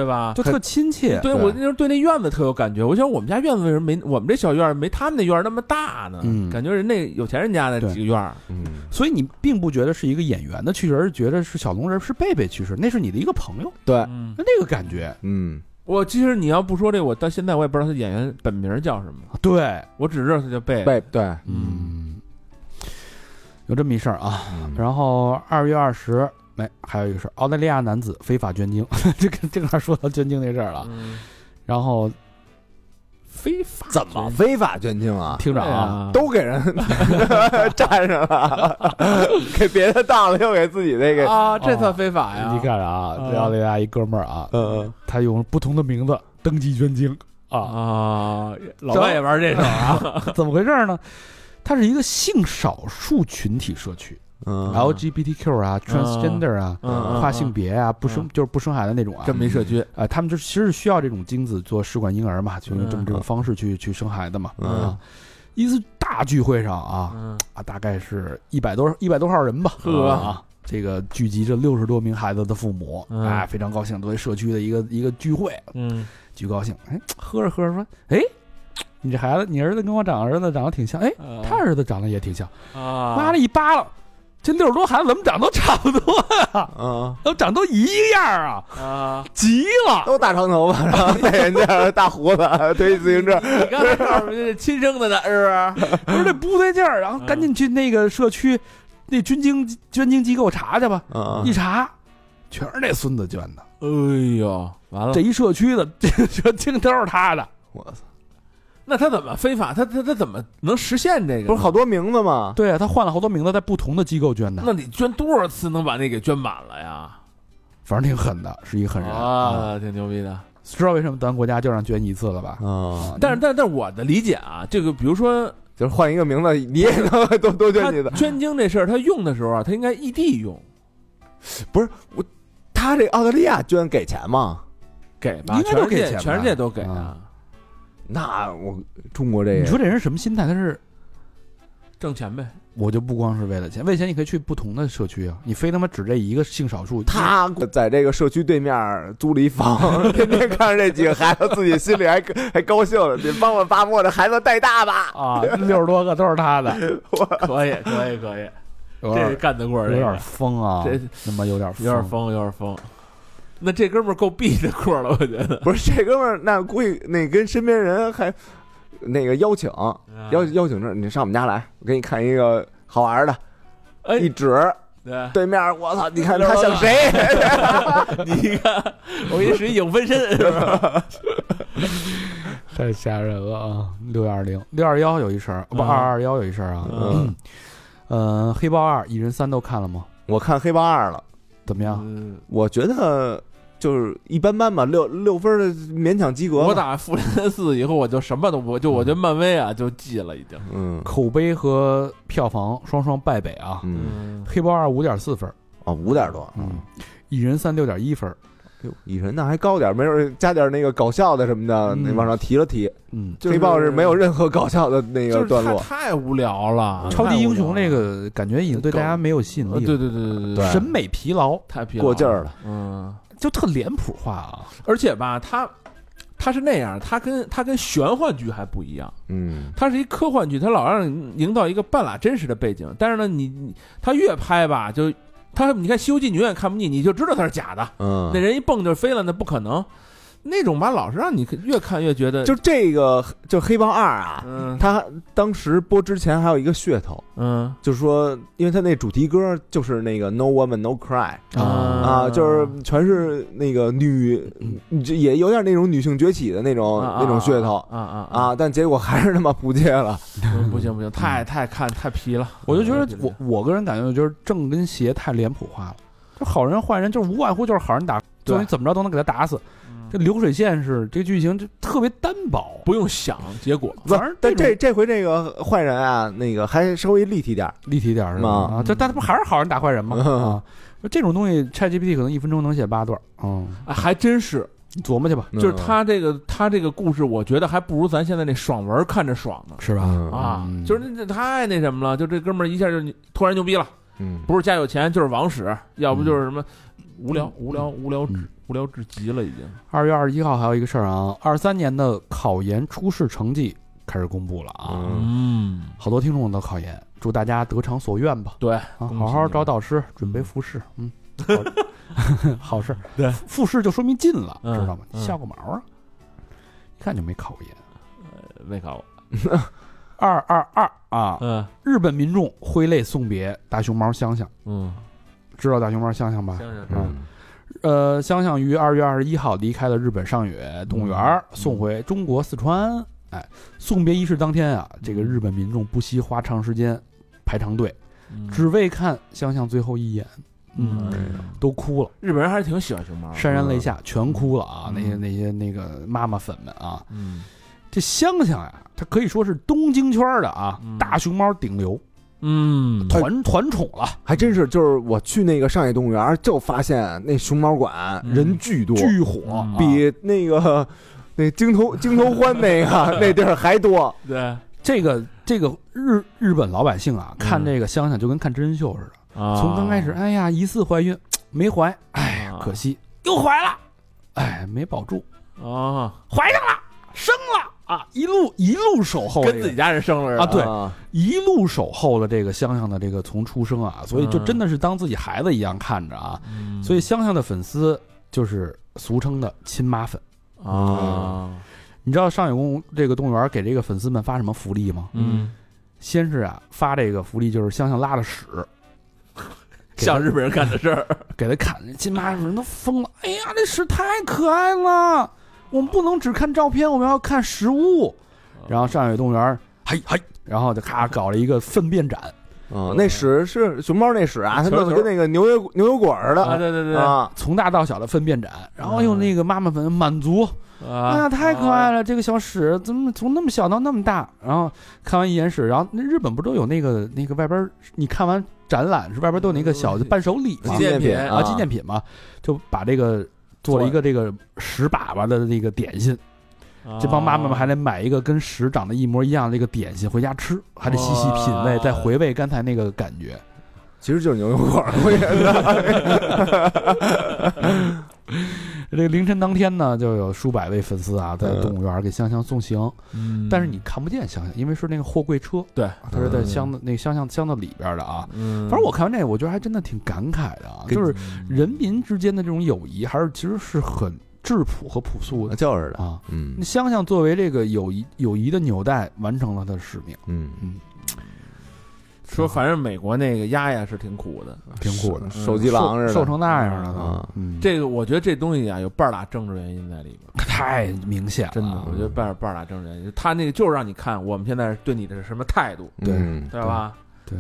[SPEAKER 3] 对吧？
[SPEAKER 1] 就特亲切，
[SPEAKER 3] 对
[SPEAKER 2] 对
[SPEAKER 3] 我那时候对那院子特有感觉，我想我们家院子为什么没我们这小院儿没他们那院儿那么大呢？
[SPEAKER 1] 嗯
[SPEAKER 3] 感觉人那有钱人家的
[SPEAKER 1] 对
[SPEAKER 3] 几个院儿，
[SPEAKER 2] 嗯，
[SPEAKER 1] 所以你并不觉得是一个演员的去世，而是觉得是小龙人是贝贝去世，那是你的一个朋友，
[SPEAKER 2] 对，
[SPEAKER 3] 嗯，
[SPEAKER 1] 那那个感觉，
[SPEAKER 2] 嗯，
[SPEAKER 3] 我其实你要不说这，我到现在我也不知道他演员本名叫什么，
[SPEAKER 1] 对，
[SPEAKER 3] 我只知道他叫贝。
[SPEAKER 2] 对对，
[SPEAKER 1] 嗯，有这么一事儿啊。
[SPEAKER 3] 嗯
[SPEAKER 1] 然后二月二十，哎，还有一个事儿，澳大利亚男子非法捐精， 这个这块说到捐精那事儿了。
[SPEAKER 3] 嗯，
[SPEAKER 1] 然后
[SPEAKER 3] 嗯非法
[SPEAKER 2] 怎么非法捐精啊？
[SPEAKER 1] 厅
[SPEAKER 3] 对
[SPEAKER 1] 长啊，
[SPEAKER 3] 啊？
[SPEAKER 2] 都给 人占上了，给别的当了，又给自己那个，
[SPEAKER 3] 啊，这算非法呀？嗯
[SPEAKER 1] 你看着啊，这澳大利亚一哥们儿啊，
[SPEAKER 2] 嗯嗯，
[SPEAKER 1] 他用不同的名字登记捐精啊，
[SPEAKER 3] 啊，老外也玩这手 啊？
[SPEAKER 1] 怎么回事呢？它是一个性少数群体社区
[SPEAKER 2] 嗯
[SPEAKER 1] ，LGBTQ 啊、transgender 啊、
[SPEAKER 3] 嗯嗯
[SPEAKER 1] 跨性别啊、不生就是不生孩子那种啊
[SPEAKER 3] 这，么一社区，
[SPEAKER 1] 啊，他们就是其实是需要这种精子做试管婴儿嘛，就用这么
[SPEAKER 3] 嗯
[SPEAKER 1] 这种方式去去生孩子嘛。
[SPEAKER 2] 嗯
[SPEAKER 1] 啊，一次大聚会上啊
[SPEAKER 3] 嗯，
[SPEAKER 1] 啊，大概是一百多一百多号人吧，
[SPEAKER 3] 呵
[SPEAKER 1] 啊。这个聚集着六十多名孩子的父母，
[SPEAKER 3] 嗯
[SPEAKER 1] 哎，非常高兴，作为社区的一个一个聚会，
[SPEAKER 3] 嗯
[SPEAKER 1] 巨高兴。哎，喝着喝着说，哎，你这孩子，你儿子跟我长儿子长得挺像，哎，
[SPEAKER 3] 啊
[SPEAKER 1] 他儿子长得也挺像，
[SPEAKER 3] 啊，
[SPEAKER 1] 妈的一扒拉，这六十多孩子怎么长都差不多，
[SPEAKER 2] 嗯，
[SPEAKER 1] 怎么长都一个样儿啊，
[SPEAKER 3] 啊！
[SPEAKER 1] 急了，
[SPEAKER 2] 都大长头发，然后戴眼镜儿、大胡子、 推自行车，
[SPEAKER 3] 你刚才告诉我这是亲生的呢，是不是？
[SPEAKER 1] 我说这不对劲儿，然后赶紧去那个社区那捐精捐精机构查去吧，
[SPEAKER 2] 嗯
[SPEAKER 1] 一查。全是那孙子捐的，
[SPEAKER 3] 哎呦，完了
[SPEAKER 1] 这！一社区的这个捐精都是他的，
[SPEAKER 2] 我操，
[SPEAKER 3] 那他怎么非法？他他他怎么能实现这个？
[SPEAKER 2] 不是，好多名字吗？
[SPEAKER 1] 对啊，他换了好多名字，在不同的机构捐的，
[SPEAKER 3] 那你捐多少次能把那给捐满了呀？
[SPEAKER 1] 反正挺狠的，是一狠人啊！
[SPEAKER 3] 啊，挺牛逼的。
[SPEAKER 1] 知道为什么咱国家就让捐一次了吧？
[SPEAKER 2] 啊，
[SPEAKER 3] 但是，但但我的理解啊，这个比如说
[SPEAKER 2] 就是换一个名字，你也能多多捐
[SPEAKER 3] 他
[SPEAKER 2] 几的。
[SPEAKER 3] 捐精这事儿，他用的时候啊，他应该异地用，
[SPEAKER 2] 他这澳大利亚捐给钱吗？
[SPEAKER 3] 给吧，
[SPEAKER 1] 应该都
[SPEAKER 3] 全世
[SPEAKER 1] 给
[SPEAKER 3] 界
[SPEAKER 1] 钱吧
[SPEAKER 3] 全世界都给
[SPEAKER 1] 啊
[SPEAKER 3] 啊。
[SPEAKER 2] 那我中国这
[SPEAKER 1] 你
[SPEAKER 2] 个
[SPEAKER 1] 说这人什么心态？他是
[SPEAKER 3] 挣钱呗，
[SPEAKER 1] 我就不光是为了钱，为钱你可以去不同的社区啊，你非他妈指这一个性少数，
[SPEAKER 2] 他 在这个社区对面租了一 房，天天看着这几个孩子，自己心里 还还高兴呢。得帮我把我的孩子带大吧。
[SPEAKER 1] 啊，六十多个都是他 的，
[SPEAKER 3] 可以，可以，可以，
[SPEAKER 1] 有
[SPEAKER 3] 这
[SPEAKER 1] 点
[SPEAKER 3] 干得过
[SPEAKER 1] 有
[SPEAKER 3] 这个
[SPEAKER 1] 点疯啊，
[SPEAKER 3] 这
[SPEAKER 1] 他妈有点
[SPEAKER 3] 有点疯，有点疯。那这哥们儿够避的过了，我觉得。
[SPEAKER 2] 不是这哥们儿，那估计那跟身边人还那个邀请邀邀请这，你上我们家来，我给你看一个好玩的，
[SPEAKER 3] 哎，
[SPEAKER 2] 一指
[SPEAKER 3] 对，
[SPEAKER 2] 对面，我操，你看他像 谁？
[SPEAKER 3] 你看，我一是一影分身，
[SPEAKER 1] 太吓人了啊！六幺二零、六二幺有一事儿，哦不
[SPEAKER 3] 嗯
[SPEAKER 1] 二二幺有一事儿啊。
[SPEAKER 2] 嗯，
[SPEAKER 1] 嗯，黑豹二一人三都看了吗？
[SPEAKER 2] 我看黑豹二了，
[SPEAKER 1] 怎么样？
[SPEAKER 3] 嗯
[SPEAKER 2] 我觉得就是一般般吧，六六分儿的勉强及格吧。
[SPEAKER 3] 我打复联四以后，我就什么都不，就我觉得漫威啊就记了已经。
[SPEAKER 2] 嗯
[SPEAKER 1] 口碑和票房双双败北啊！
[SPEAKER 2] 嗯
[SPEAKER 3] 嗯，
[SPEAKER 1] 黑豹二五点四分，
[SPEAKER 2] 啊，五点多，
[SPEAKER 1] 嗯，一人三六点一分，
[SPEAKER 2] 哟，蚁神那还高点儿，没准儿加点儿那个搞笑的什么的，
[SPEAKER 1] 嗯
[SPEAKER 2] 那往上提了提。
[SPEAKER 1] 嗯，
[SPEAKER 3] 就是
[SPEAKER 2] 黑豹是没有任何搞笑的那
[SPEAKER 3] 就
[SPEAKER 2] 个
[SPEAKER 3] 是
[SPEAKER 2] 段
[SPEAKER 3] 太
[SPEAKER 2] 落，
[SPEAKER 3] 太无聊了，
[SPEAKER 1] 超级英雄那
[SPEAKER 3] 那
[SPEAKER 1] 个感觉已经对大家没有吸引
[SPEAKER 3] 呃
[SPEAKER 1] 力
[SPEAKER 3] 对
[SPEAKER 1] 了，
[SPEAKER 3] 对对对
[SPEAKER 2] 对
[SPEAKER 1] 审美疲劳，
[SPEAKER 3] 太疲劳
[SPEAKER 2] 过劲儿。了。
[SPEAKER 3] 嗯，
[SPEAKER 1] 就特脸谱化啊。
[SPEAKER 3] 而且吧，他他是那样，他跟他跟玄幻剧还不一样，
[SPEAKER 2] 嗯
[SPEAKER 3] 它是一科幻剧，它老让你营造一个半拉真实的背景，但是呢，你你他越拍吧，就他你看《西游记》，你永远看不腻，你就知道它是假的，
[SPEAKER 2] 嗯
[SPEAKER 3] 那人一蹦就飞了，那不可能。那种吧，老是让你越看越觉得，
[SPEAKER 2] 就这个，就黑豹二啊，
[SPEAKER 3] 嗯
[SPEAKER 2] 他当时播之前还有一个噱头，
[SPEAKER 3] 嗯
[SPEAKER 2] 就是说，因为他那主题歌就是那个 No Woman No Cry 啊，就是全是那个女，就也有点那种女性崛起的那种
[SPEAKER 3] 嗯啊
[SPEAKER 2] 那种噱头
[SPEAKER 3] 啊啊
[SPEAKER 2] 啊，但结果还是他妈扑街了。
[SPEAKER 3] 嗯不行不行，太太看太皮了，嗯
[SPEAKER 1] 我就觉得我我个人感觉就是正跟邪太脸谱化了，就好人坏人就是无外乎就是好人打，
[SPEAKER 3] 对
[SPEAKER 1] 就你怎么着都能给他打死。这流水线是这剧情就特别单薄，
[SPEAKER 3] 不用想结果，
[SPEAKER 2] 不
[SPEAKER 1] 反正
[SPEAKER 2] 但
[SPEAKER 1] 这
[SPEAKER 2] 这这回这个坏人啊，那个还稍微立体点儿。
[SPEAKER 1] 立体点儿是吧？
[SPEAKER 2] 啊
[SPEAKER 1] 啊，这但他不还是好人打坏人吗？
[SPEAKER 2] 嗯
[SPEAKER 1] 啊，这种东西 ChatGPT 可能一分钟能写八段，嗯，
[SPEAKER 3] 哎还真是，
[SPEAKER 1] 你琢磨去吧，
[SPEAKER 3] 就是他这个他这个故事，我觉得还不如咱现在那爽文看着爽呢。
[SPEAKER 1] 是吧？
[SPEAKER 2] 嗯
[SPEAKER 3] 啊
[SPEAKER 1] 嗯，
[SPEAKER 3] 就是那那太那什么了，就这哥们儿一下就你突然牛逼了，
[SPEAKER 2] 嗯，
[SPEAKER 3] 不是家有钱就是网史，要不就是什么无聊无聊无聊
[SPEAKER 1] 嗯
[SPEAKER 3] 无聊至极了已经。
[SPEAKER 1] 二月二十一号还有一个事儿啊，二三年的考研初试成绩开始公布了啊，
[SPEAKER 2] 嗯
[SPEAKER 3] 嗯，
[SPEAKER 1] 好多听众都考研，祝大家得偿所愿吧。
[SPEAKER 3] 对
[SPEAKER 1] 啊，
[SPEAKER 3] 恭喜
[SPEAKER 1] 好好找导师，准备复试，嗯，好好事儿。
[SPEAKER 3] 对
[SPEAKER 1] 复试就说明进了，
[SPEAKER 3] 嗯
[SPEAKER 1] 知道吗？你
[SPEAKER 3] 嗯
[SPEAKER 1] 笑个毛啊！一看就没考过研。
[SPEAKER 3] 没考过。
[SPEAKER 1] 二二二啊！
[SPEAKER 3] 嗯
[SPEAKER 1] 日本民众挥泪送别大熊猫香香，
[SPEAKER 3] 嗯，
[SPEAKER 1] 知道大熊猫香香吧？
[SPEAKER 3] 想想
[SPEAKER 1] 嗯呃，香香于二月二十一号离开了日本上野动物园儿，
[SPEAKER 3] 嗯
[SPEAKER 1] 送回中国四川。哎，送别仪式当天啊，这个日本民众不惜花长时间排长队，只为看香香最后一眼。
[SPEAKER 3] 嗯，
[SPEAKER 1] 都哭了，
[SPEAKER 3] 日本人还是挺喜欢熊猫的。
[SPEAKER 1] 潸然泪下，全哭了啊！
[SPEAKER 3] 嗯
[SPEAKER 1] 那些那些那个妈妈粉们啊，
[SPEAKER 3] 嗯
[SPEAKER 1] 这香香呀、它可以说是东京圈的啊、
[SPEAKER 3] 嗯
[SPEAKER 1] 大熊猫顶流，
[SPEAKER 3] 嗯，
[SPEAKER 1] 团团宠了，
[SPEAKER 2] 还真是，就是我去那个上野动物园，就发现那熊猫馆
[SPEAKER 3] 嗯
[SPEAKER 2] 人巨多，
[SPEAKER 1] 巨火
[SPEAKER 3] 嗯，
[SPEAKER 1] 比
[SPEAKER 2] 比那个那京头京头欢那个 那地儿还多。
[SPEAKER 3] 对啊，
[SPEAKER 1] 这个这个日日本老百姓啊，
[SPEAKER 3] 嗯
[SPEAKER 1] 看这个香香就跟看真人秀似的，从
[SPEAKER 3] 从
[SPEAKER 1] 刚开始，哎呀，疑似怀孕，没怀，哎，
[SPEAKER 3] 啊
[SPEAKER 1] 可惜又怀了，哎，没保住，
[SPEAKER 3] 啊，
[SPEAKER 1] 怀上了，生了啊，一路一路守候这
[SPEAKER 3] 跟
[SPEAKER 1] 个
[SPEAKER 3] 自己家人生了是
[SPEAKER 1] 啊
[SPEAKER 3] 吧
[SPEAKER 1] 对一路守候了这个香香的这个从出生啊，所以就
[SPEAKER 3] 嗯
[SPEAKER 1] 真的是当自己孩子一样看着啊。
[SPEAKER 3] 嗯
[SPEAKER 1] 所以香香的粉丝就是俗称的亲妈粉。嗯
[SPEAKER 3] 啊，
[SPEAKER 1] 你知道上野公这个动物园给这个粉丝们发什么福利吗？
[SPEAKER 3] 嗯，
[SPEAKER 1] 先是啊发这个福利就是香香拉了屎，给他
[SPEAKER 3] 像日本人干的事儿。
[SPEAKER 1] 给他看，亲妈粉都疯了。哎呀，这屎太可爱了，我们不能只看照片，我们要看实物。然后上野动物园，嘿嘿，然后就咔搞了一个粪便展，
[SPEAKER 2] 嗯，那屎是熊猫那屎啊，
[SPEAKER 1] 嗯
[SPEAKER 2] 它
[SPEAKER 3] 球
[SPEAKER 2] 弄得
[SPEAKER 3] 球
[SPEAKER 2] 跟那个牛油牛油果似
[SPEAKER 3] 啊，
[SPEAKER 2] 的
[SPEAKER 3] 对对对对
[SPEAKER 2] 啊。
[SPEAKER 1] 从大到小的粪便展，然后用
[SPEAKER 3] 嗯
[SPEAKER 1] 那个妈妈粉满足。啊，太可爱了！这个小屎怎么从那么小到那么大？然后看完一眼屎，然后那日本不都有那个那个外边儿，你看完展览是外边儿都有那个小的伴手礼
[SPEAKER 3] 纪
[SPEAKER 1] 吗？
[SPEAKER 3] 念品
[SPEAKER 1] 啊，纪念品嘛，就把这个做了一个这个屎粑粑的那个点心，
[SPEAKER 3] 啊
[SPEAKER 1] 这帮妈
[SPEAKER 2] 哦
[SPEAKER 1] 妈们还得买一个跟屎长得一模一样的一个点心回家吃，还得细细品味，
[SPEAKER 3] 哇
[SPEAKER 1] 再回味刚才那个感觉。
[SPEAKER 2] 其实就是牛油果，我觉 得。
[SPEAKER 1] 这个凌晨当天呢，就有数百位粉丝啊，在
[SPEAKER 2] 嗯
[SPEAKER 1] 动物园给香香送行，
[SPEAKER 3] 嗯，
[SPEAKER 1] 但是你看不见香香，因为是那个货柜车，
[SPEAKER 3] 对
[SPEAKER 1] 啊，它是
[SPEAKER 2] 嗯
[SPEAKER 1] 在箱子那个香香箱子里边的啊。
[SPEAKER 3] 嗯，
[SPEAKER 1] 反正我看完这，个，我觉得还真的挺感慨的啊，就是人民之间的这种友谊，还是其实是很质朴和朴素的
[SPEAKER 2] 就是的，
[SPEAKER 1] 啊。
[SPEAKER 2] 嗯
[SPEAKER 1] 那香香作为这个友谊友谊的纽带，完成了她的使命，
[SPEAKER 2] 嗯，
[SPEAKER 3] 说，反正美国那个丫丫是挺苦的，
[SPEAKER 1] 挺酷的，嗯
[SPEAKER 2] 手机狼似的，
[SPEAKER 1] 瘦瘦成那样了都
[SPEAKER 2] 啊。
[SPEAKER 1] 嗯，
[SPEAKER 3] 这个我觉得这东西啊有半儿大政治原因在里边儿，
[SPEAKER 1] 太明显了，
[SPEAKER 3] 真的，我觉得半儿半儿大政治原因，他那个就是让你看我们现在对你的是什么态度，
[SPEAKER 1] 对
[SPEAKER 2] 嗯
[SPEAKER 3] 对吧？
[SPEAKER 1] 对，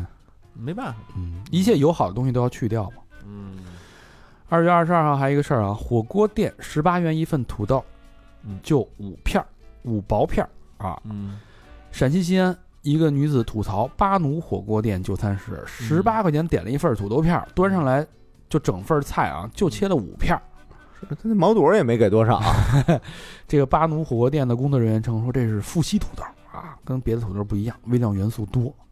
[SPEAKER 3] 没办法，
[SPEAKER 1] 嗯，一切友好的东西都要去掉嘛。
[SPEAKER 3] 嗯
[SPEAKER 1] 二月二十二号还有一个事儿啊，火锅店十八元一份土豆
[SPEAKER 3] 嗯，
[SPEAKER 1] 就五片儿，五薄片儿啊。
[SPEAKER 3] 嗯，
[SPEAKER 1] 陕西西安一个女子吐槽巴奴火锅店就餐时，十八块钱点了一份土豆片儿，端上来就整份菜啊，就切了五片儿。
[SPEAKER 2] 他那毛肚也没给多少，
[SPEAKER 1] 这个巴奴火锅店的工作人员称说这是富硒土豆啊，跟别的土豆不一样，微量元素多。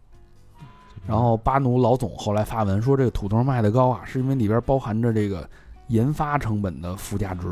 [SPEAKER 1] 然后巴奴老总后来发文说，这个土豆卖的高啊，是因为里边包含着这个研发成本的附加值。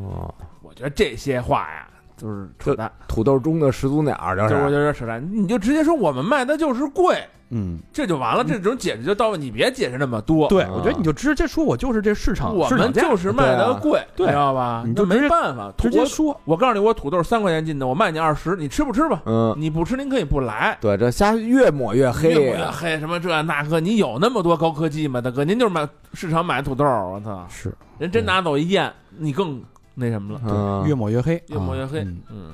[SPEAKER 2] 哦，
[SPEAKER 3] 我觉得这些话呀就是扯淡，
[SPEAKER 2] 土豆中的始祖鸟，就
[SPEAKER 3] 就是哎我觉
[SPEAKER 2] 是
[SPEAKER 3] 得扯淡，你就直接说我们卖的就是贵，
[SPEAKER 1] 嗯，
[SPEAKER 3] 这就完了，这种解释就到位，你别解释那么多。
[SPEAKER 1] 对，
[SPEAKER 2] 啊
[SPEAKER 1] 我觉得你就直接说，我就是这市场，
[SPEAKER 3] 我
[SPEAKER 1] 市
[SPEAKER 3] 们
[SPEAKER 1] 场价
[SPEAKER 3] 就是卖的贵，
[SPEAKER 1] 对啊对
[SPEAKER 3] 你知道吧？
[SPEAKER 1] 你就
[SPEAKER 3] 那
[SPEAKER 1] 直接
[SPEAKER 3] 没办法，
[SPEAKER 1] 直接
[SPEAKER 3] 我
[SPEAKER 1] 说，
[SPEAKER 3] 我告诉你，我土豆三块钱斤的，我卖你二十，你吃不吃吧？
[SPEAKER 2] 嗯，
[SPEAKER 3] 你不吃，您可以不来。
[SPEAKER 2] 对，这虾越抹越黑啊
[SPEAKER 3] 越抹越黑什么这那个，你有那么多高科技吗？大哥，您就是买市场买土豆，我操，
[SPEAKER 1] 是
[SPEAKER 3] 人真拿走一验，你更那什么了，
[SPEAKER 2] 嗯
[SPEAKER 1] 越抹越黑，
[SPEAKER 3] 越抹越黑
[SPEAKER 1] 啊嗯。
[SPEAKER 3] 嗯，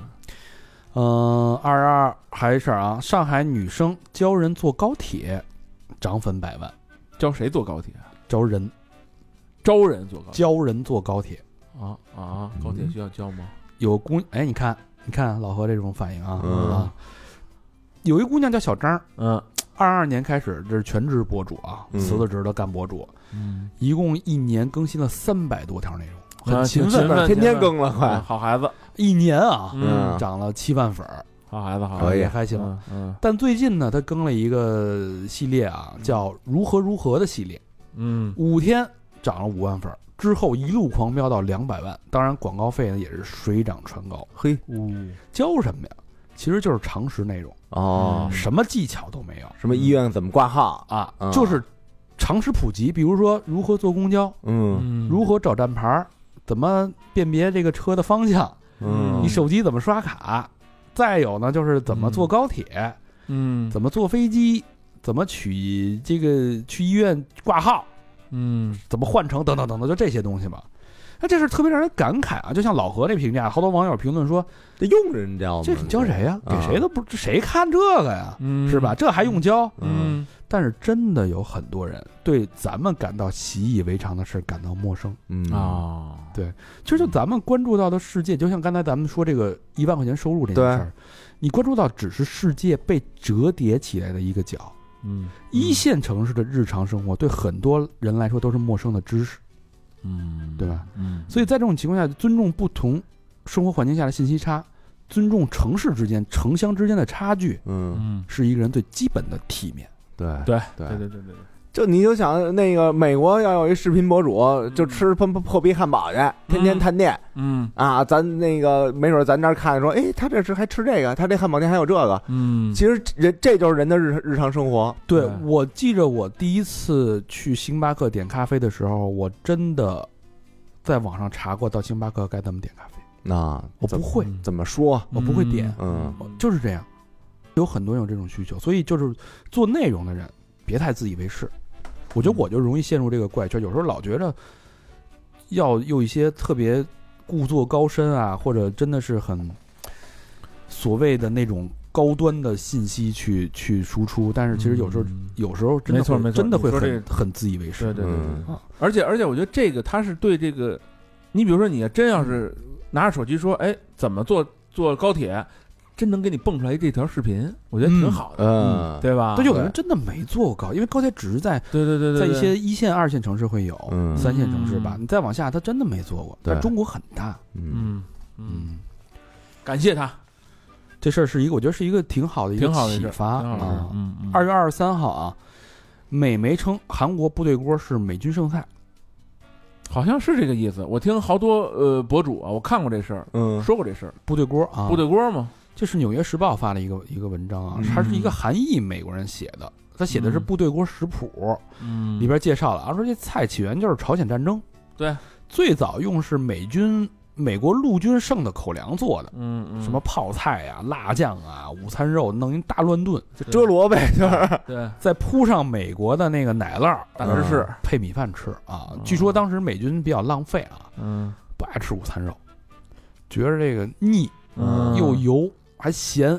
[SPEAKER 1] 嗯，二十二还有一事儿啊，上海女生教人坐高铁，涨粉百万，
[SPEAKER 3] 教谁坐高铁啊？
[SPEAKER 1] 教人
[SPEAKER 3] 招人坐高铁
[SPEAKER 1] 教人坐高铁。
[SPEAKER 3] 啊啊！高铁
[SPEAKER 1] 嗯
[SPEAKER 3] 需要教吗？
[SPEAKER 1] 有姑哎，你看，你看老何这种反应啊、
[SPEAKER 2] 嗯
[SPEAKER 1] 啊！有一姑娘叫小张，
[SPEAKER 3] 嗯
[SPEAKER 1] 二二年开始这是全职博主啊，
[SPEAKER 2] 嗯
[SPEAKER 1] 辞了职的干博主，
[SPEAKER 3] 嗯，
[SPEAKER 1] 一共一年更新了三百多条内容，
[SPEAKER 3] 啊
[SPEAKER 1] 很勤
[SPEAKER 3] 挺
[SPEAKER 1] 奋
[SPEAKER 3] 勤奋
[SPEAKER 1] 的，
[SPEAKER 2] 天天更了，
[SPEAKER 3] 嗯
[SPEAKER 2] 快，
[SPEAKER 3] 好孩子，
[SPEAKER 1] 一年啊，
[SPEAKER 3] 嗯
[SPEAKER 2] 嗯，
[SPEAKER 1] 涨了七万粉儿，
[SPEAKER 3] 好孩子，好孩
[SPEAKER 2] 可
[SPEAKER 3] 子
[SPEAKER 2] 以
[SPEAKER 1] 也还行。
[SPEAKER 3] 嗯嗯
[SPEAKER 1] 但最近呢，他更了一个系列啊，
[SPEAKER 2] 嗯
[SPEAKER 1] 叫“如何如何”的系列，
[SPEAKER 3] 嗯
[SPEAKER 1] 五天涨了五万粉儿，之后一路狂飙到两百万。当然，广告费呢也是水涨船高。
[SPEAKER 2] 嘿，
[SPEAKER 3] 嗯，
[SPEAKER 1] 教什么呀？其实就是常识内容，
[SPEAKER 2] 哦，
[SPEAKER 1] 什么技巧都没有
[SPEAKER 2] 什么医院怎么挂号，
[SPEAKER 1] 啊
[SPEAKER 2] 嗯，
[SPEAKER 1] 就是常识普及，比如说如何坐公交，
[SPEAKER 2] 嗯
[SPEAKER 3] 嗯
[SPEAKER 1] 如何找站牌儿，怎么辨别这个车的方向，
[SPEAKER 2] 嗯
[SPEAKER 1] 你手机怎么刷卡，再有呢就是怎么坐高铁。
[SPEAKER 3] 嗯
[SPEAKER 1] 怎么坐飞机，怎么取这个去医院挂号，
[SPEAKER 3] 嗯
[SPEAKER 1] 怎么换乘等等等等，就这些东西吧。那这事儿特别让人感慨啊！就像老何那评价，好多网友评论说
[SPEAKER 2] 这用人教吗：“？
[SPEAKER 1] 这你教谁呀、
[SPEAKER 2] 啊
[SPEAKER 1] 给谁都不，这谁看这个呀？
[SPEAKER 3] 嗯
[SPEAKER 1] 是吧？？这还用教？”
[SPEAKER 2] 嗯，
[SPEAKER 3] 嗯
[SPEAKER 1] 但是真的有很多人对咱们感到习以为常的事儿感到陌生。
[SPEAKER 2] 嗯，
[SPEAKER 3] 啊，
[SPEAKER 1] 其实就咱们关注到的世界，就像刚才咱们说这个一万块钱收入这件事儿，你关注到只是世界被折叠起来的一个角，
[SPEAKER 3] 嗯
[SPEAKER 1] 一线城市的日常生活对很多人来说都是陌生的知识，
[SPEAKER 3] 嗯
[SPEAKER 1] 对吧？
[SPEAKER 3] 嗯，
[SPEAKER 1] 所以在这种情况下，尊重不同生活环境下的信息差，尊重城市之间、城乡之间的差距，
[SPEAKER 2] 嗯，
[SPEAKER 3] 嗯，
[SPEAKER 1] 是一个人最基本的体面。
[SPEAKER 2] 对
[SPEAKER 3] 对
[SPEAKER 2] 对
[SPEAKER 3] 对对对对，对
[SPEAKER 2] 就你就想那个美国要有一视频博主，就吃喷破逼汉堡去，天天探店
[SPEAKER 3] 嗯
[SPEAKER 2] 啊，咱那个没准咱这儿看说，哎，他这是还吃这个，他这汉堡店还有这个。
[SPEAKER 3] 嗯
[SPEAKER 2] 其实人这就是人的日日常生活，
[SPEAKER 1] 对
[SPEAKER 3] 对
[SPEAKER 1] 我记着，我第一次去星巴克点咖啡的时候，我真的在网上查过到星巴克该怎么点咖啡，
[SPEAKER 2] 那
[SPEAKER 1] 我
[SPEAKER 2] 怎
[SPEAKER 1] 不
[SPEAKER 2] 么
[SPEAKER 1] 会，
[SPEAKER 2] 怎么说？
[SPEAKER 1] 我不会点
[SPEAKER 2] 嗯
[SPEAKER 1] 就是这样，有很多人有这种需求，所以就是做内容的人别太自以为是。我
[SPEAKER 3] 嗯
[SPEAKER 1] 觉得我就容易陷入这个怪圈，有时候老觉着要用一些特别故作高深啊，或者真的是很所谓的那种高端的信息去去输出，但是其实有时候、有时候真的
[SPEAKER 3] 嗯没错
[SPEAKER 1] 会
[SPEAKER 3] 没错
[SPEAKER 1] 真的会
[SPEAKER 3] 你说这
[SPEAKER 1] 很很自以为是。
[SPEAKER 3] 对对对对
[SPEAKER 2] 嗯
[SPEAKER 3] 对，而且而且我觉得这个他是对这个，你比如说你真要是
[SPEAKER 1] 嗯
[SPEAKER 3] 拿着手机说，哎，怎么坐坐高铁，真能给你蹦出来这条视频，我觉得挺好的，
[SPEAKER 2] 嗯，
[SPEAKER 3] 对吧？
[SPEAKER 1] 但有的
[SPEAKER 2] 对
[SPEAKER 1] 人真的没做过高，因为高铁只是在
[SPEAKER 3] 对对对对，
[SPEAKER 1] 在一
[SPEAKER 3] 对
[SPEAKER 1] 些一线、二线城市会有，
[SPEAKER 2] 嗯
[SPEAKER 1] 三线城市吧，
[SPEAKER 3] 嗯
[SPEAKER 1] 你再往下他真的没做过。
[SPEAKER 2] 对
[SPEAKER 1] 但中国很大，
[SPEAKER 2] 嗯
[SPEAKER 3] 嗯嗯
[SPEAKER 1] 嗯，
[SPEAKER 3] 感谢他，
[SPEAKER 1] 这事儿是一个，我觉得是一个挺好的一个
[SPEAKER 3] 挺好的一
[SPEAKER 1] 启
[SPEAKER 3] 事
[SPEAKER 1] 发
[SPEAKER 3] 挺好的事
[SPEAKER 1] 啊。
[SPEAKER 3] 嗯，嗯
[SPEAKER 1] 二月二十三号啊，美媒称韩国部队锅是美军剩菜，
[SPEAKER 3] 好像是这个意思。我听好多呃博主啊，我看过这事儿，
[SPEAKER 2] 嗯
[SPEAKER 3] 说过这事儿，
[SPEAKER 1] 部队锅啊，
[SPEAKER 3] 部队锅嘛，
[SPEAKER 1] 这是《纽约时报》发了一个一个文章啊
[SPEAKER 3] 嗯，
[SPEAKER 1] 它是一个韩裔美国人写的，他写的是
[SPEAKER 3] 嗯
[SPEAKER 1] 部队锅食谱，
[SPEAKER 3] 嗯
[SPEAKER 1] 里边介绍了啊，说这菜起源就是朝鲜战争，
[SPEAKER 3] 对，
[SPEAKER 1] 最早用是美军美国陆军剩的口粮做的，
[SPEAKER 3] 嗯嗯
[SPEAKER 1] 什么泡菜呀、辣酱啊、午餐肉，弄一大乱炖，
[SPEAKER 2] 就遮罗呗，就是
[SPEAKER 3] 对
[SPEAKER 1] 再铺上美国的那个奶酪
[SPEAKER 3] 大芝士，
[SPEAKER 1] 配米饭吃啊
[SPEAKER 3] 嗯。
[SPEAKER 1] 据说当时美军比较浪费啊，
[SPEAKER 3] 嗯
[SPEAKER 1] 不爱吃午餐肉，觉着这个腻
[SPEAKER 3] 嗯
[SPEAKER 1] 又油还咸，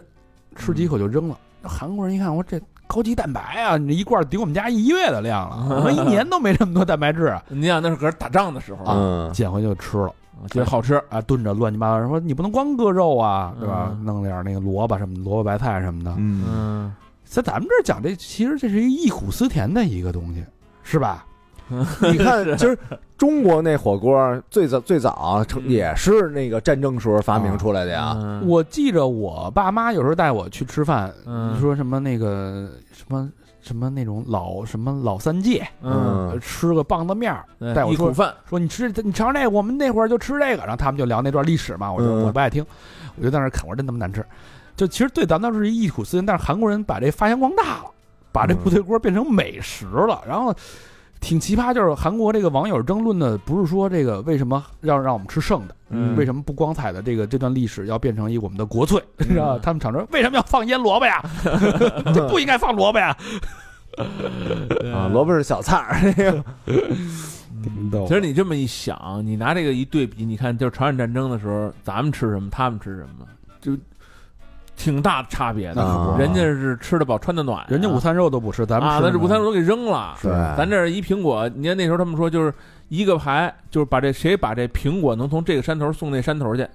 [SPEAKER 1] 吃几口就扔了。那韩国人一看，我这高级蛋白啊，你这一罐顶我们家一月的量 了，我们一年都没这么多蛋白质啊，
[SPEAKER 3] 你想那是可是打仗的时候，啊
[SPEAKER 2] 啊
[SPEAKER 4] 嗯
[SPEAKER 1] 捡回去就吃了
[SPEAKER 3] 觉得好吃，
[SPEAKER 1] 啊，炖着乱七八糟。人说你不能光搁肉啊，对吧？
[SPEAKER 3] 嗯
[SPEAKER 1] 弄点那个萝卜什么的，萝卜白菜什么的。
[SPEAKER 2] 嗯
[SPEAKER 3] 嗯
[SPEAKER 1] 在咱们这儿讲这，其实这是一个忆苦思甜的一个东西，是吧？
[SPEAKER 2] 你看，其实中国那火锅最早最早成
[SPEAKER 3] 嗯
[SPEAKER 2] 也是那个战争时候发明出来的呀。
[SPEAKER 3] 嗯
[SPEAKER 1] 我记着我爸妈有时候带我去吃饭，
[SPEAKER 3] 嗯
[SPEAKER 1] 你说什么那个什么什么那种老什么老三届，
[SPEAKER 3] 嗯，
[SPEAKER 1] 呃吃个棒子面儿，
[SPEAKER 3] 对
[SPEAKER 1] 带我
[SPEAKER 3] 一
[SPEAKER 1] 说
[SPEAKER 3] 口饭，
[SPEAKER 1] 说你吃你尝这个，我们那会儿就吃这个，然后他们就聊那段历史嘛，我就、
[SPEAKER 2] 嗯
[SPEAKER 1] 我不爱听，我就在那儿啃，我说真他妈难吃。就其实对咱们都是一忆苦思甜，但是韩国人把这发扬光大了，把
[SPEAKER 3] 嗯
[SPEAKER 1] 这部队锅变成美食了，然后。挺奇葩，就是韩国这个网友争论的，不是说这个为什么要让我们吃剩的，
[SPEAKER 3] 嗯
[SPEAKER 1] 为什么不光彩的这个这段历史要变成一我们的国粹？是吧？他们常说为什么要放腌萝卜 呀？这不应该放萝卜呀？
[SPEAKER 3] 嗯
[SPEAKER 2] 啊，萝卜是小菜儿，那个
[SPEAKER 1] 逗
[SPEAKER 3] 其实你这么一想，你拿这个一对比，你看就是朝鲜战争的时候，咱们吃什么，他们吃什么，就挺大的差别的。
[SPEAKER 1] 那可不
[SPEAKER 2] 啊
[SPEAKER 1] 是
[SPEAKER 3] 人家是吃得饱穿得暖啊、
[SPEAKER 1] 人家午餐肉都不吃，咱们
[SPEAKER 3] 啊，
[SPEAKER 1] 吃
[SPEAKER 3] 那
[SPEAKER 1] 什
[SPEAKER 3] 是
[SPEAKER 1] 么
[SPEAKER 3] 午餐肉都给扔了。
[SPEAKER 1] 是
[SPEAKER 2] 哎
[SPEAKER 3] 咱这儿一苹果，你看那时候他们说就是一个牌，就是把这谁把这苹果能从这个山头送那山头去，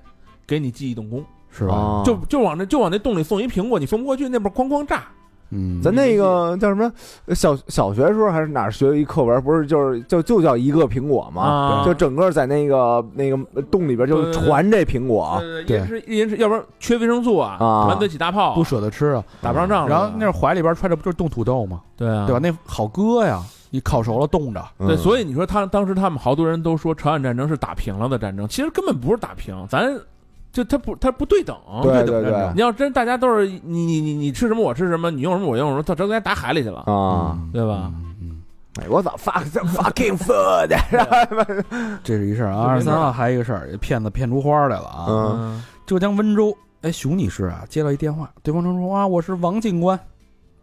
[SPEAKER 3] 给你记一等功，
[SPEAKER 1] 是吧？
[SPEAKER 2] 啊
[SPEAKER 3] 就就往那就往那洞里送一苹果，你送不过去，那边哐哐炸。
[SPEAKER 1] 嗯，
[SPEAKER 2] 咱那个叫什么小小学时候还是哪儿学一课文，不是就是就就叫一个苹果嘛，
[SPEAKER 3] 啊
[SPEAKER 2] 就整个在那个那个洞里边
[SPEAKER 3] 对
[SPEAKER 2] 就
[SPEAKER 3] 对对
[SPEAKER 2] 传这苹果，
[SPEAKER 3] 对
[SPEAKER 1] 对
[SPEAKER 3] 对，是一人是，要不然缺维生素啊，
[SPEAKER 2] 啊
[SPEAKER 3] 满嘴起大泡啊，
[SPEAKER 1] 不舍得吃啊。
[SPEAKER 3] 打不上仗了。
[SPEAKER 1] 然后那怀里边揣着不就是冻土豆吗？
[SPEAKER 3] 对啊，
[SPEAKER 1] 对吧？那好搁呀，你烤熟了冻着。
[SPEAKER 3] 对，
[SPEAKER 2] 以
[SPEAKER 3] 所以你说他当时他们好多人都说朝鲜战争是打平了的战争，其实根本不是打平，咱就他不他不对等。
[SPEAKER 2] 对
[SPEAKER 1] 对对
[SPEAKER 2] 对对
[SPEAKER 1] 对
[SPEAKER 3] 你要真大家都是你你你你吃什么我吃什么，你用什么我用什么，到这都该打海里去了。
[SPEAKER 2] 啊，
[SPEAKER 1] 嗯
[SPEAKER 3] 对吧？
[SPEAKER 1] 嗯，
[SPEAKER 2] 美国早 fuck fucking food，
[SPEAKER 1] 嗯这是一事儿啊。
[SPEAKER 3] 就
[SPEAKER 1] 二
[SPEAKER 3] 没
[SPEAKER 1] 十
[SPEAKER 3] 事儿
[SPEAKER 1] 三号还有一个事儿，骗子骗出花儿来了啊。
[SPEAKER 2] 嗯
[SPEAKER 3] 嗯
[SPEAKER 1] 浙江温州，哎，熊女士啊，接到一电话，对方称说啊，我是王警官，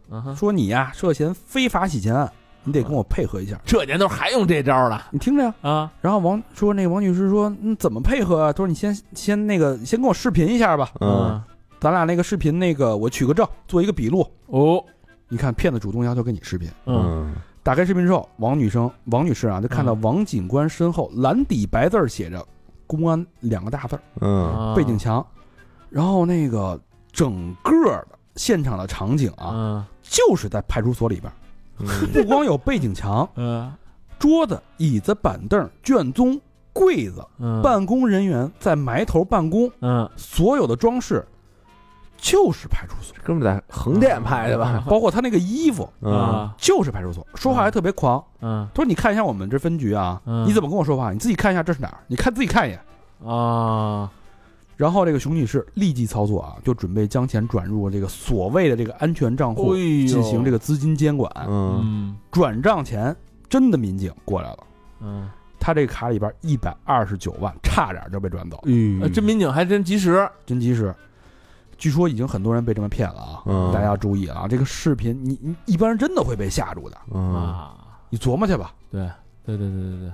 [SPEAKER 3] 嗯哼，
[SPEAKER 1] 说你呀涉嫌非法洗钱案，你得跟我配合一下。
[SPEAKER 3] 这年头还用这招了
[SPEAKER 1] 你听着呀，
[SPEAKER 3] 啊？
[SPEAKER 1] 然后王说那个王女士说，嗯，怎么配合啊？他说你先先那个先跟我视频一下吧，
[SPEAKER 2] 嗯，
[SPEAKER 1] 咱俩那个视频那个我取个证，做一个笔录。
[SPEAKER 3] 哦，
[SPEAKER 1] 你看骗子主动要求跟你视频，
[SPEAKER 3] 嗯
[SPEAKER 1] 打开视频之后，王女生王女士啊就看到王警官身后蓝底白字儿写着“公安”两个大字儿，
[SPEAKER 2] 嗯
[SPEAKER 3] 啊
[SPEAKER 1] 背景墙，然后那个整个的现场的场景啊，
[SPEAKER 3] 嗯
[SPEAKER 1] 就是在派出所里边儿，
[SPEAKER 2] 嗯
[SPEAKER 1] 不光有背景墙、
[SPEAKER 3] 嗯
[SPEAKER 1] 桌子、椅子、板凳、卷宗、柜子。
[SPEAKER 3] 嗯
[SPEAKER 1] 办公人员在埋头办公，
[SPEAKER 3] 嗯
[SPEAKER 1] 所有的装饰就是派出所，
[SPEAKER 2] 哥们在横店拍的
[SPEAKER 3] 嗯
[SPEAKER 2] 吧？
[SPEAKER 1] 包括他那个衣服
[SPEAKER 2] 嗯
[SPEAKER 3] 啊
[SPEAKER 1] 就是派出所。说话还特别狂，
[SPEAKER 3] 嗯
[SPEAKER 1] 他说：“你看一下我们这分局啊，
[SPEAKER 3] 嗯
[SPEAKER 1] 你怎么跟我说话？你自己看一下这是哪儿，你看自己看一眼。
[SPEAKER 3] 啊”
[SPEAKER 1] 然后这个熊女士立即操作啊，就准备将钱转入这个所谓的这个安全账户，进行这
[SPEAKER 3] 个
[SPEAKER 1] 个资金监管。
[SPEAKER 2] 嗯
[SPEAKER 3] 哎嗯
[SPEAKER 1] 转账前，真的民警过来了，
[SPEAKER 3] 嗯，
[SPEAKER 1] 他这卡里边一百二十九万，差点就被转走了，
[SPEAKER 3] 呃这民警还真及时。
[SPEAKER 1] 真及时。据说已经很多人被这么骗了啊，
[SPEAKER 2] 嗯
[SPEAKER 1] 大家要注意啊！这个视频，你你一般人真的会被吓住的，
[SPEAKER 2] 嗯
[SPEAKER 3] 啊，
[SPEAKER 1] 你琢磨去吧。
[SPEAKER 3] 对对对对对。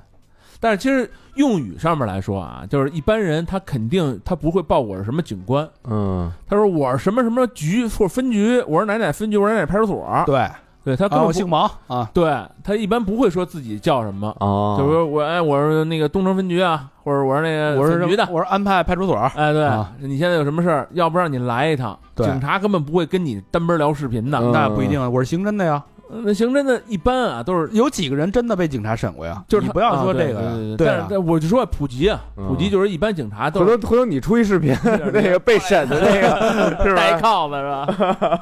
[SPEAKER 3] 但是其实用语上面来说啊，就是一般人他肯定他不会报我是什么警官，
[SPEAKER 2] 嗯
[SPEAKER 3] 他说我是什么什么局或者分局，我是哪哪分局，我是哪哪派出所，
[SPEAKER 1] 对，
[SPEAKER 3] 对他
[SPEAKER 1] 啊，
[SPEAKER 3] 根本
[SPEAKER 1] 我
[SPEAKER 3] 不
[SPEAKER 1] 姓王啊，
[SPEAKER 3] 对他一般不会说自己叫什么，
[SPEAKER 2] 哦，
[SPEAKER 3] 就是说我哎我是那个东城分局啊，或者我是那个
[SPEAKER 1] 我是
[SPEAKER 3] 分局的，
[SPEAKER 1] 我是安排派出所。
[SPEAKER 3] 哎对
[SPEAKER 1] 啊，
[SPEAKER 3] 你现在有什么事儿，要不让你来一趟，
[SPEAKER 1] 对
[SPEAKER 3] 警察根本不会跟你单边聊视频的，
[SPEAKER 2] 嗯
[SPEAKER 1] 那不一定，啊，我是刑侦的呀，
[SPEAKER 3] 那刑侦的一般啊都是。
[SPEAKER 1] 有几个人真的被警察审过呀？
[SPEAKER 3] 就是
[SPEAKER 1] 你
[SPEAKER 3] 他
[SPEAKER 1] 不要
[SPEAKER 3] 啊
[SPEAKER 1] 说
[SPEAKER 3] 对
[SPEAKER 1] 这个
[SPEAKER 3] 对
[SPEAKER 1] 呀，
[SPEAKER 3] 对但
[SPEAKER 1] 啊嗯
[SPEAKER 3] 是但我就说普及啊，普及就是一般警察
[SPEAKER 2] 嗯回
[SPEAKER 3] 都
[SPEAKER 2] 头
[SPEAKER 3] 是
[SPEAKER 2] 回头你出一视频，
[SPEAKER 3] 对
[SPEAKER 2] 那个被审的 那个
[SPEAKER 1] 啊
[SPEAKER 2] 是
[SPEAKER 5] 戴
[SPEAKER 2] 吧？
[SPEAKER 5] 铐子是 吧？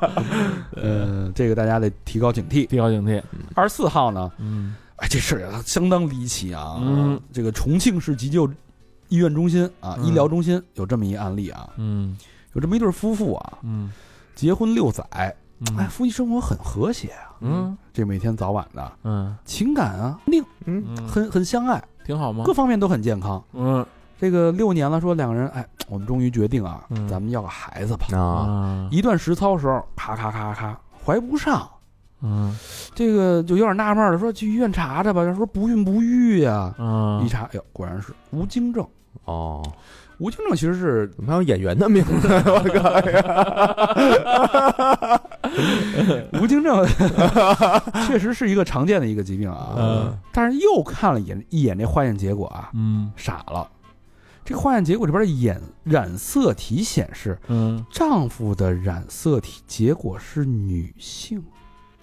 [SPEAKER 2] 嗯
[SPEAKER 1] 呃，这个大家得提高警惕。
[SPEAKER 3] 提高警惕。
[SPEAKER 1] 二十四号呢，
[SPEAKER 3] 嗯
[SPEAKER 1] 哎，这事儿啊相当离奇啊。
[SPEAKER 3] 嗯，
[SPEAKER 1] 这个重庆市急救医院中心啊，
[SPEAKER 3] 嗯
[SPEAKER 1] 医疗中心有这么一案例啊，
[SPEAKER 3] 嗯
[SPEAKER 1] 有这么一对夫妇啊，
[SPEAKER 3] 嗯
[SPEAKER 1] 结婚六载，哎，夫妻生活很和谐啊，
[SPEAKER 3] 嗯
[SPEAKER 1] 这每天早晚的
[SPEAKER 3] 嗯
[SPEAKER 1] 情感啊，定
[SPEAKER 2] 嗯，
[SPEAKER 3] 嗯，
[SPEAKER 1] 很很相爱，
[SPEAKER 3] 挺好吗
[SPEAKER 1] 各？方面都很健康。
[SPEAKER 3] 嗯
[SPEAKER 1] 这个六年了，说两个人，哎，我们终于决定啊
[SPEAKER 3] 嗯，
[SPEAKER 1] 咱们要个孩子吧。
[SPEAKER 2] 啊，
[SPEAKER 3] 啊
[SPEAKER 1] 一段实操时候，咔咔咔咔，怀不上，
[SPEAKER 3] 嗯
[SPEAKER 1] 这个就有点纳闷了，说去医院查查吧。他说不孕不育呀、
[SPEAKER 3] 嗯
[SPEAKER 1] 一查，哎呦，果然是无精症。
[SPEAKER 2] 哦，
[SPEAKER 1] 无精症其实是
[SPEAKER 2] 怎么还有演员的名字？
[SPEAKER 1] 哦
[SPEAKER 2] 我靠呀！
[SPEAKER 1] 无精症， 确实是一个常见的一个疾病啊。
[SPEAKER 3] 嗯
[SPEAKER 1] 但是又看了一眼一眼这化验结果啊，
[SPEAKER 3] 嗯
[SPEAKER 1] 傻了。这个化验结果里边的眼染色体显示，
[SPEAKER 3] 嗯
[SPEAKER 1] 丈夫的染色体结果是女性，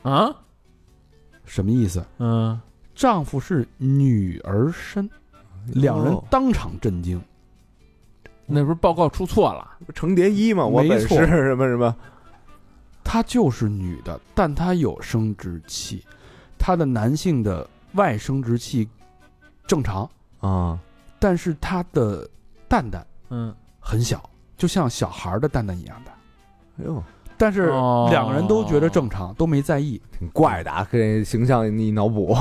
[SPEAKER 3] 啊
[SPEAKER 1] 什么意思？
[SPEAKER 3] 嗯
[SPEAKER 1] 丈夫是女儿身，两
[SPEAKER 2] 哦
[SPEAKER 1] 人当场震惊。
[SPEAKER 3] 那不是报告出错了？
[SPEAKER 2] 程蝶衣嘛，我
[SPEAKER 1] 没
[SPEAKER 2] 本是
[SPEAKER 1] 错
[SPEAKER 2] 什么什么，
[SPEAKER 1] 她就是女的，但她有生殖器，她的男性的外生殖器正常，
[SPEAKER 2] 啊，
[SPEAKER 1] 但是她的蛋蛋
[SPEAKER 3] 嗯，
[SPEAKER 1] 很小，就像小孩的蛋蛋一样大。
[SPEAKER 2] 哎呦，
[SPEAKER 1] 但是
[SPEAKER 3] 哦
[SPEAKER 1] 两个人都觉得正常，都没在意。
[SPEAKER 2] 挺怪的啊，这形象你脑补，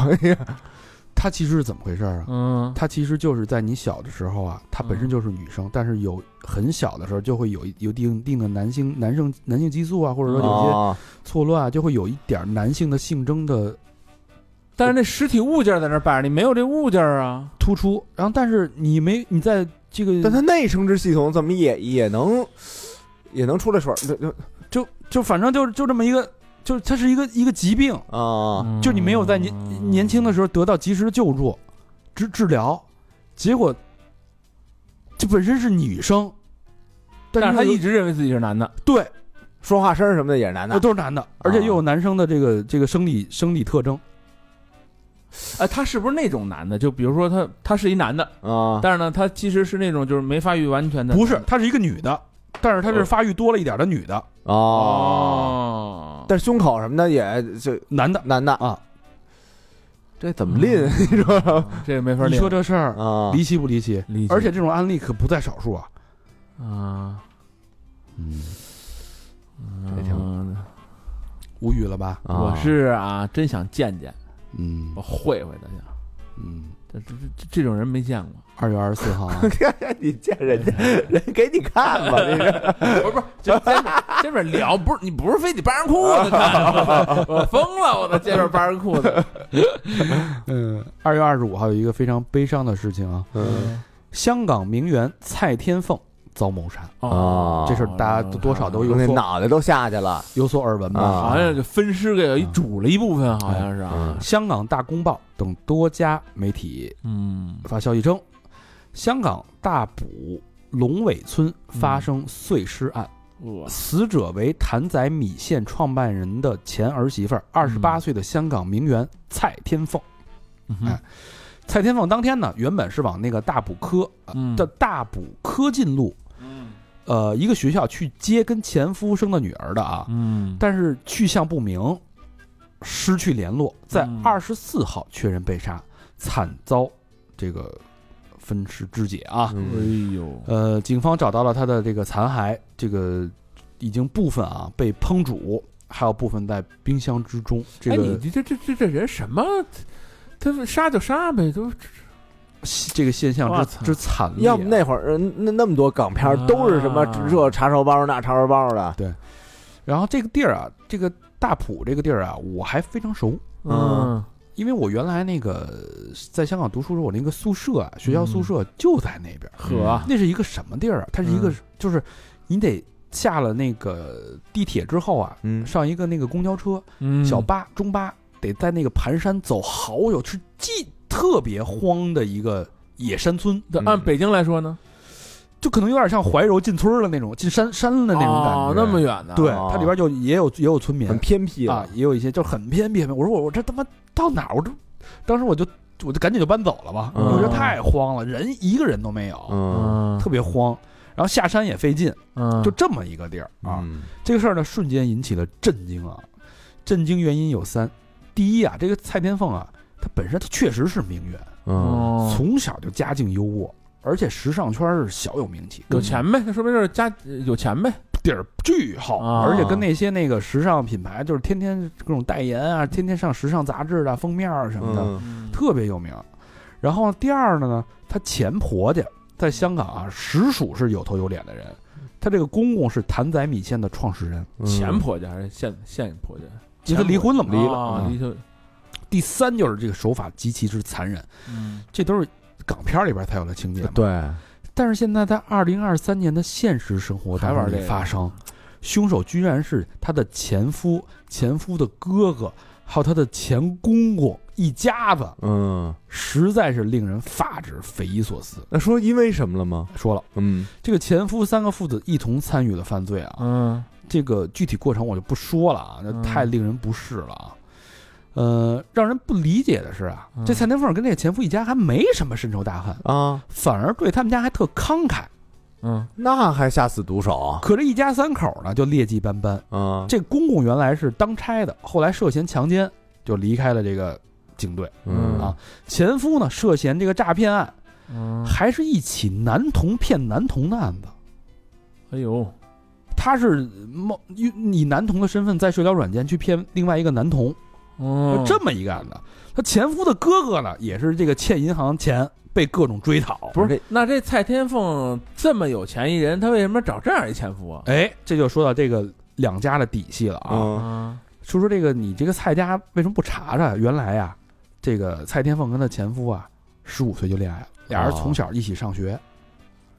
[SPEAKER 1] 她其实是怎么回事儿啊？
[SPEAKER 3] 嗯
[SPEAKER 1] 她其实就是在你小的时候啊，她本身就是女生，但是有很小的时候就会有一有一定定的男性男性男性激素啊，或者说有
[SPEAKER 3] 哦
[SPEAKER 1] 些
[SPEAKER 2] 啊，
[SPEAKER 1] 错乱啊，就会有一点儿男性的性征的
[SPEAKER 3] 但是那实体物件在那儿摆着，你没有这物件儿啊。
[SPEAKER 1] 突出。然后，但是你没你在这个，
[SPEAKER 2] 但他内生殖系统怎么也也能也能出来水儿？这这
[SPEAKER 1] 就就反正就是就这么一个，就是它是一个一个疾病，
[SPEAKER 2] 啊，
[SPEAKER 1] 就你没有在年、
[SPEAKER 3] 嗯
[SPEAKER 1] 年轻的时候得到及时的救助、治治疗，结果这本身是女生，
[SPEAKER 3] 候但
[SPEAKER 1] 是
[SPEAKER 3] 是他
[SPEAKER 1] 又
[SPEAKER 3] 一直认为自己是男的。
[SPEAKER 1] 对，
[SPEAKER 2] 说话声儿什么的也是男
[SPEAKER 1] 那
[SPEAKER 2] 的，
[SPEAKER 1] 都是男的，而且又有男生的这个这个生理生理特征，
[SPEAKER 3] 哎，他是不是那种男的？就比如说他他是一男的，
[SPEAKER 1] 哦
[SPEAKER 2] 啊，
[SPEAKER 3] 但是呢，他其实是那种就是没发育完全的。
[SPEAKER 1] 不是，她是一个女的，但是她是发育多了一点的女的，
[SPEAKER 2] 哦，
[SPEAKER 3] 哦，
[SPEAKER 2] 啊但是胸口什么的也就
[SPEAKER 1] 男的。
[SPEAKER 2] 男的
[SPEAKER 1] 啊，
[SPEAKER 2] 这怎么
[SPEAKER 3] 啊
[SPEAKER 2] 拎？你说
[SPEAKER 3] 嗯这也没法
[SPEAKER 1] 你
[SPEAKER 3] 练
[SPEAKER 1] 说这事儿
[SPEAKER 2] 啊？
[SPEAKER 1] 离奇不离奇？
[SPEAKER 3] 理解
[SPEAKER 1] 而且这种案例可不在少数啊。
[SPEAKER 3] 啊，
[SPEAKER 1] 嗯，
[SPEAKER 2] 这
[SPEAKER 3] 嗯，
[SPEAKER 1] 无语了吧？
[SPEAKER 2] 啊
[SPEAKER 3] 我是啊，真想见见，
[SPEAKER 1] 嗯
[SPEAKER 3] 我会会他去。
[SPEAKER 1] 嗯，
[SPEAKER 3] 这这这这种人没 见过，
[SPEAKER 1] 二月二十四号啊，
[SPEAKER 2] 你见人家人给你看吧，这是
[SPEAKER 3] 不是不是，就见面见面聊，不是你不是非得扒上裤子看， 我疯了，我都见面扒上裤子。
[SPEAKER 1] 嗯，二月二十五号有一个非常悲伤的事情啊，
[SPEAKER 2] 嗯
[SPEAKER 1] 香港名媛蔡天凤遭谋杀，
[SPEAKER 2] 啊
[SPEAKER 1] 哦这事儿大家多少都有
[SPEAKER 2] 那
[SPEAKER 1] 所
[SPEAKER 2] 脑袋都下去了
[SPEAKER 1] 有所耳闻吧？
[SPEAKER 2] 啊
[SPEAKER 3] 好像就分尸给煮了一部分，好像是啊
[SPEAKER 2] 嗯，
[SPEAKER 1] 香港大公报等多家媒体
[SPEAKER 3] 嗯
[SPEAKER 1] 发消息称，香港大埔龙尾村
[SPEAKER 3] 嗯
[SPEAKER 1] 发生碎尸案，
[SPEAKER 3] 我
[SPEAKER 1] 死者为谭仔米线创办人的前儿媳妇儿，二十
[SPEAKER 3] 嗯
[SPEAKER 1] 八岁的香港名媛蔡天凤。哎蔡天凤当天呢，原本是往那个大埔科呃
[SPEAKER 3] 嗯
[SPEAKER 1] 的大埔科进路，
[SPEAKER 3] 嗯
[SPEAKER 1] 呃，一个学校去接跟前夫生的女儿的啊，
[SPEAKER 3] 嗯
[SPEAKER 1] 但是去向不明，失去联络，在
[SPEAKER 3] 嗯
[SPEAKER 1] 二十四号确认被杀，惨遭这个分尸肢解啊。
[SPEAKER 2] 嗯
[SPEAKER 3] 哎呦，
[SPEAKER 1] 呃，警方找到了他的这个残骸，这个已经部分啊被烹煮，还有部分在冰箱之中。这
[SPEAKER 3] 哎，
[SPEAKER 1] 个、
[SPEAKER 3] 你这这这这人什么？他杀就杀呗，都
[SPEAKER 1] 这个现象之
[SPEAKER 3] 哇操
[SPEAKER 1] 之惨烈啊，
[SPEAKER 2] 要不那会儿呃那那么多港片儿都是什么
[SPEAKER 3] 啊
[SPEAKER 2] 这叉烧包那叉烧包的，
[SPEAKER 1] 然后这个地儿啊，这个大埔这个地儿啊，我还非常熟，
[SPEAKER 2] 嗯
[SPEAKER 1] 因为我原来那个呃在香港读书时候，我那个宿舍啊，学校宿舍就在那边儿。
[SPEAKER 3] 嗯呵
[SPEAKER 1] 那是一个什么地儿啊？它是一个
[SPEAKER 3] 嗯，
[SPEAKER 1] 就是你得下了那个地铁之后啊，
[SPEAKER 2] 嗯
[SPEAKER 1] 上一个那个公交车，
[SPEAKER 3] 嗯
[SPEAKER 1] 小巴、中巴，得在那个盘山走好久，是既特别荒的一个野山村，
[SPEAKER 3] 对按北京来说呢，
[SPEAKER 1] 就可能有点像怀柔进村儿了那种，进山山了那种感觉。
[SPEAKER 3] 哦，那么远呢？
[SPEAKER 1] 对，
[SPEAKER 2] 哦
[SPEAKER 1] 它里边就也有也有村民
[SPEAKER 2] 很偏僻
[SPEAKER 1] 啊，，也有一些就很偏僻。很偏我说我我这他妈到哪儿？我这当时我就我就赶紧就搬走了吧，
[SPEAKER 2] 嗯
[SPEAKER 1] 我觉得太荒了，人一个人都没有，
[SPEAKER 2] 嗯
[SPEAKER 3] 嗯，
[SPEAKER 1] 特别荒。然后下山也费劲，
[SPEAKER 3] 嗯
[SPEAKER 1] 就这么一个地儿啊。
[SPEAKER 2] 嗯
[SPEAKER 1] 这个事儿呢，瞬间引起了震惊啊！震惊原因有三：第一啊，这个蔡天凤啊，她本身她确实是名媛，
[SPEAKER 2] 嗯
[SPEAKER 3] 哦
[SPEAKER 1] 从小就家境优渥，而且时尚圈是小有名气，
[SPEAKER 3] 有
[SPEAKER 1] 跟
[SPEAKER 3] 钱呗，那说明是家呃有钱呗。
[SPEAKER 1] 地儿巨好，
[SPEAKER 3] 啊
[SPEAKER 1] 而且跟那些那个时尚品牌就是天天各种代言啊，天天上时尚杂志的封面啊什么的，
[SPEAKER 2] 嗯
[SPEAKER 1] 特别有名。然后第二呢，她前婆家在香港啊，实属是有头有脸的人，她这个公公是谭仔米线的创始人，
[SPEAKER 3] 前婆家还是现现婆家？
[SPEAKER 1] 因为她离婚了嘛，
[SPEAKER 3] 离了，
[SPEAKER 1] 啊
[SPEAKER 3] 啊离婚。
[SPEAKER 1] 第三就是这个手法极其之残忍，
[SPEAKER 3] 嗯
[SPEAKER 1] 这都是港片里边才有的情节嘛。
[SPEAKER 4] 对，
[SPEAKER 1] 但是现在在二零二三年的现实生活当
[SPEAKER 3] 还玩
[SPEAKER 1] 中
[SPEAKER 3] 这
[SPEAKER 1] 也
[SPEAKER 3] 个
[SPEAKER 1] 发生，凶手居然是他的前夫、前夫的哥哥，还有他的前公公一家子，
[SPEAKER 4] 嗯，
[SPEAKER 1] 实在是令人发指、匪夷所思。
[SPEAKER 4] 那说因为什么了吗？
[SPEAKER 1] 说了，
[SPEAKER 4] 嗯
[SPEAKER 1] 这个前夫三个父子一同参与了犯罪啊，
[SPEAKER 3] 嗯
[SPEAKER 1] 这个具体过程我就不说了啊，那
[SPEAKER 3] 嗯
[SPEAKER 1] 太令人不适了啊。呃，让人不理解的是啊，这
[SPEAKER 3] 嗯
[SPEAKER 1] 蔡天凤跟这个前夫一家还没什么深仇大恨，
[SPEAKER 4] 啊，
[SPEAKER 1] 反而对他们家还特慷慨。
[SPEAKER 3] 嗯
[SPEAKER 4] 那还下死毒手
[SPEAKER 3] 哦
[SPEAKER 2] 啊
[SPEAKER 1] 可这一家三口呢，就劣迹斑斑。
[SPEAKER 4] 啊？
[SPEAKER 1] 这公公原来是当差的，后来涉嫌强奸，就离开了这个警队。
[SPEAKER 4] 嗯
[SPEAKER 1] 啊前夫呢，涉嫌这个诈骗案，
[SPEAKER 3] 嗯，
[SPEAKER 1] 还是一起男童骗男童的案子。
[SPEAKER 3] 哎呦，
[SPEAKER 1] 他是冒以以男童的身份在社交软件去骗另外一个男童，
[SPEAKER 3] 哦
[SPEAKER 1] 就，这么一个案子。他前夫的哥哥呢，也是这个欠银行钱被各种追讨。
[SPEAKER 3] 不是？那这蔡天凤这么有钱一人，她为什么找这样一前夫啊？
[SPEAKER 1] 哎，这就说到这个两家的底细了啊。
[SPEAKER 4] 嗯
[SPEAKER 3] 啊，
[SPEAKER 1] 说说这个你这个蔡家为什么不查查？原来呀、这个蔡天凤跟她前夫啊，十五岁就恋爱了，俩人
[SPEAKER 4] 哦
[SPEAKER 1] 从小一起上学，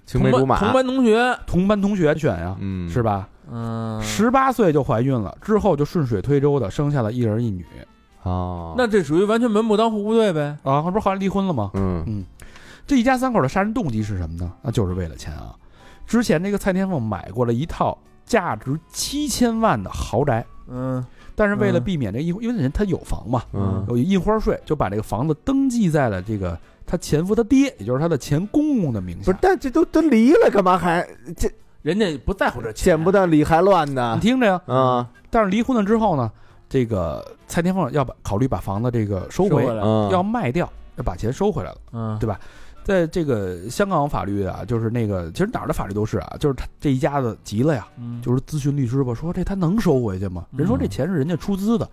[SPEAKER 2] 青梅竹马，
[SPEAKER 3] 同班同学，
[SPEAKER 1] 同班同学选呀、
[SPEAKER 4] 嗯
[SPEAKER 1] 是吧？
[SPEAKER 3] 嗯，
[SPEAKER 1] 十八岁就怀孕了，之后就顺水推舟的生下了一儿一女
[SPEAKER 4] 啊，
[SPEAKER 3] 那这属于完全门不当户不对呗？
[SPEAKER 1] 啊，不是后来离婚了吗？
[SPEAKER 4] 嗯
[SPEAKER 1] 这一家三口的杀人动机是什么呢？那就是为了钱啊！之前这个蔡天凤买过了一套价值七千万的豪宅，
[SPEAKER 3] 嗯
[SPEAKER 1] 但是为了
[SPEAKER 3] 嗯
[SPEAKER 1] 避免这一，因为人他有房嘛，
[SPEAKER 4] 嗯
[SPEAKER 1] 有印花税，就把这个房子登记在了这个他前夫他爹，也就是他的前公公的名
[SPEAKER 2] 不
[SPEAKER 1] 下
[SPEAKER 2] 是，。但这都都离了，干嘛还这
[SPEAKER 3] 人家不在乎这钱，
[SPEAKER 2] 见不得理还乱呢
[SPEAKER 1] 你？听着呀，
[SPEAKER 2] 啊，
[SPEAKER 1] 但是离婚了之后呢，这个蔡天凤要把考虑把房子这个收
[SPEAKER 3] 收
[SPEAKER 1] 回，
[SPEAKER 3] 回来，
[SPEAKER 4] 嗯
[SPEAKER 1] 要卖掉，要把钱收回来了。
[SPEAKER 3] 嗯，
[SPEAKER 1] 对在这个香港法律啊，就是那个其实哪儿的法律都是啊，就是他这一家子急了呀，
[SPEAKER 3] 嗯
[SPEAKER 1] 就是咨询律师吧，说这他能收回去吗？人说
[SPEAKER 3] 嗯
[SPEAKER 1] 这钱是人家出资的，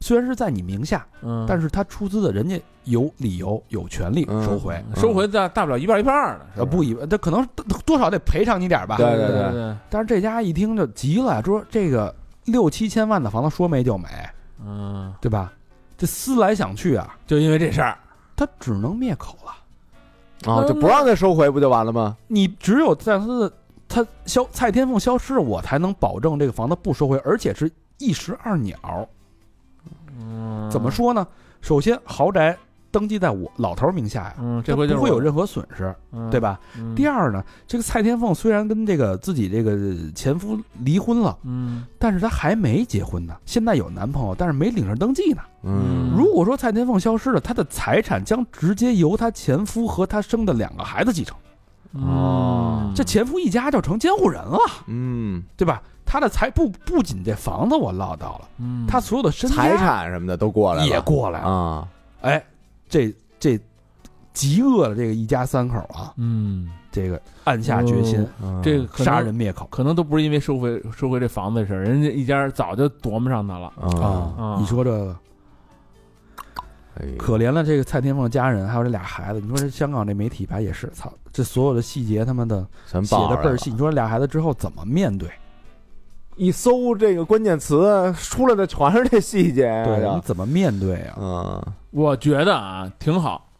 [SPEAKER 1] 虽然是在你名下，
[SPEAKER 3] 嗯，
[SPEAKER 1] 但是他出资的人家有理由有权利收回。
[SPEAKER 4] 嗯
[SPEAKER 3] 收回大大不了一半一半儿的，是
[SPEAKER 1] 呃，
[SPEAKER 3] 吧
[SPEAKER 1] 不以为，他可能多少得赔偿你点儿吧。
[SPEAKER 2] 对对
[SPEAKER 3] 对
[SPEAKER 2] 对
[SPEAKER 3] 对，
[SPEAKER 1] 但是这家一听就急了，说这个六七千万的房子说没就没，
[SPEAKER 3] 嗯，
[SPEAKER 1] 对吧？这思来想去啊，
[SPEAKER 3] 就因为这事儿，
[SPEAKER 1] 他只能灭口了。
[SPEAKER 2] 啊，就不让他收回不就完了吗？
[SPEAKER 1] 你只有在他的他消蔡天凤消失，我才能保证这个房子不收回，而且是一石二鸟。
[SPEAKER 3] 嗯，
[SPEAKER 1] 怎么？说呢？首先，豪宅登记在我老头儿名下呀，
[SPEAKER 3] 嗯，这回就
[SPEAKER 1] 他
[SPEAKER 3] 是
[SPEAKER 1] 不会有
[SPEAKER 3] 我，
[SPEAKER 1] 任何损失，
[SPEAKER 3] 嗯
[SPEAKER 1] 对？吧？第
[SPEAKER 3] 二，
[SPEAKER 1] 二呢，这个蔡天凤虽然跟这个自己这个前夫离婚了，
[SPEAKER 3] 嗯
[SPEAKER 1] 但是她还没结婚呢，现在有男朋友，但是没领上登记呢。
[SPEAKER 4] 嗯
[SPEAKER 1] 如果说蔡天凤消失了，她的财产将直接由她前夫和她生的两个孩子继
[SPEAKER 3] 嗯
[SPEAKER 1] 承，
[SPEAKER 4] 哦
[SPEAKER 1] 这前夫一家就成监护人了，
[SPEAKER 4] 嗯
[SPEAKER 1] 对吧？她的财不不仅这房子我落到了，
[SPEAKER 3] 嗯
[SPEAKER 1] 她所有的身家
[SPEAKER 2] 财产什么的都过来
[SPEAKER 1] 也
[SPEAKER 2] 了
[SPEAKER 1] 过来了。
[SPEAKER 4] 啊，
[SPEAKER 1] 哎，这这极恶的这个一家三口啊，
[SPEAKER 3] 嗯，
[SPEAKER 1] 这个暗下决心、
[SPEAKER 2] 嗯
[SPEAKER 4] 啊
[SPEAKER 3] 这个可能
[SPEAKER 1] 杀人灭口
[SPEAKER 3] 可能都不是因为收回收回这房子的事儿，人家一家早就琢磨上他了。
[SPEAKER 4] 啊，
[SPEAKER 3] 啊
[SPEAKER 1] 你说这个
[SPEAKER 4] 哎呦
[SPEAKER 1] 可怜了这个蔡天凤家人，还有这俩孩子。你说这香港这媒体吧也是，操，这所有的细节他妈的
[SPEAKER 4] 全
[SPEAKER 1] 写
[SPEAKER 4] 爆出
[SPEAKER 1] 的
[SPEAKER 4] 来
[SPEAKER 1] 倍儿
[SPEAKER 4] 了
[SPEAKER 1] 细。你说这俩孩子之后怎么面对？
[SPEAKER 2] 一搜这个关键词出来的全是这细节哎呀，
[SPEAKER 1] 对，
[SPEAKER 2] 就
[SPEAKER 1] 你怎么面对啊？
[SPEAKER 4] 嗯
[SPEAKER 3] 我觉得啊，挺好。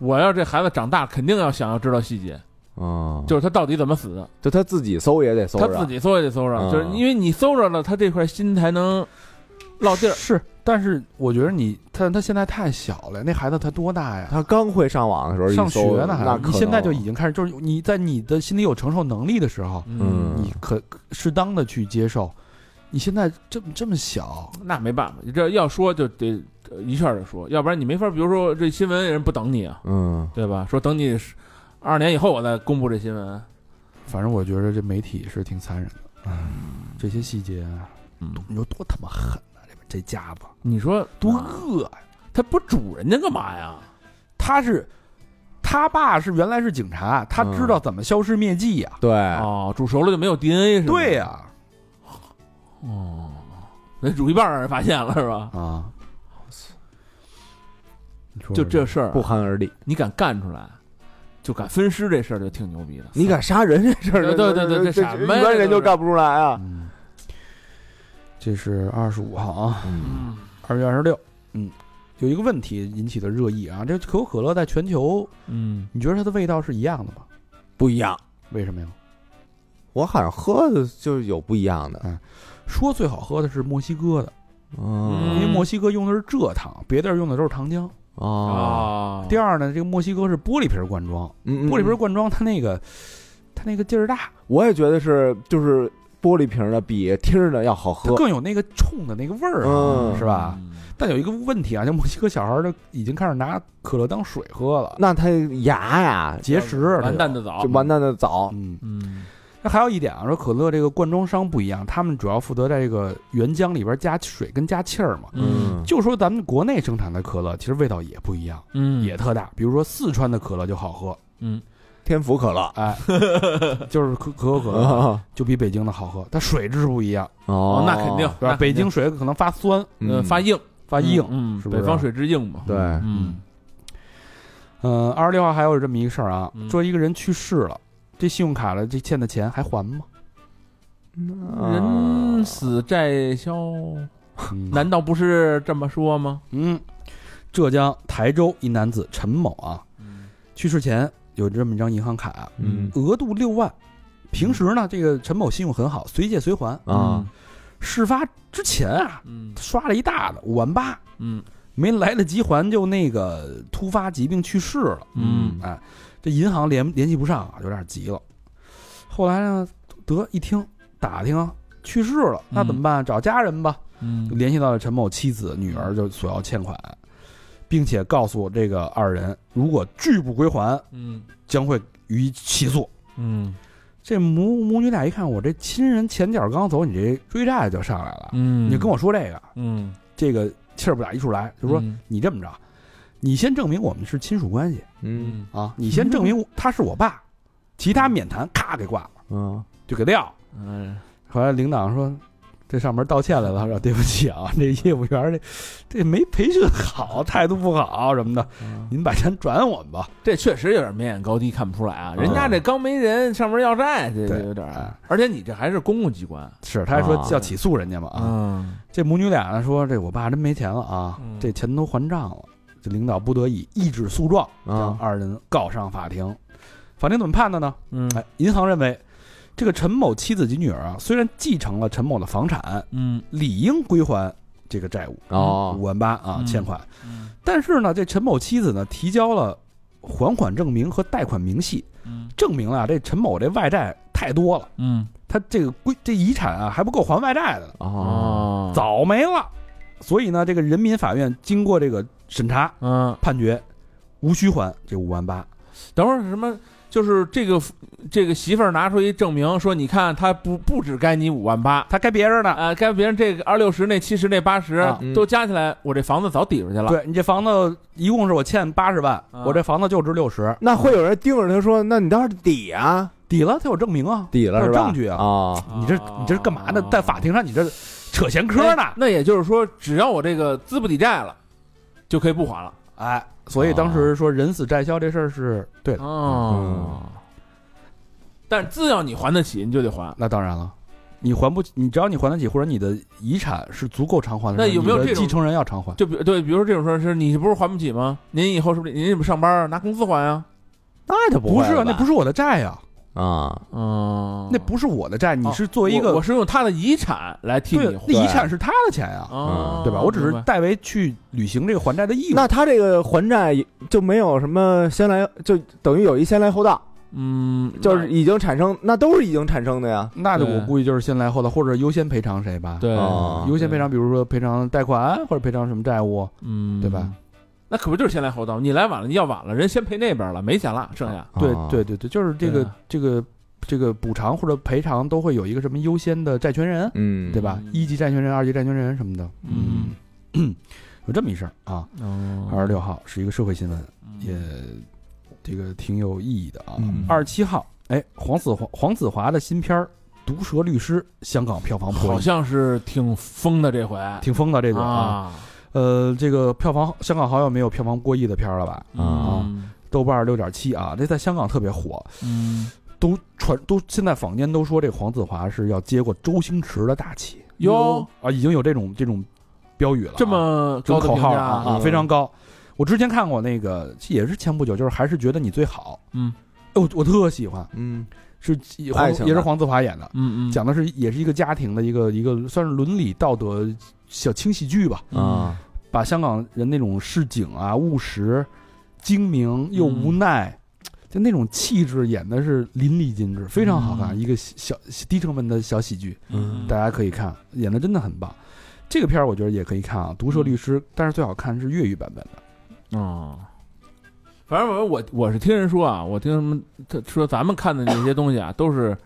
[SPEAKER 3] 我要这孩子长大，肯定要想要知道细节，
[SPEAKER 4] 嗯，
[SPEAKER 3] 就是他到底怎么死的，
[SPEAKER 2] 就他自己搜也得搜
[SPEAKER 3] 他
[SPEAKER 2] 着，啊
[SPEAKER 3] 自己搜也得搜着，
[SPEAKER 4] 嗯
[SPEAKER 3] 就是因为你搜着了，他这块心才能落地儿。
[SPEAKER 1] 是，但是我觉得你他他现在太小了，那孩子才多大呀？
[SPEAKER 2] 他刚会上网的时候一
[SPEAKER 1] 上
[SPEAKER 2] 搜，
[SPEAKER 1] 学呢
[SPEAKER 2] 那
[SPEAKER 1] 还，
[SPEAKER 2] 可
[SPEAKER 1] 你现在就
[SPEAKER 2] 能
[SPEAKER 1] 已经开始，就是你在你的心里有承受能力的时候，
[SPEAKER 4] 嗯
[SPEAKER 1] 你可适当的去接受。你现在这么这么小，
[SPEAKER 3] 那没办法，你这要说就得呃一下就说，要不然你没法。比如说这新闻人不等你啊，
[SPEAKER 4] 嗯
[SPEAKER 3] 对吧？说等你二年以后我再公布这新闻，
[SPEAKER 1] 反正我觉得这媒体是挺残忍的，这些细节啊，
[SPEAKER 3] 嗯，
[SPEAKER 1] 你说多他妈狠啊！这这家伙
[SPEAKER 3] 你说
[SPEAKER 1] 多
[SPEAKER 3] 啊
[SPEAKER 1] 恶呀、
[SPEAKER 3] 他不主人家干嘛呀？
[SPEAKER 1] 他是他爸是原来是警察，他知
[SPEAKER 3] 嗯
[SPEAKER 1] 道怎么消失灭迹呀、
[SPEAKER 4] 对
[SPEAKER 2] 哎
[SPEAKER 3] 哦，煮熟了就没有 DNA 是吧？
[SPEAKER 1] 对呀、
[SPEAKER 3] 哦，那煮一半让人发现了是吧？
[SPEAKER 1] 啊！你说
[SPEAKER 3] 就这事儿啊
[SPEAKER 2] 不寒而栗。
[SPEAKER 3] 你敢干出来，就敢分尸这事儿就挺牛逼的。
[SPEAKER 2] 你敢杀人这事儿，
[SPEAKER 3] 对对对对
[SPEAKER 2] 这这
[SPEAKER 3] 这什么呀
[SPEAKER 2] 一般
[SPEAKER 3] 这
[SPEAKER 2] 人
[SPEAKER 3] 都
[SPEAKER 2] 就是干不出来啊。
[SPEAKER 1] 嗯，这是二十五号啊，
[SPEAKER 4] 嗯
[SPEAKER 3] 嗯
[SPEAKER 1] 二月二十六，嗯，有一个问题引起的热议啊，这可口可乐在全球，
[SPEAKER 3] 嗯，
[SPEAKER 1] 你觉得它的味道是一样的吗？
[SPEAKER 4] 不一样，
[SPEAKER 1] 为什么呀？
[SPEAKER 4] 我好像喝的就是有不一样的，
[SPEAKER 1] 说最好喝的是墨西哥的，因
[SPEAKER 4] 嗯
[SPEAKER 1] 为墨西哥用的是蔗糖，别地儿用的都是糖浆。
[SPEAKER 4] 哦，
[SPEAKER 3] 啊，
[SPEAKER 1] 第二呢，这个墨西哥是玻璃瓶灌装，
[SPEAKER 4] 嗯
[SPEAKER 1] 玻璃瓶灌装它那个它那个劲儿大，
[SPEAKER 2] 我也觉得是，就是玻璃瓶的比听儿的要好
[SPEAKER 1] 它
[SPEAKER 2] 喝。
[SPEAKER 1] 更有那个冲的那个味儿啊，
[SPEAKER 2] 嗯
[SPEAKER 1] 是吧？？但有一个问题啊，就墨西哥小孩儿都已经开始拿可乐当水喝了，
[SPEAKER 2] 那他牙呀，
[SPEAKER 1] 节食，
[SPEAKER 3] 完蛋的早
[SPEAKER 2] 就，完蛋的早。
[SPEAKER 1] 嗯，
[SPEAKER 3] 嗯
[SPEAKER 1] 那还有一点啊，说可乐这个灌装商不一样，他们主要负责在这个原浆里边加水跟加气儿嘛。
[SPEAKER 3] 嗯
[SPEAKER 1] 就说咱们国内生产的可乐，其实味道也不一样，
[SPEAKER 3] 嗯
[SPEAKER 1] 也特大。比如说四川的可乐就好喝，
[SPEAKER 3] 嗯
[SPEAKER 2] 天府可乐
[SPEAKER 1] 哎， 就是可可 口可乐
[SPEAKER 2] 啊，
[SPEAKER 1] 就比北京的好喝，它水质不一样，
[SPEAKER 3] 哦
[SPEAKER 4] 哦，
[SPEAKER 3] 那肯定，
[SPEAKER 1] 对吧？
[SPEAKER 3] 那肯定
[SPEAKER 1] 北京水可能发酸、
[SPEAKER 3] 呃
[SPEAKER 4] 嗯
[SPEAKER 3] 发硬
[SPEAKER 1] 发硬。
[SPEAKER 3] 嗯，
[SPEAKER 1] 是不是
[SPEAKER 3] 北方水质硬嘛？
[SPEAKER 4] 对，
[SPEAKER 3] 嗯
[SPEAKER 1] 嗯，二十六号还有这么一个事儿啊
[SPEAKER 3] 嗯，
[SPEAKER 1] 说一个人去世了，这信用卡的这欠的钱还还 吗？
[SPEAKER 3] 嗯
[SPEAKER 1] 啊
[SPEAKER 2] 嗯
[SPEAKER 3] 人死债消，
[SPEAKER 1] 嗯
[SPEAKER 3] 难道不是这么说吗？
[SPEAKER 1] 嗯，浙江台州一男子陈某啊，去世前有这么一张银行卡，
[SPEAKER 4] 嗯
[SPEAKER 1] 额度六万。平时呢，这个陈某信用很好，随借随还。
[SPEAKER 4] 啊，
[SPEAKER 1] 事发之前啊，
[SPEAKER 3] 嗯
[SPEAKER 1] 刷了一大的五万八，
[SPEAKER 3] 嗯
[SPEAKER 1] 没来得及还，就那个突发疾病去世了。
[SPEAKER 3] 嗯
[SPEAKER 1] 哎，这银行联联系不上啊，有点急了。后来呢，得一听打听啊，去世了，那怎么办？找家人吧。
[SPEAKER 3] 嗯
[SPEAKER 1] 就联系到了陈某妻子、女儿，就索要欠款，并且告诉这个二人，如果拒不归还，
[SPEAKER 3] 嗯
[SPEAKER 1] 将会予以起诉。
[SPEAKER 3] 嗯
[SPEAKER 1] 这母母女俩一看，我这亲人前脚刚走，你这追债就上来了。
[SPEAKER 3] 嗯
[SPEAKER 1] 你就跟我说这个，
[SPEAKER 3] 嗯，
[SPEAKER 1] 这个气儿不打一处来，就说你这么着，你先证明我们是亲属关系
[SPEAKER 4] 嗯
[SPEAKER 3] 嗯
[SPEAKER 1] 啊，你先证明我他是我爸，其他免谈，咔给挂了，
[SPEAKER 4] 嗯
[SPEAKER 1] 就给撂了。
[SPEAKER 3] 嗯
[SPEAKER 1] 后来领导说，这上门道歉来了，说对不起啊，这业务员这这没培训好，态度不好什么的，您把钱转我们 吧。
[SPEAKER 3] 这确实有点眉眼高低看不出来啊，人
[SPEAKER 1] 嗯
[SPEAKER 3] 家这刚没人上门要债，这这有点
[SPEAKER 1] 哎
[SPEAKER 3] 儿，而且你这还是公共机关
[SPEAKER 1] 是，他还说
[SPEAKER 4] 啊
[SPEAKER 1] 要起诉人家嘛啊。
[SPEAKER 3] 嗯
[SPEAKER 1] 这母女俩呢说，这我爸真没钱了啊
[SPEAKER 3] 嗯，
[SPEAKER 1] 这钱都还账了。这领导不得已一纸诉状，将
[SPEAKER 4] 啊
[SPEAKER 1] 二人告上法庭。法庭怎么判的呢？
[SPEAKER 3] 嗯
[SPEAKER 1] 哎，银行认为，这个陈某妻子及女儿啊，虽然继承了陈某的房产，
[SPEAKER 3] 嗯
[SPEAKER 1] 理应归还这个债务五
[SPEAKER 4] 哦，
[SPEAKER 1] 万八啊
[SPEAKER 3] 嗯
[SPEAKER 1] 欠款。但是呢，这陈某妻子呢提交了还款证明和贷款明细，
[SPEAKER 3] 嗯
[SPEAKER 1] 证明啊这陈某这外债太多了，
[SPEAKER 3] 嗯
[SPEAKER 1] 他这个归这遗产啊还不够还外债的呢，
[SPEAKER 4] 哦，
[SPEAKER 3] 哦，
[SPEAKER 1] 早没了。所以呢，这个人民法院经过这个审查，
[SPEAKER 3] 嗯，
[SPEAKER 1] 判决无需还这五万八。
[SPEAKER 3] 等会儿什么？就是这个这个媳妇儿拿出一证明，说你看他不不只该你五万八，
[SPEAKER 1] 他该别人呢，
[SPEAKER 3] 啊，该别人这个二六十那七十那八十
[SPEAKER 1] 啊
[SPEAKER 4] 嗯
[SPEAKER 3] 都加起来，我这房子早抵出去了。
[SPEAKER 1] 对你这房子一共是我欠八十万，
[SPEAKER 3] 啊
[SPEAKER 1] 我这房子就值六十，
[SPEAKER 2] 那会有人盯着他说：“那你倒是抵啊，
[SPEAKER 1] 抵了他有证明啊，
[SPEAKER 2] 抵了
[SPEAKER 1] 有
[SPEAKER 2] 是吧？”
[SPEAKER 1] 证据啊。
[SPEAKER 2] 啊，
[SPEAKER 3] 啊
[SPEAKER 1] 你这你这是干嘛呢？在法庭上你这扯闲科呢
[SPEAKER 3] 哎？那也就是说，只要我这个资不抵债了，就可以不还了。
[SPEAKER 1] 哎，所以当时说人死债消这事儿是对的，
[SPEAKER 3] 哦，但是只要你还得起，你就得还。
[SPEAKER 1] 那当然了，你还不起，你只要你还得起，或者你的遗产是足够偿还的时候，
[SPEAKER 3] 那有没有
[SPEAKER 1] 你的
[SPEAKER 3] 这种
[SPEAKER 1] 继承人要偿还？
[SPEAKER 3] 就比对，比如说这种事儿，是你不是还不起吗？您以后是不是您是不是上班啊拿工资还啊？
[SPEAKER 2] 那就
[SPEAKER 1] 不是啊，那不
[SPEAKER 2] 是
[SPEAKER 1] 是我的债呀、
[SPEAKER 4] 啊，
[SPEAKER 3] 嗯，
[SPEAKER 1] 那不是我的债，你
[SPEAKER 3] 哦
[SPEAKER 1] 是作为一个
[SPEAKER 3] 我我是用他的遗产来替
[SPEAKER 1] 对
[SPEAKER 3] 你，
[SPEAKER 1] 那遗
[SPEAKER 4] 对
[SPEAKER 1] 产是他的钱呀，
[SPEAKER 3] 啊，
[SPEAKER 1] 对吧？我只
[SPEAKER 3] 明
[SPEAKER 1] 是
[SPEAKER 3] 白
[SPEAKER 1] 代为去履行这个还债的义务。
[SPEAKER 4] 那他这个还债就没有什么先来，就等于有一先来后到，
[SPEAKER 3] 嗯，
[SPEAKER 4] 就是已经产生，那都是已经产生的呀。
[SPEAKER 1] 那就
[SPEAKER 3] 对
[SPEAKER 1] 我估计就是先来后到，或者优先赔偿谁吧
[SPEAKER 3] 那。对
[SPEAKER 4] 哦
[SPEAKER 1] 优先赔偿，比如说赔偿贷款或者赔偿什么债务。
[SPEAKER 3] 嗯，
[SPEAKER 1] 对吧？
[SPEAKER 3] 那可不就是先来后到？你来晚了，你要晚了，人先赔那边了，没钱了，剩下
[SPEAKER 1] 对
[SPEAKER 4] 啊
[SPEAKER 1] 对对对，就是这
[SPEAKER 3] 对
[SPEAKER 1] 个
[SPEAKER 3] 啊
[SPEAKER 1] 这个这个补偿或者赔偿都会有一个什么优先的债权人，
[SPEAKER 4] 嗯，
[SPEAKER 1] 对吧
[SPEAKER 3] 嗯？
[SPEAKER 1] 一级债权人、二级债权人什么的。
[SPEAKER 3] 嗯，
[SPEAKER 1] 有这么一事儿啊。
[SPEAKER 3] 哦
[SPEAKER 1] 二十六号是一个社会新闻，
[SPEAKER 3] 嗯
[SPEAKER 1] 也这个挺有意义的啊。二十七号，哎，黄子华黄子华的新片儿《毒舌律师》，香港票房破
[SPEAKER 3] 好
[SPEAKER 1] 亿，
[SPEAKER 3] 像是挺疯的这回，
[SPEAKER 1] 挺疯的这种啊。
[SPEAKER 3] 啊
[SPEAKER 1] 呃，这个票房，香港好像没有票房过亿的片儿了吧？
[SPEAKER 4] 啊
[SPEAKER 3] 嗯
[SPEAKER 1] 豆瓣六点七啊，这在香港特别火，
[SPEAKER 3] 嗯，
[SPEAKER 1] 都传都现在坊间都说这黄子华是要接过周星驰的大旗
[SPEAKER 3] 哟
[SPEAKER 1] 啊，已经有这种这种标语了啊、
[SPEAKER 3] 这么
[SPEAKER 1] 这种
[SPEAKER 3] 高的
[SPEAKER 1] 口
[SPEAKER 3] 评
[SPEAKER 1] 号
[SPEAKER 3] 价
[SPEAKER 1] 了啊啊，
[SPEAKER 4] 嗯
[SPEAKER 1] 非常高。我之前看过那个也是前不久，就是还是觉得你最好，
[SPEAKER 3] 嗯
[SPEAKER 1] 哎我我特喜欢，
[SPEAKER 4] 嗯，
[SPEAKER 1] 是黄
[SPEAKER 4] 爱情的
[SPEAKER 1] 也是黄子华演的，
[SPEAKER 3] 嗯嗯，
[SPEAKER 1] 讲的是也是一个家庭的一个一个算是伦理道德小轻喜剧吧，
[SPEAKER 4] 啊，
[SPEAKER 1] 把香港人那种市井啊、务实、精明又无
[SPEAKER 3] 嗯
[SPEAKER 1] 奈，就那种气质演的是淋漓尽致，非常好看。
[SPEAKER 3] 嗯
[SPEAKER 1] 一个小小低成本的小喜剧，
[SPEAKER 4] 嗯
[SPEAKER 1] 大家可以看，演的真的很棒。这个片儿我觉得也可以看啊，《
[SPEAKER 3] 嗯
[SPEAKER 1] 毒舌律师》，但是最好看是粤语版本的。
[SPEAKER 3] 哦，反正我我我是听人说啊，我听他们他说咱们看的那些东西啊，都是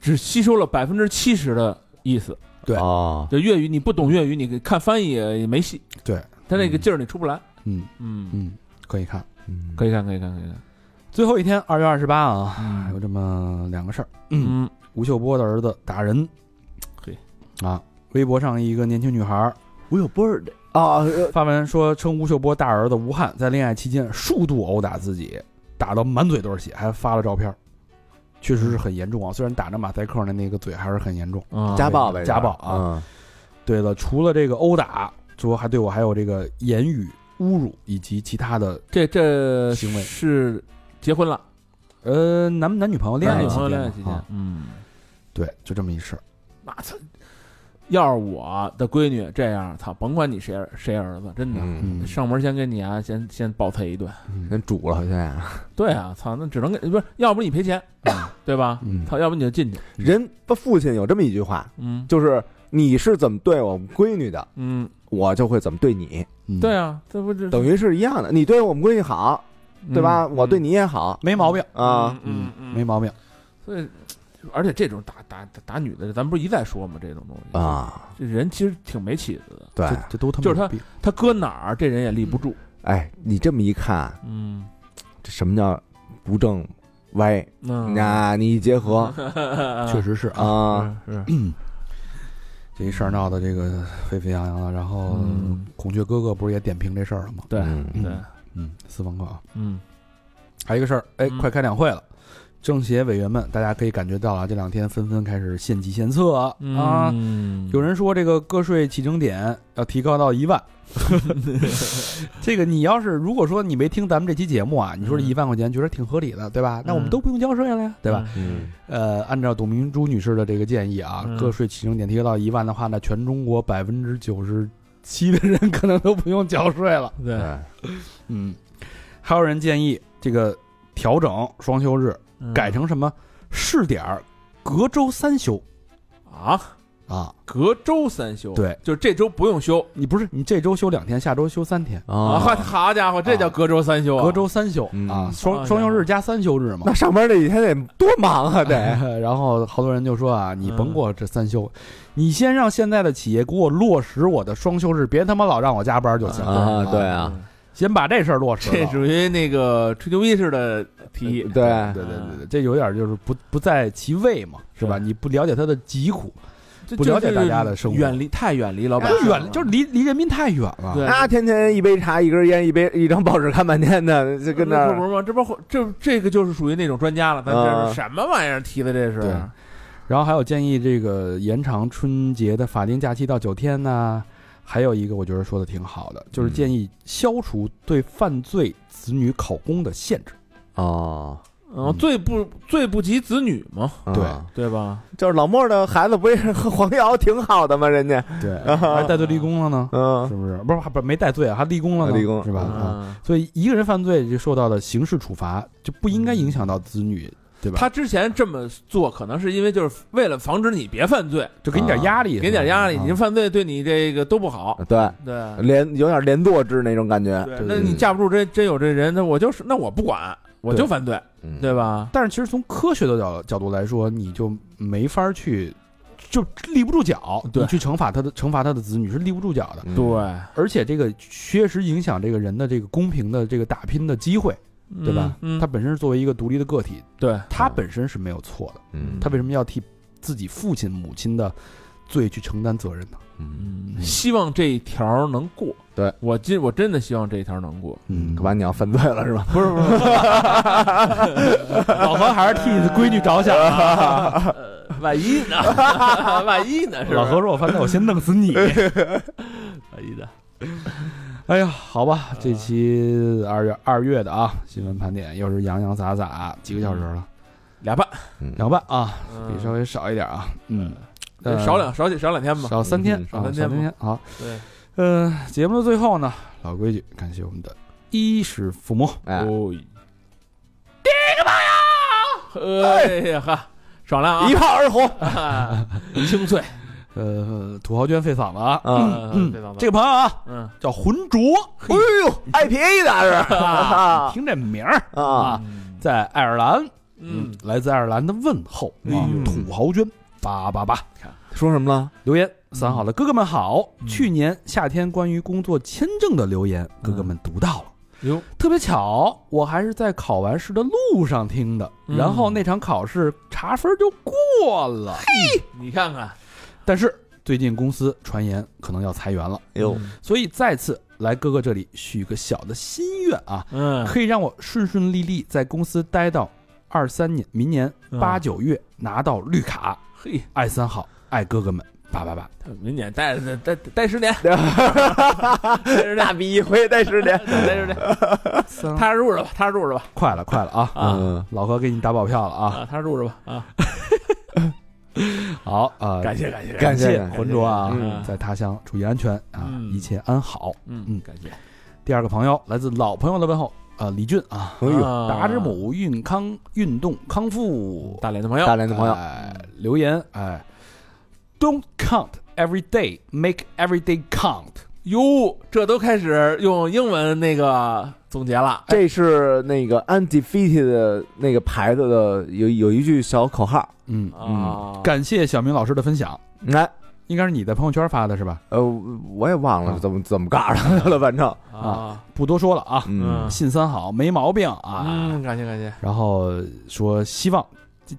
[SPEAKER 3] 只吸收了百分之七十的意思。
[SPEAKER 1] 对
[SPEAKER 4] 哦，
[SPEAKER 3] 就粤语你不懂粤语，你看翻译也没戏，
[SPEAKER 1] 对，
[SPEAKER 3] 他那个劲儿你出不来。
[SPEAKER 1] 嗯
[SPEAKER 3] 嗯，
[SPEAKER 1] 嗯，可以看。
[SPEAKER 4] 嗯
[SPEAKER 3] 可以看，可以看，可以看。
[SPEAKER 1] 最后一天，二月二十八啊，还有
[SPEAKER 3] 嗯
[SPEAKER 1] 这么两个事儿。
[SPEAKER 3] 嗯
[SPEAKER 1] 吴秀波的儿子打人，
[SPEAKER 3] 嘿
[SPEAKER 1] 啊，微博上一个年轻女孩儿
[SPEAKER 4] 我有波儿的啊，呃
[SPEAKER 1] 发文说，称吴秀波大儿子吴汉在恋爱期间数度殴打自己，打到满嘴都是血，还发了照片儿，确实是很严重啊。虽然打着马赛克的那个嘴还是很严重。
[SPEAKER 3] 啊
[SPEAKER 4] 家暴呗，
[SPEAKER 1] 家暴啊
[SPEAKER 4] 啊，
[SPEAKER 1] 对了，除了这个殴打，说还对我还有这个言语侮辱以及其他的，
[SPEAKER 3] 这这
[SPEAKER 1] 行为
[SPEAKER 3] 是结婚了，
[SPEAKER 1] 呃，男男女朋友恋
[SPEAKER 3] 男
[SPEAKER 1] 爱
[SPEAKER 3] 女
[SPEAKER 1] 期
[SPEAKER 3] 朋友
[SPEAKER 1] 间
[SPEAKER 3] 恋爱
[SPEAKER 1] 嘛
[SPEAKER 3] 期
[SPEAKER 1] 啊
[SPEAKER 3] 间，嗯，
[SPEAKER 1] 对，就这么一事儿。
[SPEAKER 3] 那他要是我的闺女这样，操，甭管你谁儿谁儿子，真的。
[SPEAKER 4] 嗯，
[SPEAKER 1] 嗯，
[SPEAKER 3] 上门先给你啊，先先暴揍一顿。
[SPEAKER 1] 嗯
[SPEAKER 4] 人煮了现在，
[SPEAKER 3] 对啊，操，那只能给不是，要不你赔钱，对吧？
[SPEAKER 1] 嗯
[SPEAKER 3] 操，要不你就进去。
[SPEAKER 4] 人父亲有这么一句话，
[SPEAKER 3] 嗯
[SPEAKER 4] 就是你是怎么对我们闺女的，
[SPEAKER 3] 嗯，
[SPEAKER 4] 我就会怎么对你，
[SPEAKER 1] 嗯嗯
[SPEAKER 3] 对啊，这不这
[SPEAKER 4] 等于是一样的。你对我们闺女好，对吧？我对你也好
[SPEAKER 1] 没毛病，
[SPEAKER 4] 啊，
[SPEAKER 3] 嗯嗯，
[SPEAKER 1] 没毛病。
[SPEAKER 3] 所以，而且这种打打打打女的，咱不是一再说吗？这种东西，
[SPEAKER 4] 啊，
[SPEAKER 3] 这人其实挺没起子的。
[SPEAKER 4] 对。
[SPEAKER 1] 嗯这这都他妈
[SPEAKER 3] 就是他
[SPEAKER 1] 有病
[SPEAKER 3] 他搁哪儿，这人也立不住。
[SPEAKER 4] 哎，你这么一看，
[SPEAKER 3] 嗯，
[SPEAKER 4] 这什么叫不正歪？
[SPEAKER 1] 嗯
[SPEAKER 3] 那
[SPEAKER 4] 那你一结合
[SPEAKER 1] 确实是啊，
[SPEAKER 4] 啊，
[SPEAKER 3] 嗯 是
[SPEAKER 1] 这一事儿闹得这个沸沸扬扬的。然后
[SPEAKER 3] 嗯
[SPEAKER 1] 孔雀哥哥不是也点评这事儿了吗？
[SPEAKER 3] 对
[SPEAKER 4] 嗯
[SPEAKER 3] 对，
[SPEAKER 1] 嗯，私房课啊。
[SPEAKER 3] 嗯
[SPEAKER 1] 还有一个事儿，哎，
[SPEAKER 3] 嗯
[SPEAKER 1] 快开两会了。政协委员们，大家可以感觉到啊，这两天纷纷开始献计献策啊。啊，
[SPEAKER 3] 嗯
[SPEAKER 1] 有人说这个个税起征点要提高到一 万，这个你要是如果说你没听咱们这期节目啊，你说这
[SPEAKER 3] 嗯
[SPEAKER 1] 一万块钱觉得挺合理的，对吧？那我们
[SPEAKER 3] 嗯
[SPEAKER 1] 都不用交税了呀，对吧？？
[SPEAKER 4] 嗯
[SPEAKER 1] 呃，按照董明珠女士的这个建议啊，
[SPEAKER 3] 嗯
[SPEAKER 1] 个税起征点提高到一万的话呢，全中国百分之九十七的人可能都不用缴税了。
[SPEAKER 3] 对
[SPEAKER 4] 对，
[SPEAKER 2] 啊
[SPEAKER 1] 嗯，还有人建议这个调整双休日，
[SPEAKER 3] 嗯
[SPEAKER 1] 改成什么试点儿隔周三休
[SPEAKER 3] 啊，
[SPEAKER 1] 啊？
[SPEAKER 3] 隔周三休，
[SPEAKER 1] 对，
[SPEAKER 3] 就是这周不用休
[SPEAKER 1] 你不是你这周休两天，下周休三天，
[SPEAKER 3] 啊！
[SPEAKER 2] 哦
[SPEAKER 4] 啊，
[SPEAKER 3] 好家伙，这叫隔周三休啊！
[SPEAKER 1] 隔周三休
[SPEAKER 4] 嗯
[SPEAKER 1] 啊，
[SPEAKER 3] 好
[SPEAKER 1] 双
[SPEAKER 3] 家
[SPEAKER 1] 双休日
[SPEAKER 3] 伙
[SPEAKER 1] 加三休日嘛
[SPEAKER 4] 那。上班这几天得多忙 啊，得
[SPEAKER 1] 然后好多人就说啊，你甭
[SPEAKER 3] 嗯
[SPEAKER 1] 给我这三休，你先让现在的企业给我落实我的双休日，别他妈老让我加班就行
[SPEAKER 4] 啊，对
[SPEAKER 1] 啊，
[SPEAKER 4] 啊，
[SPEAKER 1] 先把这事儿落实
[SPEAKER 3] 嗯这
[SPEAKER 1] 了。
[SPEAKER 3] 属于那个吹牛逼式的提 议。
[SPEAKER 4] 对
[SPEAKER 1] 对对对对，这有点就是不不在其位嘛，是吧？
[SPEAKER 3] 对
[SPEAKER 1] 你不了解他的疾苦，
[SPEAKER 3] 这
[SPEAKER 1] 不了解大家的生活
[SPEAKER 3] 远离太远离老百
[SPEAKER 1] 就
[SPEAKER 3] 姓了，
[SPEAKER 1] 远就是离离人民太远了。
[SPEAKER 3] 对
[SPEAKER 4] 他天天一杯茶，一根烟，一杯一张报纸看半天 的，就跟那
[SPEAKER 3] 不
[SPEAKER 4] 儿
[SPEAKER 3] 是吗？这不这这个就是属于那种专家了，咱这
[SPEAKER 4] 啊
[SPEAKER 3] 是什么玩意儿提的？这是
[SPEAKER 1] 对然后还有建议这个延长春节的法定假期到九天呐，还有一个我觉得说的挺好的，
[SPEAKER 3] 嗯
[SPEAKER 1] 就是建议消除对犯罪子女考公的限制。
[SPEAKER 4] 哦，
[SPEAKER 3] 嗯，罪不罪不及子女嘛，
[SPEAKER 2] 嗯
[SPEAKER 1] 对
[SPEAKER 3] 对吧？
[SPEAKER 2] 就是老莫的孩子不 也是和黄瑶挺好的吗？人家，
[SPEAKER 1] 对， 还
[SPEAKER 3] 哎
[SPEAKER 1] 带罪立功了呢，
[SPEAKER 2] 嗯，
[SPEAKER 1] 是不是？不是不是没带罪啊，还立功了呢，
[SPEAKER 2] 立功
[SPEAKER 1] 是吧？啊，
[SPEAKER 3] 嗯，
[SPEAKER 1] 所以一个人犯罪就受到的刑事处罚就不应该影响到子女，对吧？
[SPEAKER 3] 嗯他之前这么做，可能是因为就是为了防止你别犯罪，
[SPEAKER 1] 就给你点压力，
[SPEAKER 3] 啊给你点压力，
[SPEAKER 1] 是吧啊
[SPEAKER 3] 你这犯罪对你这个都不好。
[SPEAKER 2] 对，
[SPEAKER 3] 对，
[SPEAKER 2] 连有点连坐制那种感觉，
[SPEAKER 3] 对，
[SPEAKER 1] 对
[SPEAKER 3] 那
[SPEAKER 1] 对
[SPEAKER 3] 你
[SPEAKER 2] 对
[SPEAKER 3] 架不住真真有这人，那我就是那我不管，我就犯罪，
[SPEAKER 2] 嗯
[SPEAKER 3] 对吧？
[SPEAKER 1] 但是其实从科学的角角度来说，你就没法去，就立不住脚。
[SPEAKER 3] 对
[SPEAKER 1] 你去惩罚他的惩罚他的子女是立不住脚的，
[SPEAKER 2] 嗯
[SPEAKER 3] 对，
[SPEAKER 1] 而且这个确实影响这个人的这个公平的这个打拼的机会，对吧？
[SPEAKER 3] 嗯，
[SPEAKER 1] 他
[SPEAKER 3] 嗯
[SPEAKER 1] 本身是作为一个独立的个体，
[SPEAKER 3] 对，
[SPEAKER 1] 他
[SPEAKER 2] 嗯
[SPEAKER 1] 本身是没有错的，
[SPEAKER 2] 嗯
[SPEAKER 1] 他为什么要替自己父亲母亲的罪去承担责任呢？
[SPEAKER 2] 嗯，
[SPEAKER 3] 嗯，希望这一条能过。
[SPEAKER 2] 对
[SPEAKER 3] 我今我真的希望这一条能过。
[SPEAKER 1] 嗯
[SPEAKER 2] 可把你要犯罪了是 吧？
[SPEAKER 3] 不是不是，
[SPEAKER 1] 老何还是替闺女着想 啊！
[SPEAKER 3] 呃万一 呢？万一呢？是吧
[SPEAKER 1] 老何说：“我犯罪，我先弄 死你。”
[SPEAKER 3] 万一的。
[SPEAKER 1] 哎呀，好吧，这期二月二月的啊新闻盘点又是洋洋洒洒几个小时了，
[SPEAKER 3] 俩半，
[SPEAKER 2] 嗯
[SPEAKER 1] 两个半啊，比
[SPEAKER 3] 嗯
[SPEAKER 1] 稍微少一点啊，嗯，呃
[SPEAKER 3] 少两少几少两天吧。
[SPEAKER 1] 少三天
[SPEAKER 2] 嗯，
[SPEAKER 1] 啊
[SPEAKER 3] 少三
[SPEAKER 1] 少
[SPEAKER 3] 天吧
[SPEAKER 1] 三天。好，
[SPEAKER 3] 对，
[SPEAKER 1] 呃，节目的最后呢，老规矩，感谢我们的衣食父母，
[SPEAKER 2] 哎，
[SPEAKER 3] 哦，这个嘛呀！哎呀哈，爽了啊！
[SPEAKER 2] 一炮而 红，
[SPEAKER 3] 啊清脆，
[SPEAKER 1] 呃，土豪捐废嗓子啊，
[SPEAKER 2] 嗯，
[SPEAKER 3] 嗯，别忘了
[SPEAKER 1] 这个朋友啊
[SPEAKER 3] 嗯，
[SPEAKER 1] 叫浑浊，
[SPEAKER 2] 哎呦，IPA 的是
[SPEAKER 1] 啊
[SPEAKER 2] 啊
[SPEAKER 1] 听这名儿，
[SPEAKER 2] 啊，
[SPEAKER 1] 在爱尔兰，
[SPEAKER 3] 嗯，
[SPEAKER 1] 来自爱尔兰的问候啊
[SPEAKER 2] 嗯，
[SPEAKER 1] 土豪捐八八八。
[SPEAKER 2] 说什么了？
[SPEAKER 1] 留言三好的哥哥们好，
[SPEAKER 3] 嗯
[SPEAKER 1] 去年夏天关于工作签证的留言，哥哥们读到了。
[SPEAKER 3] 哟，
[SPEAKER 1] 特别巧，我还是在考完试的路上听的，
[SPEAKER 3] 嗯
[SPEAKER 1] 然后那场考试查分就过了。
[SPEAKER 3] 你看看，
[SPEAKER 1] 但是最近公司传言可能要裁员了，
[SPEAKER 2] 哎呦，
[SPEAKER 1] 所以再次来哥哥这里许个小的心愿啊，
[SPEAKER 3] 嗯，
[SPEAKER 1] 可以让我顺顺利利在公司待到二三年，明年
[SPEAKER 3] 嗯
[SPEAKER 1] 八九月拿到绿卡。
[SPEAKER 3] 嘿，
[SPEAKER 1] 爱三好，爱哥哥们，八 八八。
[SPEAKER 3] 明年待待 待十年，
[SPEAKER 2] 那比一回待十 年，
[SPEAKER 3] 待十年，
[SPEAKER 1] 三
[SPEAKER 3] 踏实入着吧，踏实入着吧，
[SPEAKER 1] 快了，快了啊！
[SPEAKER 3] 啊
[SPEAKER 2] 嗯，
[SPEAKER 1] 老何给你打保票了啊！
[SPEAKER 3] 啊，踏实入着吧，啊，
[SPEAKER 1] 好啊，
[SPEAKER 3] 感谢感谢
[SPEAKER 2] 感
[SPEAKER 1] 谢
[SPEAKER 2] 谢
[SPEAKER 1] 浑浊啊
[SPEAKER 2] 嗯，
[SPEAKER 1] 在他乡注意安全啊，
[SPEAKER 3] 嗯
[SPEAKER 1] 一切安好。
[SPEAKER 3] 嗯，感谢，
[SPEAKER 1] 第二个朋友来自老朋友的问候啊，李俊啊，
[SPEAKER 2] 哎呦，
[SPEAKER 3] 啊
[SPEAKER 1] 达之，母运康运动康复
[SPEAKER 3] 大连的朋友，
[SPEAKER 2] 大连的朋友，
[SPEAKER 1] 哎留言哎，Don't count every day, make every day count。
[SPEAKER 3] 哟，这都开始用英文那个总结了，
[SPEAKER 2] 这是那个 Undefeated 的那个牌子的有有一句小口号，
[SPEAKER 1] 嗯，
[SPEAKER 3] 啊，
[SPEAKER 1] 感谢小明老师的分享，
[SPEAKER 2] 来，
[SPEAKER 1] 应该是你在朋友圈发的是吧？
[SPEAKER 2] 呃，我也忘了怎么怎么嘎上了，反正，
[SPEAKER 3] 啊，
[SPEAKER 1] 不多说了啊，
[SPEAKER 3] 嗯
[SPEAKER 1] 信三好没毛病啊。
[SPEAKER 3] 嗯，感谢感谢，
[SPEAKER 1] 然后说希望，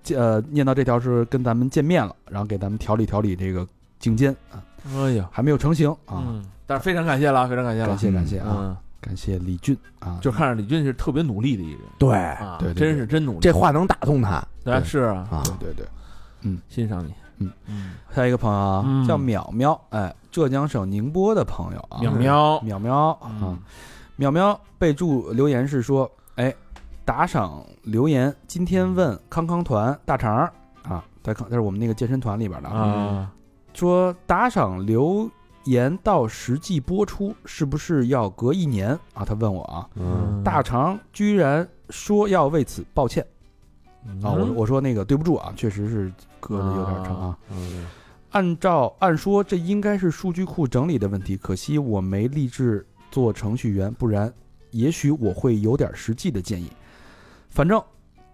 [SPEAKER 1] 这呃，念到这条是跟咱们见面了，然后给咱们调理调理这个颈肩啊，
[SPEAKER 3] 哎呦，
[SPEAKER 1] 还没有成型啊，
[SPEAKER 3] 嗯，但是非常感谢了，非常感谢了
[SPEAKER 1] 感，谢感谢啊，
[SPEAKER 3] 嗯，
[SPEAKER 1] 感谢李俊啊，
[SPEAKER 3] 就看着李俊是特别努力的一个人
[SPEAKER 2] 对，
[SPEAKER 3] 啊，
[SPEAKER 1] 对对对
[SPEAKER 3] 真是真努力，
[SPEAKER 2] 这话能打动他
[SPEAKER 3] 对是啊，
[SPEAKER 2] 啊，
[SPEAKER 1] 对对对，
[SPEAKER 3] 欣赏你，
[SPEAKER 1] 嗯
[SPEAKER 3] 嗯，
[SPEAKER 1] 下一个朋友啊
[SPEAKER 3] 嗯
[SPEAKER 1] 叫淼淼，哎，浙江省宁波的朋友啊，
[SPEAKER 3] 淼淼，
[SPEAKER 1] 淼淼啊
[SPEAKER 3] 嗯，
[SPEAKER 1] 淼淼备注留言是说，哎，打赏留言，今天问康康团大肠儿啊，在康，这是我们那个健身团里边的
[SPEAKER 3] 啊，
[SPEAKER 1] 说打赏留言到实际播出是不是要隔一年啊？他问我啊，
[SPEAKER 2] 嗯，
[SPEAKER 1] 大肠居然说要为此抱歉
[SPEAKER 3] 嗯
[SPEAKER 1] 啊！我我说那个对不住啊，确实是隔的有点长啊。
[SPEAKER 2] 嗯
[SPEAKER 1] 按照按说这应该是数据库整理的问题，可惜我没立志做程序员，不然也许我会有点实际的建议。反正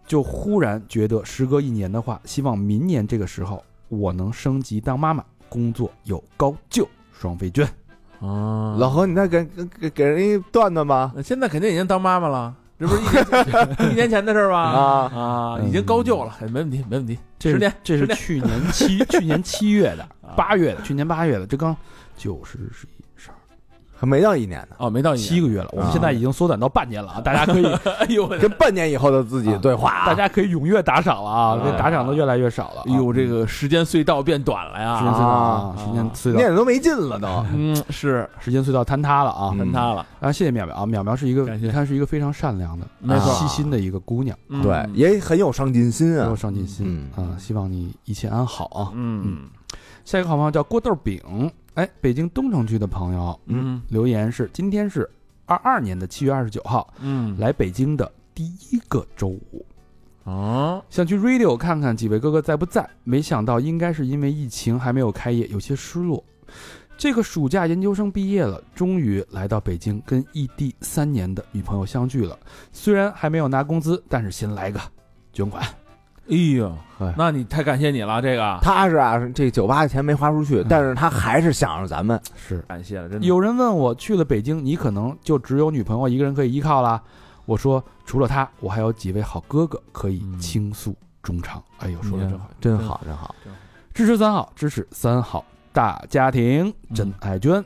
[SPEAKER 1] 就忽然觉得，时隔一年的话，希望明年这个时候我能升级当妈妈，工作有高就，双飞娟。
[SPEAKER 3] 啊，
[SPEAKER 2] 老何，你再给给给人一段段吧，
[SPEAKER 3] 那现在肯定已经当妈妈了，这不是一年一年前的事儿吧？
[SPEAKER 2] 啊，
[SPEAKER 3] 啊，
[SPEAKER 1] 嗯
[SPEAKER 3] 已经高就了，没问题，没问题。
[SPEAKER 1] 这
[SPEAKER 3] 十
[SPEAKER 1] 是
[SPEAKER 3] 年
[SPEAKER 1] 这是
[SPEAKER 3] 十
[SPEAKER 1] 去
[SPEAKER 3] 年
[SPEAKER 1] 年七去年七月的
[SPEAKER 3] 啊，
[SPEAKER 1] 八月的，去年八月的，这刚九十十一十二
[SPEAKER 2] 还没到一年呢，
[SPEAKER 3] 哦，没到一
[SPEAKER 1] 七
[SPEAKER 3] 年，
[SPEAKER 1] 个月了，我们
[SPEAKER 2] 啊
[SPEAKER 1] 现在已经缩短到半年了啊！大家 可以，
[SPEAKER 3] 哎呦我的，
[SPEAKER 2] 跟半年以后的自己对话啊，
[SPEAKER 1] 大家可以踊跃打赏了啊！这
[SPEAKER 3] 哎
[SPEAKER 1] 打赏的越来越少了啊。
[SPEAKER 3] 哎呦这个时间隧道变短了
[SPEAKER 1] 时间隧
[SPEAKER 3] 呀，
[SPEAKER 1] 道
[SPEAKER 2] 啊
[SPEAKER 1] 啊，时间隧道
[SPEAKER 2] 念，的都没劲了都。
[SPEAKER 3] 嗯，是
[SPEAKER 1] 时间隧道坍塌了啊！
[SPEAKER 2] 嗯
[SPEAKER 3] 坍塌了，
[SPEAKER 1] 啊，谢谢淼淼啊，淼淼是一个，
[SPEAKER 3] 感谢
[SPEAKER 1] 你看是一个非常善良的、
[SPEAKER 3] 没
[SPEAKER 2] 错
[SPEAKER 1] 细心的一个姑娘，
[SPEAKER 3] 嗯
[SPEAKER 2] 对，也很有上进心
[SPEAKER 1] 给
[SPEAKER 2] 啊
[SPEAKER 1] 我。上进心
[SPEAKER 2] 嗯
[SPEAKER 1] 啊，希望你一切安好啊。
[SPEAKER 3] 嗯
[SPEAKER 1] 下一个好朋友叫郭豆饼，哎，北京东城区的朋友
[SPEAKER 3] 嗯
[SPEAKER 1] 留言是：今天是二二年的七月二十九号，
[SPEAKER 3] 嗯，
[SPEAKER 1] 来北京的第一个周五，
[SPEAKER 3] 啊，
[SPEAKER 1] 想去 Radio 看看几位哥哥在不在，没想到应该是因为疫情还没有开业，有些失落。这个暑假研究生毕业了，终于来到北京，跟异地三年的女朋友相聚了。虽然还没有拿工资，但是先来个捐款。
[SPEAKER 3] 哎呦
[SPEAKER 1] 哎，
[SPEAKER 3] 那你太感谢你了，这个
[SPEAKER 2] 他是啊，这酒吧的钱没花出去
[SPEAKER 1] 嗯，
[SPEAKER 2] 但是他还是想着咱们。
[SPEAKER 1] 是，
[SPEAKER 3] 感谢了，真的
[SPEAKER 1] 有人问我去了北京，你可能就只有女朋友一个人可以依靠啦。我说除了她，我还有几位好哥哥可以
[SPEAKER 3] 嗯
[SPEAKER 1] 倾诉衷肠。哎呦，说的真好。
[SPEAKER 2] 真好，真好，
[SPEAKER 1] 支持三好，支持三好大家庭，真爱娟，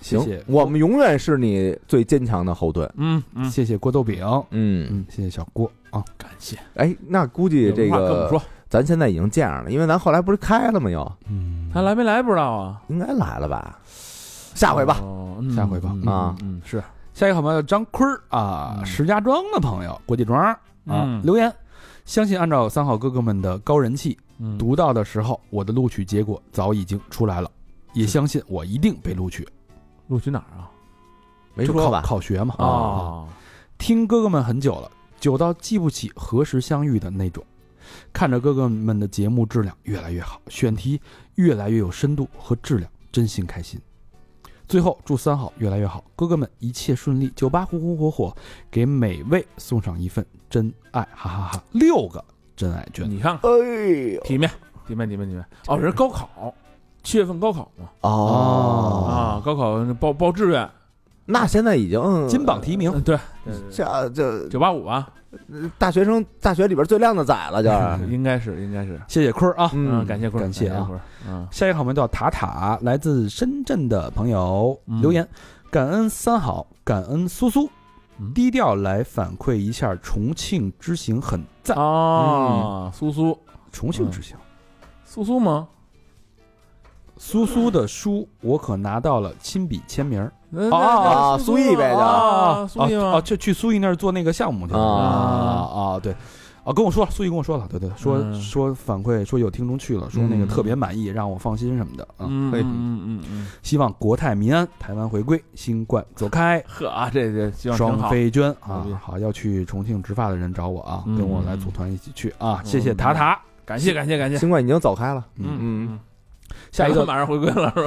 [SPEAKER 1] 谢谢
[SPEAKER 2] 行，我们永远是你最坚强的后盾。
[SPEAKER 3] 嗯嗯，
[SPEAKER 1] 谢谢郭豆饼，
[SPEAKER 2] 嗯，
[SPEAKER 1] 嗯，谢谢小郭啊，
[SPEAKER 3] 感谢，
[SPEAKER 2] 哎，那估计这
[SPEAKER 3] 有话跟我们
[SPEAKER 2] 个
[SPEAKER 3] 说，
[SPEAKER 2] 咱现在已经这样了，因为咱后来不是开了吗？又
[SPEAKER 1] 嗯，
[SPEAKER 3] 他来没来不知道啊，
[SPEAKER 2] 应该来了吧？下回吧。
[SPEAKER 3] 哦，嗯
[SPEAKER 1] 下回吧
[SPEAKER 3] 嗯
[SPEAKER 2] 啊
[SPEAKER 3] 嗯，嗯是，
[SPEAKER 1] 下一个好朋友张坤儿啊，
[SPEAKER 3] 嗯
[SPEAKER 1] 石家庄的朋友，郭继庄啊，
[SPEAKER 3] 嗯
[SPEAKER 1] 留言，相信按照三好哥哥们的高人气，
[SPEAKER 3] 嗯
[SPEAKER 1] 读到的时候，我的录取结果早已经出来了，也相信我一定被录取，
[SPEAKER 3] 录取哪儿啊？
[SPEAKER 2] 没
[SPEAKER 1] 就
[SPEAKER 2] 说
[SPEAKER 1] 考
[SPEAKER 2] 吧？
[SPEAKER 1] 考学嘛啊，
[SPEAKER 3] 哦，
[SPEAKER 1] 听哥哥们很久了，久到记不起何时相遇的那种。看着哥哥们的节目质量越来越好，选题越来越有深度和质量，真心开心。最后祝三好越来越好，哥哥们一切顺利，酒吧红红火火，给每位送上一份真爱，哈哈哈六个真爱券，
[SPEAKER 3] 你看看，
[SPEAKER 2] 哎呦，
[SPEAKER 3] 体面，体面，体面，体面。哦，人高考，七月份高考嘛，
[SPEAKER 2] 哦，
[SPEAKER 3] 啊，高考报报志愿，
[SPEAKER 2] 那现在已经
[SPEAKER 1] 金榜题名
[SPEAKER 3] 嗯，对，
[SPEAKER 2] 这这
[SPEAKER 3] 九八五啊，
[SPEAKER 2] 大学生大学里边最靓的仔 了，就是。
[SPEAKER 3] 应该是，应该是，
[SPEAKER 1] 谢谢坤儿啊！
[SPEAKER 3] 嗯，
[SPEAKER 2] 嗯，
[SPEAKER 3] 感谢坤
[SPEAKER 1] 嗯
[SPEAKER 3] 儿，
[SPEAKER 1] 感谢啊
[SPEAKER 3] 坤儿，嗯，
[SPEAKER 1] 下一个好朋友叫塔塔，来自深圳的朋友
[SPEAKER 3] 嗯
[SPEAKER 1] 留言，感恩三好，感恩苏苏
[SPEAKER 3] 嗯，
[SPEAKER 1] 低调来反馈一下重庆之行很赞，嗯
[SPEAKER 3] 哦，苏苏，
[SPEAKER 1] 重庆之行，
[SPEAKER 3] 苏苏吗？
[SPEAKER 1] 苏苏的书我可拿到了亲笔签名儿
[SPEAKER 3] 那那
[SPEAKER 2] 啊
[SPEAKER 3] 那苏
[SPEAKER 2] 苏毅呗
[SPEAKER 3] 吗啊，
[SPEAKER 1] 啊
[SPEAKER 3] 苏毅
[SPEAKER 1] 啊，
[SPEAKER 3] 吗？
[SPEAKER 1] 去去苏毅那儿做那个项目去了
[SPEAKER 3] 啊
[SPEAKER 1] 啊啊对。啊，跟我说了，苏毅跟我说了，对对，说、
[SPEAKER 3] 嗯
[SPEAKER 1] 说反馈说有听众去了，说那个
[SPEAKER 3] 嗯
[SPEAKER 1] 特别满意，让我放心什么的啊、
[SPEAKER 3] 嗯嗯
[SPEAKER 2] 嘿
[SPEAKER 3] 嗯嗯嗯，
[SPEAKER 1] 希望国泰民安，台湾回归，新冠走开，
[SPEAKER 3] 呵啊，这这希望挺
[SPEAKER 1] 双
[SPEAKER 3] 好。
[SPEAKER 1] 飞娟
[SPEAKER 3] 牛逼
[SPEAKER 1] 啊，好要去重庆植发的人找我啊，
[SPEAKER 3] 嗯
[SPEAKER 1] 跟我来组团一起去啊，
[SPEAKER 3] 嗯
[SPEAKER 1] 谢谢塔塔。
[SPEAKER 3] 感谢感谢感谢，
[SPEAKER 2] 新冠已经走开了。
[SPEAKER 1] 嗯，
[SPEAKER 2] 嗯，
[SPEAKER 1] 下一个
[SPEAKER 3] 马上回归了是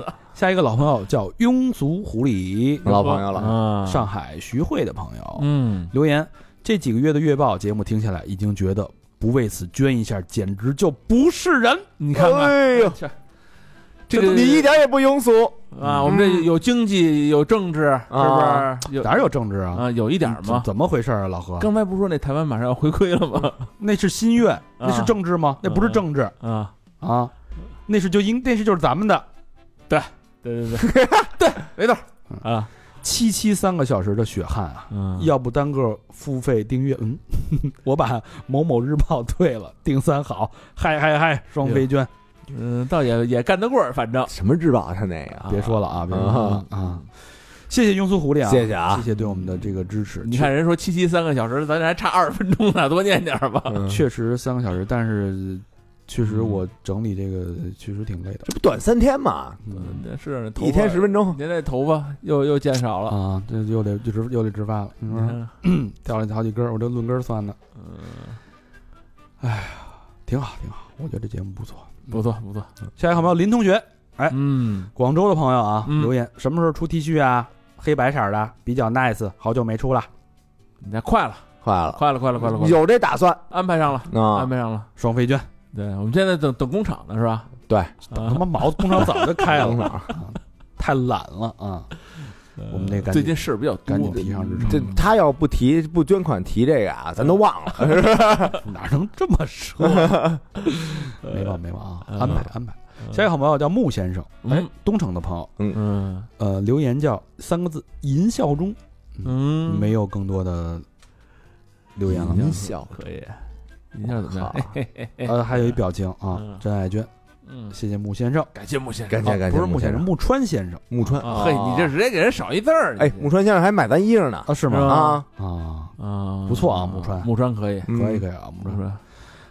[SPEAKER 3] 吧？
[SPEAKER 1] 下一个老朋友叫庸俗狐狸，
[SPEAKER 2] 老朋友了，
[SPEAKER 3] 啊
[SPEAKER 1] 上海徐汇的朋友
[SPEAKER 3] 嗯
[SPEAKER 1] 留言，这几个月的月报节目听下来，已经觉得不为此捐一下，简直就不是人。
[SPEAKER 3] 你看看
[SPEAKER 2] 哎呦，
[SPEAKER 3] 这个
[SPEAKER 2] 你一点也不庸俗，
[SPEAKER 3] 啊，我们这有经济有政治，是
[SPEAKER 2] 啊嗯
[SPEAKER 3] 不是？有
[SPEAKER 1] 哪有政治啊？
[SPEAKER 3] 啊？有一点
[SPEAKER 1] 怎
[SPEAKER 3] 吗？
[SPEAKER 1] 怎么回事啊，老何？
[SPEAKER 3] 刚才不是说那台湾马上要回归了吗？
[SPEAKER 1] 那是新月，那是政治
[SPEAKER 3] 嗯
[SPEAKER 1] 吗？那不是政治
[SPEAKER 3] 啊，
[SPEAKER 1] 啊，那是就应那是就是咱们的
[SPEAKER 3] 对对对 对，没错啊，
[SPEAKER 1] 七七三个小时的血汗啊！
[SPEAKER 3] 嗯
[SPEAKER 1] 要不单个付费订阅，嗯， 我把某某日报退了，订三好，嗨嗨嗨，双飞娟，
[SPEAKER 3] 嗯，倒也也干得过儿，反正
[SPEAKER 2] 什么日报他那个啊？
[SPEAKER 1] 别说了啊，别说了
[SPEAKER 3] 嗯
[SPEAKER 1] 啊啊，谢谢庸俗狐狸啊，
[SPEAKER 2] 谢谢啊
[SPEAKER 1] 谢谢对我们的这个支持。
[SPEAKER 3] 你看人说七七三个小时，咱这还差二十分钟呢，多念点儿吧。
[SPEAKER 2] 嗯，
[SPEAKER 1] 确，确实三个小时，但是确实
[SPEAKER 3] 嗯
[SPEAKER 1] 我整理这个确实挺累的
[SPEAKER 2] 这不短三天嘛，
[SPEAKER 1] 嗯
[SPEAKER 3] 嗯是头发
[SPEAKER 2] 一天十分钟。
[SPEAKER 3] 您这头发又又见少了，嗯
[SPEAKER 1] 啊，这又得就直又得植发了，你
[SPEAKER 3] 你
[SPEAKER 2] 嗯
[SPEAKER 1] 说
[SPEAKER 3] 看
[SPEAKER 1] 掉了好几根儿，我这论根儿算的，
[SPEAKER 3] 嗯，
[SPEAKER 1] 挺好挺好，我觉得这节目不错。
[SPEAKER 3] 不错不错，
[SPEAKER 1] 下一个好朋友林同学，哎
[SPEAKER 3] 嗯，
[SPEAKER 1] 广州的朋友啊，
[SPEAKER 3] 嗯
[SPEAKER 1] 留言什么时候出 T 恤啊？黑白色儿的，比较 nice，好久没出了。
[SPEAKER 3] 你看快了
[SPEAKER 2] 快了，
[SPEAKER 3] 快了快了快了快了，
[SPEAKER 2] 有这打算
[SPEAKER 3] 安排上了
[SPEAKER 2] 啊
[SPEAKER 3] 安？排上了。
[SPEAKER 1] 双飞娟，
[SPEAKER 3] 对，我们现在等等工厂呢，是吧？
[SPEAKER 2] 对
[SPEAKER 3] 啊，
[SPEAKER 1] 他妈毛工厂早就开
[SPEAKER 2] 等
[SPEAKER 1] 了，啊
[SPEAKER 2] 等，
[SPEAKER 1] 太懒了啊！我们得赶紧
[SPEAKER 3] 呃最近事儿比较多，
[SPEAKER 1] 赶紧提上日程
[SPEAKER 2] 这他要不提不捐款提这个啊，咱都 忘了。
[SPEAKER 1] 哪能这么说？没忘没忘啊，
[SPEAKER 3] 嗯
[SPEAKER 1] 安排安排。下一个好朋友叫穆先生，哎
[SPEAKER 3] 嗯，
[SPEAKER 1] 东城的朋友，
[SPEAKER 3] 嗯
[SPEAKER 1] 呃，留言叫三个字“淫笑中
[SPEAKER 3] 嗯，”，
[SPEAKER 1] 没有更多的留言了。
[SPEAKER 4] 音效
[SPEAKER 3] 可以，一下怎么样？哎
[SPEAKER 1] 呃，还有一表情啊
[SPEAKER 3] 嗯，
[SPEAKER 1] 郑爱娟，
[SPEAKER 3] 嗯，
[SPEAKER 1] 谢谢穆先生，
[SPEAKER 3] 感谢穆先生，
[SPEAKER 2] 感谢
[SPEAKER 1] 啊
[SPEAKER 2] 感谢
[SPEAKER 1] 不是穆
[SPEAKER 2] 穆
[SPEAKER 1] 先
[SPEAKER 2] 先
[SPEAKER 1] 生，
[SPEAKER 2] 生
[SPEAKER 1] 木川先生
[SPEAKER 2] 木川，
[SPEAKER 3] 啊嘿，你这直接给人少一字儿，
[SPEAKER 2] 哎，木川先生还买咱衣裳呢
[SPEAKER 1] 啊，是
[SPEAKER 3] 是
[SPEAKER 1] 吗？
[SPEAKER 3] 吧
[SPEAKER 2] 啊，
[SPEAKER 1] 啊，
[SPEAKER 3] 啊，
[SPEAKER 1] 不错啊木川
[SPEAKER 3] 木川可以，
[SPEAKER 2] 嗯
[SPEAKER 1] 可以可以啊，木
[SPEAKER 3] 木
[SPEAKER 1] 川。
[SPEAKER 3] 川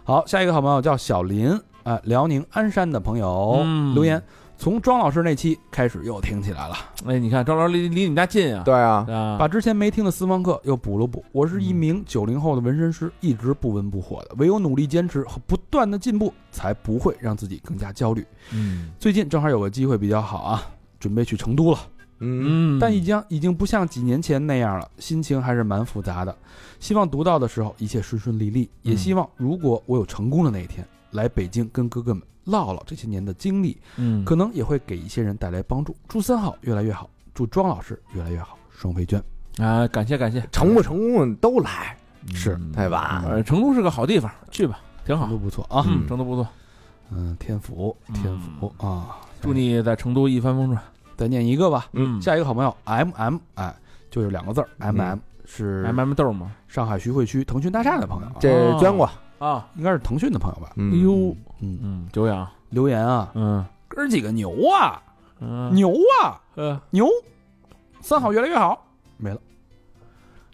[SPEAKER 1] 好，下一个好朋友叫小林，哎，辽宁鞍山的朋友
[SPEAKER 3] 嗯
[SPEAKER 1] 留言，从庄老师那期开始又听起来了，
[SPEAKER 3] 哎，你看张老师离离你们家近啊，
[SPEAKER 2] 对
[SPEAKER 3] 啊，
[SPEAKER 2] 啊，
[SPEAKER 3] 嗯
[SPEAKER 1] 把之前没听的私房课又补了补。我是一名九零后的纹身师，一直不温不火的，唯有努力坚持和不断的进步，才不会让自己更加焦虑。
[SPEAKER 3] 嗯
[SPEAKER 1] 最近正好有个机会比较好啊，准备去成都了，
[SPEAKER 2] 嗯，
[SPEAKER 3] 嗯，
[SPEAKER 1] 但已经已经不像几年前那样了，心情还是蛮复杂的。希望读到的时候一切顺顺利利，也
[SPEAKER 3] 嗯
[SPEAKER 1] 希望如果我有成功的那一天，来北京跟哥哥们唠唠这些年的经历，
[SPEAKER 3] 嗯
[SPEAKER 1] 可能也会给一些人带来帮助。祝三好越来越好，祝庄老师越来越好，双飞娟
[SPEAKER 3] 啊，感谢感谢，
[SPEAKER 2] 成不成功都来，
[SPEAKER 1] 是
[SPEAKER 3] 嗯
[SPEAKER 2] 对吧？
[SPEAKER 3] 呃，成都是个好地方，去吧，挺好
[SPEAKER 1] 都。不错啊，
[SPEAKER 3] 嗯，
[SPEAKER 2] 嗯
[SPEAKER 3] 成都不错，
[SPEAKER 1] 嗯，天府天府
[SPEAKER 3] 嗯
[SPEAKER 1] 啊，
[SPEAKER 3] 祝你在成都一帆风顺。
[SPEAKER 1] 再念一个吧。
[SPEAKER 3] 嗯
[SPEAKER 1] 下一个好朋友 M M，哎，就是两个字儿 M M，是
[SPEAKER 3] M M 豆嘛
[SPEAKER 1] 上海徐汇区腾讯大厦的朋友啊，
[SPEAKER 2] 这是捐过，
[SPEAKER 3] 啊，
[SPEAKER 1] 应该是腾讯的朋友吧？
[SPEAKER 2] 哎
[SPEAKER 3] 哎呦，
[SPEAKER 1] 嗯，
[SPEAKER 3] 嗯，久仰，
[SPEAKER 1] 留言啊，
[SPEAKER 3] 嗯
[SPEAKER 1] 哥儿几个牛啊，
[SPEAKER 3] 嗯，
[SPEAKER 1] 牛啊，
[SPEAKER 3] 呃，
[SPEAKER 1] 牛！三好越来越好，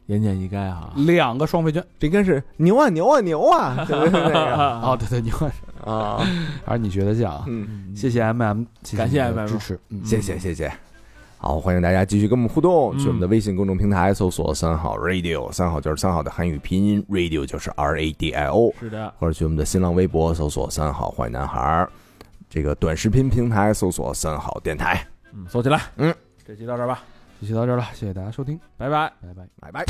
[SPEAKER 3] 言简意赅啊。
[SPEAKER 1] 两个双飞娟
[SPEAKER 2] 这应该是牛啊牛啊牛 啊，对对对
[SPEAKER 1] 啊！对对，你看，
[SPEAKER 2] 啊，
[SPEAKER 1] 还是你学的像啊！
[SPEAKER 2] 嗯，
[SPEAKER 1] 谢谢 M M，
[SPEAKER 3] 感谢 MM
[SPEAKER 1] 支持，嗯
[SPEAKER 2] 谢谢谢谢。好，欢迎大家继续跟我们互动，
[SPEAKER 3] 嗯
[SPEAKER 2] 去我们的微信公众平台搜索“三好 radio”，三好就是三好的汉语拼音，radio 就是 R A D I O，
[SPEAKER 3] 嗯是的，
[SPEAKER 2] 或者去我们的新浪微博搜索“三好坏男孩儿”，这个短视频平台搜索“三好电台
[SPEAKER 3] 嗯，搜起来。
[SPEAKER 2] 嗯，
[SPEAKER 3] 这期到这儿吧，
[SPEAKER 1] 就写到这儿了，谢谢大家收听，
[SPEAKER 3] 拜拜。
[SPEAKER 1] 拜拜。”，
[SPEAKER 2] 拜拜。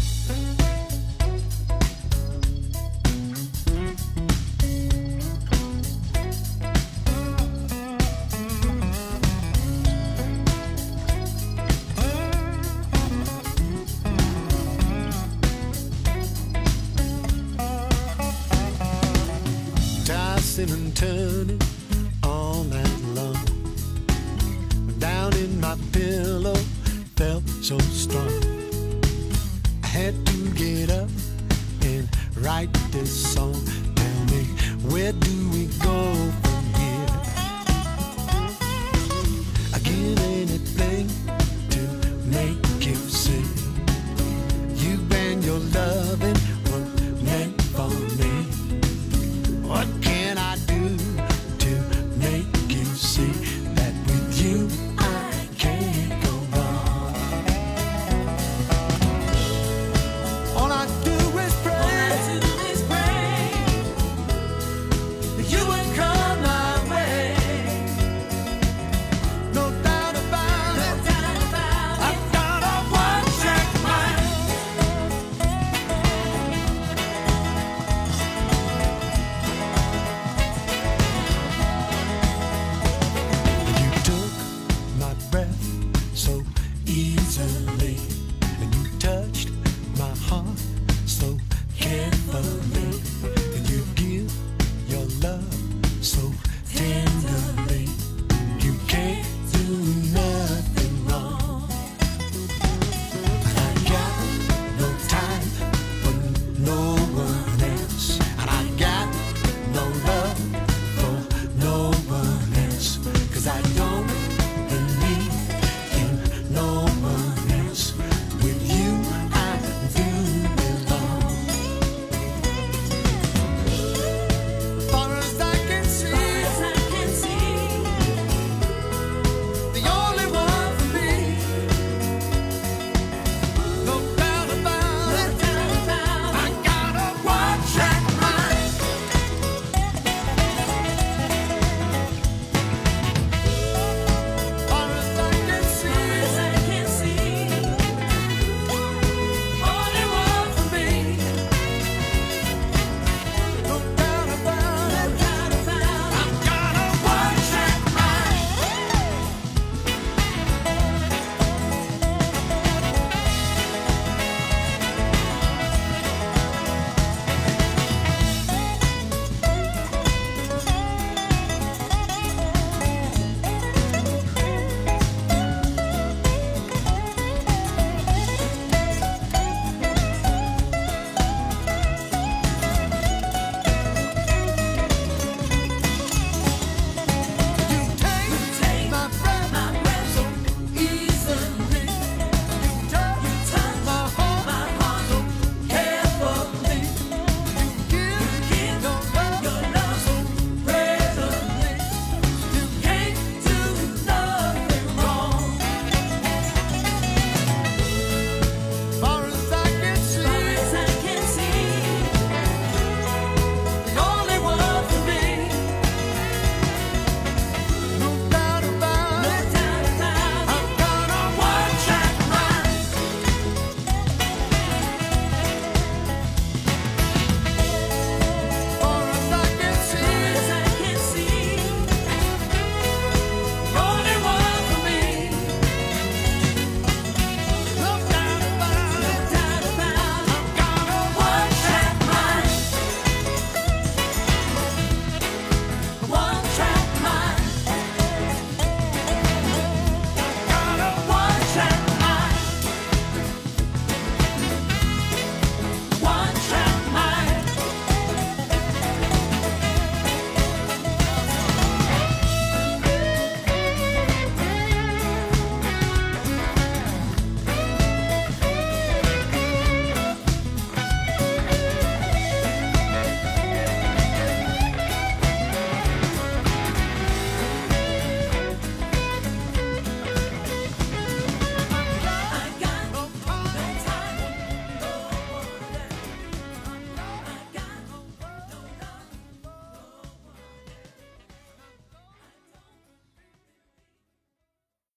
[SPEAKER 5] tossing and turning all night long. Down in my pillow, felt so strong. I had to get up and write this song. Tell me, where do we go